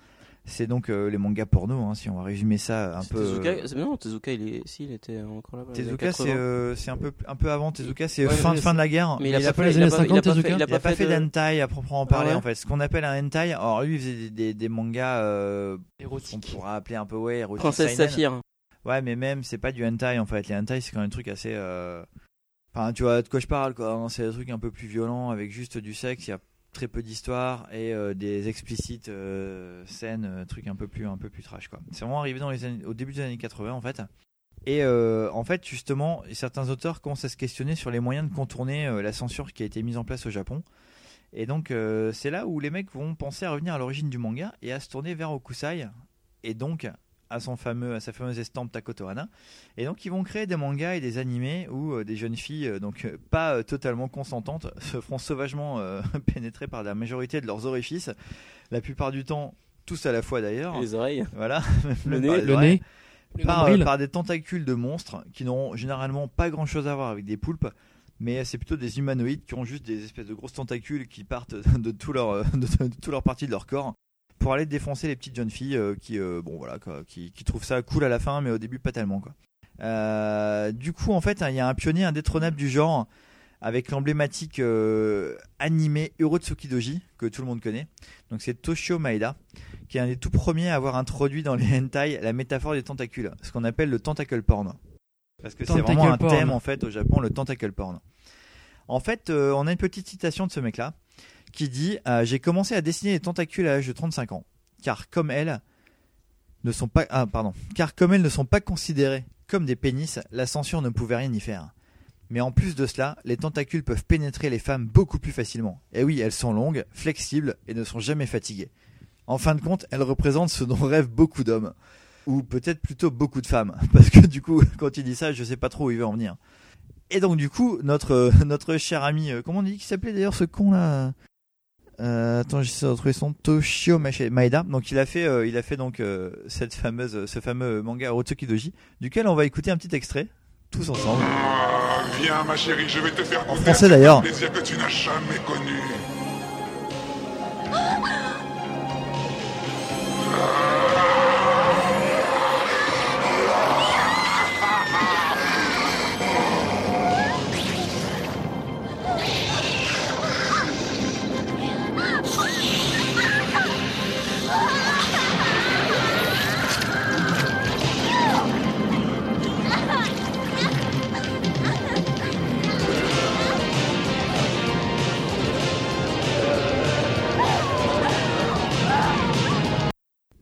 C'est donc euh, les mangas porno, hein, si on va résumer ça un peu. euh,
Tezuka, c'est- non, Tezuka, il, est... si, il était encore là. il y a
Tezuka,
80.
c'est euh, c'est un peu un peu avant Tezuka, c'est euh,
Ouais,
fin
mais
fin de la
c'est-
guerre.
mais il a
pas
pas fait-
les
il
années
a pas- il a
50
pas fait-
Tezuka.
il a pas fait de-
d'hentai à proprement
Ah
parler
ouais
en fait. Ce qu'on appelle un hentai, alors lui il faisait des, des, des mangas euh, on pourra appeler un peu ouais érotiques,
Princesse
seinen.
Saphir.
Ouais, mais même c'est pas du hentai en fait. Les hentai c'est quand même un truc assez euh, enfin tu vois de quoi je parle quoi, hein, c'est des trucs un peu plus violents avec juste du sexe, il y a très peu d'histoire et euh, des explicites euh, scènes, euh, trucs un peu plus un peu plus trash quoi. C'est vraiment arrivé dans les années- au début des années 80 en fait. Et euh, en fait, justement, certains auteurs commencent à se questionner sur les moyens de contourner euh, la censure qui a été mise en place au Japon. Et donc, euh, c'est là où les mecs vont penser à revenir à l'origine du manga et à se tourner vers Okusai, et donc à, son fameux, à sa fameuse estampe Takoto Hana. Et donc, ils vont créer des mangas et des animés où euh, des jeunes filles, euh, donc euh, pas euh, totalement consentantes, se feront sauvagement euh, pénétrer par la majorité de leurs orifices, la plupart du temps, tous à la fois d'ailleurs.
Et Oh, les oreilles.
Voilà.
Le
Même
nez.
par les
Le
oreilles.
nez. Le
Par,
nombril.
euh, par des tentacules de monstres qui n'auront généralement pas grand chose à voir avec des poulpes, mais c'est plutôt des humanoïdes qui ont juste des espèces de grosses tentacules qui partent de tout leur, euh, de, de toute leur partie de leur corps pour aller défoncer les petites jeunes filles euh, qui, euh, bon voilà, quoi, qui, qui trouvent ça cool à la fin, mais au début pas tellement quoi. Euh, du coup, en fait, hein, il y a un pionnier indétrônable du genre avec l'emblématique euh, animé Urotsuki Doji que tout le monde connaît. Donc c'est Toshio Maeda qui est un des tout premiers à avoir introduit dans les hentai la métaphore des tentacules, ce qu'on appelle le tentacle porn. Parce que c'est
Tentacle
vraiment un
porn.
thème en fait au Japon, le tentacle porn. En fait, euh, on a une petite citation de ce mec-là qui dit euh, J'ai commencé à dessiner des tentacules à l'âge de 35 ans, car comme elles ne sont pas, ah, pardon, car comme elles ne sont pas considérées comme des pénis, la censure ne pouvait rien y faire. Mais en plus de cela, les tentacules peuvent pénétrer les femmes beaucoup plus facilement. Et oui, elles sont longues, flexibles et ne sont jamais fatiguées. En fin de compte, elles représentent ce dont rêvent beaucoup d'hommes, ou peut-être plutôt beaucoup de femmes, parce que du coup, quand il dit ça, je sais pas trop où il veut en venir. Et donc du coup, notre euh, notre cher ami, euh, comment on dit qu'il s'appelait d'ailleurs ce con là Euh, Attends, j'essaie de retrouver son Toshio Mache- Maeda. Donc il a fait euh, il a fait donc euh, cette fameuse ce fameux manga Rotsuki Doji, duquel on va écouter un petit extrait tous ensemble.
Ah, viens, ma chérie, je vais te faire goûter
français,
un
d'ailleurs.
plaisir que tu n'as jamais connu.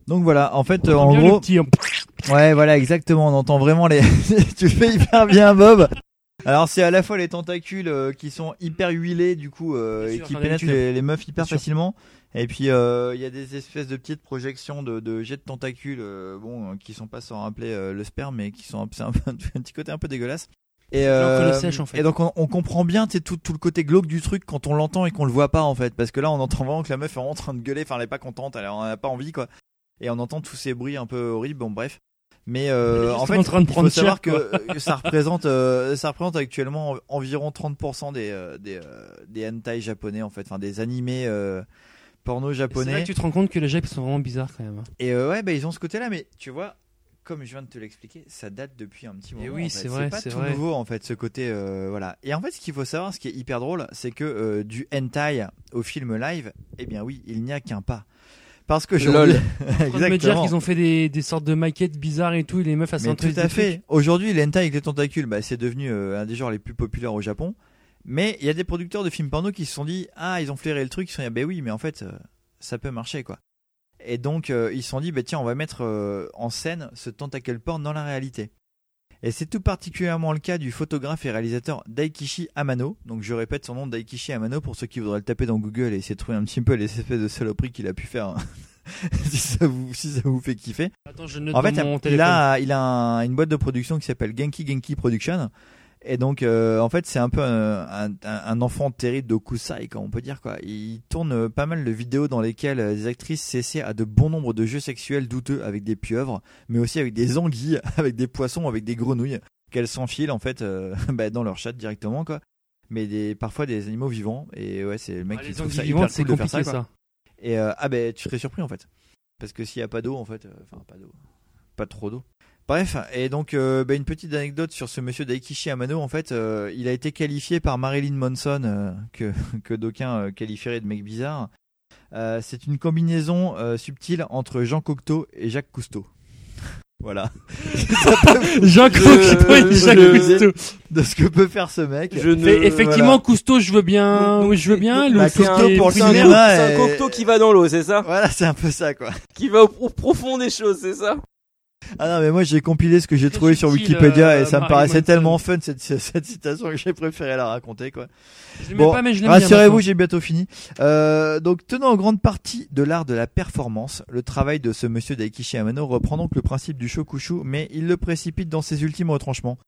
Donc voilà, en fait, euh,
entend
en
bien le
gros,
petit, hein.
ouais, voilà, exactement. On entend vraiment les. tu le fais hyper bien, Bob. Alors c'est à la fois les tentacules euh, qui sont hyper huilés du coup euh,
Bien
et
sûr,
qui
enfin,
pénètrent
d'habitude.
les, les meufs hyper
hein. Bien sûr.
facilement. Et puis euh, il y a des espèces de petites projections de, de jets de tentacules, euh, bon, euh, qui sont pas sans rappeler euh, le sperme, mais qui sont c'est un, peu- un petit côté un peu dégueulasse. Et, euh,
Genre que le sèche, en fait.
et donc on, on comprend bien tu sais, tout, tout le côté glauque du truc quand on l'entend et qu'on le voit pas en fait, parce que là on entend vraiment que la meuf est en train de gueuler, enfin elle est pas contente, elle en a pas envie quoi. Et on entend tous ces bruits un peu horribles, bon bref. Mais euh,
Elle est
en
juste
fait,
en train de
il faut
prendre
savoir
cher,
que
quoi.
euh, ça représente, euh, ça représente actuellement en- environ 30% des euh, des euh, des hentai japonais en fait, enfin des animés euh, porno
C'est là
japonais.
que tu te rends compte que les Japs sont vraiment bizarres quand même. hein.
Et euh, ouais, bah, ils ont ce côté-là, mais tu vois, comme je viens de te l'expliquer, ça date depuis un petit moment.
oui,
en fait.
c'est vrai,
pas
c'est
tout
vrai.
nouveau en fait, ce côté, euh, voilà. Et en fait, ce qu'il faut savoir, ce qui est hyper drôle, c'est que euh, du hentai au film live, eh bien oui, il n'y a qu'un pas. Parce que je
Lol. En train de me dire qu'ils ont fait des, des sortes de maquettes bizarres et tout, et les meufs à
mais
s'introduire.
tout à fait. Aujourd'hui, l'hentai avec les tentacules, bah, c'est devenu euh, un des genres les plus populaires au Japon. Mais il y a des producteurs de films porno qui se sont dit ah ils ont flairé le truc, ils se sont dit ben oui mais en fait euh, ça peut marcher quoi. Et donc euh, ils se sont dit bah tiens on va mettre euh, en scène ce tentacle porn dans la réalité. Et c'est tout particulièrement le cas du photographe et réalisateur Daikichi Amano. Donc je répète son nom Daikichi Amano pour ceux qui voudraient le taper dans Google et essayer de trouver un petit peu les espèces de saloperies qu'il a pu faire. hein. si, ça vous, si ça vous fait kiffer.
Attends, je note
en fait,
dans mon
il
téléphone.
a, il a un- une boîte de production qui s'appelle Genki Genki Production. Et donc, euh, en fait, c'est un peu un, un- un enfant terrible de Kusai, comme on peut dire. Quoi. Il tourne euh, pas mal de vidéos dans lesquelles euh, les actrices s'essaient à de bons nombres de jeux sexuels douteux avec des pieuvres, mais aussi avec des anguilles, avec des poissons, avec des grenouilles, qu'elles s'enfilent en fait euh, bah, dans leur chatte directement. quoi. Mais des, parfois des animaux vivants. Et ouais, c'est le mec
Ah,
qui
les
trouve ça
anguilles
hyper
vivantes, c'est
cool de faire ça.
compliqué,
quoi.
ça.
Et euh, ah ben tu serais surpris en fait. Parce que s'il n'y a pas d'eau en fait, euh, enfin pas d'eau, pas trop d'eau. Bref, et donc euh, bah, une petite anecdote sur ce monsieur Daikichi Amano. En fait, euh, il a été qualifié par Marilyn Manson, euh, que, que d'aucuns euh, qualifieraient de mec bizarre. Euh, c'est une combinaison euh, subtile entre Jean Cocteau et Jacques Cousteau. Voilà.
Jean Cocteau et
De-
Jacques
de-
Cousteau.
De ce que peut faire ce mec.
Je ne-
Fait- effectivement,
voilà.
Cousteau, je veux bien, oui, je veux bien.
Bah,
le
Cousteau
côté
pour le
primaire.
cinéma,
C'est
et-
un cocteau qui va dans l'eau, c'est ça
Voilà, c'est un peu ça quoi.
Qui va au, au profond des choses, c'est ça
Ah non, mais moi j'ai compilé ce que j'ai trouvé sur
subtil,
Wikipédia
euh,
et ça me
Marilyn
paraissait
Manson.
tellement fun cette, cette citation que j'ai préféré la raconter quoi.
Je l'aimais
Bon,
pas, mais je l'aime bien,
rassurez-vous,
maintenant.
j'ai bientôt fini. Euh, donc, tenant en grande partie de l'art de la performance, le travail de ce monsieur Daikichi Amano reprend donc le principe du shokushu, mais il le précipite dans ses ultimes retranchements.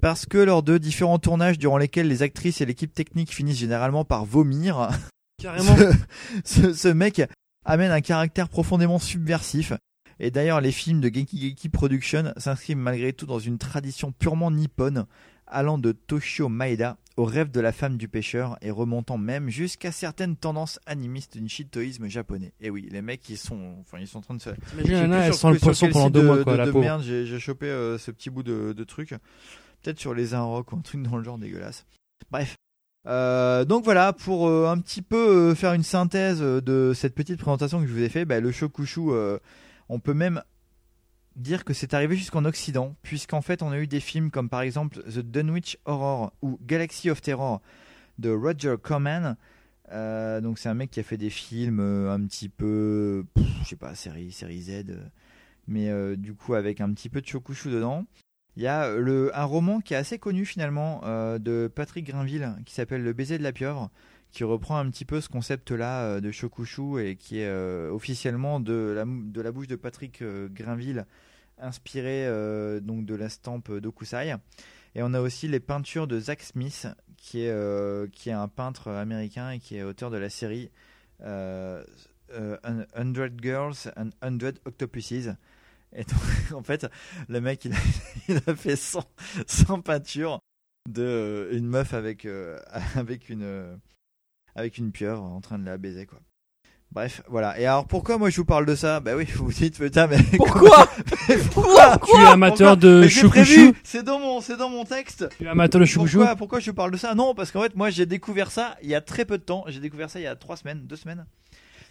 Parce que lors de différents tournages durant lesquels les actrices et l'équipe technique finissent généralement par vomir,
Carrément.
ce, ce- ce mec amène un caractère profondément subversif. Et d'ailleurs, les films de Genki Genki Production s'inscrivent malgré tout dans une tradition purement nippone, allant de Toshio Maeda au rêve de la femme du pêcheur et remontant même jusqu'à certaines tendances animistes du shintoïsme japonais. Et oui, les mecs, ils sont, enfin, ils sont en train de se.
T'imagines,
Je sais
Anna,
plus
elle
sur-
sent le
sur
poisson
quel
pendant
site
deux mois,
de-
quoi,
de-
la
de
pauvre.
merde, j'ai j'ai chopé euh, ce petit bout de, de truc. Peut-être sur les rock ou un truc dans le genre dégueulasse. Bref. Euh, donc voilà, pour euh, un petit peu euh, faire une synthèse euh, de cette petite présentation que je vous ai fait, bah, le shokushu, euh, on peut même dire que c'est arrivé jusqu'en Occident, puisqu'en fait on a eu des films comme par exemple The Dunwich Horror ou Galaxy of Terror de Roger Corman, Euh, donc c'est un mec qui a fait des films euh, un petit peu, pff, je sais pas, série, série Z, euh, mais euh, du coup avec un petit peu de shokushu dedans. Il y a euh, le, un roman qui est assez connu finalement euh, de Patrick Grinville qui s'appelle Le baiser de la pieuvre, qui reprend un petit peu ce concept-là euh, de shokushu et qui est euh, officiellement de la, mou- de la bouche de Patrick euh, Grinville inspiré euh, donc de la stampe d'Okusai. Et on a aussi les peintures de Zach Smith, qui est, euh, qui est un peintre américain et qui est auteur de la série euh, euh, 100 Girls and 100 Octopuses. Et donc, en fait, le mec, il a, il a fait 100, 100 peintures de euh, une meuf avec, euh, avec, une, euh, avec une pieuvre en train de la baiser, quoi. Bref, voilà. Et alors pourquoi moi je vous parle de ça Bah oui, vous vous dites putain mais pourquoi Pourquoi
Tu es amateur de
Mais j'ai
choucouchou
prévu, C'est dans mon c'est dans mon texte.
Tu es amateur de choucouchou
Pourquoi pourquoi je vous parle de ça Non, parce qu'en fait moi j'ai découvert ça il y a très peu de temps. J'ai découvert ça il y a trois semaines, deux semaines.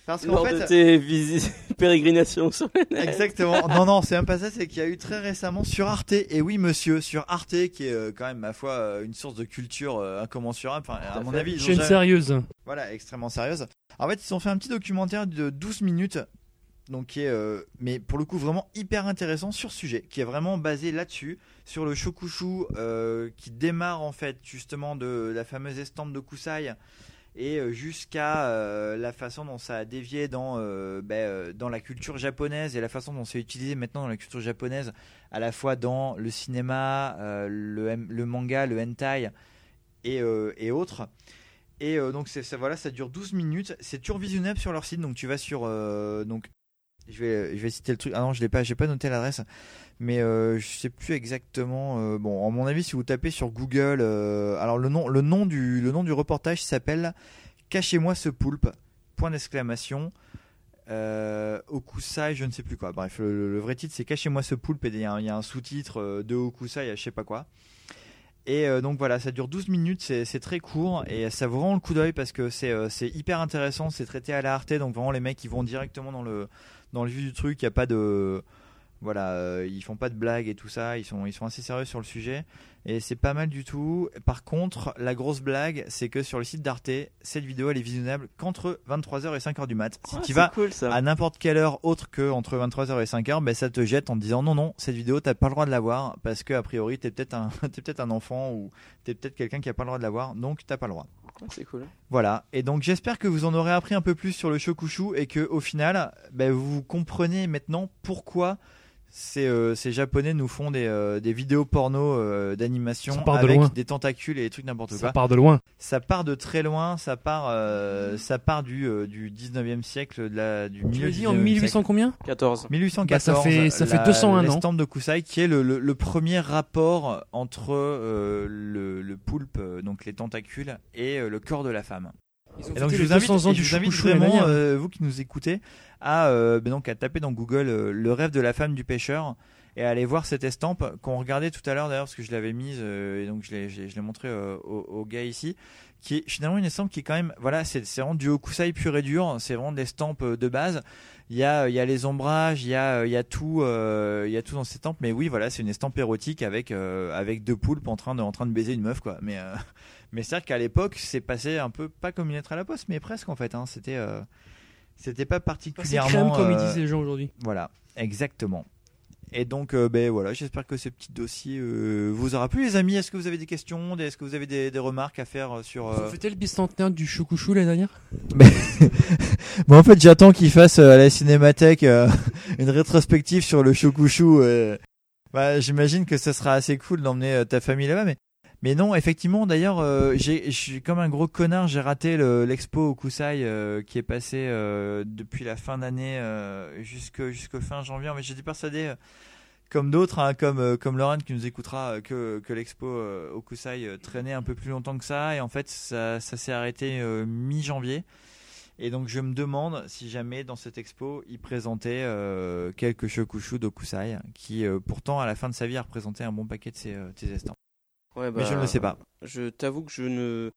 Parce qu'en
Lors
fait
de tes visites, pérégrinations sur le net.
Exactement. Non, non, c'est même pas ça. C'est qu'il y a eu très récemment sur Arte. Et oui, monsieur, sur Arte, qui est euh, quand même, ma foi, euh, une source de culture euh, incommensurable. Enfin, à,
à
mon
fait.
avis, ils ont
Chaîne
jamais-
sérieuse.
Voilà, extrêmement sérieuse. En fait, ils ont fait un petit documentaire de 12 minutes. Donc, qui est, euh, mais pour le coup, vraiment hyper intéressant sur ce sujet, qui est vraiment basé là-dessus, sur le shokushu euh, qui démarre en fait justement de la fameuse estampe de Kusai et euh, jusqu'à euh, la façon dont ça a dévié dans, euh, ben, euh, dans la culture japonaise et la façon dont c'est utilisé maintenant dans la culture japonaise, à la fois dans le cinéma, euh, le, hem- le manga, le hentai et, euh, et autres. Et euh, donc c'est- ça, voilà, ça dure 12 minutes, c'est toujours visionnable sur leur site, donc tu vas sur... euh, donc, je vais, je vais citer le truc. Ah non, je l'ai pas, j'ai pas noté l'adresse, mais euh, je sais plus exactement. euh, bon, à mon avis, si vous tapez sur Google, euh, alors le nom, le nom du, le nom du reportage s'appelle "Cachez-moi ce poulpe." Point d'exclamation. Euh, Okusai, je ne sais plus quoi. Bref, le, le- le vrai titre c'est Cachez-moi ce poulpe et il y a un, il y a un sous-titre euh, de Okusai, à je sais pas quoi. Et euh, donc voilà, ça dure 12 minutes, c'est c'est très court et ça vaut vraiment le coup d'œil parce que c'est euh, c'est hyper intéressant, c'est traité à la Arte, donc vraiment les mecs ils vont directement dans le, dans le vif du truc, il n'y a pas de. Voilà, euh, ils font pas de blagues et tout ça, ils sont, ils sont assez sérieux sur le sujet et c'est pas mal du tout. Par contre, la grosse blague, c'est que sur le site d'Arte, cette vidéo elle est visionnable qu'entre 23h et 5h du mat. Si
Ah,
tu
c'est
vas
cool, ça.
à n'importe quelle heure autre que entre 23h et 5h, ben ça te jette en te disant non non, cette vidéo t'as pas le droit de la voir parce que a priori t'es peut-être un t'es peut-être un enfant ou t'es peut-être quelqu'un qui a pas le droit de la voir, donc t'as pas le droit.
Ah, C'est cool.
Voilà, et donc j'espère que vous en aurez appris un peu plus sur le shokushu et que au final, ben, vous comprenez maintenant pourquoi ces, euh, ces japonais nous font des, euh, des vidéos porno euh,
Ça
d'animation
part de
avec
loin.
des tentacules et des trucs n'importe
Ça
quoi.
part de loin.
Ça part de très loin, ça part, euh, ça part du, euh, du 19e siècle, de la, du
Tu
milieu
l'as
du
dit en
19e
1800
siècle.
combien
14.
1814.
Bah, ça fait- ça fait
la-
201 ans.
L'estampe de Kusai, qui est le, le- le premier rapport entre euh, le, le poulpe, euh, donc les tentacules, et euh, le corps de la femme.
ont
Et donc
fêté
je
les
vous invite,
200 ans
et je
du
vous invite
chouchou l'année
vraiment,
dernière.
euh, vous qui nous écoutez, à, euh, ben donc, à taper dans Google euh, le rêve de la femme du pêcheur et à aller voir cette estampe qu'on regardait tout à l'heure d'ailleurs parce que je l'avais mise euh, et donc je l'ai- je l'ai je l'ai montré euh, au, au gars ici qui est finalement une estampe qui est quand même voilà c'est c'est vraiment du hokusai pur et dur c'est vraiment de l'estampe euh, de base il y a euh, il y a les ombrages il y a euh, il y a tout euh, il y a tout dans cette estampe mais oui voilà c'est une estampe érotique avec euh, avec deux poulpes en train de en train de baiser une meuf quoi mais euh, mais c'est vrai qu'à l'époque c'est passé un peu pas comme une lettre à la poste mais presque en fait hein. c'était euh, c'était pas particulièrement
crème, comme ils
euh,
disent les gens aujourd'hui.
voilà exactement et donc, euh, ben voilà, j'espère que ce petit dossier euh, vous aura plu, les amis. Est-ce que vous avez des questions des- Est-ce que vous avez des, des remarques à faire euh, sur
Vous
euh,
fêtez le bicentenaire du choucouchou l'année dernière
Bon, en fait, j'attends qu'ils fassent euh, à la Cinémathèque euh, une rétrospective sur le Shokushu. euh. Bah, J'imagine que ça sera assez cool d'emmener euh, ta famille là-bas, mais. Mais non, effectivement, d'ailleurs, euh, j'ai- je suis comme un gros connard, j'ai raté le- l'expo au Kusai euh, qui est passé euh, depuis la fin d'année euh, jusque- jusqu'au fin janvier. Mais j'étais persuadé, euh, comme d'autres, hein, comme, euh, comme Laurent qui nous écoutera, euh, que, que l'expo euh, au Kusai euh, traînait un peu plus longtemps que ça. Et en fait, ça, ça s'est arrêté euh, mi-janvier. Et donc je me demande si jamais dans cette expo il présentait euh, quelques Shokushu d'Okusai qui euh, pourtant à la fin de sa vie a représenté un bon paquet de ses, euh, de ses estampes.
Ouais,
Mais je
bah,
ne le sais pas.
Je t'avoue que je ne.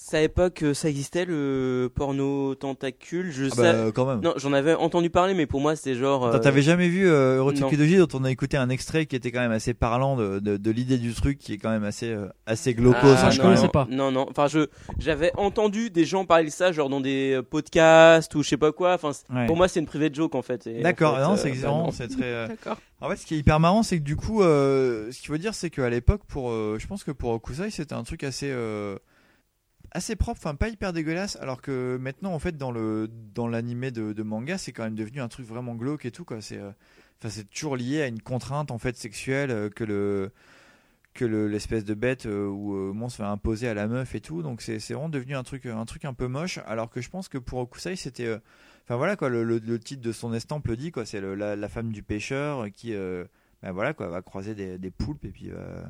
Je savais pas que ça existait le porno tentacule. Je
Ah bah,
sais-
quand même.
Non, j'en avais entendu parler, mais pour moi c'était genre. euh,
Attends, T'avais jamais vu euh,
non.
Erotic Edoji dont on a écouté un extrait qui était quand même assez parlant de, de, de l'idée du truc qui est quand même assez euh, assez glauque.
Ah,
hein,
non,
quand même.
non, Non, non. Enfin, je j'avais entendu des gens parler de ça, genre dans des euh, podcasts ou je sais pas quoi. Enfin, c'est-
Ouais.
pour moi, c'est une privée de joke en fait. Et en
D'accord,
fait,
non,
euh,
c'est
bah,
exactement,
non.
c'est très. euh, En fait, ce qui est hyper marrant, c'est que du coup, euh, ce qu'il faut dire, c'est qu'à l'époque, pour, euh, je pense que pour Okusai, c'était un truc assez, euh, assez propre, enfin pas hyper dégueulasse, alors que maintenant, en fait, dans le, dans l'animé de, de manga, c'est quand même devenu un truc vraiment glauque et tout, quoi. C'est, euh, enfin, c'est toujours lié à une contrainte en fait sexuelle euh, que le, que le- l'espèce de bête euh, ou euh, monstre va imposer à la meuf et tout. Donc c'est c'est vraiment devenu un truc, un truc un peu moche. Alors que je pense que pour Okusai, c'était. euh, Enfin voilà quoi, le, le- le titre de son estampe le dit quoi. C'est le- la, la femme du pêcheur qui. euh, ben voilà quoi, va croiser des, des poulpes et puis euh,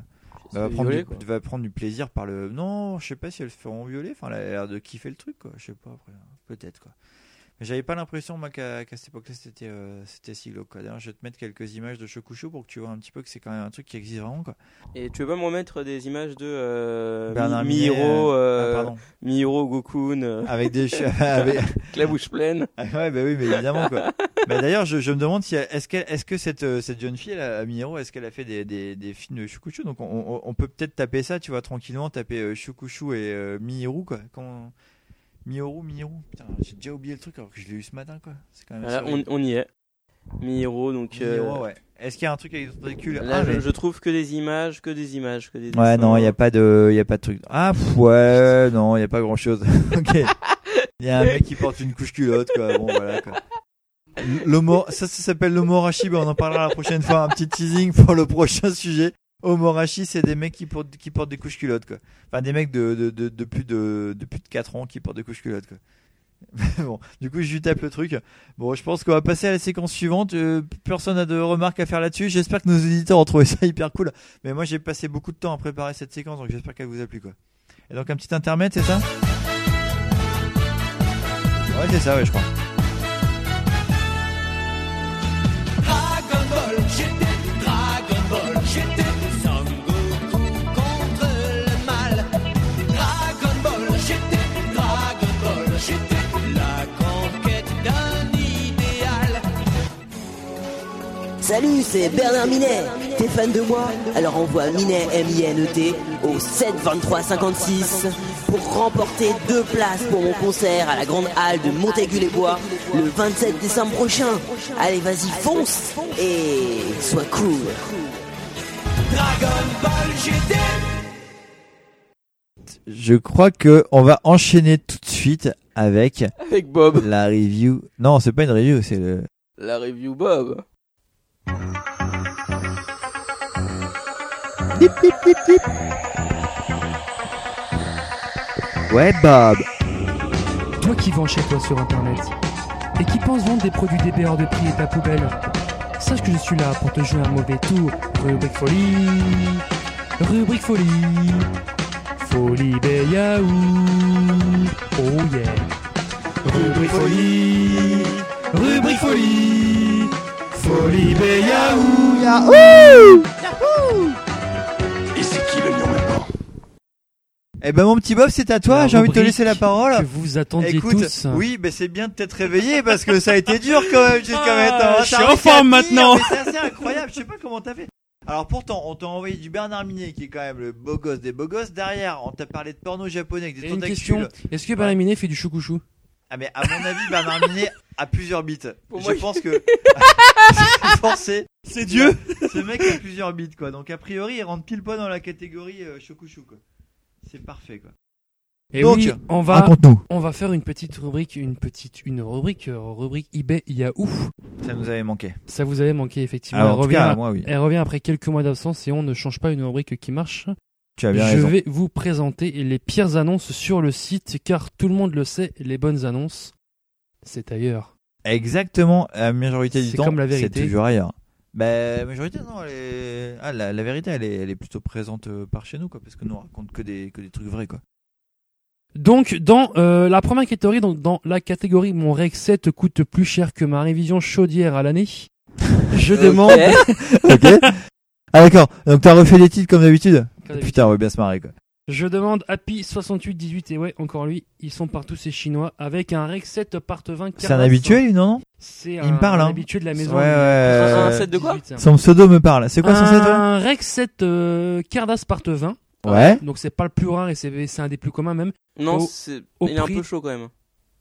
se
va,
fait
prendre
violer,
du, va prendre du plaisir par le. Non, je sais pas si elles se feront violer. Enfin, elle a l'air de kiffer le truc quoi. Je sais pas après. Peut-être quoi. Mais j'avais pas l'impression moi qu'à qu'à cette époque-là c'était euh, c'était si glauque. quoi. D'ailleurs, je vais te mettre quelques images de Shokusho pour que tu vois un petit peu que c'est quand même un truc qui existe vraiment quoi.
Et tu veux pas me remettre des images de euh,
Bernard
Mi-
Minet,
Mihiro,
euh,
euh,
ah, pardon.
Mihiro Gokun, euh,
Avec des che- avec-
avec la bouche pleine.
Ah ouais, bah oui, mais évidemment quoi. mais d'ailleurs, je, je me demande si elle- est-ce qu'elle, est-ce que cette euh, cette jeune fille, là, Miro, est-ce qu'elle a fait des, des, des films de Shukushu Donc on, on, on peut peut-être taper ça, tu vois, tranquillement, taper euh, Shukushu et euh, Mihiro, quoi. Quand... Mihiro, Mihiro. Putain, j'ai déjà oublié le truc alors que je l'ai eu ce matin quoi. C'est quand même.
Voilà,
assez
on,
horrible.
on y est. Mihiro, donc. euh,
Mihiro, ouais. Est-ce qu'il y a un truc avec les tentacules
Là,
Ah,
je,
mais-
je trouve que des images, que des images, que des.
Ouais,
dessins.
non, il n'y a pas de, il a pas de truc. Ah, pff, ouais, non, il n'y a pas grand chose. ok. Il y a un mec qui porte une couche culotte, quoi. Bon, voilà, quoi. L'homo, ça, ça s'appelle l'homorachi, ben on en parlera la prochaine fois. Un petit teasing pour le prochain sujet. Homorachi, c'est des mecs qui portent, qui portent des couches culottes, quoi. Enfin, des mecs de, de, de, de plus de, de plus de 4 ans qui portent des couches culottes, quoi. bon, du coup, je lui tape le truc. Bon, je pense qu'on va passer à la séquence suivante. Euh, personne n'a de remarques à faire là-dessus. J'espère que nos éditeurs ont trouvé ça hyper cool. Mais moi, j'ai passé beaucoup de temps à préparer cette séquence, donc j'espère qu'elle vous a plu, quoi. Et donc, un petit intermède, c'est ça Ouais, c'est ça, ouais, je crois.
Dragon Ball, j'étais Dragon Ball, j'étais Son Goku contre le mal. Dragon Ball, j'étais Dragon Ball, j'étais la conquête d'un idéal.
Salut, c'est Bernard Minet. T'es fan de moi Alors envoie Minet, M-I-N-E-T, E au 72356 pour remporter deux places pour mon concert à la Grande Halle de Montaigu-les-Bois le 27 décembre prochain. Allez, vas-y, fonce et sois cool.
Dragon Ball, j'étais
Je crois que on va enchaîner tout de suite avec.
Avec Bob.
La review. Non, c'est pas une review, c'est le.
La review Bob.
Ouais, Bob.
Toi qui vends chez toi sur internet et qui pense vendre des produits DB hors de prix et ta poubelle, sache que je suis là pour te jouer un mauvais tour. Rubrique folie, rubrique folie, folie des yaourts. Oh yeah. Rubrique folie, rubrique folie, folie des yaourts.
Et c'est qui le lion maintenant
Eh ben mon petit Bob, c'est à toi.
La
J'ai envie de te
rubrique
laisser la parole.
que vous attendiez
Écoute,
tous.
Oui, ben c'est bien de t'être réveillé parce que ça a été dur quand même jusqu'à
Ah,
maintenant.
je suis
T'as
en
réussi à
forme
tenir,
maintenant.
mais C'est assez incroyable. Je sais pas comment t'as fait. Alors pourtant, on t'a envoyé du Bernard Minet qui est quand même le beau gosse des beaux gosses. Derrière, on t'a parlé de porno japonais avec des
Et une
tentacules.
question, est-ce que Balaminé fait du choucouchou
Ah mais à mon avis, Bernard Minet a plusieurs bits.
Pour
je
moi,
pense que forcé.
C'est Dieu.
Ce mec a plusieurs bits quoi. Donc a priori, il rentre pile poil dans la catégorie euh, shokushu quoi. C'est parfait quoi.
Et
Donc,
Eh oui, on va,
raconte-nous.
on va faire une petite rubrique, une petite, une rubrique, euh, rubrique eBay Yahoo.
Ça nous avait manqué.
Ça vous avait manqué effectivement.
Alors,
elle,
en tout
revient,
cas, moi, oui.
elle revient après quelques mois d'absence et on ne change pas une rubrique qui marche.
Tu as bien
Je
raison.
vais vous présenter les pires annonces sur le site car tout le monde le sait, les bonnes annonces, c'est ailleurs.
Exactement, la majorité du
C'est
temps,
comme la
c'est
vérité.
toujours ailleurs. Bah, la majorité, non, elle est... ah, la, la vérité, elle est, elle est plutôt présente euh, par chez nous, quoi, parce que nous on raconte que des, que des trucs vrais, quoi.
Donc, dans euh, la première catégorie, donc dans la catégorie mon Rex 7 coûte plus cher que ma révision chaudière à l'année, je
Euh,
demande.
ok. Ah, d'accord. Donc, t'as refait les titres comme d'habitude
Comme d'habitude.
Putain, on va bien se marrer, quoi.
Je demande Happy6818, et ouais, encore lui, ils sont partout ces Chinois, avec un Rec 7 part 20.
C'est un habitué, lui, non, non
C'est
Il me
un-
parle,
un
hein.
habitué de la maison. euh,
Ouais, Euh, ouais, ouais.
set de quoi
18, hein.
Son pseudo me parle. C'est quoi son pseudo
Un Rec 7 euh, Cardas part 20.
Ouais.
Donc c'est pas le plus rare et c'est c'est un des plus communs même.
Non,
Au-
c'est-
au
il est un
prix-
peu chaud quand même.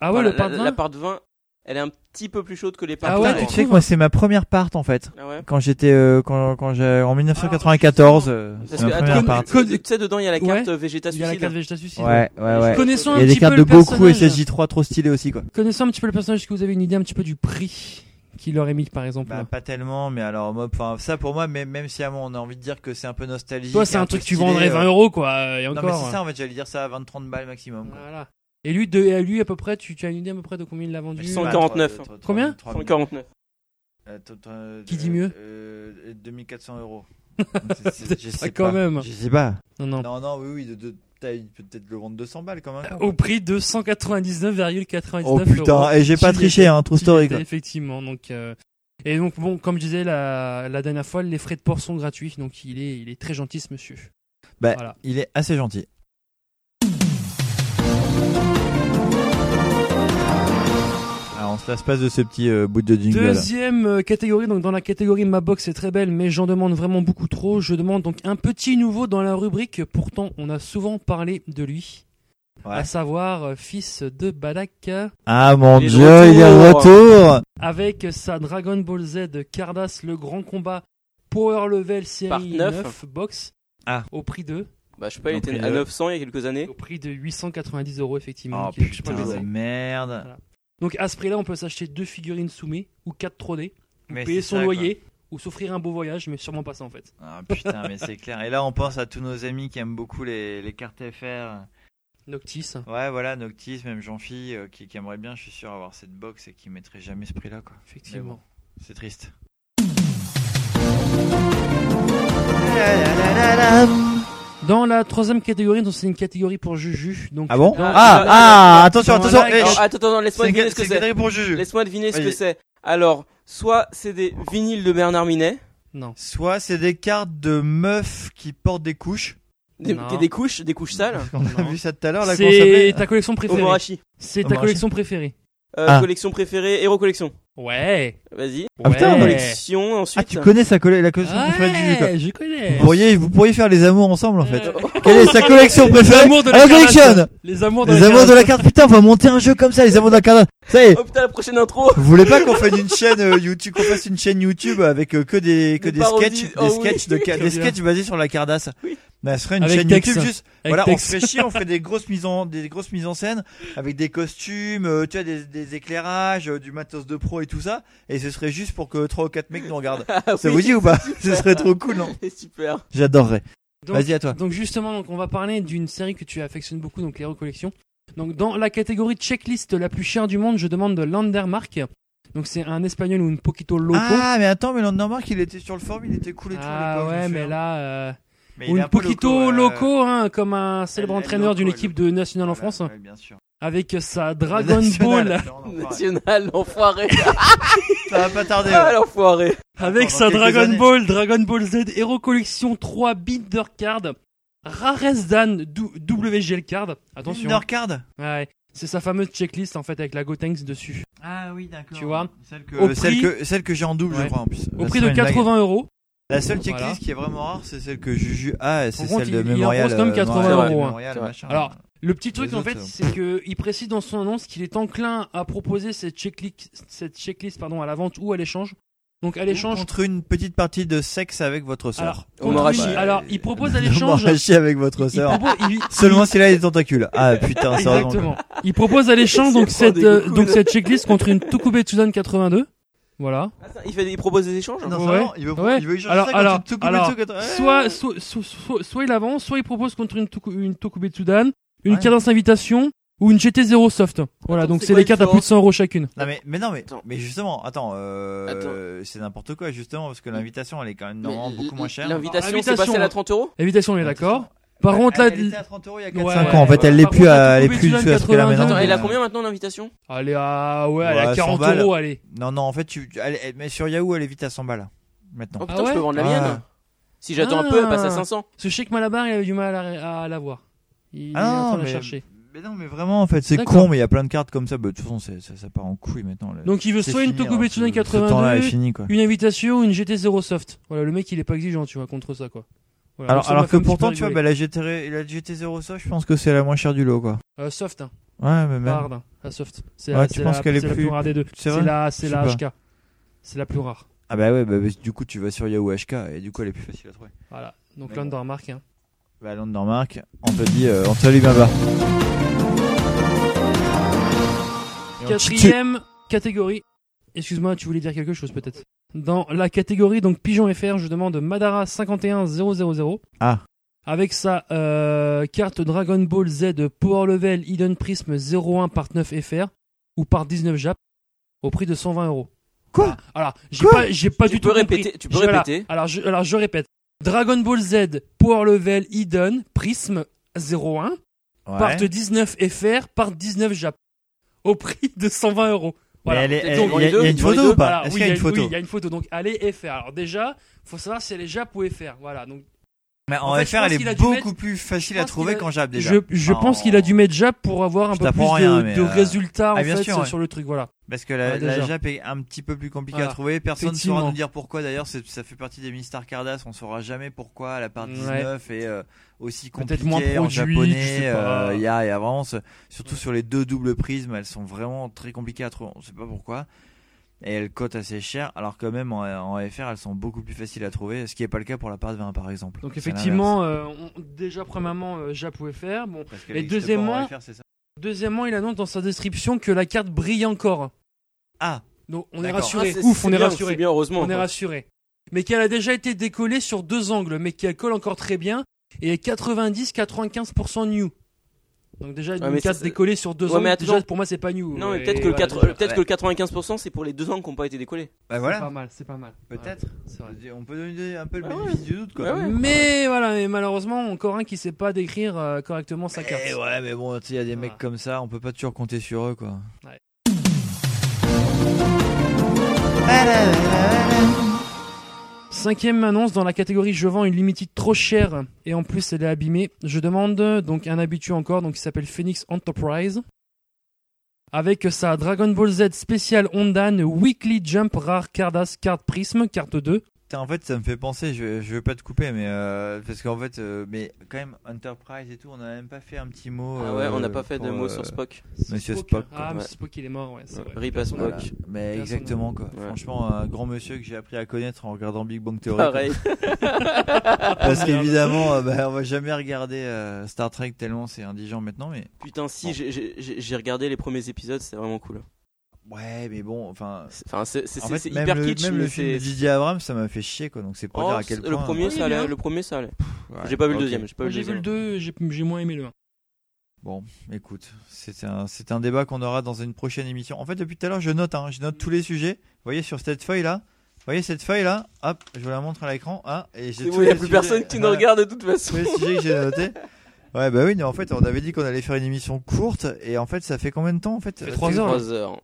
Ah ouais,
Enfin,
le
Bah, la-
part
la,
20?
la part 20, elle est un petit peu plus chaude que les parts
Ah ouais,
de
tu
Tu sais que moi, c'est ma première part en fait.
Ah ouais
Quand j'étais euh, quand, quand j'ai en 1994, euh,
Parce
c'est
que
ma première part.
attends, tu- tu sais dedans il y a la carte euh, Végéta
Il y a la
Suicide.
carte Végéta Suicide.
Ouais, ouais, ouais.
Connaissons
Il y
un
a des
petit
cartes
peu
de
le
Goku et
personnage.
SJ3 trop stylé aussi quoi.
Connaissant un petit peu le personnage, est-ce que vous avez une idée un petit peu du prix qu'il aurait mis par exemple là
Bah, Pas tellement, mais alors moi, enfin ça pour moi, mais même si à moi on a envie de dire que c'est un peu nostalgique.
Toi, c'est
et
un
peu
truc que tu
stylé,
vendrais
euh,
20 euros quoi. euh, Et encore.
Non mais c'est ça
hein.
en fait, j'allais dire ça à 20-30 balles maximum. quoi.
Voilà. euh, Et lui, de, et lui à peu près, tu, tu as une idée à peu près de combien il l'a vendu
149.
Combien
149.
euh,
Qui dit mieux
2400 euros.
Je sais quand pas. même.
Je sais pas.
Non, non.
Non, non, oui, oui, de, de, t'as- il peut peut-être le vendre 200 balles quand même.
Au prix de 199,99
Oh, putain,
Ah, euros.
et j'ai pas
Tu y
triché,
étais,
hein, true
tu y
story,
étais,
quoi.
Effectivement, donc. euh, Et donc bon, comme je disais la, la dernière fois, les frais de port sont gratuits, donc il est, il est très gentil ce monsieur.
Bah,
Voilà.
il est assez gentil. Alors, on se lasse pas de ce petit euh, bout de jingle.
Deuxième euh, catégorie, donc dans la catégorie ma box est très belle, mais j'en demande vraiment beaucoup trop. Je demande donc un petit nouveau dans la rubrique. Pourtant, on a souvent parlé de lui,
Ouais.
à savoir euh, fils de Badak.
Ah mon
Il est de
dieu, il est de retour
Avec sa Dragon Ball Z Cardas le grand combat Power Level série
Par
9,
neuf.
box
Ah.
au prix de
Bah, je sais pas, il
Au
était
prix
à
de-
900 il y a quelques années.
au prix de 890 euros effectivement.
Oh
qui est- je sais pas
putain
le
de
prix.
merde
Donc à ce prix-là, on peut s'acheter deux figurines Soumé ou 4 3D, ou
Mais
payer
c'est
son
ça, quoi.
loyer ou s'offrir un beau voyage, mais sûrement pas ça en fait.
Ah putain, mais c'est clair. Et là, on pense à tous nos amis qui aiment beaucoup les, les cartes FR.
Noctis.
Ouais, voilà, Noctis, même Jean-Phi, euh, qui, qui aimerait bien, je suis sûr, avoir cette box et qui mettrait jamais ce prix-là, quoi.
Effectivement.
Mais bon, c'est triste.
Dans la troisième catégorie, donc c'est une catégorie pour Juju. Donc
Ah bon
dans-
Ah,
dans-
ah,
dans-
attention,
dans
attention,
la-
eh,
Alors,
je-
attends, attends, laisse-moi
c'est
deviner
une-
ce que
c'est une
c'est.
catégorie pour Juju.
Laisse-moi deviner ce que
Vas-y.
c'est. Alors, soit c'est des vinyles de Bernard Minet,
Non.
Soit c'est des cartes de meufs qui portent des couches.
des,
Non.
des- des couches, des couches sales.
On a vu ça tout à l'heure, là, comment ça
C'est
s'appelait
ta collection préférée.
Omorashi.
C'est ta
Omorashi.
collection préférée.
Euh,
Ah.
Collection préférée, Héros Collection.
Ouais.
Vas-y.
Ah, putain,
Ouais.
on a
Collection, ensuite.
Ah, tu connais sa colle- la collection préférée de Juju, quoi.
Ouais, je connais.
Vous pourriez, vous pourriez faire les amours ensemble, en fait.
Euh,
Quelle est sa collection
Les
préférée
amours de
Ah,
la
la collection
Cardass. Les amours de
Les
la
amours de la
Cardass.
carte, putain, on va monter un jeu comme ça, les amours de la carte. Ça y est,
Oh putain, la prochaine intro!
Vous voulez pas qu'on fasse une chaîne euh, YouTube, qu'on fasse une chaîne YouTube avec euh, que des que
Des
des,
parodies.
sketchs,
Oh
des
oui.
sketchs de ca-
Très
des
bien.
sketchs basés sur la Cardass.
Oui.
Bah, ce serait une
Avec
chaîne
texte.
YouTube juste.
Avec
voilà,
texte.
on se fait chier, on fait des grosses mises en des grosses mises en scène avec des costumes, euh, tu as des, des éclairages, euh, du matos de pro et tout ça. Et ce serait juste pour que trois ou quatre mecs nous regardent.
Ah
ça
oui,
vous dit ou pas Ce serait trop cool, non
c'est super.
J'adorerais.
Donc-
Vas-y à toi.
Donc justement, donc on va parler d'une série que tu affectionnes beaucoup, donc Hero Collection. Donc dans la catégorie checklist la plus chère du monde, je demande Landermark. Donc c'est un espagnol ou une poquito loco.
Ah mais attends, mais Landermark il était sur le forum, il était cool et tout. à
Ah
l'époque, je me
ouais,
souviens.
mais là, euh,
Mais
ou
il est
une
un peu
poquito
euh,
loco, hein, comme un célèbre
elle- elle
entraîneur d'une
loco, elle
équipe
loco.
de nationale en
Voilà,
France, hein,
ouais, bien sûr.
avec sa Dragon
National,
Ball,
non, non, pareil.
National, l'enfoiré.
Ça va pas tarder.
Ah,
ouais.
l'enfoiré.
avec
Pendant
sa
quelques
Dragon
années.
Ball, Dragon Ball Z Hero Collection 3 Binder Card, Rares Dan du- WGL Card. Attention.
Binder Card
Ouais, c'est sa fameuse checklist en fait avec la Gotenks dessus.
Ah oui, d'accord.
Tu vois
Celle que, euh,
Au
celle
prix-
que, celle que j'ai en double,
Ouais.
je crois, en plus.
Au
Ça,
prix
c'est
de
une blague.
80 euros.
La seule checklist
Voilà.
qui est vraiment rare, c'est celle que Juju a, et
Par
c'est
contre,
celle de
il- il en
Memorial.
propose quand même
euh,
80
Memorial,
euros, hein.
Memorial,
C'est vrai.
machin.
Alors, le petit truc
Les
en
autres,
fait,
euh.
c'est que il précise dans son annonce qu'il est enclin à proposer cette checklist, cette checklist pardon, à la vente ou à l'échange. Donc à l'échange,
Contre une petite partie de sexe avec votre
alors,
sœur.
contre
Omorashi.
une- alors il propose à l'échange.
L'embracher avec votre
il- il
sœur.
propose- il-
Seulement s'il a des tentacules. Ah putain, sérieusement.
Exactement. Il propose à l'échange donc
C'est le
cette
point des
euh,
coups,
donc
là.
cette checklist contre une Tsuzan 82. Voilà.
Attends, Il, fait, il propose des échanges?
Non,
Ouais.
vraiment, il veut,
Ouais.
il veut échanger
Alors-
ça contre
alors-
une Tsukube
alors,
Tsukube- Ouais.
Soit, soit, soit, soit- soit il avance, soit il propose contre une, Toku- une Tokubetsudan, une
Ouais.
cadence invitation ou une GT0 soft. Voilà,
Attends,
donc
c'est
c'est
quoi
les
la
cartes à plus de 100 euros chacune.
Non mais, mais non mais,
Attends.
mais justement, attends, euh, c'est n'importe quoi justement parce que l'invitation elle est quand même normalement beaucoup moins chère.
L'invitation, c'est
L'invitation,
passé à la
hein.
30 euros?
L'invitation, on est d'accord. Par
Elle-
contre,
elle,
là,
elle était à 30 euros il y a 4-5
Ouais,
ans. En fait, elle l'est
par
plus,
contre,
à,
la
elle est
Coupe
plus
Betsudan
du tout à ce qu'elle a maintenant.
Attends, elle a
mais-
euh,
euh,
combien maintenant l'invitation?
allez, ah ouais, elle est
Ouais,
à
100
40
balles.
euros, allez.
Non, non, en fait, tu, elle- elle- mais sur Yahoo, elle est vite à 100 balles maintenant.
Oh putain,
Ah ouais
je peux vendre la
Ah.
mienne? Si j'attends un peu, elle passe à 500.
Ce chèque Malabar, il avait du mal à, à l'avoir. Il
Ah
est en
non,
train de
mais-
la chercher.
Mais non, mais vraiment, en fait, c'est
D'accord.
con, mais il y a plein de cartes comme ça. Bah, de toute façon, c'est- ça, ça part en couille maintenant. là.
Donc il veut
C'est
soit une
fini,
Tokubetsu
alors,
Nine
ce- Ce temps-là est
82,
fini, quoi.
une invitation, une GT 0 soft. Voilà, le mec il est pas exigeant, tu vois, contre ça quoi. Voilà, donc
alors
ça m'a
alors
fait
que
un petit peu
pourtant, tu vois,
rigoler.
bah, la, GT, la GT0 ça, je pense que c'est la moins chère du lot, quoi.
Euh, soft. Hein.
Ouais, mais même.
Pas hard, hein. La soft. C'est
Ouais,
la,
tu
c'est
penses
la-
qu'elle est
c'est la plus
plus-
rare des deux.
c'est vrai
la,
Je
c'est
sais
la
pas.
HK. C'est la plus rare.
Ah bah ouais, bah, bah, du coup, tu vas sur Yahoo HK et du coup, elle est plus facile à trouver.
Voilà. Donc
Mais
là,
bon.
on remarque. Hein.
Bah, Landormark, on te dit, euh, on te salue bien bas.
Quatrième catégorie. Excuse-moi, tu voulais dire quelque chose peut-être. Dans la catégorie donc pigeon FR, je demande Madara 51000.
Ah.
Avec sa euh, carte Dragon Ball Z Power Level Hidden Prism 01 par 9 FR ou par 19 Jap au prix de 120 euros. Quoi Alors, j'ai
Quoi
pas, j'ai pas
Tu
du
peux
tout compris.
répéter, tu peux
Je- voilà.
répéter.
Alors je, alors, je répète. Dragon Ball Z Power Level Hidden Prism 01
Ouais.
par 19 FR par 19 Jap au prix de 120 euros. Voilà.
elle est- elle-
Donc,
il y a- il y a une
Voilà,
photo ou pas
voilà,
Est-ce
oui,
qu'il y a
il
une photo
oui, il y a une photo. Donc allez FR. Alors déjà, faut savoir si elle est Jap ou FR. Voilà. Donc
Mais en
fait, je
FR,
pense
elle
qu'il a
est
dû
beaucoup
mettre-
plus facile
je
à
pense
trouver
qu'il a-
qu'en Jap déjà.
Je, je
Ah,
pense qu'il a dû mettre Jap pour avoir un
Je
peu plus
t'apprends
de,
rien, mais,
de
euh,
résultats en
ah, bien
fait
sûr,
sur,
ouais.
sur le truc. Voilà.
Parce que la,
Ouais,
la
déjà.
Jap est un petit peu plus compliquée
Voilà.
à trouver. Personne ne saura
Effectivement.
nous dire pourquoi. D'ailleurs, c'est- ça fait partie des mystères Cardass. On saura jamais pourquoi à la part
Ouais.
19 est euh, aussi
Peut-être
compliquée
moins
en
produite, je sais
japonais.
pas.
euh, Il y, a, il y a vraiment, ce- surtout sur les deux doubles prismes, elles sont vraiment très compliquées à trouver. On ne sait pas pourquoi. Et elles cotent assez cher, alors quand même en, en FR, elles sont beaucoup plus faciles à trouver, ce qui n'est pas le cas pour la part 20 par exemple.
Donc
C'est
effectivement, euh, on- déjà premièrement euh, Jap ou FR. Bon.
Parce qu'elle
Et
existe pas en
deuxièmement,
FR, c'est ça
deuxièmement, il annonce dans sa description que la carte brille encore.
Ah.
Donc on est
D'accord.
rassuré.
Ah, c'est-
Ouf,
c'est
on est
bien,
rassuré.
c'est bien, heureusement,
On est
quoi.
rassuré. Mais qu'elle a déjà été décollée sur deux angles, mais qu'elle colle encore très bien et est 90-95% new. Donc déjà
Ouais,
une
mais ça,
carte
c'est-
décollée sur deux
Ouais,
angles.
mais attends.
déjà, pour moi c'est pas new.
Non, mais
Et
peut-être que, le
voilà,
quatre- Ah,
déjà.
peut-être que le 95% c'est pour les deux ans qui n'ont pas été décollés.
Bah
Ah,
voilà.
C'est pas Ah mal, c'est pas mal.
Peut-être.
Voilà, c'est vrai.
On peut donner un peu le bénéfice du doute quoi.
Mais voilà, mais malheureusement encore un qui sait pas décrire euh, correctement sa carte.
Eh ouais, mais bon, tu sais, il y a des mecs comme ça, on peut pas toujours compter sur eux, quoi.
Ouais. Cinquième annonce dans la catégorie je vends une limitée trop chère et en plus elle est abîmée. Je demande euh, donc un habitué encore donc qui s'appelle Phoenix Enterprise avec sa Dragon Ball Z spécial Ondan Weekly Jump Rare Cardass Card Prism carte 2.
Putain, En fait, ça me fait penser, je, je veux pas te couper, mais euh, parce qu'en fait, euh, mais quand même, Enterprise et tout, on a même pas fait un petit mot.
Ah ouais,
euh,
on n'a pas fait de
pour,
mot
euh,
sur Spock.
Monsieur
Spock.
Spock. quoi.
Ah, mais
Ouais.
Spock il est mort, ouais. c'est vrai.
Rip à Spock.
Voilà. Mais
Personne-
exactement, quoi.
Ouais.
Franchement, un grand monsieur que j'ai appris à connaître en regardant Big Bang Theory.
Pareil.
quoi. Parce qu'évidemment, euh, bah, on va jamais regarder euh, Star Trek tellement c'est indigent maintenant, mais.
Putain, si, j'ai- j'ai- j'ai j'ai regardé les premiers épisodes, c'était vraiment cool.
Ouais, mais bon, enfin.
Enfin, c'est c'est-
En fait,
c'est
même
hyper
le-
kitsch,
Même
mais
le film de
c'est.
Didier Abrams, ça m'a fait chier, quoi. Donc c'est pour
Oh,
dire à quel
le
point. euh, hein.
premier, ça allait.
bien.
Le premier, ça allait.
Ouais,
J'ai pas vu le
ok.
deuxième. J'ai pas
Moi,
vu le
J'ai vu le
deuxième.
2, j'ai j'ai moins aimé le 1.
Bon, écoute, c'est un, c'est un débat qu'on aura dans une prochaine émission. En fait, depuis tout à l'heure, je note, hein, je note tous les sujets. Vous voyez sur cette feuille là, vous voyez cette feuille là, hop, je vous la montre à l'écran. Hein, et j'ai
C'est
tous
bon, y a
les
plus
sujets.
personne qui nous
Ouais.
regarde de toute façon.
Tous les sujets que j'ai notés. Ouais, bah oui, mais en fait, on avait dit qu'on allait faire une émission courte, et en fait, ça fait combien de temps en fait Euh,
fait trois heures.
Trois heures.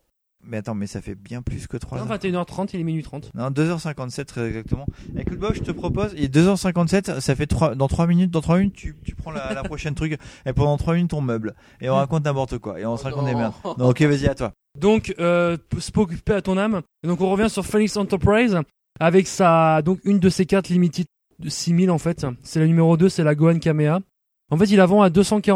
Mais attends, mais ça fait bien plus que 3
Non,
heures.
21h30, il est minuit 30.
Non, 2h57 très exactement. Écoute Bob, je te propose, et 2h57, ça fait 3, dans 3 minutes, dans 3 minutes, tu, tu prends la, la prochaine truc, et pendant 3 minutes, on meuble, et on raconte n'importe quoi, et on se raconte des merdes.
Oh,
Non, ok, vas-y, à toi.
Donc, euh, Spock paix à ton âme. Et donc, on revient sur Phoenix Enterprise avec sa, donc, une de ses cartes limitées de 6000 en fait. C'est la numéro 2, c'est la Gohan Kamea. En fait, il la vend à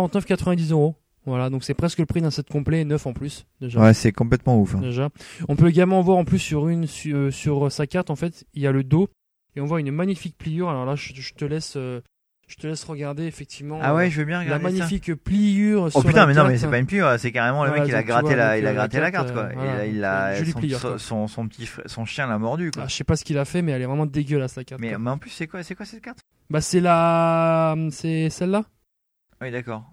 249,90 euros. Voilà, donc c'est presque le prix d'un set complet, 9 en plus, déjà.
Ouais, c'est complètement ouf. hein.
Déjà. On peut également voir en plus sur une su- euh, sur sa carte en fait, il y a le dos et on voit une magnifique pliure. Alors là, je, je te laisse euh, je te laisse regarder effectivement
Ah ouais,
euh,
je veux bien
la
regarder ça.
magnifique pliure
Oh
sur
putain,
la
mais non, mais
carte.
c'est pas une pure, hein, c'est carrément le
Voilà,
mec, il a
donc tu
gratté
vois,
la,
donc,
il a
euh,
gratté la carte, quoi.
euh, voilà,
il
donc,
a,
euh,
il
jolie
a son,
pliure,
son-
quoi.
son- son petit, fr- son chien l'a mordu, quoi.
Ah, je sais pas ce qu'il a fait mais elle est vraiment dégueulasse la carte.
mais,
quoi.
mais en plus, c'est quoi, c'est quoi cette carte?
Bah c'est la c'est celle-là
Ah Oui, d'accord.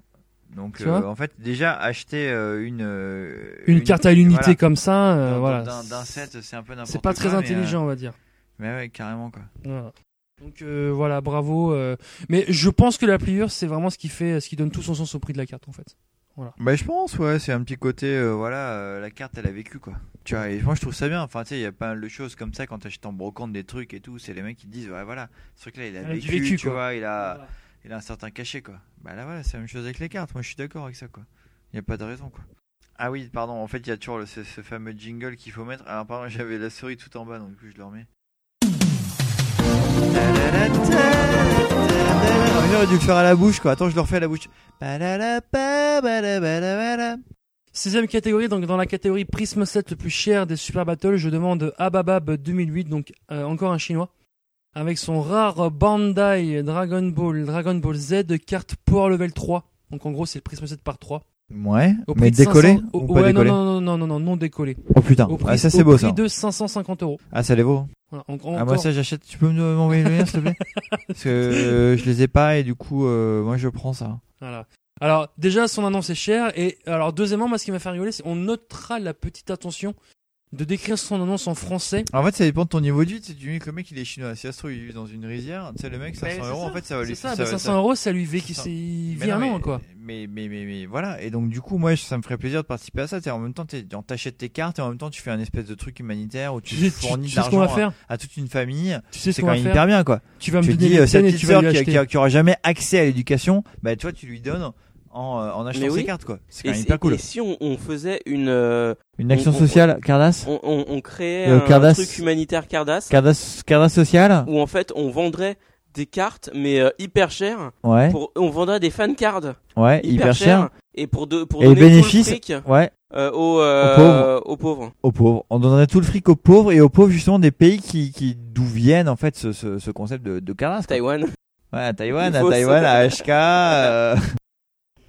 Donc,
Tu
euh,
vois
en fait, déjà, acheter euh, une, euh,
une, carte à une unité
voilà.
comme ça euh,
D'un-
voilà.
d'un- d'un set, c'est un peu n'importe
C'est pas très
quoi, mais,
intelligent,
euh,
on va dire.
Mais ouais, carrément, quoi.
Voilà. Donc euh, voilà, bravo euh. mais je pense que la pliure c'est vraiment ce qui fait ce qui donne tout son sens au prix de la carte en fait.
Bah, je pense, ouais, c'est un petit côté, euh, voilà, euh, la carte, elle a vécu, quoi. Tu vois, et moi, je trouve ça bien. Enfin, tu sais, il y a pas mal de choses comme ça quand t'achètes en brocante des trucs et tout. C'est les mecs qui te disent, ouais, voilà, ce truc-là, il a
Elle a du
vécu,
vécu,
tu
quoi.
vois, il a. il a un certain cachet quoi. Bah là voilà, c'est la même chose avec les cartes. Moi je suis d'accord avec ça quoi. Il n'y a pas de raison quoi. Ah oui, pardon, en fait il y a toujours le- ce, ce fameux jingle qu'il faut mettre. Alors pardon, j'avais la souris tout en bas donc du coup je le remets. Ah, mais j'aurais dû le faire à la bouche quoi. Attends, je le refais à la bouche. Badalapa, badabadabada.
Sixième catégorie, donc dans la catégorie Prism 7 le plus cher des Super Battles, je demande Ababab 2008, donc euh, encore un chinois, avec son rare Bandai Dragon Ball, Dragon Ball Z carte Power Level 3. Donc en gros, c'est le Prism 7 par 3.
Ouais,
Au prix
mais
de
décollé
500
ou
oh,
pas
ouais, non,
décollé
Non, non, non, non, non, non décollé.
Oh putain,
Au prix-
ah, ça
au
c'est beau ça.
prix de 550 euros.
Ah ça les vaut.
Voilà, en-
Ah moi
encore-
ça j'achète, tu peux me- m'envoyer le lien s'il te plaît Parce que euh, je les ai pas et du coup euh, moi je prends ça.
Voilà. Alors déjà son annonce est chère et alors deuxièmement moi ce qui m'a fait rigoler c'est on notera la petite attention de décrire son annonce en français.
En fait ça dépend de ton niveau de vie, tu dis que le mec il est chinois, si ça se trouve il vit dans une rizière, tu sais le mec 500
Bah, c'est
euros en
ça,
fait Ah, ça va lui
c'est ça, mais 500 euros, ça lui vit- il
Mais
vit
non,
un
mais-
an, quoi.
Mais, mais, mais, mais voilà, et donc du coup moi je- ça me ferait plaisir de participer à ça, Tu sais, en même temps t'es- t'achètes tes cartes et en même temps tu fais un espèce de truc humanitaire où tu,
Tu sais- tu-
fournis
tu
de
sais ce qu'on va
l'argent hein. à,
faire
à toute une famille,
Tu sais ce
c'est
qu'on
quand
va
même
faire
hyper bien quoi.
Tu vas me donner
dis
les
euh, cette
tiennes et
petite
tu vas
sœur
lui
qui,
acheter.
qui- qui aura jamais accès à l'éducation, bah toi tu lui donnes en, euh, en achetant
Mais oui.
ses cartes quoi. C'est quand
Et
même
si-
hyper cool.
Et si on, on faisait une euh,
Une
on-
action
on-
sociale, Cardass
On, on, on créait
Euh,
un
Cardass
truc humanitaire Cardass.
Cardass- Cardass social
Où en fait on vendrait des cartes mais euh, hyper chères.
Ouais.
Pour, on vendrait des fan cards.
Ouais, hyper
chères,
chères.
Et pour, de, pour
Et
donner tout le
bénéfice,
fric,
ouais.
euh, aux, euh, aux pauvres.
Aux pauvres. On donnerait tout le fric aux pauvres et aux pauvres justement des pays qui, qui d'où viennent en fait ce, ce, ce concept de, de Cardass. quoi.
Taïwan.
Ouais, à Taïwan,
Il
à
faut se-
Taïwan, à HK, euh,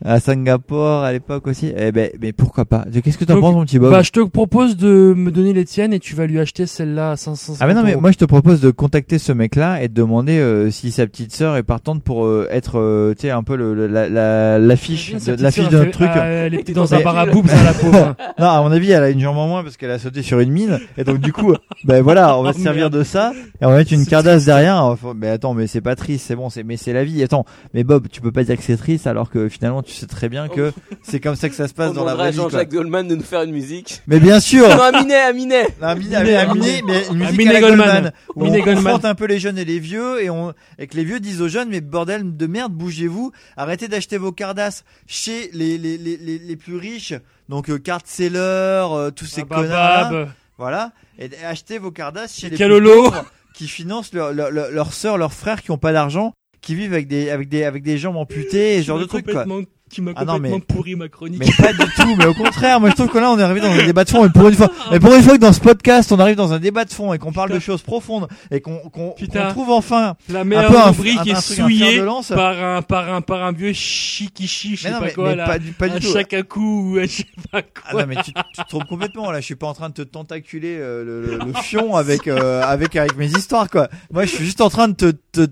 à Singapour à l'époque aussi. Eh ben, mais pourquoi pas Qu'est-ce que t'en
Donc,
penses mon petit Bob
Bah je te propose de me donner les tiennes et tu vas lui acheter celle-là à 550
Ah mais non mais
euros.
moi je te propose de contacter ce mec là et de demander euh, si sa petite sœur est partante pour euh, être euh, tu sais un peu le, le- la, la, l'affiche
Sa
de,
petite
l'affiche
sœur,
de
elle
notre
fait-
truc. euh,
ah, elle était dans un bar à boobs, hein, la pauvre.
non à mon avis elle a une jambe en moins parce qu'elle a sauté sur une mine et donc du coup ben voilà on va
Oh,
se servir
merde.
de ça et on va mettre une cardasse derrière. On va faire- Mais attends mais c'est pas triste c'est bon c'est mais c'est la vie attends mais Bob tu peux pas dire que c'est triste alors que finalement tu sais très bien que c'est comme ça que ça se passe
on
dans la
demandera
vraie
à
vie. quoi.
Jean-Jacques Goldman de nous faire une musique.
Mais bien sûr.
Non, Aminé, Aminé.
Aminé, Aminé, Aminé, mais une musique à la Goldman, où on confronte un peu les jeunes et les vieux et on et que les vieux disent aux jeunes mais bordel de merde bougez-vous arrêtez d'acheter vos cardasses chez les les, les, les, les plus riches donc euh, card seller euh, tous
Ah,
ces
bah,
Ababab.
connards
bah,
là voilà et d- achetez vos cardasses chez les
Calolo.
plus pauvres qui financent leurs leur, leur, leurs sœurs leurs frères qui ont pas d'argent qui vivent avec des avec des avec des jambes amputées et ce genre de trucs quoi
Tu m'as
Ah non, mais-
complètement pourri ma chronique.
mais pas du tout, mais au contraire, moi je trouve que là on est arrivé dans un débat de fond. Et pour une fois, et pour une fois que dans ce podcast on arrive dans un débat de fond et qu'on parle de choses profondes et qu'on qu'on
Putain.
qu'on trouve enfin
La
un
meilleure
peu un-
rubrique
un- un
est
truc, un fer
souillée
de lance.
par un, par un, par un vieux chiquichi, je sais
Mais non,
pas
mais-
quoi,
mais
là.
pas du- pas du
un
tout. hein.
Shakaku ou un je sais pas quoi.
Ah non mais tu, tu te trompes complètement là. Je suis pas en train de te tentaculer euh, le, le- le fion avec euh, avec avec mes histoires quoi. Moi je suis juste en train de te, te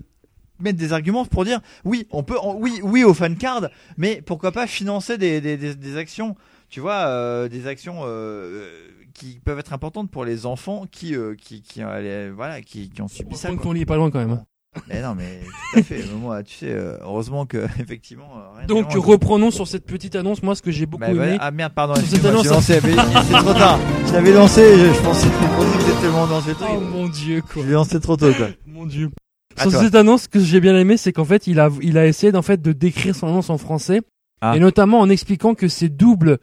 mettre des arguments pour dire oui on peut on- oui oui au fan card, mais pourquoi pas financer des des, des, des actions. Tu vois euh, des actions euh, qui peuvent être importantes pour les enfants qui euh, qui qui euh, les- voilà qui qui ont subi ça.
Tant que
quoi.
ton lit est pas loin quand même. hein.
Mais non mais tout à fait. Mais Moi tu sais euh, heureusement que effectivement. euh, rien
Donc
n'est loin, quoi.
reprenons sur cette petite annonce, moi ce que j'ai beaucoup
Bah, voilà.
aimé.
Ah merde, pardon,
sur cette
excuse-moi,
annonce.
j'ai lancé, mais c'est trop tard. Je l'avais lancé, je, je pensais je pensais que c'était tellement dans ce truc.
Oh mon dieu quoi.
Je l'ai lancé trop tôt quoi.
Mon dieu.
À
Sur
Ah, toi.
cette annonce, ce que j'ai bien aimé, c'est qu'en fait, il a, il a essayé d'en fait de décrire son annonce en français,
Ah.
et notamment en expliquant que ces doubles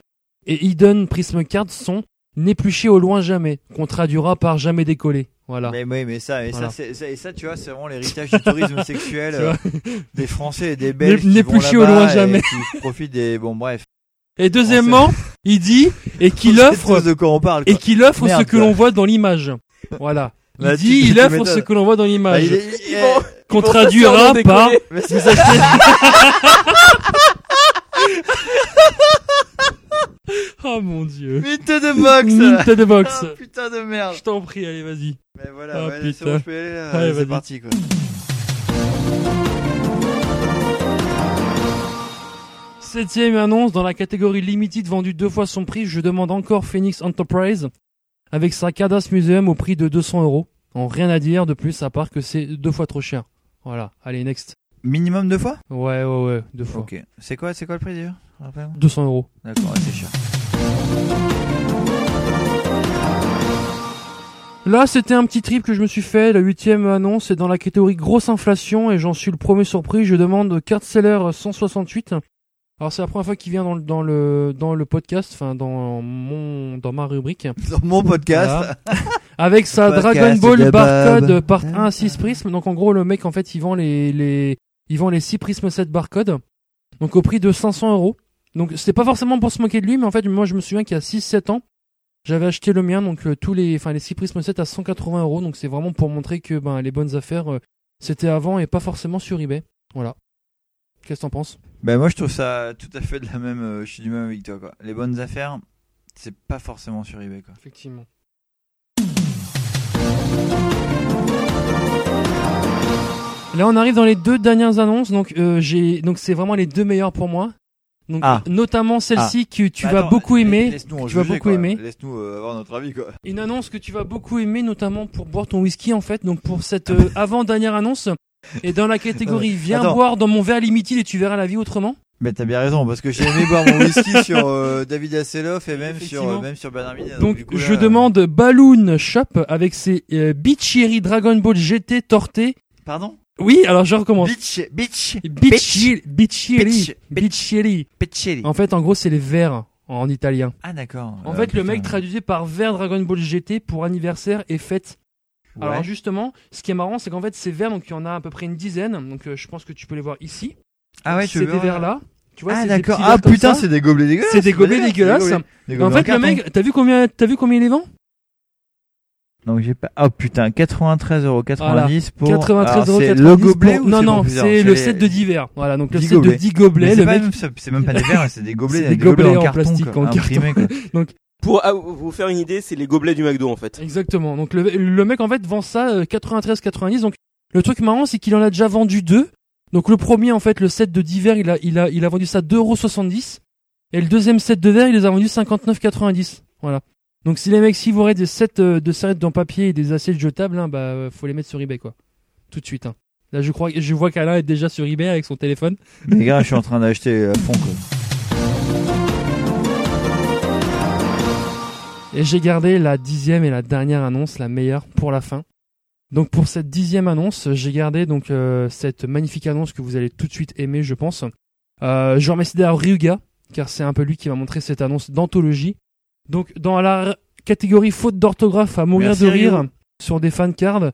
et hidden prism cards sont n'épluchés au loin jamais, qu'on traduira par jamais décollé. Voilà.
Mais oui, mais ça, et
Voilà.
ça, c'est- ça, et ça, tu vois, c'est vraiment l'héritage du tourisme sexuel
Tu vois.
euh, des Français et des Belges
N'est-
qui vont
n'est plus chier au
là-bas
loin
et
jamais.
qui profitent des. Bon, bref.
Et deuxièmement, il dit et qu'il offre
de quoi on parle.
et qu'il offre
Merde,
ce que
quoi.
l'on voit dans l'image. Voilà. Il
Bah,
dit
tu-
il
tu
offre
m'étonnes.
ce que l'on voit dans l'image.
Bah, il est- il est-
qu'on
ils vont
traduira
pas sûrement
par
décoller.
vous achetez- Oh mon dieu.
Minute de box.
Minute de box.
Ah, putain de merde.
Je t'en prie, allez, vas-y.
Mais voilà,
Ah,
ouais, c'est
putain.
bon, je peux y aller là.
Allez,
c'est
vas-y.
parti quoi.
Septième annonce dans la catégorie Limited vendue deux fois son prix, je demande encore Phoenix Enterprise avec sa Cardass Museum au prix de 200 euros. En rien à dire de plus à part que c'est deux fois trop cher. Voilà, allez next.
Minimum deux fois
Ouais ouais ouais, deux fois.
Ok. C'est quoi, c'est quoi le prix d'ailleurs Rappelle-moi.
200 euros.
D'accord, ouais, c'est cher.
Là, c'était un petit trip que je me suis fait. La huitième annonce est dans la catégorie grosse inflation et j'en suis le premier surpris. Je demande carte seller 168. Alors c'est la première fois qu'il vient dans le, dans le dans le podcast, enfin dans mon dans ma rubrique.
Dans mon podcast.
Voilà. Avec sa
Podcast
Dragon
de
Ball
Bob. Hein,
barcode part 1 à 6 prismes. Donc en gros le mec en fait il vend les les il vend les 6 prismes 7 barcode. Donc au prix de 500 euros. Donc c'était pas forcément pour se moquer de lui, mais en fait moi je me souviens qu'il y a 6 7 ans j'avais acheté le mien, donc euh, tous les, enfin les 6 Prismes 7 à 180 euros, donc c'est vraiment pour montrer que ben, les bonnes affaires euh, c'était avant et pas forcément sur eBay. Voilà. Qu'est-ce que t'en penses
Ben moi je trouve ça tout à fait de la même. euh, je suis du même avec toi quoi. Les bonnes affaires, c'est pas forcément sur eBay quoi.
Effectivement. Là on arrive dans les deux dernières annonces, donc euh, j'ai, donc c'est vraiment les deux meilleures pour moi. Donc,
Ah.
notamment celle-ci
Ah.
que tu
Bah,
vas
attends,
beaucoup aimer,
laisse-nous en
que tu vas
juger,
beaucoup
quoi.
aimer.
Laisse-nous euh, avoir notre avis quoi.
Une annonce que tu vas beaucoup aimer, notamment pour boire ton whisky en fait, donc pour cette euh, avant-dernière annonce. Et dans la catégorie
Non, mais-
Viens
Ah, attends.
boire dans mon verre limité et tu verras la vie autrement.
Mais Ben, t'as bien raison parce que j'ai aimé boire mon whisky sur euh, David Hasselhoff et même sur euh,
Effectivement.
même sur Bernard Minet.
Donc
du coup,
je
là, euh,
demande Balloon Shop avec ses euh, Bitchyri Dragon Ball GT torté.
euh, Pardon
Oui, alors je recommence.
Bitch, bitch,
Bitchyri. Bitchyri.
Bitch,
Bitchyri.
Bitchyri.
En fait, en gros, c'est les verres en italien.
Ah d'accord.
En
Euh,
fait, le
putain.
mec traduisait par verre Dragon Ball GT pour anniversaire et fête.
Ouais.
Alors justement, ce qui est marrant, c'est qu'en fait, ces verres, donc il y en a à peu près une dizaine, donc euh, je pense que tu peux les voir ici.
Ah ouais,
Donc,
tu
C'est
veux
des
voir,
verres
là.
là. Tu vois,
Ah,
c'est des
d'accord.
petits
Ah,
verres comme
putain,
ça.
c'est des gobelets dégueulasses.
C'est des
Ah, C'est
gobelets
des
dégueulasses.
gobelets- des
en
gobelets
fait,
en
le mec, t'as vu combien, t'as vu combien il les vend
Donc j'ai pas. Oh putain, 93,90€
Voilà. 93
pour. Alors,
euros
c'est le gobelet
pour-
ou
Non,
c'est
non,
pour plusieurs
c'est
C'est
le
les-
set de 10 verres. Voilà, donc le
10
set de
gobelets.
10 gobelets.
Mais c'est
le
pas
mec-
même- c'est même pas des verres, c'est des gobelets,
C'est
des
des
gobelets
gobelets
en
en
carton,
plastique,
quoi,
en
imprimés,
carton.
quoi.
Donc,
Pour ah, vous faire une idée, c'est les gobelets du McDo en fait.
Exactement. Donc le, le mec en fait vend ça euh, 93,90. Donc le truc marrant c'est qu'il en a déjà vendu deux. Donc le premier en fait le set de divers il a il a il a vendu ça 2,70 et le deuxième set de verre il les a vendus 59,90. Voilà. Donc si les mecs si vous aurez des sets euh, de serviettes dans papier et des assiettes jetables, hein, bah euh, faut les mettre sur eBay quoi. Tout de suite. Hein. Là je crois je vois qu'Alain est déjà sur eBay avec son téléphone.
Les gars, je suis en train d'acheter à fond, quoi.
Et j'ai gardé la dixième et la dernière annonce, la meilleure, pour la fin. Donc pour cette dixième annonce, j'ai gardé donc euh, cette magnifique annonce que vous allez tout de suite aimer, je pense. Euh, je remercie d'ailleurs Ryuga, car c'est un peu lui qui m'a montré cette annonce d'anthologie. Donc dans la r- catégorie faute d'orthographe à mourir
Merci,
de rire
Ryu.
sur des fancards,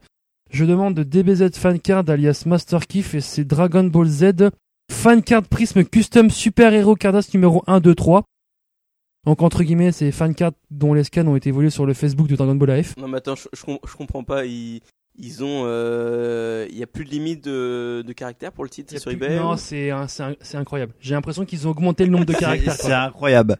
je demande de DBZ Fancard alias Master Kiff et c'est Dragon Ball Z Fancard Prisme Custom Super Hero Cardas numéro 1, 2, 3. Donc entre guillemets, c'est fancard dont les scans ont été volés sur le Facebook de Dragon Ball AF.
Non mais attends, je, je, com- je comprends pas. Ils, ils ont, euh, il y a plus de limite de, de caractères pour le titre sur eBay.
Non,
ou-
c'est un- c'est un- c'est incroyable. J'ai l'impression qu'ils ont augmenté le nombre de
C'est-
caractères.
C'est
quoi.
incroyable.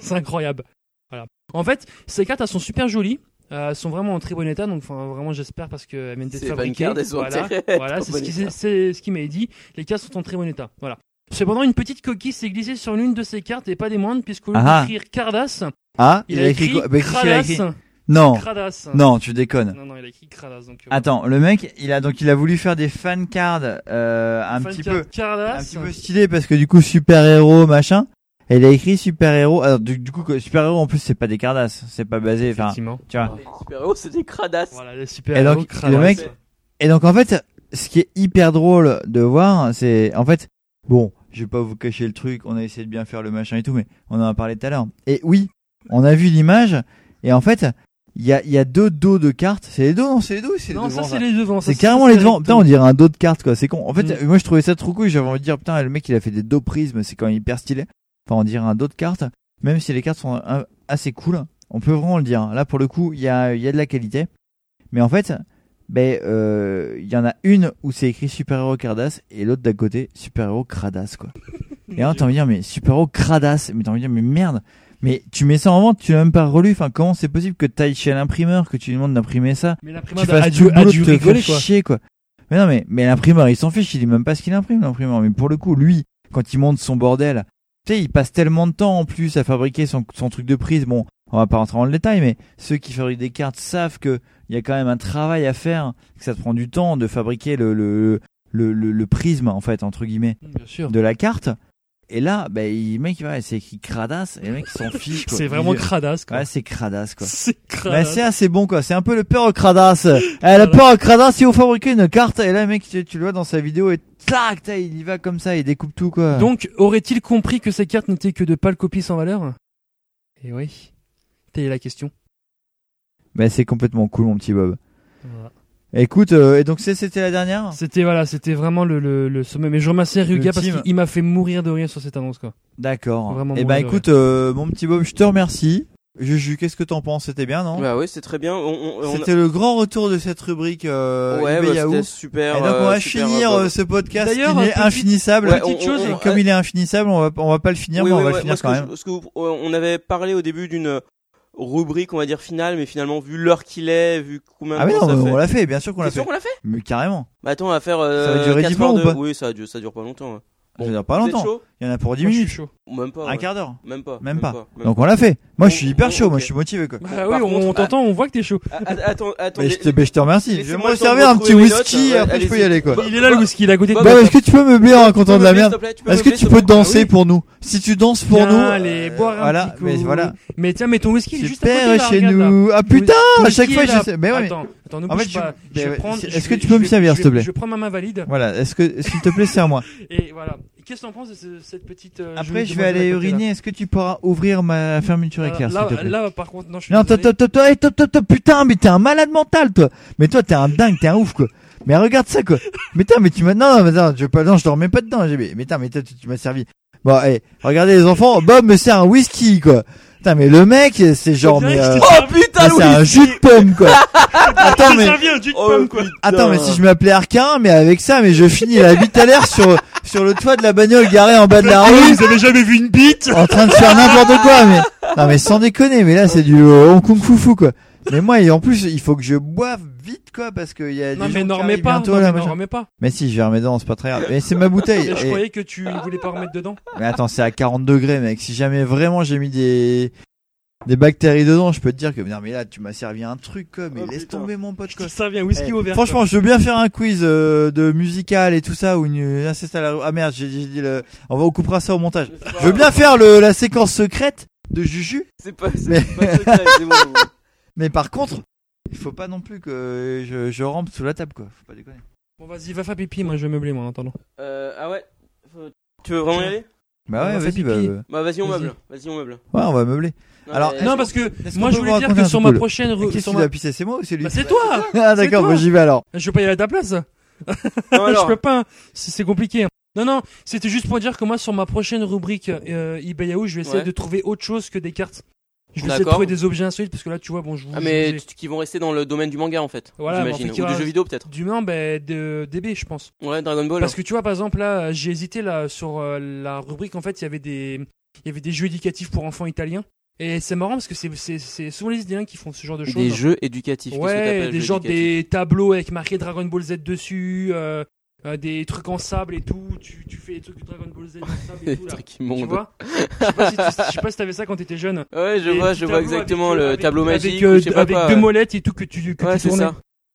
c'est incroyable. Voilà. En fait, ces cartes elles sont super jolies. euh, elles sont vraiment en très bon état, donc enfin, vraiment j'espère parce que elles viennent d'être
C'est
fabriquées.
Vanguard, elles sont en
voilà,
très-
voilà,
très
c'est
bon
ce qui
état.
c'est ce qui m'a dit. Les cartes sont en très bon état. Voilà. Cependant, une petite coquille s'est glissée sur l'une de ces cartes et pas des moindres, puisqu'au lieu
Ah ah.
d'écrire Cardas,
Ah,
il, a écrit,
quoi Bah, qu'est-ce qu'il a
Kradas.
écrit Non.
Kradas.
Non, tu déconnes.
Non, non, il a écrit Kradas. Donc, euh,
Attends, le mec, il a donc il a voulu faire des fan cards euh, un
Fancard
petit peu
Cardas.
un petit peu stylé parce que du coup super héros machin. Et il a écrit super héros. Alors du, du coup super héros en plus c'est pas des cardasses, c'est pas basé. Enfin,
Effectivement.
tu vois.
Les super-héros, c'est des cradasse.
Voilà, les super
Et donc le mec. Et donc en fait, ce qui est hyper drôle de voir, c'est en fait bon, je vais pas vous cacher le truc. On a essayé de bien faire le machin et tout, mais on en a parlé tout à l'heure. Et oui, on a vu l'image. Et en fait, il y a il y a deux dos de cartes. C'est les dos, non C'est les dos, ou c'est les hein
Non,
devants,
ça c'est les devants. ça,
C'est carrément les devants. Putain,
recto.
on dirait un dos de carte, quoi. C'est con. En fait,
Mm.
moi, je trouvais ça trop cool. J'avais envie de dire, putain, le mec, il a fait des dos prismes. C'est quand même hyper stylé. Enfin, on dirait un dos de carte. Même si les cartes sont euh, assez cool. On peut vraiment le dire. Là, pour le coup, il y a, il y a de la qualité. Mais en fait, ben, euh, il y en a une où c'est écrit Super Héros Cardass et l'autre d'à côté, Super Héros Cradas, quoi. Et là, t'as envie de dire, mais Super Héros Cradas. Mais t'as envie de dire, mais merde. Mais tu mets ça en vente, tu l'as même pas relu. Enfin, comment c'est possible que t'ailles chez l'imprimeur, que tu lui demandes d'imprimer ça?
Mais
tu
l'imprimeur a
fasses
dû,
tout le
a
boulot
dû
de te
rigoler,
faire
quoi.
chier quoi. Mais non mais mais l'imprimeur il s'en fiche, il dit même pas ce qu'il imprime l'imprimeur. Mais pour le coup lui quand il monte son bordel, tu sais il passe tellement de temps en plus à fabriquer son, son truc de prise. Bon on va pas rentrer dans le détail mais ceux qui fabriquent des cartes savent que il y a quand même un travail à faire, que ça te prend du temps de fabriquer le le le, le, le prisme en fait entre guillemets
Bien sûr.
de la carte. Et là, ben, il, mec, ouais, c'est écrit cradasse, et les mecs, ils s'en fichent, quoi.
C'est vraiment
Ils-
cradasse, quoi.
Ouais, c'est cradasse, quoi.
C'est
Ben, c'est assez bon, quoi. C'est un peu le père cradasse. Eh, le père cradasse, il vous fabriquer une carte, et là, mec, tu, tu le vois dans sa vidéo, et tac, tac, il y va comme ça, il découpe tout, quoi.
Donc, aurait-il compris que ces cartes n'étaient que de pâles copies sans valeur Eh oui. Telle est la question.
Ben, c'est complètement cool, mon petit Bob.
Voilà.
Écoute, euh, et donc, c'est- c'était la dernière?
C'était voilà, c'était vraiment le, le, le sommet. Mais je remercie Ryuga parce
L'ultime.
qu'il m'a fait mourir de rire sur cette annonce quoi.
D'accord.
Vraiment.
Eh ben,
mourir de
écoute,
rire.
euh, mon petit Bob, je te remercie. Juju, qu'est-ce que t'en penses? C'était bien, non?
Bah oui, c'est très bien. On- on- on-
C'était le grand retour de cette rubrique euh,
Ouais,
eBay
bah,
Yahoo.
c'était super,
Et donc on
euh,
va
super,
finir
Bob.
euh, ce podcast qui
D'ailleurs,
est
petite-
infinissable.
Ouais, Petite on- chose,
Et
on-
comme il est infinissable, on va on va pas le finir,
Oui,
mais on
oui,
va
ouais,
le
moi,
finir
ce
quand
que je-
même.
ce que vous- on avait parlé au début d'une rubrique, on va dire finale, mais finalement vu l'heure qu'il est, vu combien de
Ah oui,
temps
non,
ça
mais
fait.
on l'a fait, bien sûr qu'on
T'es
l'a fait.
sûr qu'on l'a fait
Mais carrément.
Bah attends, on va faire. euh,
Ça va durer
4
dix points
heures
ou
de-
pas
Oui, ça, dure- ça dure pas longtemps. hein.
Ça dure pas
Vous êtes
longtemps.
chaud
Il y en a pour 10
Moi, je suis
minutes.
chaud.
Même pas.
Un
ouais.
quart d'heure.
Même pas.
Même pas.
même
Donc on
pas.
l'a fait. Moi je
On-
suis hyper
on-
chaud, moi
ok.
je suis motivé quoi.
Bah
Par
oui, on
contre,
t'entend, on voit que t'es chaud.
Ah, ah, Attends, attends.
Mais je te, mais je te remercie. Je vais
Laissez-moi
me
le temps de
servir un petit
retrouver mes
hein.
notes,
whisky et
ouais,
après je peux
allez-y.
y aller quoi.
Il est là le whisky, il est à côté de
Bob,
toi.
est-ce que tu peux meubler en
peux
racontant de la
meubler, s'il
merde
te plaît, tu peux
Est-ce que
meubler,
tu
s'il te
peux
plaît. Ah
danser
oui.
pour nous Si tu danses pour
Viens,
nous.
Allez, boire un
voilà,
petit coup.
mais voilà.
Mais tiens, mais ton whisky, il est juste à côté
Super
là,
chez
regarde, là.
nous. Ah
Ton-
putain,
ton
à
whisky
chaque fois
est
je
là.
sais. Mais ouais, mais-
Attends, attends, ne
En
bouge
fait, je-
pas.
mais
Je vais
ouais,
prendre-
c'est-
je
est-ce que
vais-
tu peux
je
me
vais-
servir,
je
s'il
vais-
te plaît
Je prends ma main valide.
Voilà, est-ce que s'il te plaît, serre-moi.
Et voilà. Qu'est-ce que t'en penses de ce- cette petite. euh, jolie
Après, je vais aller
demoiselle à côté, là
uriner. Est-ce que tu pourras ouvrir ma fermeture
Alors,
éclair, s'il
Euh, là-
te plaît
là, par contre, non, je suis
Non,
désolé.
top, top, top, top, hey, top, top, top, putain, mais t'es un malade mental, toi. Mais toi, t'es un dingue, t'es un ouf, quoi. Mais regarde ça, quoi. Mais putain, mais tu m'as. Non, non, mais non, je veux pas. Non, je te remets pas dedans. j'ai- Mais putain, mais toi, tu, tu m'as servi. Bon, hey, regardez les enfants. Bob me sert un whisky, quoi. Putain, mais le mec, c'est genre. Mais, euh,
Oh putain,
mais c'est un
Louis
jus de pomme, quoi. Attends, mais.
Servi un jus de
Oh,
pomme, quoi.
Attends, mais si je m'appelais Arquin, mais avec ça, mais je finis la bite à l'air sur, sur le toit de la bagnole garée en bas de la rue.
Vous avez jamais vu une bite
en train de faire n'importe quoi, mais non, mais sans déconner, mais là c'est du euh, Hong Kong foufou quoi. Mais moi, et en plus, il faut que je boive vite quoi, parce qu'il y a des
Non,
gens
mais
qui
n'en remets
arrivent
pas.
bientôt
Non,
là.
mais n'en
machin.
remets pas.
Mais si, je vais remettre dedans, c'est pas très grave. Mais c'est ma bouteille.
Je
et-
croyais que tu voulais pas remettre dedans.
Mais attends, c'est à 40 degrés, mec. Si jamais vraiment j'ai mis des des bactéries dedans, je peux te dire que non, mais là, tu m'as servi un truc quoi.
Oh,
Mais laisse tomber mon pote quoi.
Ça vient whisky
Eh,
au verre.
Franchement, je veux bien faire un quiz euh, de musical et tout ça ou une inceste à la ah merde, j'ai j'ai dit le on va on coupera ça au montage. Je veux bien faire le, la séquence secrète de Juju,
C'est pas, c'est
Mais-
pas secret, c'est bon.
mais par contre, il faut pas non plus que je, je rampe sous la table quoi, faut pas déconner.
Bon, vas-y, va faire pipi, moi je vais meubler, moi, en attendant.
Euh, ah ouais. Faut- Tu veux vraiment y aller
Bah ouais,
va faire
vas-y, bah,
pipi.
euh,
Bah vas-y, on
Vas-y.
meuble. Vas-y, on meuble.
ouais, on va meubler. Alors,
mais-
est-ce
Non,
qu'on-
parce que
est-ce
moi
qu'on
je
peut
voulais
vous
dire
raconter
que
un
sur
truc
ma
cool
prochaine.
Ah,
re-
Qu'est-ce
sur
qu'il
ma-
a pissé C'est moi ou c'est lui
Bah, c'est toi
Ah d'accord,
C'est
bah
toi
j'y vais alors.
Je veux pas y aller à ta place.
Non, alors.
je peux pas, hein. c'est c'est compliqué. hein. Non, non, c'était juste pour dire que moi, sur ma prochaine rubrique euh, eBay Yahoo, je vais essayer
Ouais.
de trouver autre chose que des cartes. Je vais essayer de
D'accord.
trouver des objets insolites parce que là, tu vois, bon, je vous.
Ah
je
mais
vous ai-
tu- qui vont rester dans le domaine du manga en fait.
Voilà, mais en
j'imagine.
fait, qui
Ou du
va-
jeu vidéo peut-être.
Du main, ben, de DB, je pense.
Ouais, Dragon Ball. hein.
Parce que tu vois, par exemple, là, j'ai hésité là sur euh, la rubrique. En fait, il y avait des, il y avait des jeux éducatifs pour enfants italiens. Et c'est marrant parce que c'est- c'est c'est souvent les Italiens qui font ce genre de choses. hein.
Des jeux éducatifs. qu'est-ce que
Ouais,
t'appelles,
des
jeux
genres
éducatifs
des tableaux avec marqué Dragon Ball Z dessus, euh, euh, des trucs en sable et tout. Tu, tu fais des trucs de Dragon Ball Z en sable et
Des
tout là.
trucs
Tu
immondes.
vois Je sais pas si tu- je sais pas si t'avais ça quand t'étais jeune.
Ouais, je
Des
vois,
petits
je vois
tableaux
exactement
avec,
le
euh, avec-
tableau magique.
avec, euh,
ou je sais pas
avec
quoi,
deux
ouais.
molettes et tout que tu que
Ouais,
tu
c'est
tournais.
ça.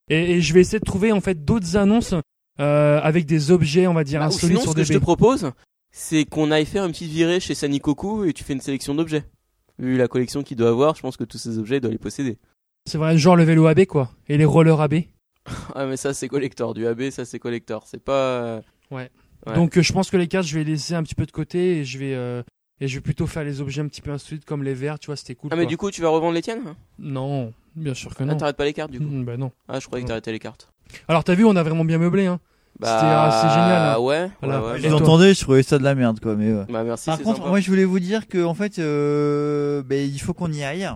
Et, et je vais essayer de trouver en fait d'autres annonces euh, avec des objets, on va dire
Bah, ou
insolites
sinon,
sur
ce que je te
DB.
propose, c'est qu'on aille faire une petite virée chez Sanikoku et tu fais une sélection d'objets. Vu la collection qu'il doit avoir, je pense que tous ces objets, il doit les posséder.
C'est vrai, genre le vélo AB quoi, et les rollers AB.
Ah, mais ça, c'est collector. Du AB, ça, c'est collector. C'est pas.
Ouais.
Ouais.
Donc euh, je pense que les cartes, je vais les laisser un petit peu de côté et je vais euh, et je vais plutôt faire les objets un petit peu insolites comme les verres, tu vois, c'était cool.
Ah, mais
quoi.
du coup, tu vas revendre les tiennes
Non, bien sûr que
Ah,
non.
t'arrêtes pas les cartes, du coup
Mm, bah non.
Ah, je croyais que t'arrêtais les cartes.
Alors t'as vu, on a vraiment bien meublé hein.
Bah,
C'était assez génial. hein.
ouais,
Voilà.
ouais, ouais,
Et
Vous
toi
entendez, je trouvais ça de la merde quoi, mais ouais.
Bah, merci.
Par
c'est
contre,
sympa.
moi je voulais vous dire que en fait, euh, ben, il faut qu'on y aille.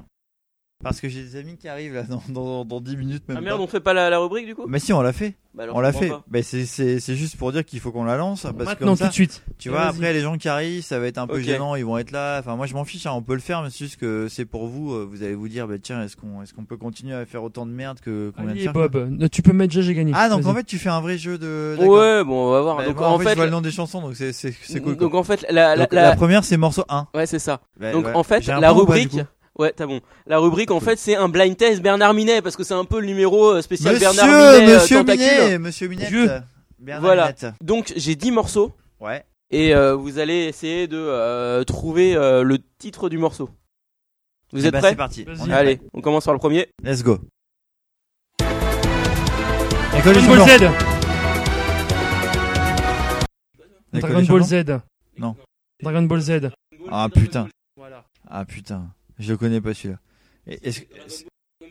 Parce que j'ai des amis qui arrivent là dans, dans, dans 10 minutes même.
Ah merde,
pas.
on fait pas la, la rubrique du coup
Mais si, on l'a fait.
Bah alors,
on l'a
je
fait.
comprends pas.
Ben, c'est- c'est c'est juste pour dire qu'il faut qu'on la lance. Parce que
Maintenant
comme
tout
ça,
de suite.
tu vois,
Vas-y.
après les gens qui arrivent, ça va être un peu
Ok.
gênant. Ils vont être là. Enfin, moi je m'en fiche, hein, on peut le faire, mais c'est juste que c'est pour vous. euh, Vous allez vous dire, ben, tiens, est-ce qu'on est qu'on peut continuer à faire autant de merde que qu'on vient de
Allez
faire
Bob, euh, tu peux mettre déjà, j'ai gagné.
Ah, donc
Vas-y.
en fait, tu fais un vrai jeu de. d'accord.
Ouais, bon, on va voir.
Ben,
donc
moi,
en
je
fait,
vois le nom des chansons, donc c'est c'est- c'est cool. quoi.
donc en fait, la, la,
Donc, la
la-
première, c'est morceau 1.
ouais, c'est ça.
Ben,
donc
ouais.
en fait,
J'ai un
la
point ou pas, du
rubrique,
coup
ouais, t'as bon. La rubrique, en fait, c'est un blind test Bernard Minet parce que c'est un peu le numéro euh, spécial
Monsieur,
Bernard Minet. euh,
monsieur
tentacule.
Minet, monsieur Minette.
Dieu.
Bernard
Voilà.
Minette.
Donc j'ai 10 morceaux
Ouais.
et euh, vous allez essayer de euh, trouver euh, le titre du morceau. Vous
Eh
êtes
ben,
prêts
c'est parti. Vas-y.
Allez, on commence par le premier.
Let's go. École des
Dragon Ball Z
champions. L'école
Dragon
des
Ball Z
champions Non.
Dragon Ball Z
Ah putain. Ah putain. Je le connais pas celui-là. Et- est-ce que-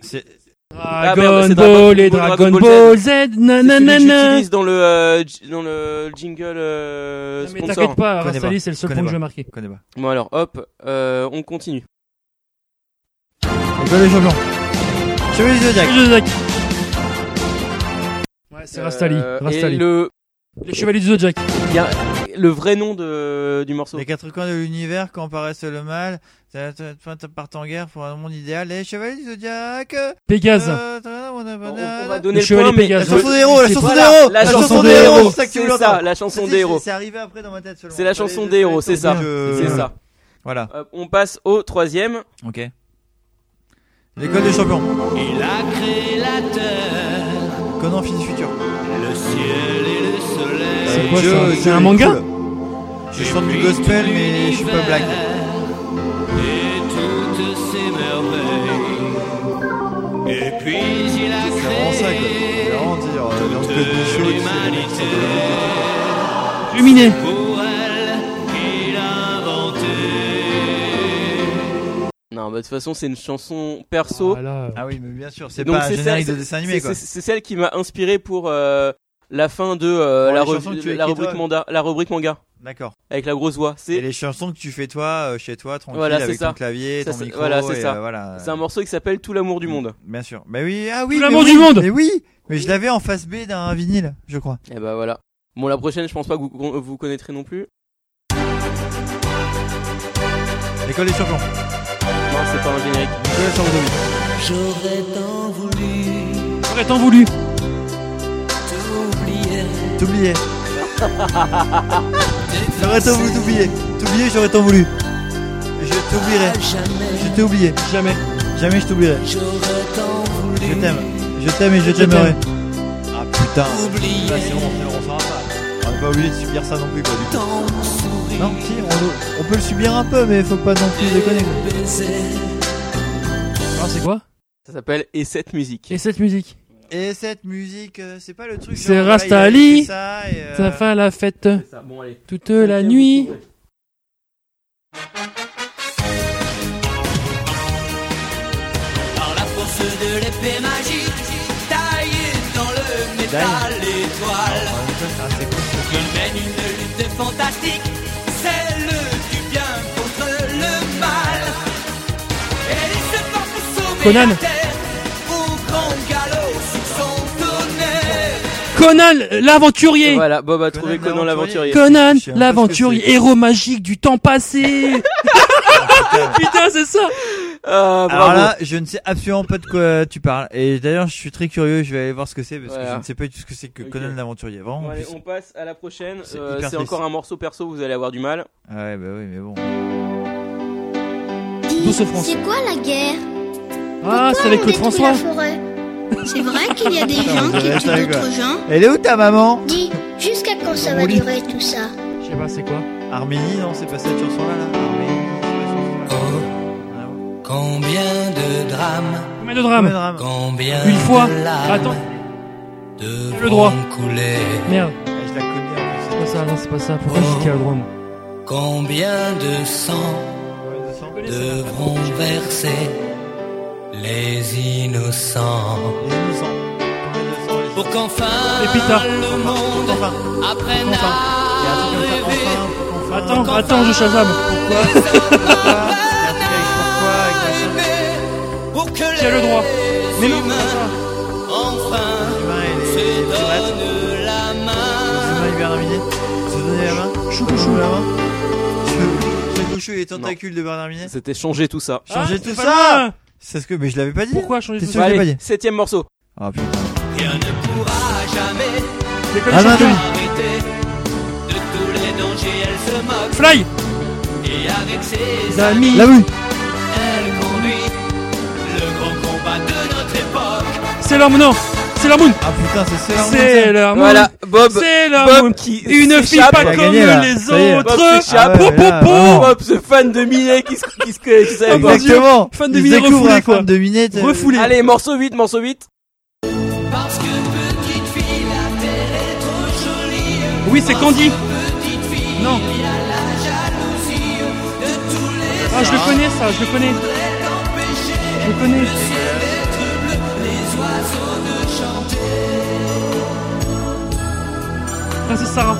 C'est.
Ah, merde,
Dragon
c'est Dragon
Ball et
Ball,
Dragon
Dragon
Ball
Ball
Z
Z. C'est celui que
nananana
j'utilise dans le euh, j- dans le jingle euh,
mais
sponsor.
t'inquiète pas, Connais Rastali, pas. c'est le seul Connais point que pas. je vais marquer.
Connais pas.
Bon alors, hop, euh, on continue.
École des champions. Chevalier du Zodiac.
Chevalier du Zodiac. Ouais, c'est Rastali.
Euh, et
Rastali.
le-
Les Chevaliers du Zodiac.
Il y a le vrai nom de, du morceau.
Les quatre coins de l'univers, quand paraissent le mal, t'as- t'as- t'as- t'as- partent en guerre pour un monde idéal. Les chevaliers du zodiaque.
Pégase.
Euh, on
va
va
donner
Le
le
Chevalier
point, mais
Pégase.
La chanson des héros, la
C'est
chanson
pas
des
là.
héros,
La chanson des héros, c'est ça, la chanson des héros.
C'est arrivé après dans ma tête seulement.
C'est la chanson des héros, c'est ça.
Je-
C'est ça.
euh, Voilà.
Hop, on passe au troisième.
Ok. L'école des champions.
Il a créé la terre,
Conan Fils du futur.
le ciel et le soleil.
Euh, Dieu- Dieu est cool. Je chante du gospel, mais je suis pas blague.
Et toutes ses merveilles. Et puis il a
C'est vraiment ça, quoi.
créé
C'est vraiment dire, euh, dans le code du show, tu sais, les mecs qui sont
l'humanité.
Luminé.
Pour elle, il a inventé.
Non, bah, de toute façon, c'est une chanson perso.
Ah oui, mais bien sûr, c'est
Donc,
pas un
c'est
générique de
celle-
dessin animé,
c'est-
quoi.
c'est- C'est celle qui m'a inspiré pour euh, la fin de euh,
Pour
la,
les
rev-
chansons que tu
la
écris,
rubrique
toi.
manda- la rubrique manga.
D'accord.
Avec la grosse voix. C'est
Et les chansons que tu fais toi, euh, chez toi, tranquille,
voilà, c'est
avec
ça.
ton clavier,
Ça,
ton
c'est-
micro.
Voilà, c'est
et,
ça.
euh, voilà.
C'est un morceau qui s'appelle Tout l'amour
Mm.
du monde.
Bien sûr. Bah oui, ah oui.
Tout
mais
l'amour
oui,
du monde.
Mais oui, mais je l'avais en face B d'un vinyle, je crois.
Et bah voilà. Bon, la prochaine, je pense pas que vous, vous connaîtrez non plus.
L'école des champions.
Non, c'est pas un générique.
J'aurais tant voulu
J'aurais tant voulu.
t'oublier.
T'oublier. J'aurais tant voulu t'oublier. T'oublier, j'aurais tant voulu. Je t'oublierai. Je t'ai oublié.
Jamais.
Jamais je t'oublierai.
J'aurais tant voulu
Je t'aime. Je t'aime et je
t'aime.
t'aimerai. Ah putain.
Oublier.
Bah, c'est bon, on on saura pas. On n'est pas obligé de subir ça non plus, quoi, du tout.
ton sourire.
Non, si, on, on peut le subir un peu, mais faut pas non plus déconner. quoi.
Alors, Ah, c'est quoi
Ça s'appelle Et cette musique.
Et cette musique
Et cette musique, euh, c'est pas le truc.
C'est
genre, voilà,
Rasta
il a
Ali.
fait Ça, et, euh,
Ça fait la fête
ça. Bon, allez.
toute la nuit.
Par la force de l'épée magique, taillée dans le métal étoile.
Ah,
Il mène une lutte fantastique, celle du bien contre le mal. Et il se bat pour sauver
Conan.
la terre, au grand galop sur son tonnerre.
Conan l'aventurier.
Voilà, Bob a trouvé
Conan
Conan l'aventurier.
Conan
Je sais même pas ce que
l'aventurier,
c'est.
héros magique du temps passé. Putain, c'est ça.
Ah, bravo.
Alors là, je ne sais absolument pas de quoi tu parles. Et d'ailleurs, je suis très curieux. Je vais aller voir ce que c'est parce que
Voilà.
je ne sais pas du tout ce que c'est que
Ok.
Conan l'aventurier. Vraiment.
Bon, allez,
je sais-
on passe à la prochaine.
C'est
Euh,
hyper
C'est
triste.
encore un morceau perso, vous allez avoir du mal.
Ah ouais, bah oui, mais bon.
Douce France.
C'est quoi la guerre
Ah, c'est avec Claude François.
C'est vrai qu'il y a des
Putain,
gens
vous avez
qui
ça,
tuent
quoi.
d'autres gens
Elle est où ta maman
Dis, jusqu'à quand ça va
Oui.
durer tout ça
Je sais pas, c'est quoi
Arménie, non, c'est pas cette chanson là. là. Arménie, c'est pas cette chanson-là. Ah ouais.
Combien de drames,
Combien de
Combien de
drames
drames
combien
Une fois.
de larmes
Attends,
devront
le droit.
couler
Merde, Oh.
Eh, Je la connais en
c'est pas ça, non, c'est pas ça. Pourquoi j'ai dit Calodrome
Combien de sang
plus.
devront verser les innocents
Les innocents. Combien de sang, les innocents
Pour qu'enfin
Et Pita.
le monde
Enfin,
apprenne
enfin. Il y a un
à
truc comme ça,
rêver.
enfin, enfin,
Attends,
enfin.
attends, je Shazam.
Pourquoi Il y a un truc avec pourquoi, avec machin.
Pour que
Qui a le droit
les humains enfin
Humain et les- les pirates.
donnent la main.
Thomas Hubert Minet. Se donner la main. Chouchou la main. Chou- Chou- Chouchou et les tentacules de Bernard Minet.
C'était changer tout ça.
Changer
Ah,
tout
c'est pas
ça
mal.
C'est ce que. Mais je l'avais pas dit.
Pourquoi changer
T'es
tout
sûr
ça
que je l'ai pas
allez,
dit
septième morceau.
Ah putain.
Rien ne pourra jamais
L'école
Ah,
des
non,
champions.
arrêter de tous les dangers. Elle se moque
Fly,
et avec ses
les amis.
La vue
ailes conduit le grand combat de notre époque.
C'est l'homme, non Sailor Moon
Ah putain, c'est Sailor Moon, ça.
Sailor Moon
Voilà,
Bob-
Sailor
Bob
Moon
qui
Une fille
s'échappe.
pas
Il a
comme
gagné, là.
les
Ça y est.
autres
Bob
Ah,
s'échappe.
Po, po, po.
Bob, ce fan de Minet qui se, qui se, qui se
Ah,
savait pas.
Exactement.
Fan de
Il
Minet
découvre
refoulé,
un
quoi.
fan de Minet, euh,
Refoulé. Allez, morceau 8, morceau 8.
Parce que petite fille, la terre est trop jolie.
Oui, c'est Candy.
Petite fille,
Non.
il y a la jalousie de tous les
Ah, je le connais ça, je le connais. Je le connais.
les oiseaux de chanter.
Ah, c'est Sarah.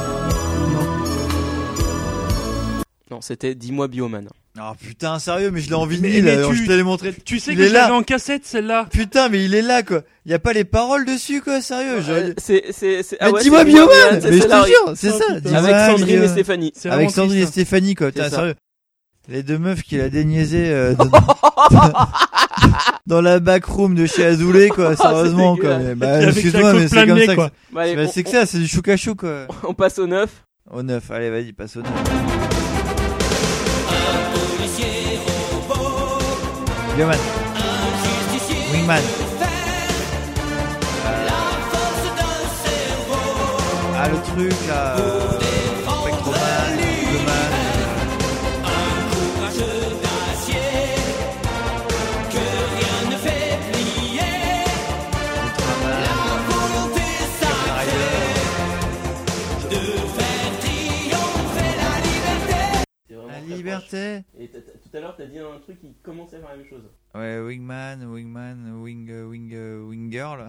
Non, c'était Dis-moi Bioman.
Ah putain, sérieux, mais je l'ai en
Mais-
vinyle.
mais
alors,
tu-
je te l'ai montré.
Tu sais
il
que
est
je l'avais
là.
en cassette celle-là.
Putain, mais il est là quoi. Y a pas les paroles dessus quoi, sérieux. je-
C'est, c'est, c'est.
Mais
Ah ouais,
dis-moi
c'est
Bioman.
Bioman, c'est
Mais je
celle-là,
te
oui.
jure, c'est ça.
Oh, putain.
dis-moi
Avec Sandrine
Bioman.
et Stéphanie. C'est
Avec
vraiment
Sandrine et
triste, hein.
Stéphanie quoi.
C'est
Putain,
ça.
sérieux. Les deux meufs qu'il a déniaisées euh, dans- dans la backroom de chez Azoulay quoi. Sérieusement quoi.
dégueulasse.
Mais,
Et puis
bah,
avec la
excuse-moi,
côte
mais
plein
c'est
de
comme
nez,
ça.
quoi.
que-
Bah, allez,
bah,
on-
C'est que ça, c'est du chouca chou quoi.
On passe au 9.
Au 9, allez vas-y, passe au 9.
Policier robot,
Bioman.
justicier,
Wingman. Euh,
force d'un cerveau.
Ah le truc là. euh, Spectroman, Bioman.
Courageux d'acier, que rien ne fait plier. La volonté sacrée de faire triompher la liberté.
La liberté.
Et t- t- tout à l'heure, t'as dit un truc qui commençait par la même chose.
Ouais, Wingman, Wingman, Wing, euh, Wing, euh, Wing Girl,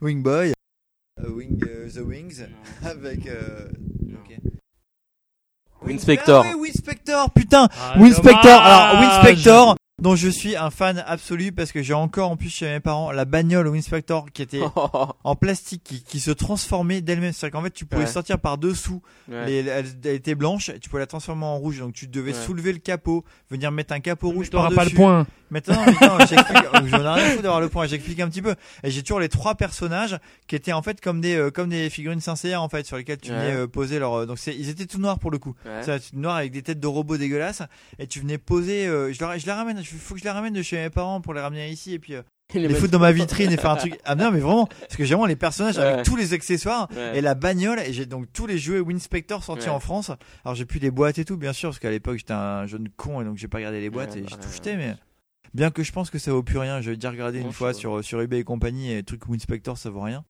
Wing Boy, euh, Wing euh, the Wings, avec. Euh, ok.
Winspector.
Ah oui, Winspector, putain,
hein.
Ah,
Winspector.
dommage.
Alors Winspector, dont je suis un fan absolu parce que j'ai encore en plus chez mes parents la bagnole Winspector qui
Oh.
était en plastique qui, qui se transformait d'elle-même. C'est-à-dire qu'en fait, tu pouvais
Ouais.
sortir par dessous.
Ouais.
Les- elle, elle était blanche, tu pouvais la transformer en rouge. Donc tu devais
Ouais.
soulever le capot, venir mettre un capot rouge
t'auras
par
pas le point.
Maintenant, maintenant, j'explique. euh, J'en ai rien à foutre d'avoir le point. J'explique un petit peu. Et j'ai toujours les trois personnages qui étaient en fait comme des euh, comme des figurines sincères en fait sur lesquelles tu
Ouais.
venais euh, poser leur. euh, donc c'est ils étaient tout noirs pour le coup.
Ouais.
Ça, tout noir avec des têtes de robots dégueulasses. Et tu venais poser. euh, je leur je la ramène. Il faut que je la ramène de chez mes parents pour les ramener ici et puis. euh,
Les
les
mettre-
foutre dans ma vitrine et faire un truc ah non mais vraiment parce que j'ai vraiment les personnages
Ouais.
avec tous les accessoires
Ouais.
et la bagnole et j'ai donc tous les jouets Winspector sortis
Ouais.
en France alors j'ai pu les boîtes et tout bien sûr parce qu'à l'époque j'étais un jeune con et donc j'ai pas regardé les boîtes
Ouais,
et
bah,
j'ai
ouais,
tout jeté mais bien que je pense que ça vaut plus rien j'ai déjà regardé une fois sur sur eBay et compagnie et le truc Winspector ça vaut rien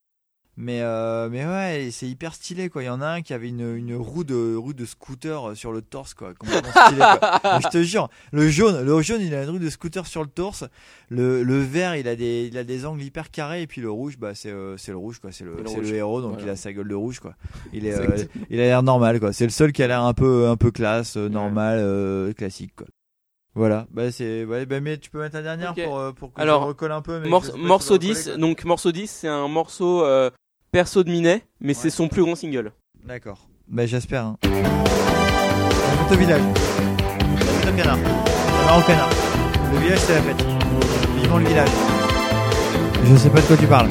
mais euh, mais ouais et c'est hyper stylé quoi il y en a un qui avait une, une roue de roue de scooter euh, sur le torse quoi complètement stylé quoi. Mais je te jure le jaune le jaune il a une roue de scooter sur le torse le, le vert, il a des il a des angles hyper carrés et puis le rouge, bah c'est euh, c'est le rouge quoi, c'est le,
C'est le
c'est
rouge.
le héros donc
Voilà.
il a sa gueule de rouge quoi. Il est euh,
Exactement.
il a l'air normal quoi. C'est le seul qui a l'air un peu un peu classe, euh, normal, euh, classique quoi. Voilà, bah c'est ouais, bah, mais tu peux mettre la dernière
Ok.
pour euh, pour que
Alors,
je recolle un peu mais
morce-
je sais pas si
morceau
tu vas
10,
recoller, quoi.
donc morceau 10, c'est un morceau euh, perso de Minet, mais c'est son plus grand single.
D'accord. Bah j'espère hein. On monte au village. On monte au canard. On va au canard. hein. Le village c'est la fête. Vivant le village. Je sais pas de quoi tu parles.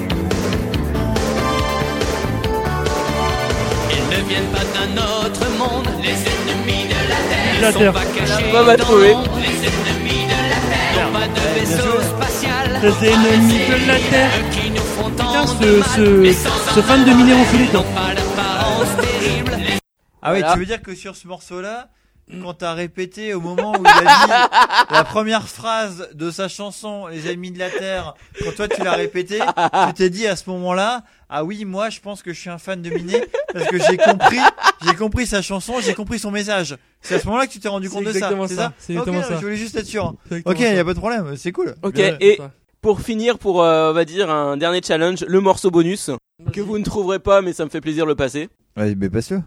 Ils ne viennent pas d'un autre monde, les ennemis de la terre.
La
sont
Terre.
pas cachés
Bob a
dans
trouvé.
l'ombre. Les ennemis de la terre n'ont pas de vaisseau spatial.
Les ennemis de la terre.
Qui nous font
Putain,
tant de
ce,
mal,
ce, ce fan de Minet enfilé, toi.
pas l'apparence terrible. Les
Ah ouais,
Voilà.
tu veux dire que sur ce morceau-là, quand t'as répété au moment où il a dit la première phrase de sa chanson Les Amis de la Terre, quand toi tu l'as répété, tu t'es dit à ce moment-là, ah oui, moi je pense que je suis un fan de Minet parce que j'ai compris, j'ai compris sa chanson, j'ai compris son message. C'est à ce moment-là que tu t'es rendu
C'est
compte de ça.
exactement
C'est
ça,
ça
c'est
Ok,
exactement ça.
non, je voulais juste être sûr.
Exactement
Ok, y
ça.
a pas de problème, c'est cool.
Ok,
Bien.
et
Ah,
pour finir, pour euh, on va dire un dernier challenge, le morceau bonus que vous ne trouverez pas, mais ça me fait plaisir de le passer.
Vas-y, mais passe-le.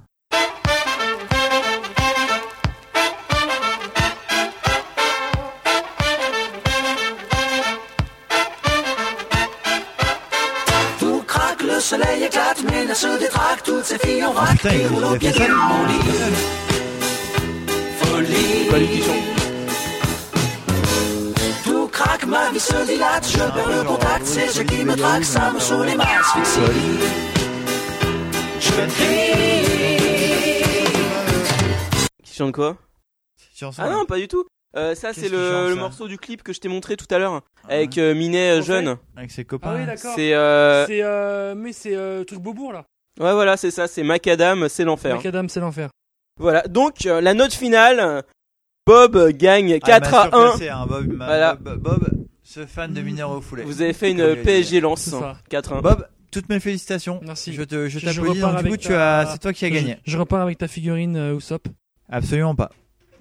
Tout craque, le soleil éclate, mais ne se détraque, toutes ces filles en vrac,
Putain, il a, il a fait ça.
folie.
Pas lui qui chante.
Tout craque, ma vie se dilate, je perds le contact, c'est ce qui me traque, ça me saoule et m'asphyxie. Je crie.
Qui chante quoi
Chanson.
Ah non, pas du tout. Euh, ça,
Qu'est-ce
c'est
que genre,
le, le
ça Ah
morceau du clip que je t'ai montré tout à l'heure avec euh, Minet euh, jeune.
Avec ses copains. Ah oui,
d'accord.
C'est. euh,
C'est, euh, mais c'est euh, le truc Beaubourg là.
Ouais, voilà, c'est ça. C'est Macadam, c'est l'enfer.
Macadam, c'est l'enfer.
Voilà. Donc euh, la note finale, Bob
Ah,
gagne
bah,
4 à 1.
hein, Bob, il m'a-
Voilà.
Bob, Bob, ce fan de mineurs au foulé.
Vous avez fait une
Comme je l'ai dit.
PSG lance, C'est ça. 4-1.
Bob, toutes mes félicitations. Merci. Je te, je t'applaudis. Donc, du coup, tu as, c'est toi qui as
je-
gagné.
Je, repars avec ta figurine euh, Usopp.
Absolument pas.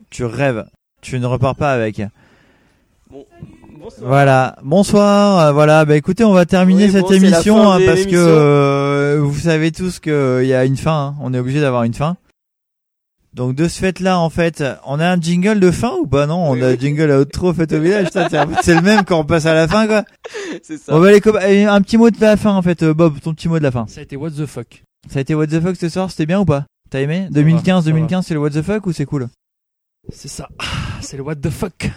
Tu rêves. Tu ne repars pas avec.
Bonsoir.
Voilà. Bonsoir. euh, Voilà. Bah écoutez, on va terminer
Oui,
cette
bon, c'est la
émission
fin
hein,
de
parce que
l'émission.
euh, vous savez tous que euh, il y a une fin. hein. On est obligé d'avoir une fin. Donc de ce fait-là, en fait, on a un jingle de fin ou pas Non, on a un jingle à outro fait au village. ça, C'est c'est le même quand on passe à la fin, quoi.
C'est ça.
On va les copains, et un petit mot de la fin, en fait, euh, Bob. Ton petit mot de la fin.
Ça a été what the fuck.
Ça a été What the fuck ce soir. C'était bien ou pas T'as aimé 2015, 2015, c'est le What the fuck ou c'est cool
C'est ça. Ah, C'est le what the fuck.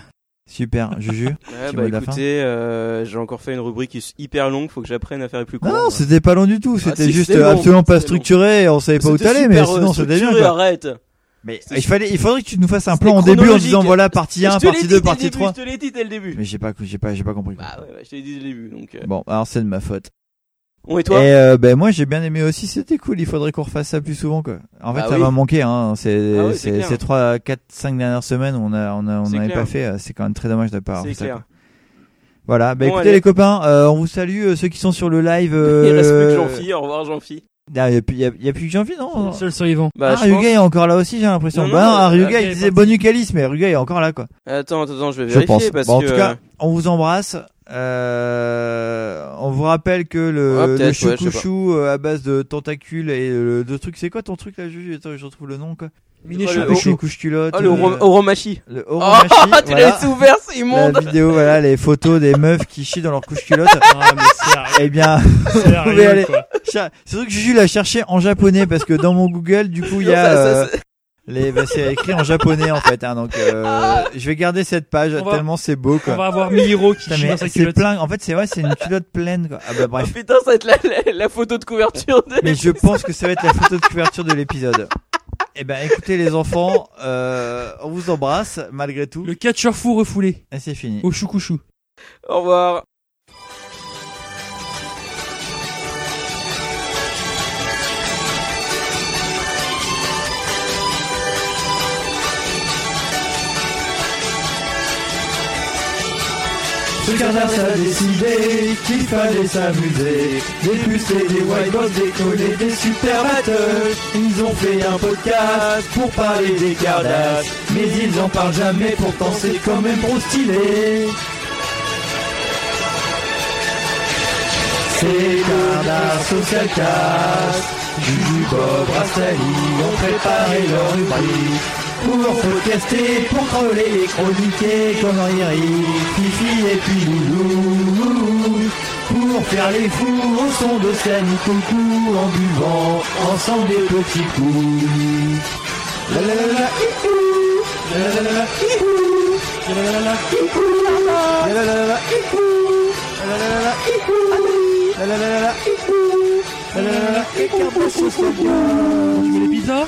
Super, Juju.
Ouais,
petit
bah
mot de la fin.
écoutez, euh, j'ai encore fait une rubrique hyper longue, faut que j'apprenne à faire plus court.
Non, non, c'était pas long du tout. C'était
Bah, si,
juste
c'était long,
absolument pas
c'était long.
structuré. et On savait pas où
C'était
t'allais, mais
super, euh,
sinon c'était bien.
structuré,
Quoi.
Arrête. Mais
Il fallait, il faudrait que tu nous fasses un plan en début en
chronologique.
disant voilà partie 1,
Je te l'ai
partie
dit
2,
dès le
partie
début,
3.
Je te l'ai dit dès le début.
Mais j'ai pas, j'ai pas, j'ai pas compris.
Ah ouais, ouais, je te l'ai dit dès le début. Donc, euh, Eh,
Bon, alors c'est de ma faute.
Bon, et toi
euh, ben moi j'ai bien aimé aussi, c'était cool. Il faudrait qu'on refasse ça plus souvent quoi. En fait,
Bah
ça
oui.
m'a manqué. Hein. C'est
Ah oui, c'est
c'est-
clair.
ces 3, 4, 5 dernières semaines, on a, on a, on
C'est
n'avait
clair.
pas fait. euh, C'est quand même très dommage de pas. avoir
C'est
fait ça,
clair.
quoi. Voilà. Ben
Bon,
écoutez
allez.
les copains, euh, on vous salue euh, ceux qui sont sur le live.
il reste plus que
euh,
Jean-Phi, au revoir Jean-Phi.
Non, y a, plus- y a- y a plus que Jean-Phil, non
le seul survivant.
Bah,
Ah,
je
Ruga
pense.
est encore là aussi, j'ai l'impression.
Non,
bah,
non,
non, ah,
euh,
Ruga, il
Ruga est
disait bonucalis, mais Ruga est encore là, quoi.
Attends, attends, je vais vérifier parce
Bon,
que.
En tout cas, on vous embrasse. Euh, on vous rappelle que le,
Ouais, Ah, peut-être,
le
ouais, je sais pas.
choucouchou, euh, à base de tentacules et euh, de trucs, c'est quoi ton truc là, Juju Attends, je retrouve le nom, quoi.
Mini
le
choucouchou.
couche-culotte.
Oh, le oro- oromachi.
Le oromachi.
Oh, tu
voilà.
l'avais ouvert, c'est immonde.
La vidéo, voilà, les photos des meufs qui chient dans leur couche-culotte.
Ah,
Eh bien, vous
C'est
pouvez
arrivé,
aller.
quoi.
Cha- C'est vrai que Juju l'a cherché en japonais parce que dans mon Google, du coup, il y a.
Ça, ça,
euh,
c'est-
les, bah, c'est écrit en japonais en fait, hein, donc euh,
Ah.
je vais garder cette page
On va-
tellement c'est beau quoi.
on va avoir Mihiro qui
Putain,
chie
mais
dans sa
c'est
culotte.
plein. En fait, c'est ouais, c'est une culotte pleine quoi. Ah bah bref.
Putain, ça va être la, la- la photo de couverture de.
Mais je pense que ça va être la photo de couverture de l'épisode. Eh ben, écoutez les enfants, euh, on vous embrasse malgré tout. Le
catcheur fou refoulé.
Et c'est fini.
Au choucouchou.
Au revoir.
Ce carnage a décidé qu'il fallait s'amuser. Des puces et des white box, des collés, des super battles. Ils ont fait un podcast pour parler des Kardashians. Mais ils en parlent jamais, pourtant c'est quand même trop stylé. C'est Cardas Social Cast, Juju Bob Rastali ont préparé leur rubrique pour podcaster, pour troller et chroniquer comme en Iri, Fifi et puis Loulou. Pour faire les fous au son de scène coucou en buvant ensemble des petits coups. La la la la, hihou. La la la la la, hihou. La la la la, hihou. La la la la la, hihou. La la la la la, hihou. La la la la la, hihou. La la la la la, hihou.
Tu veux les pizzas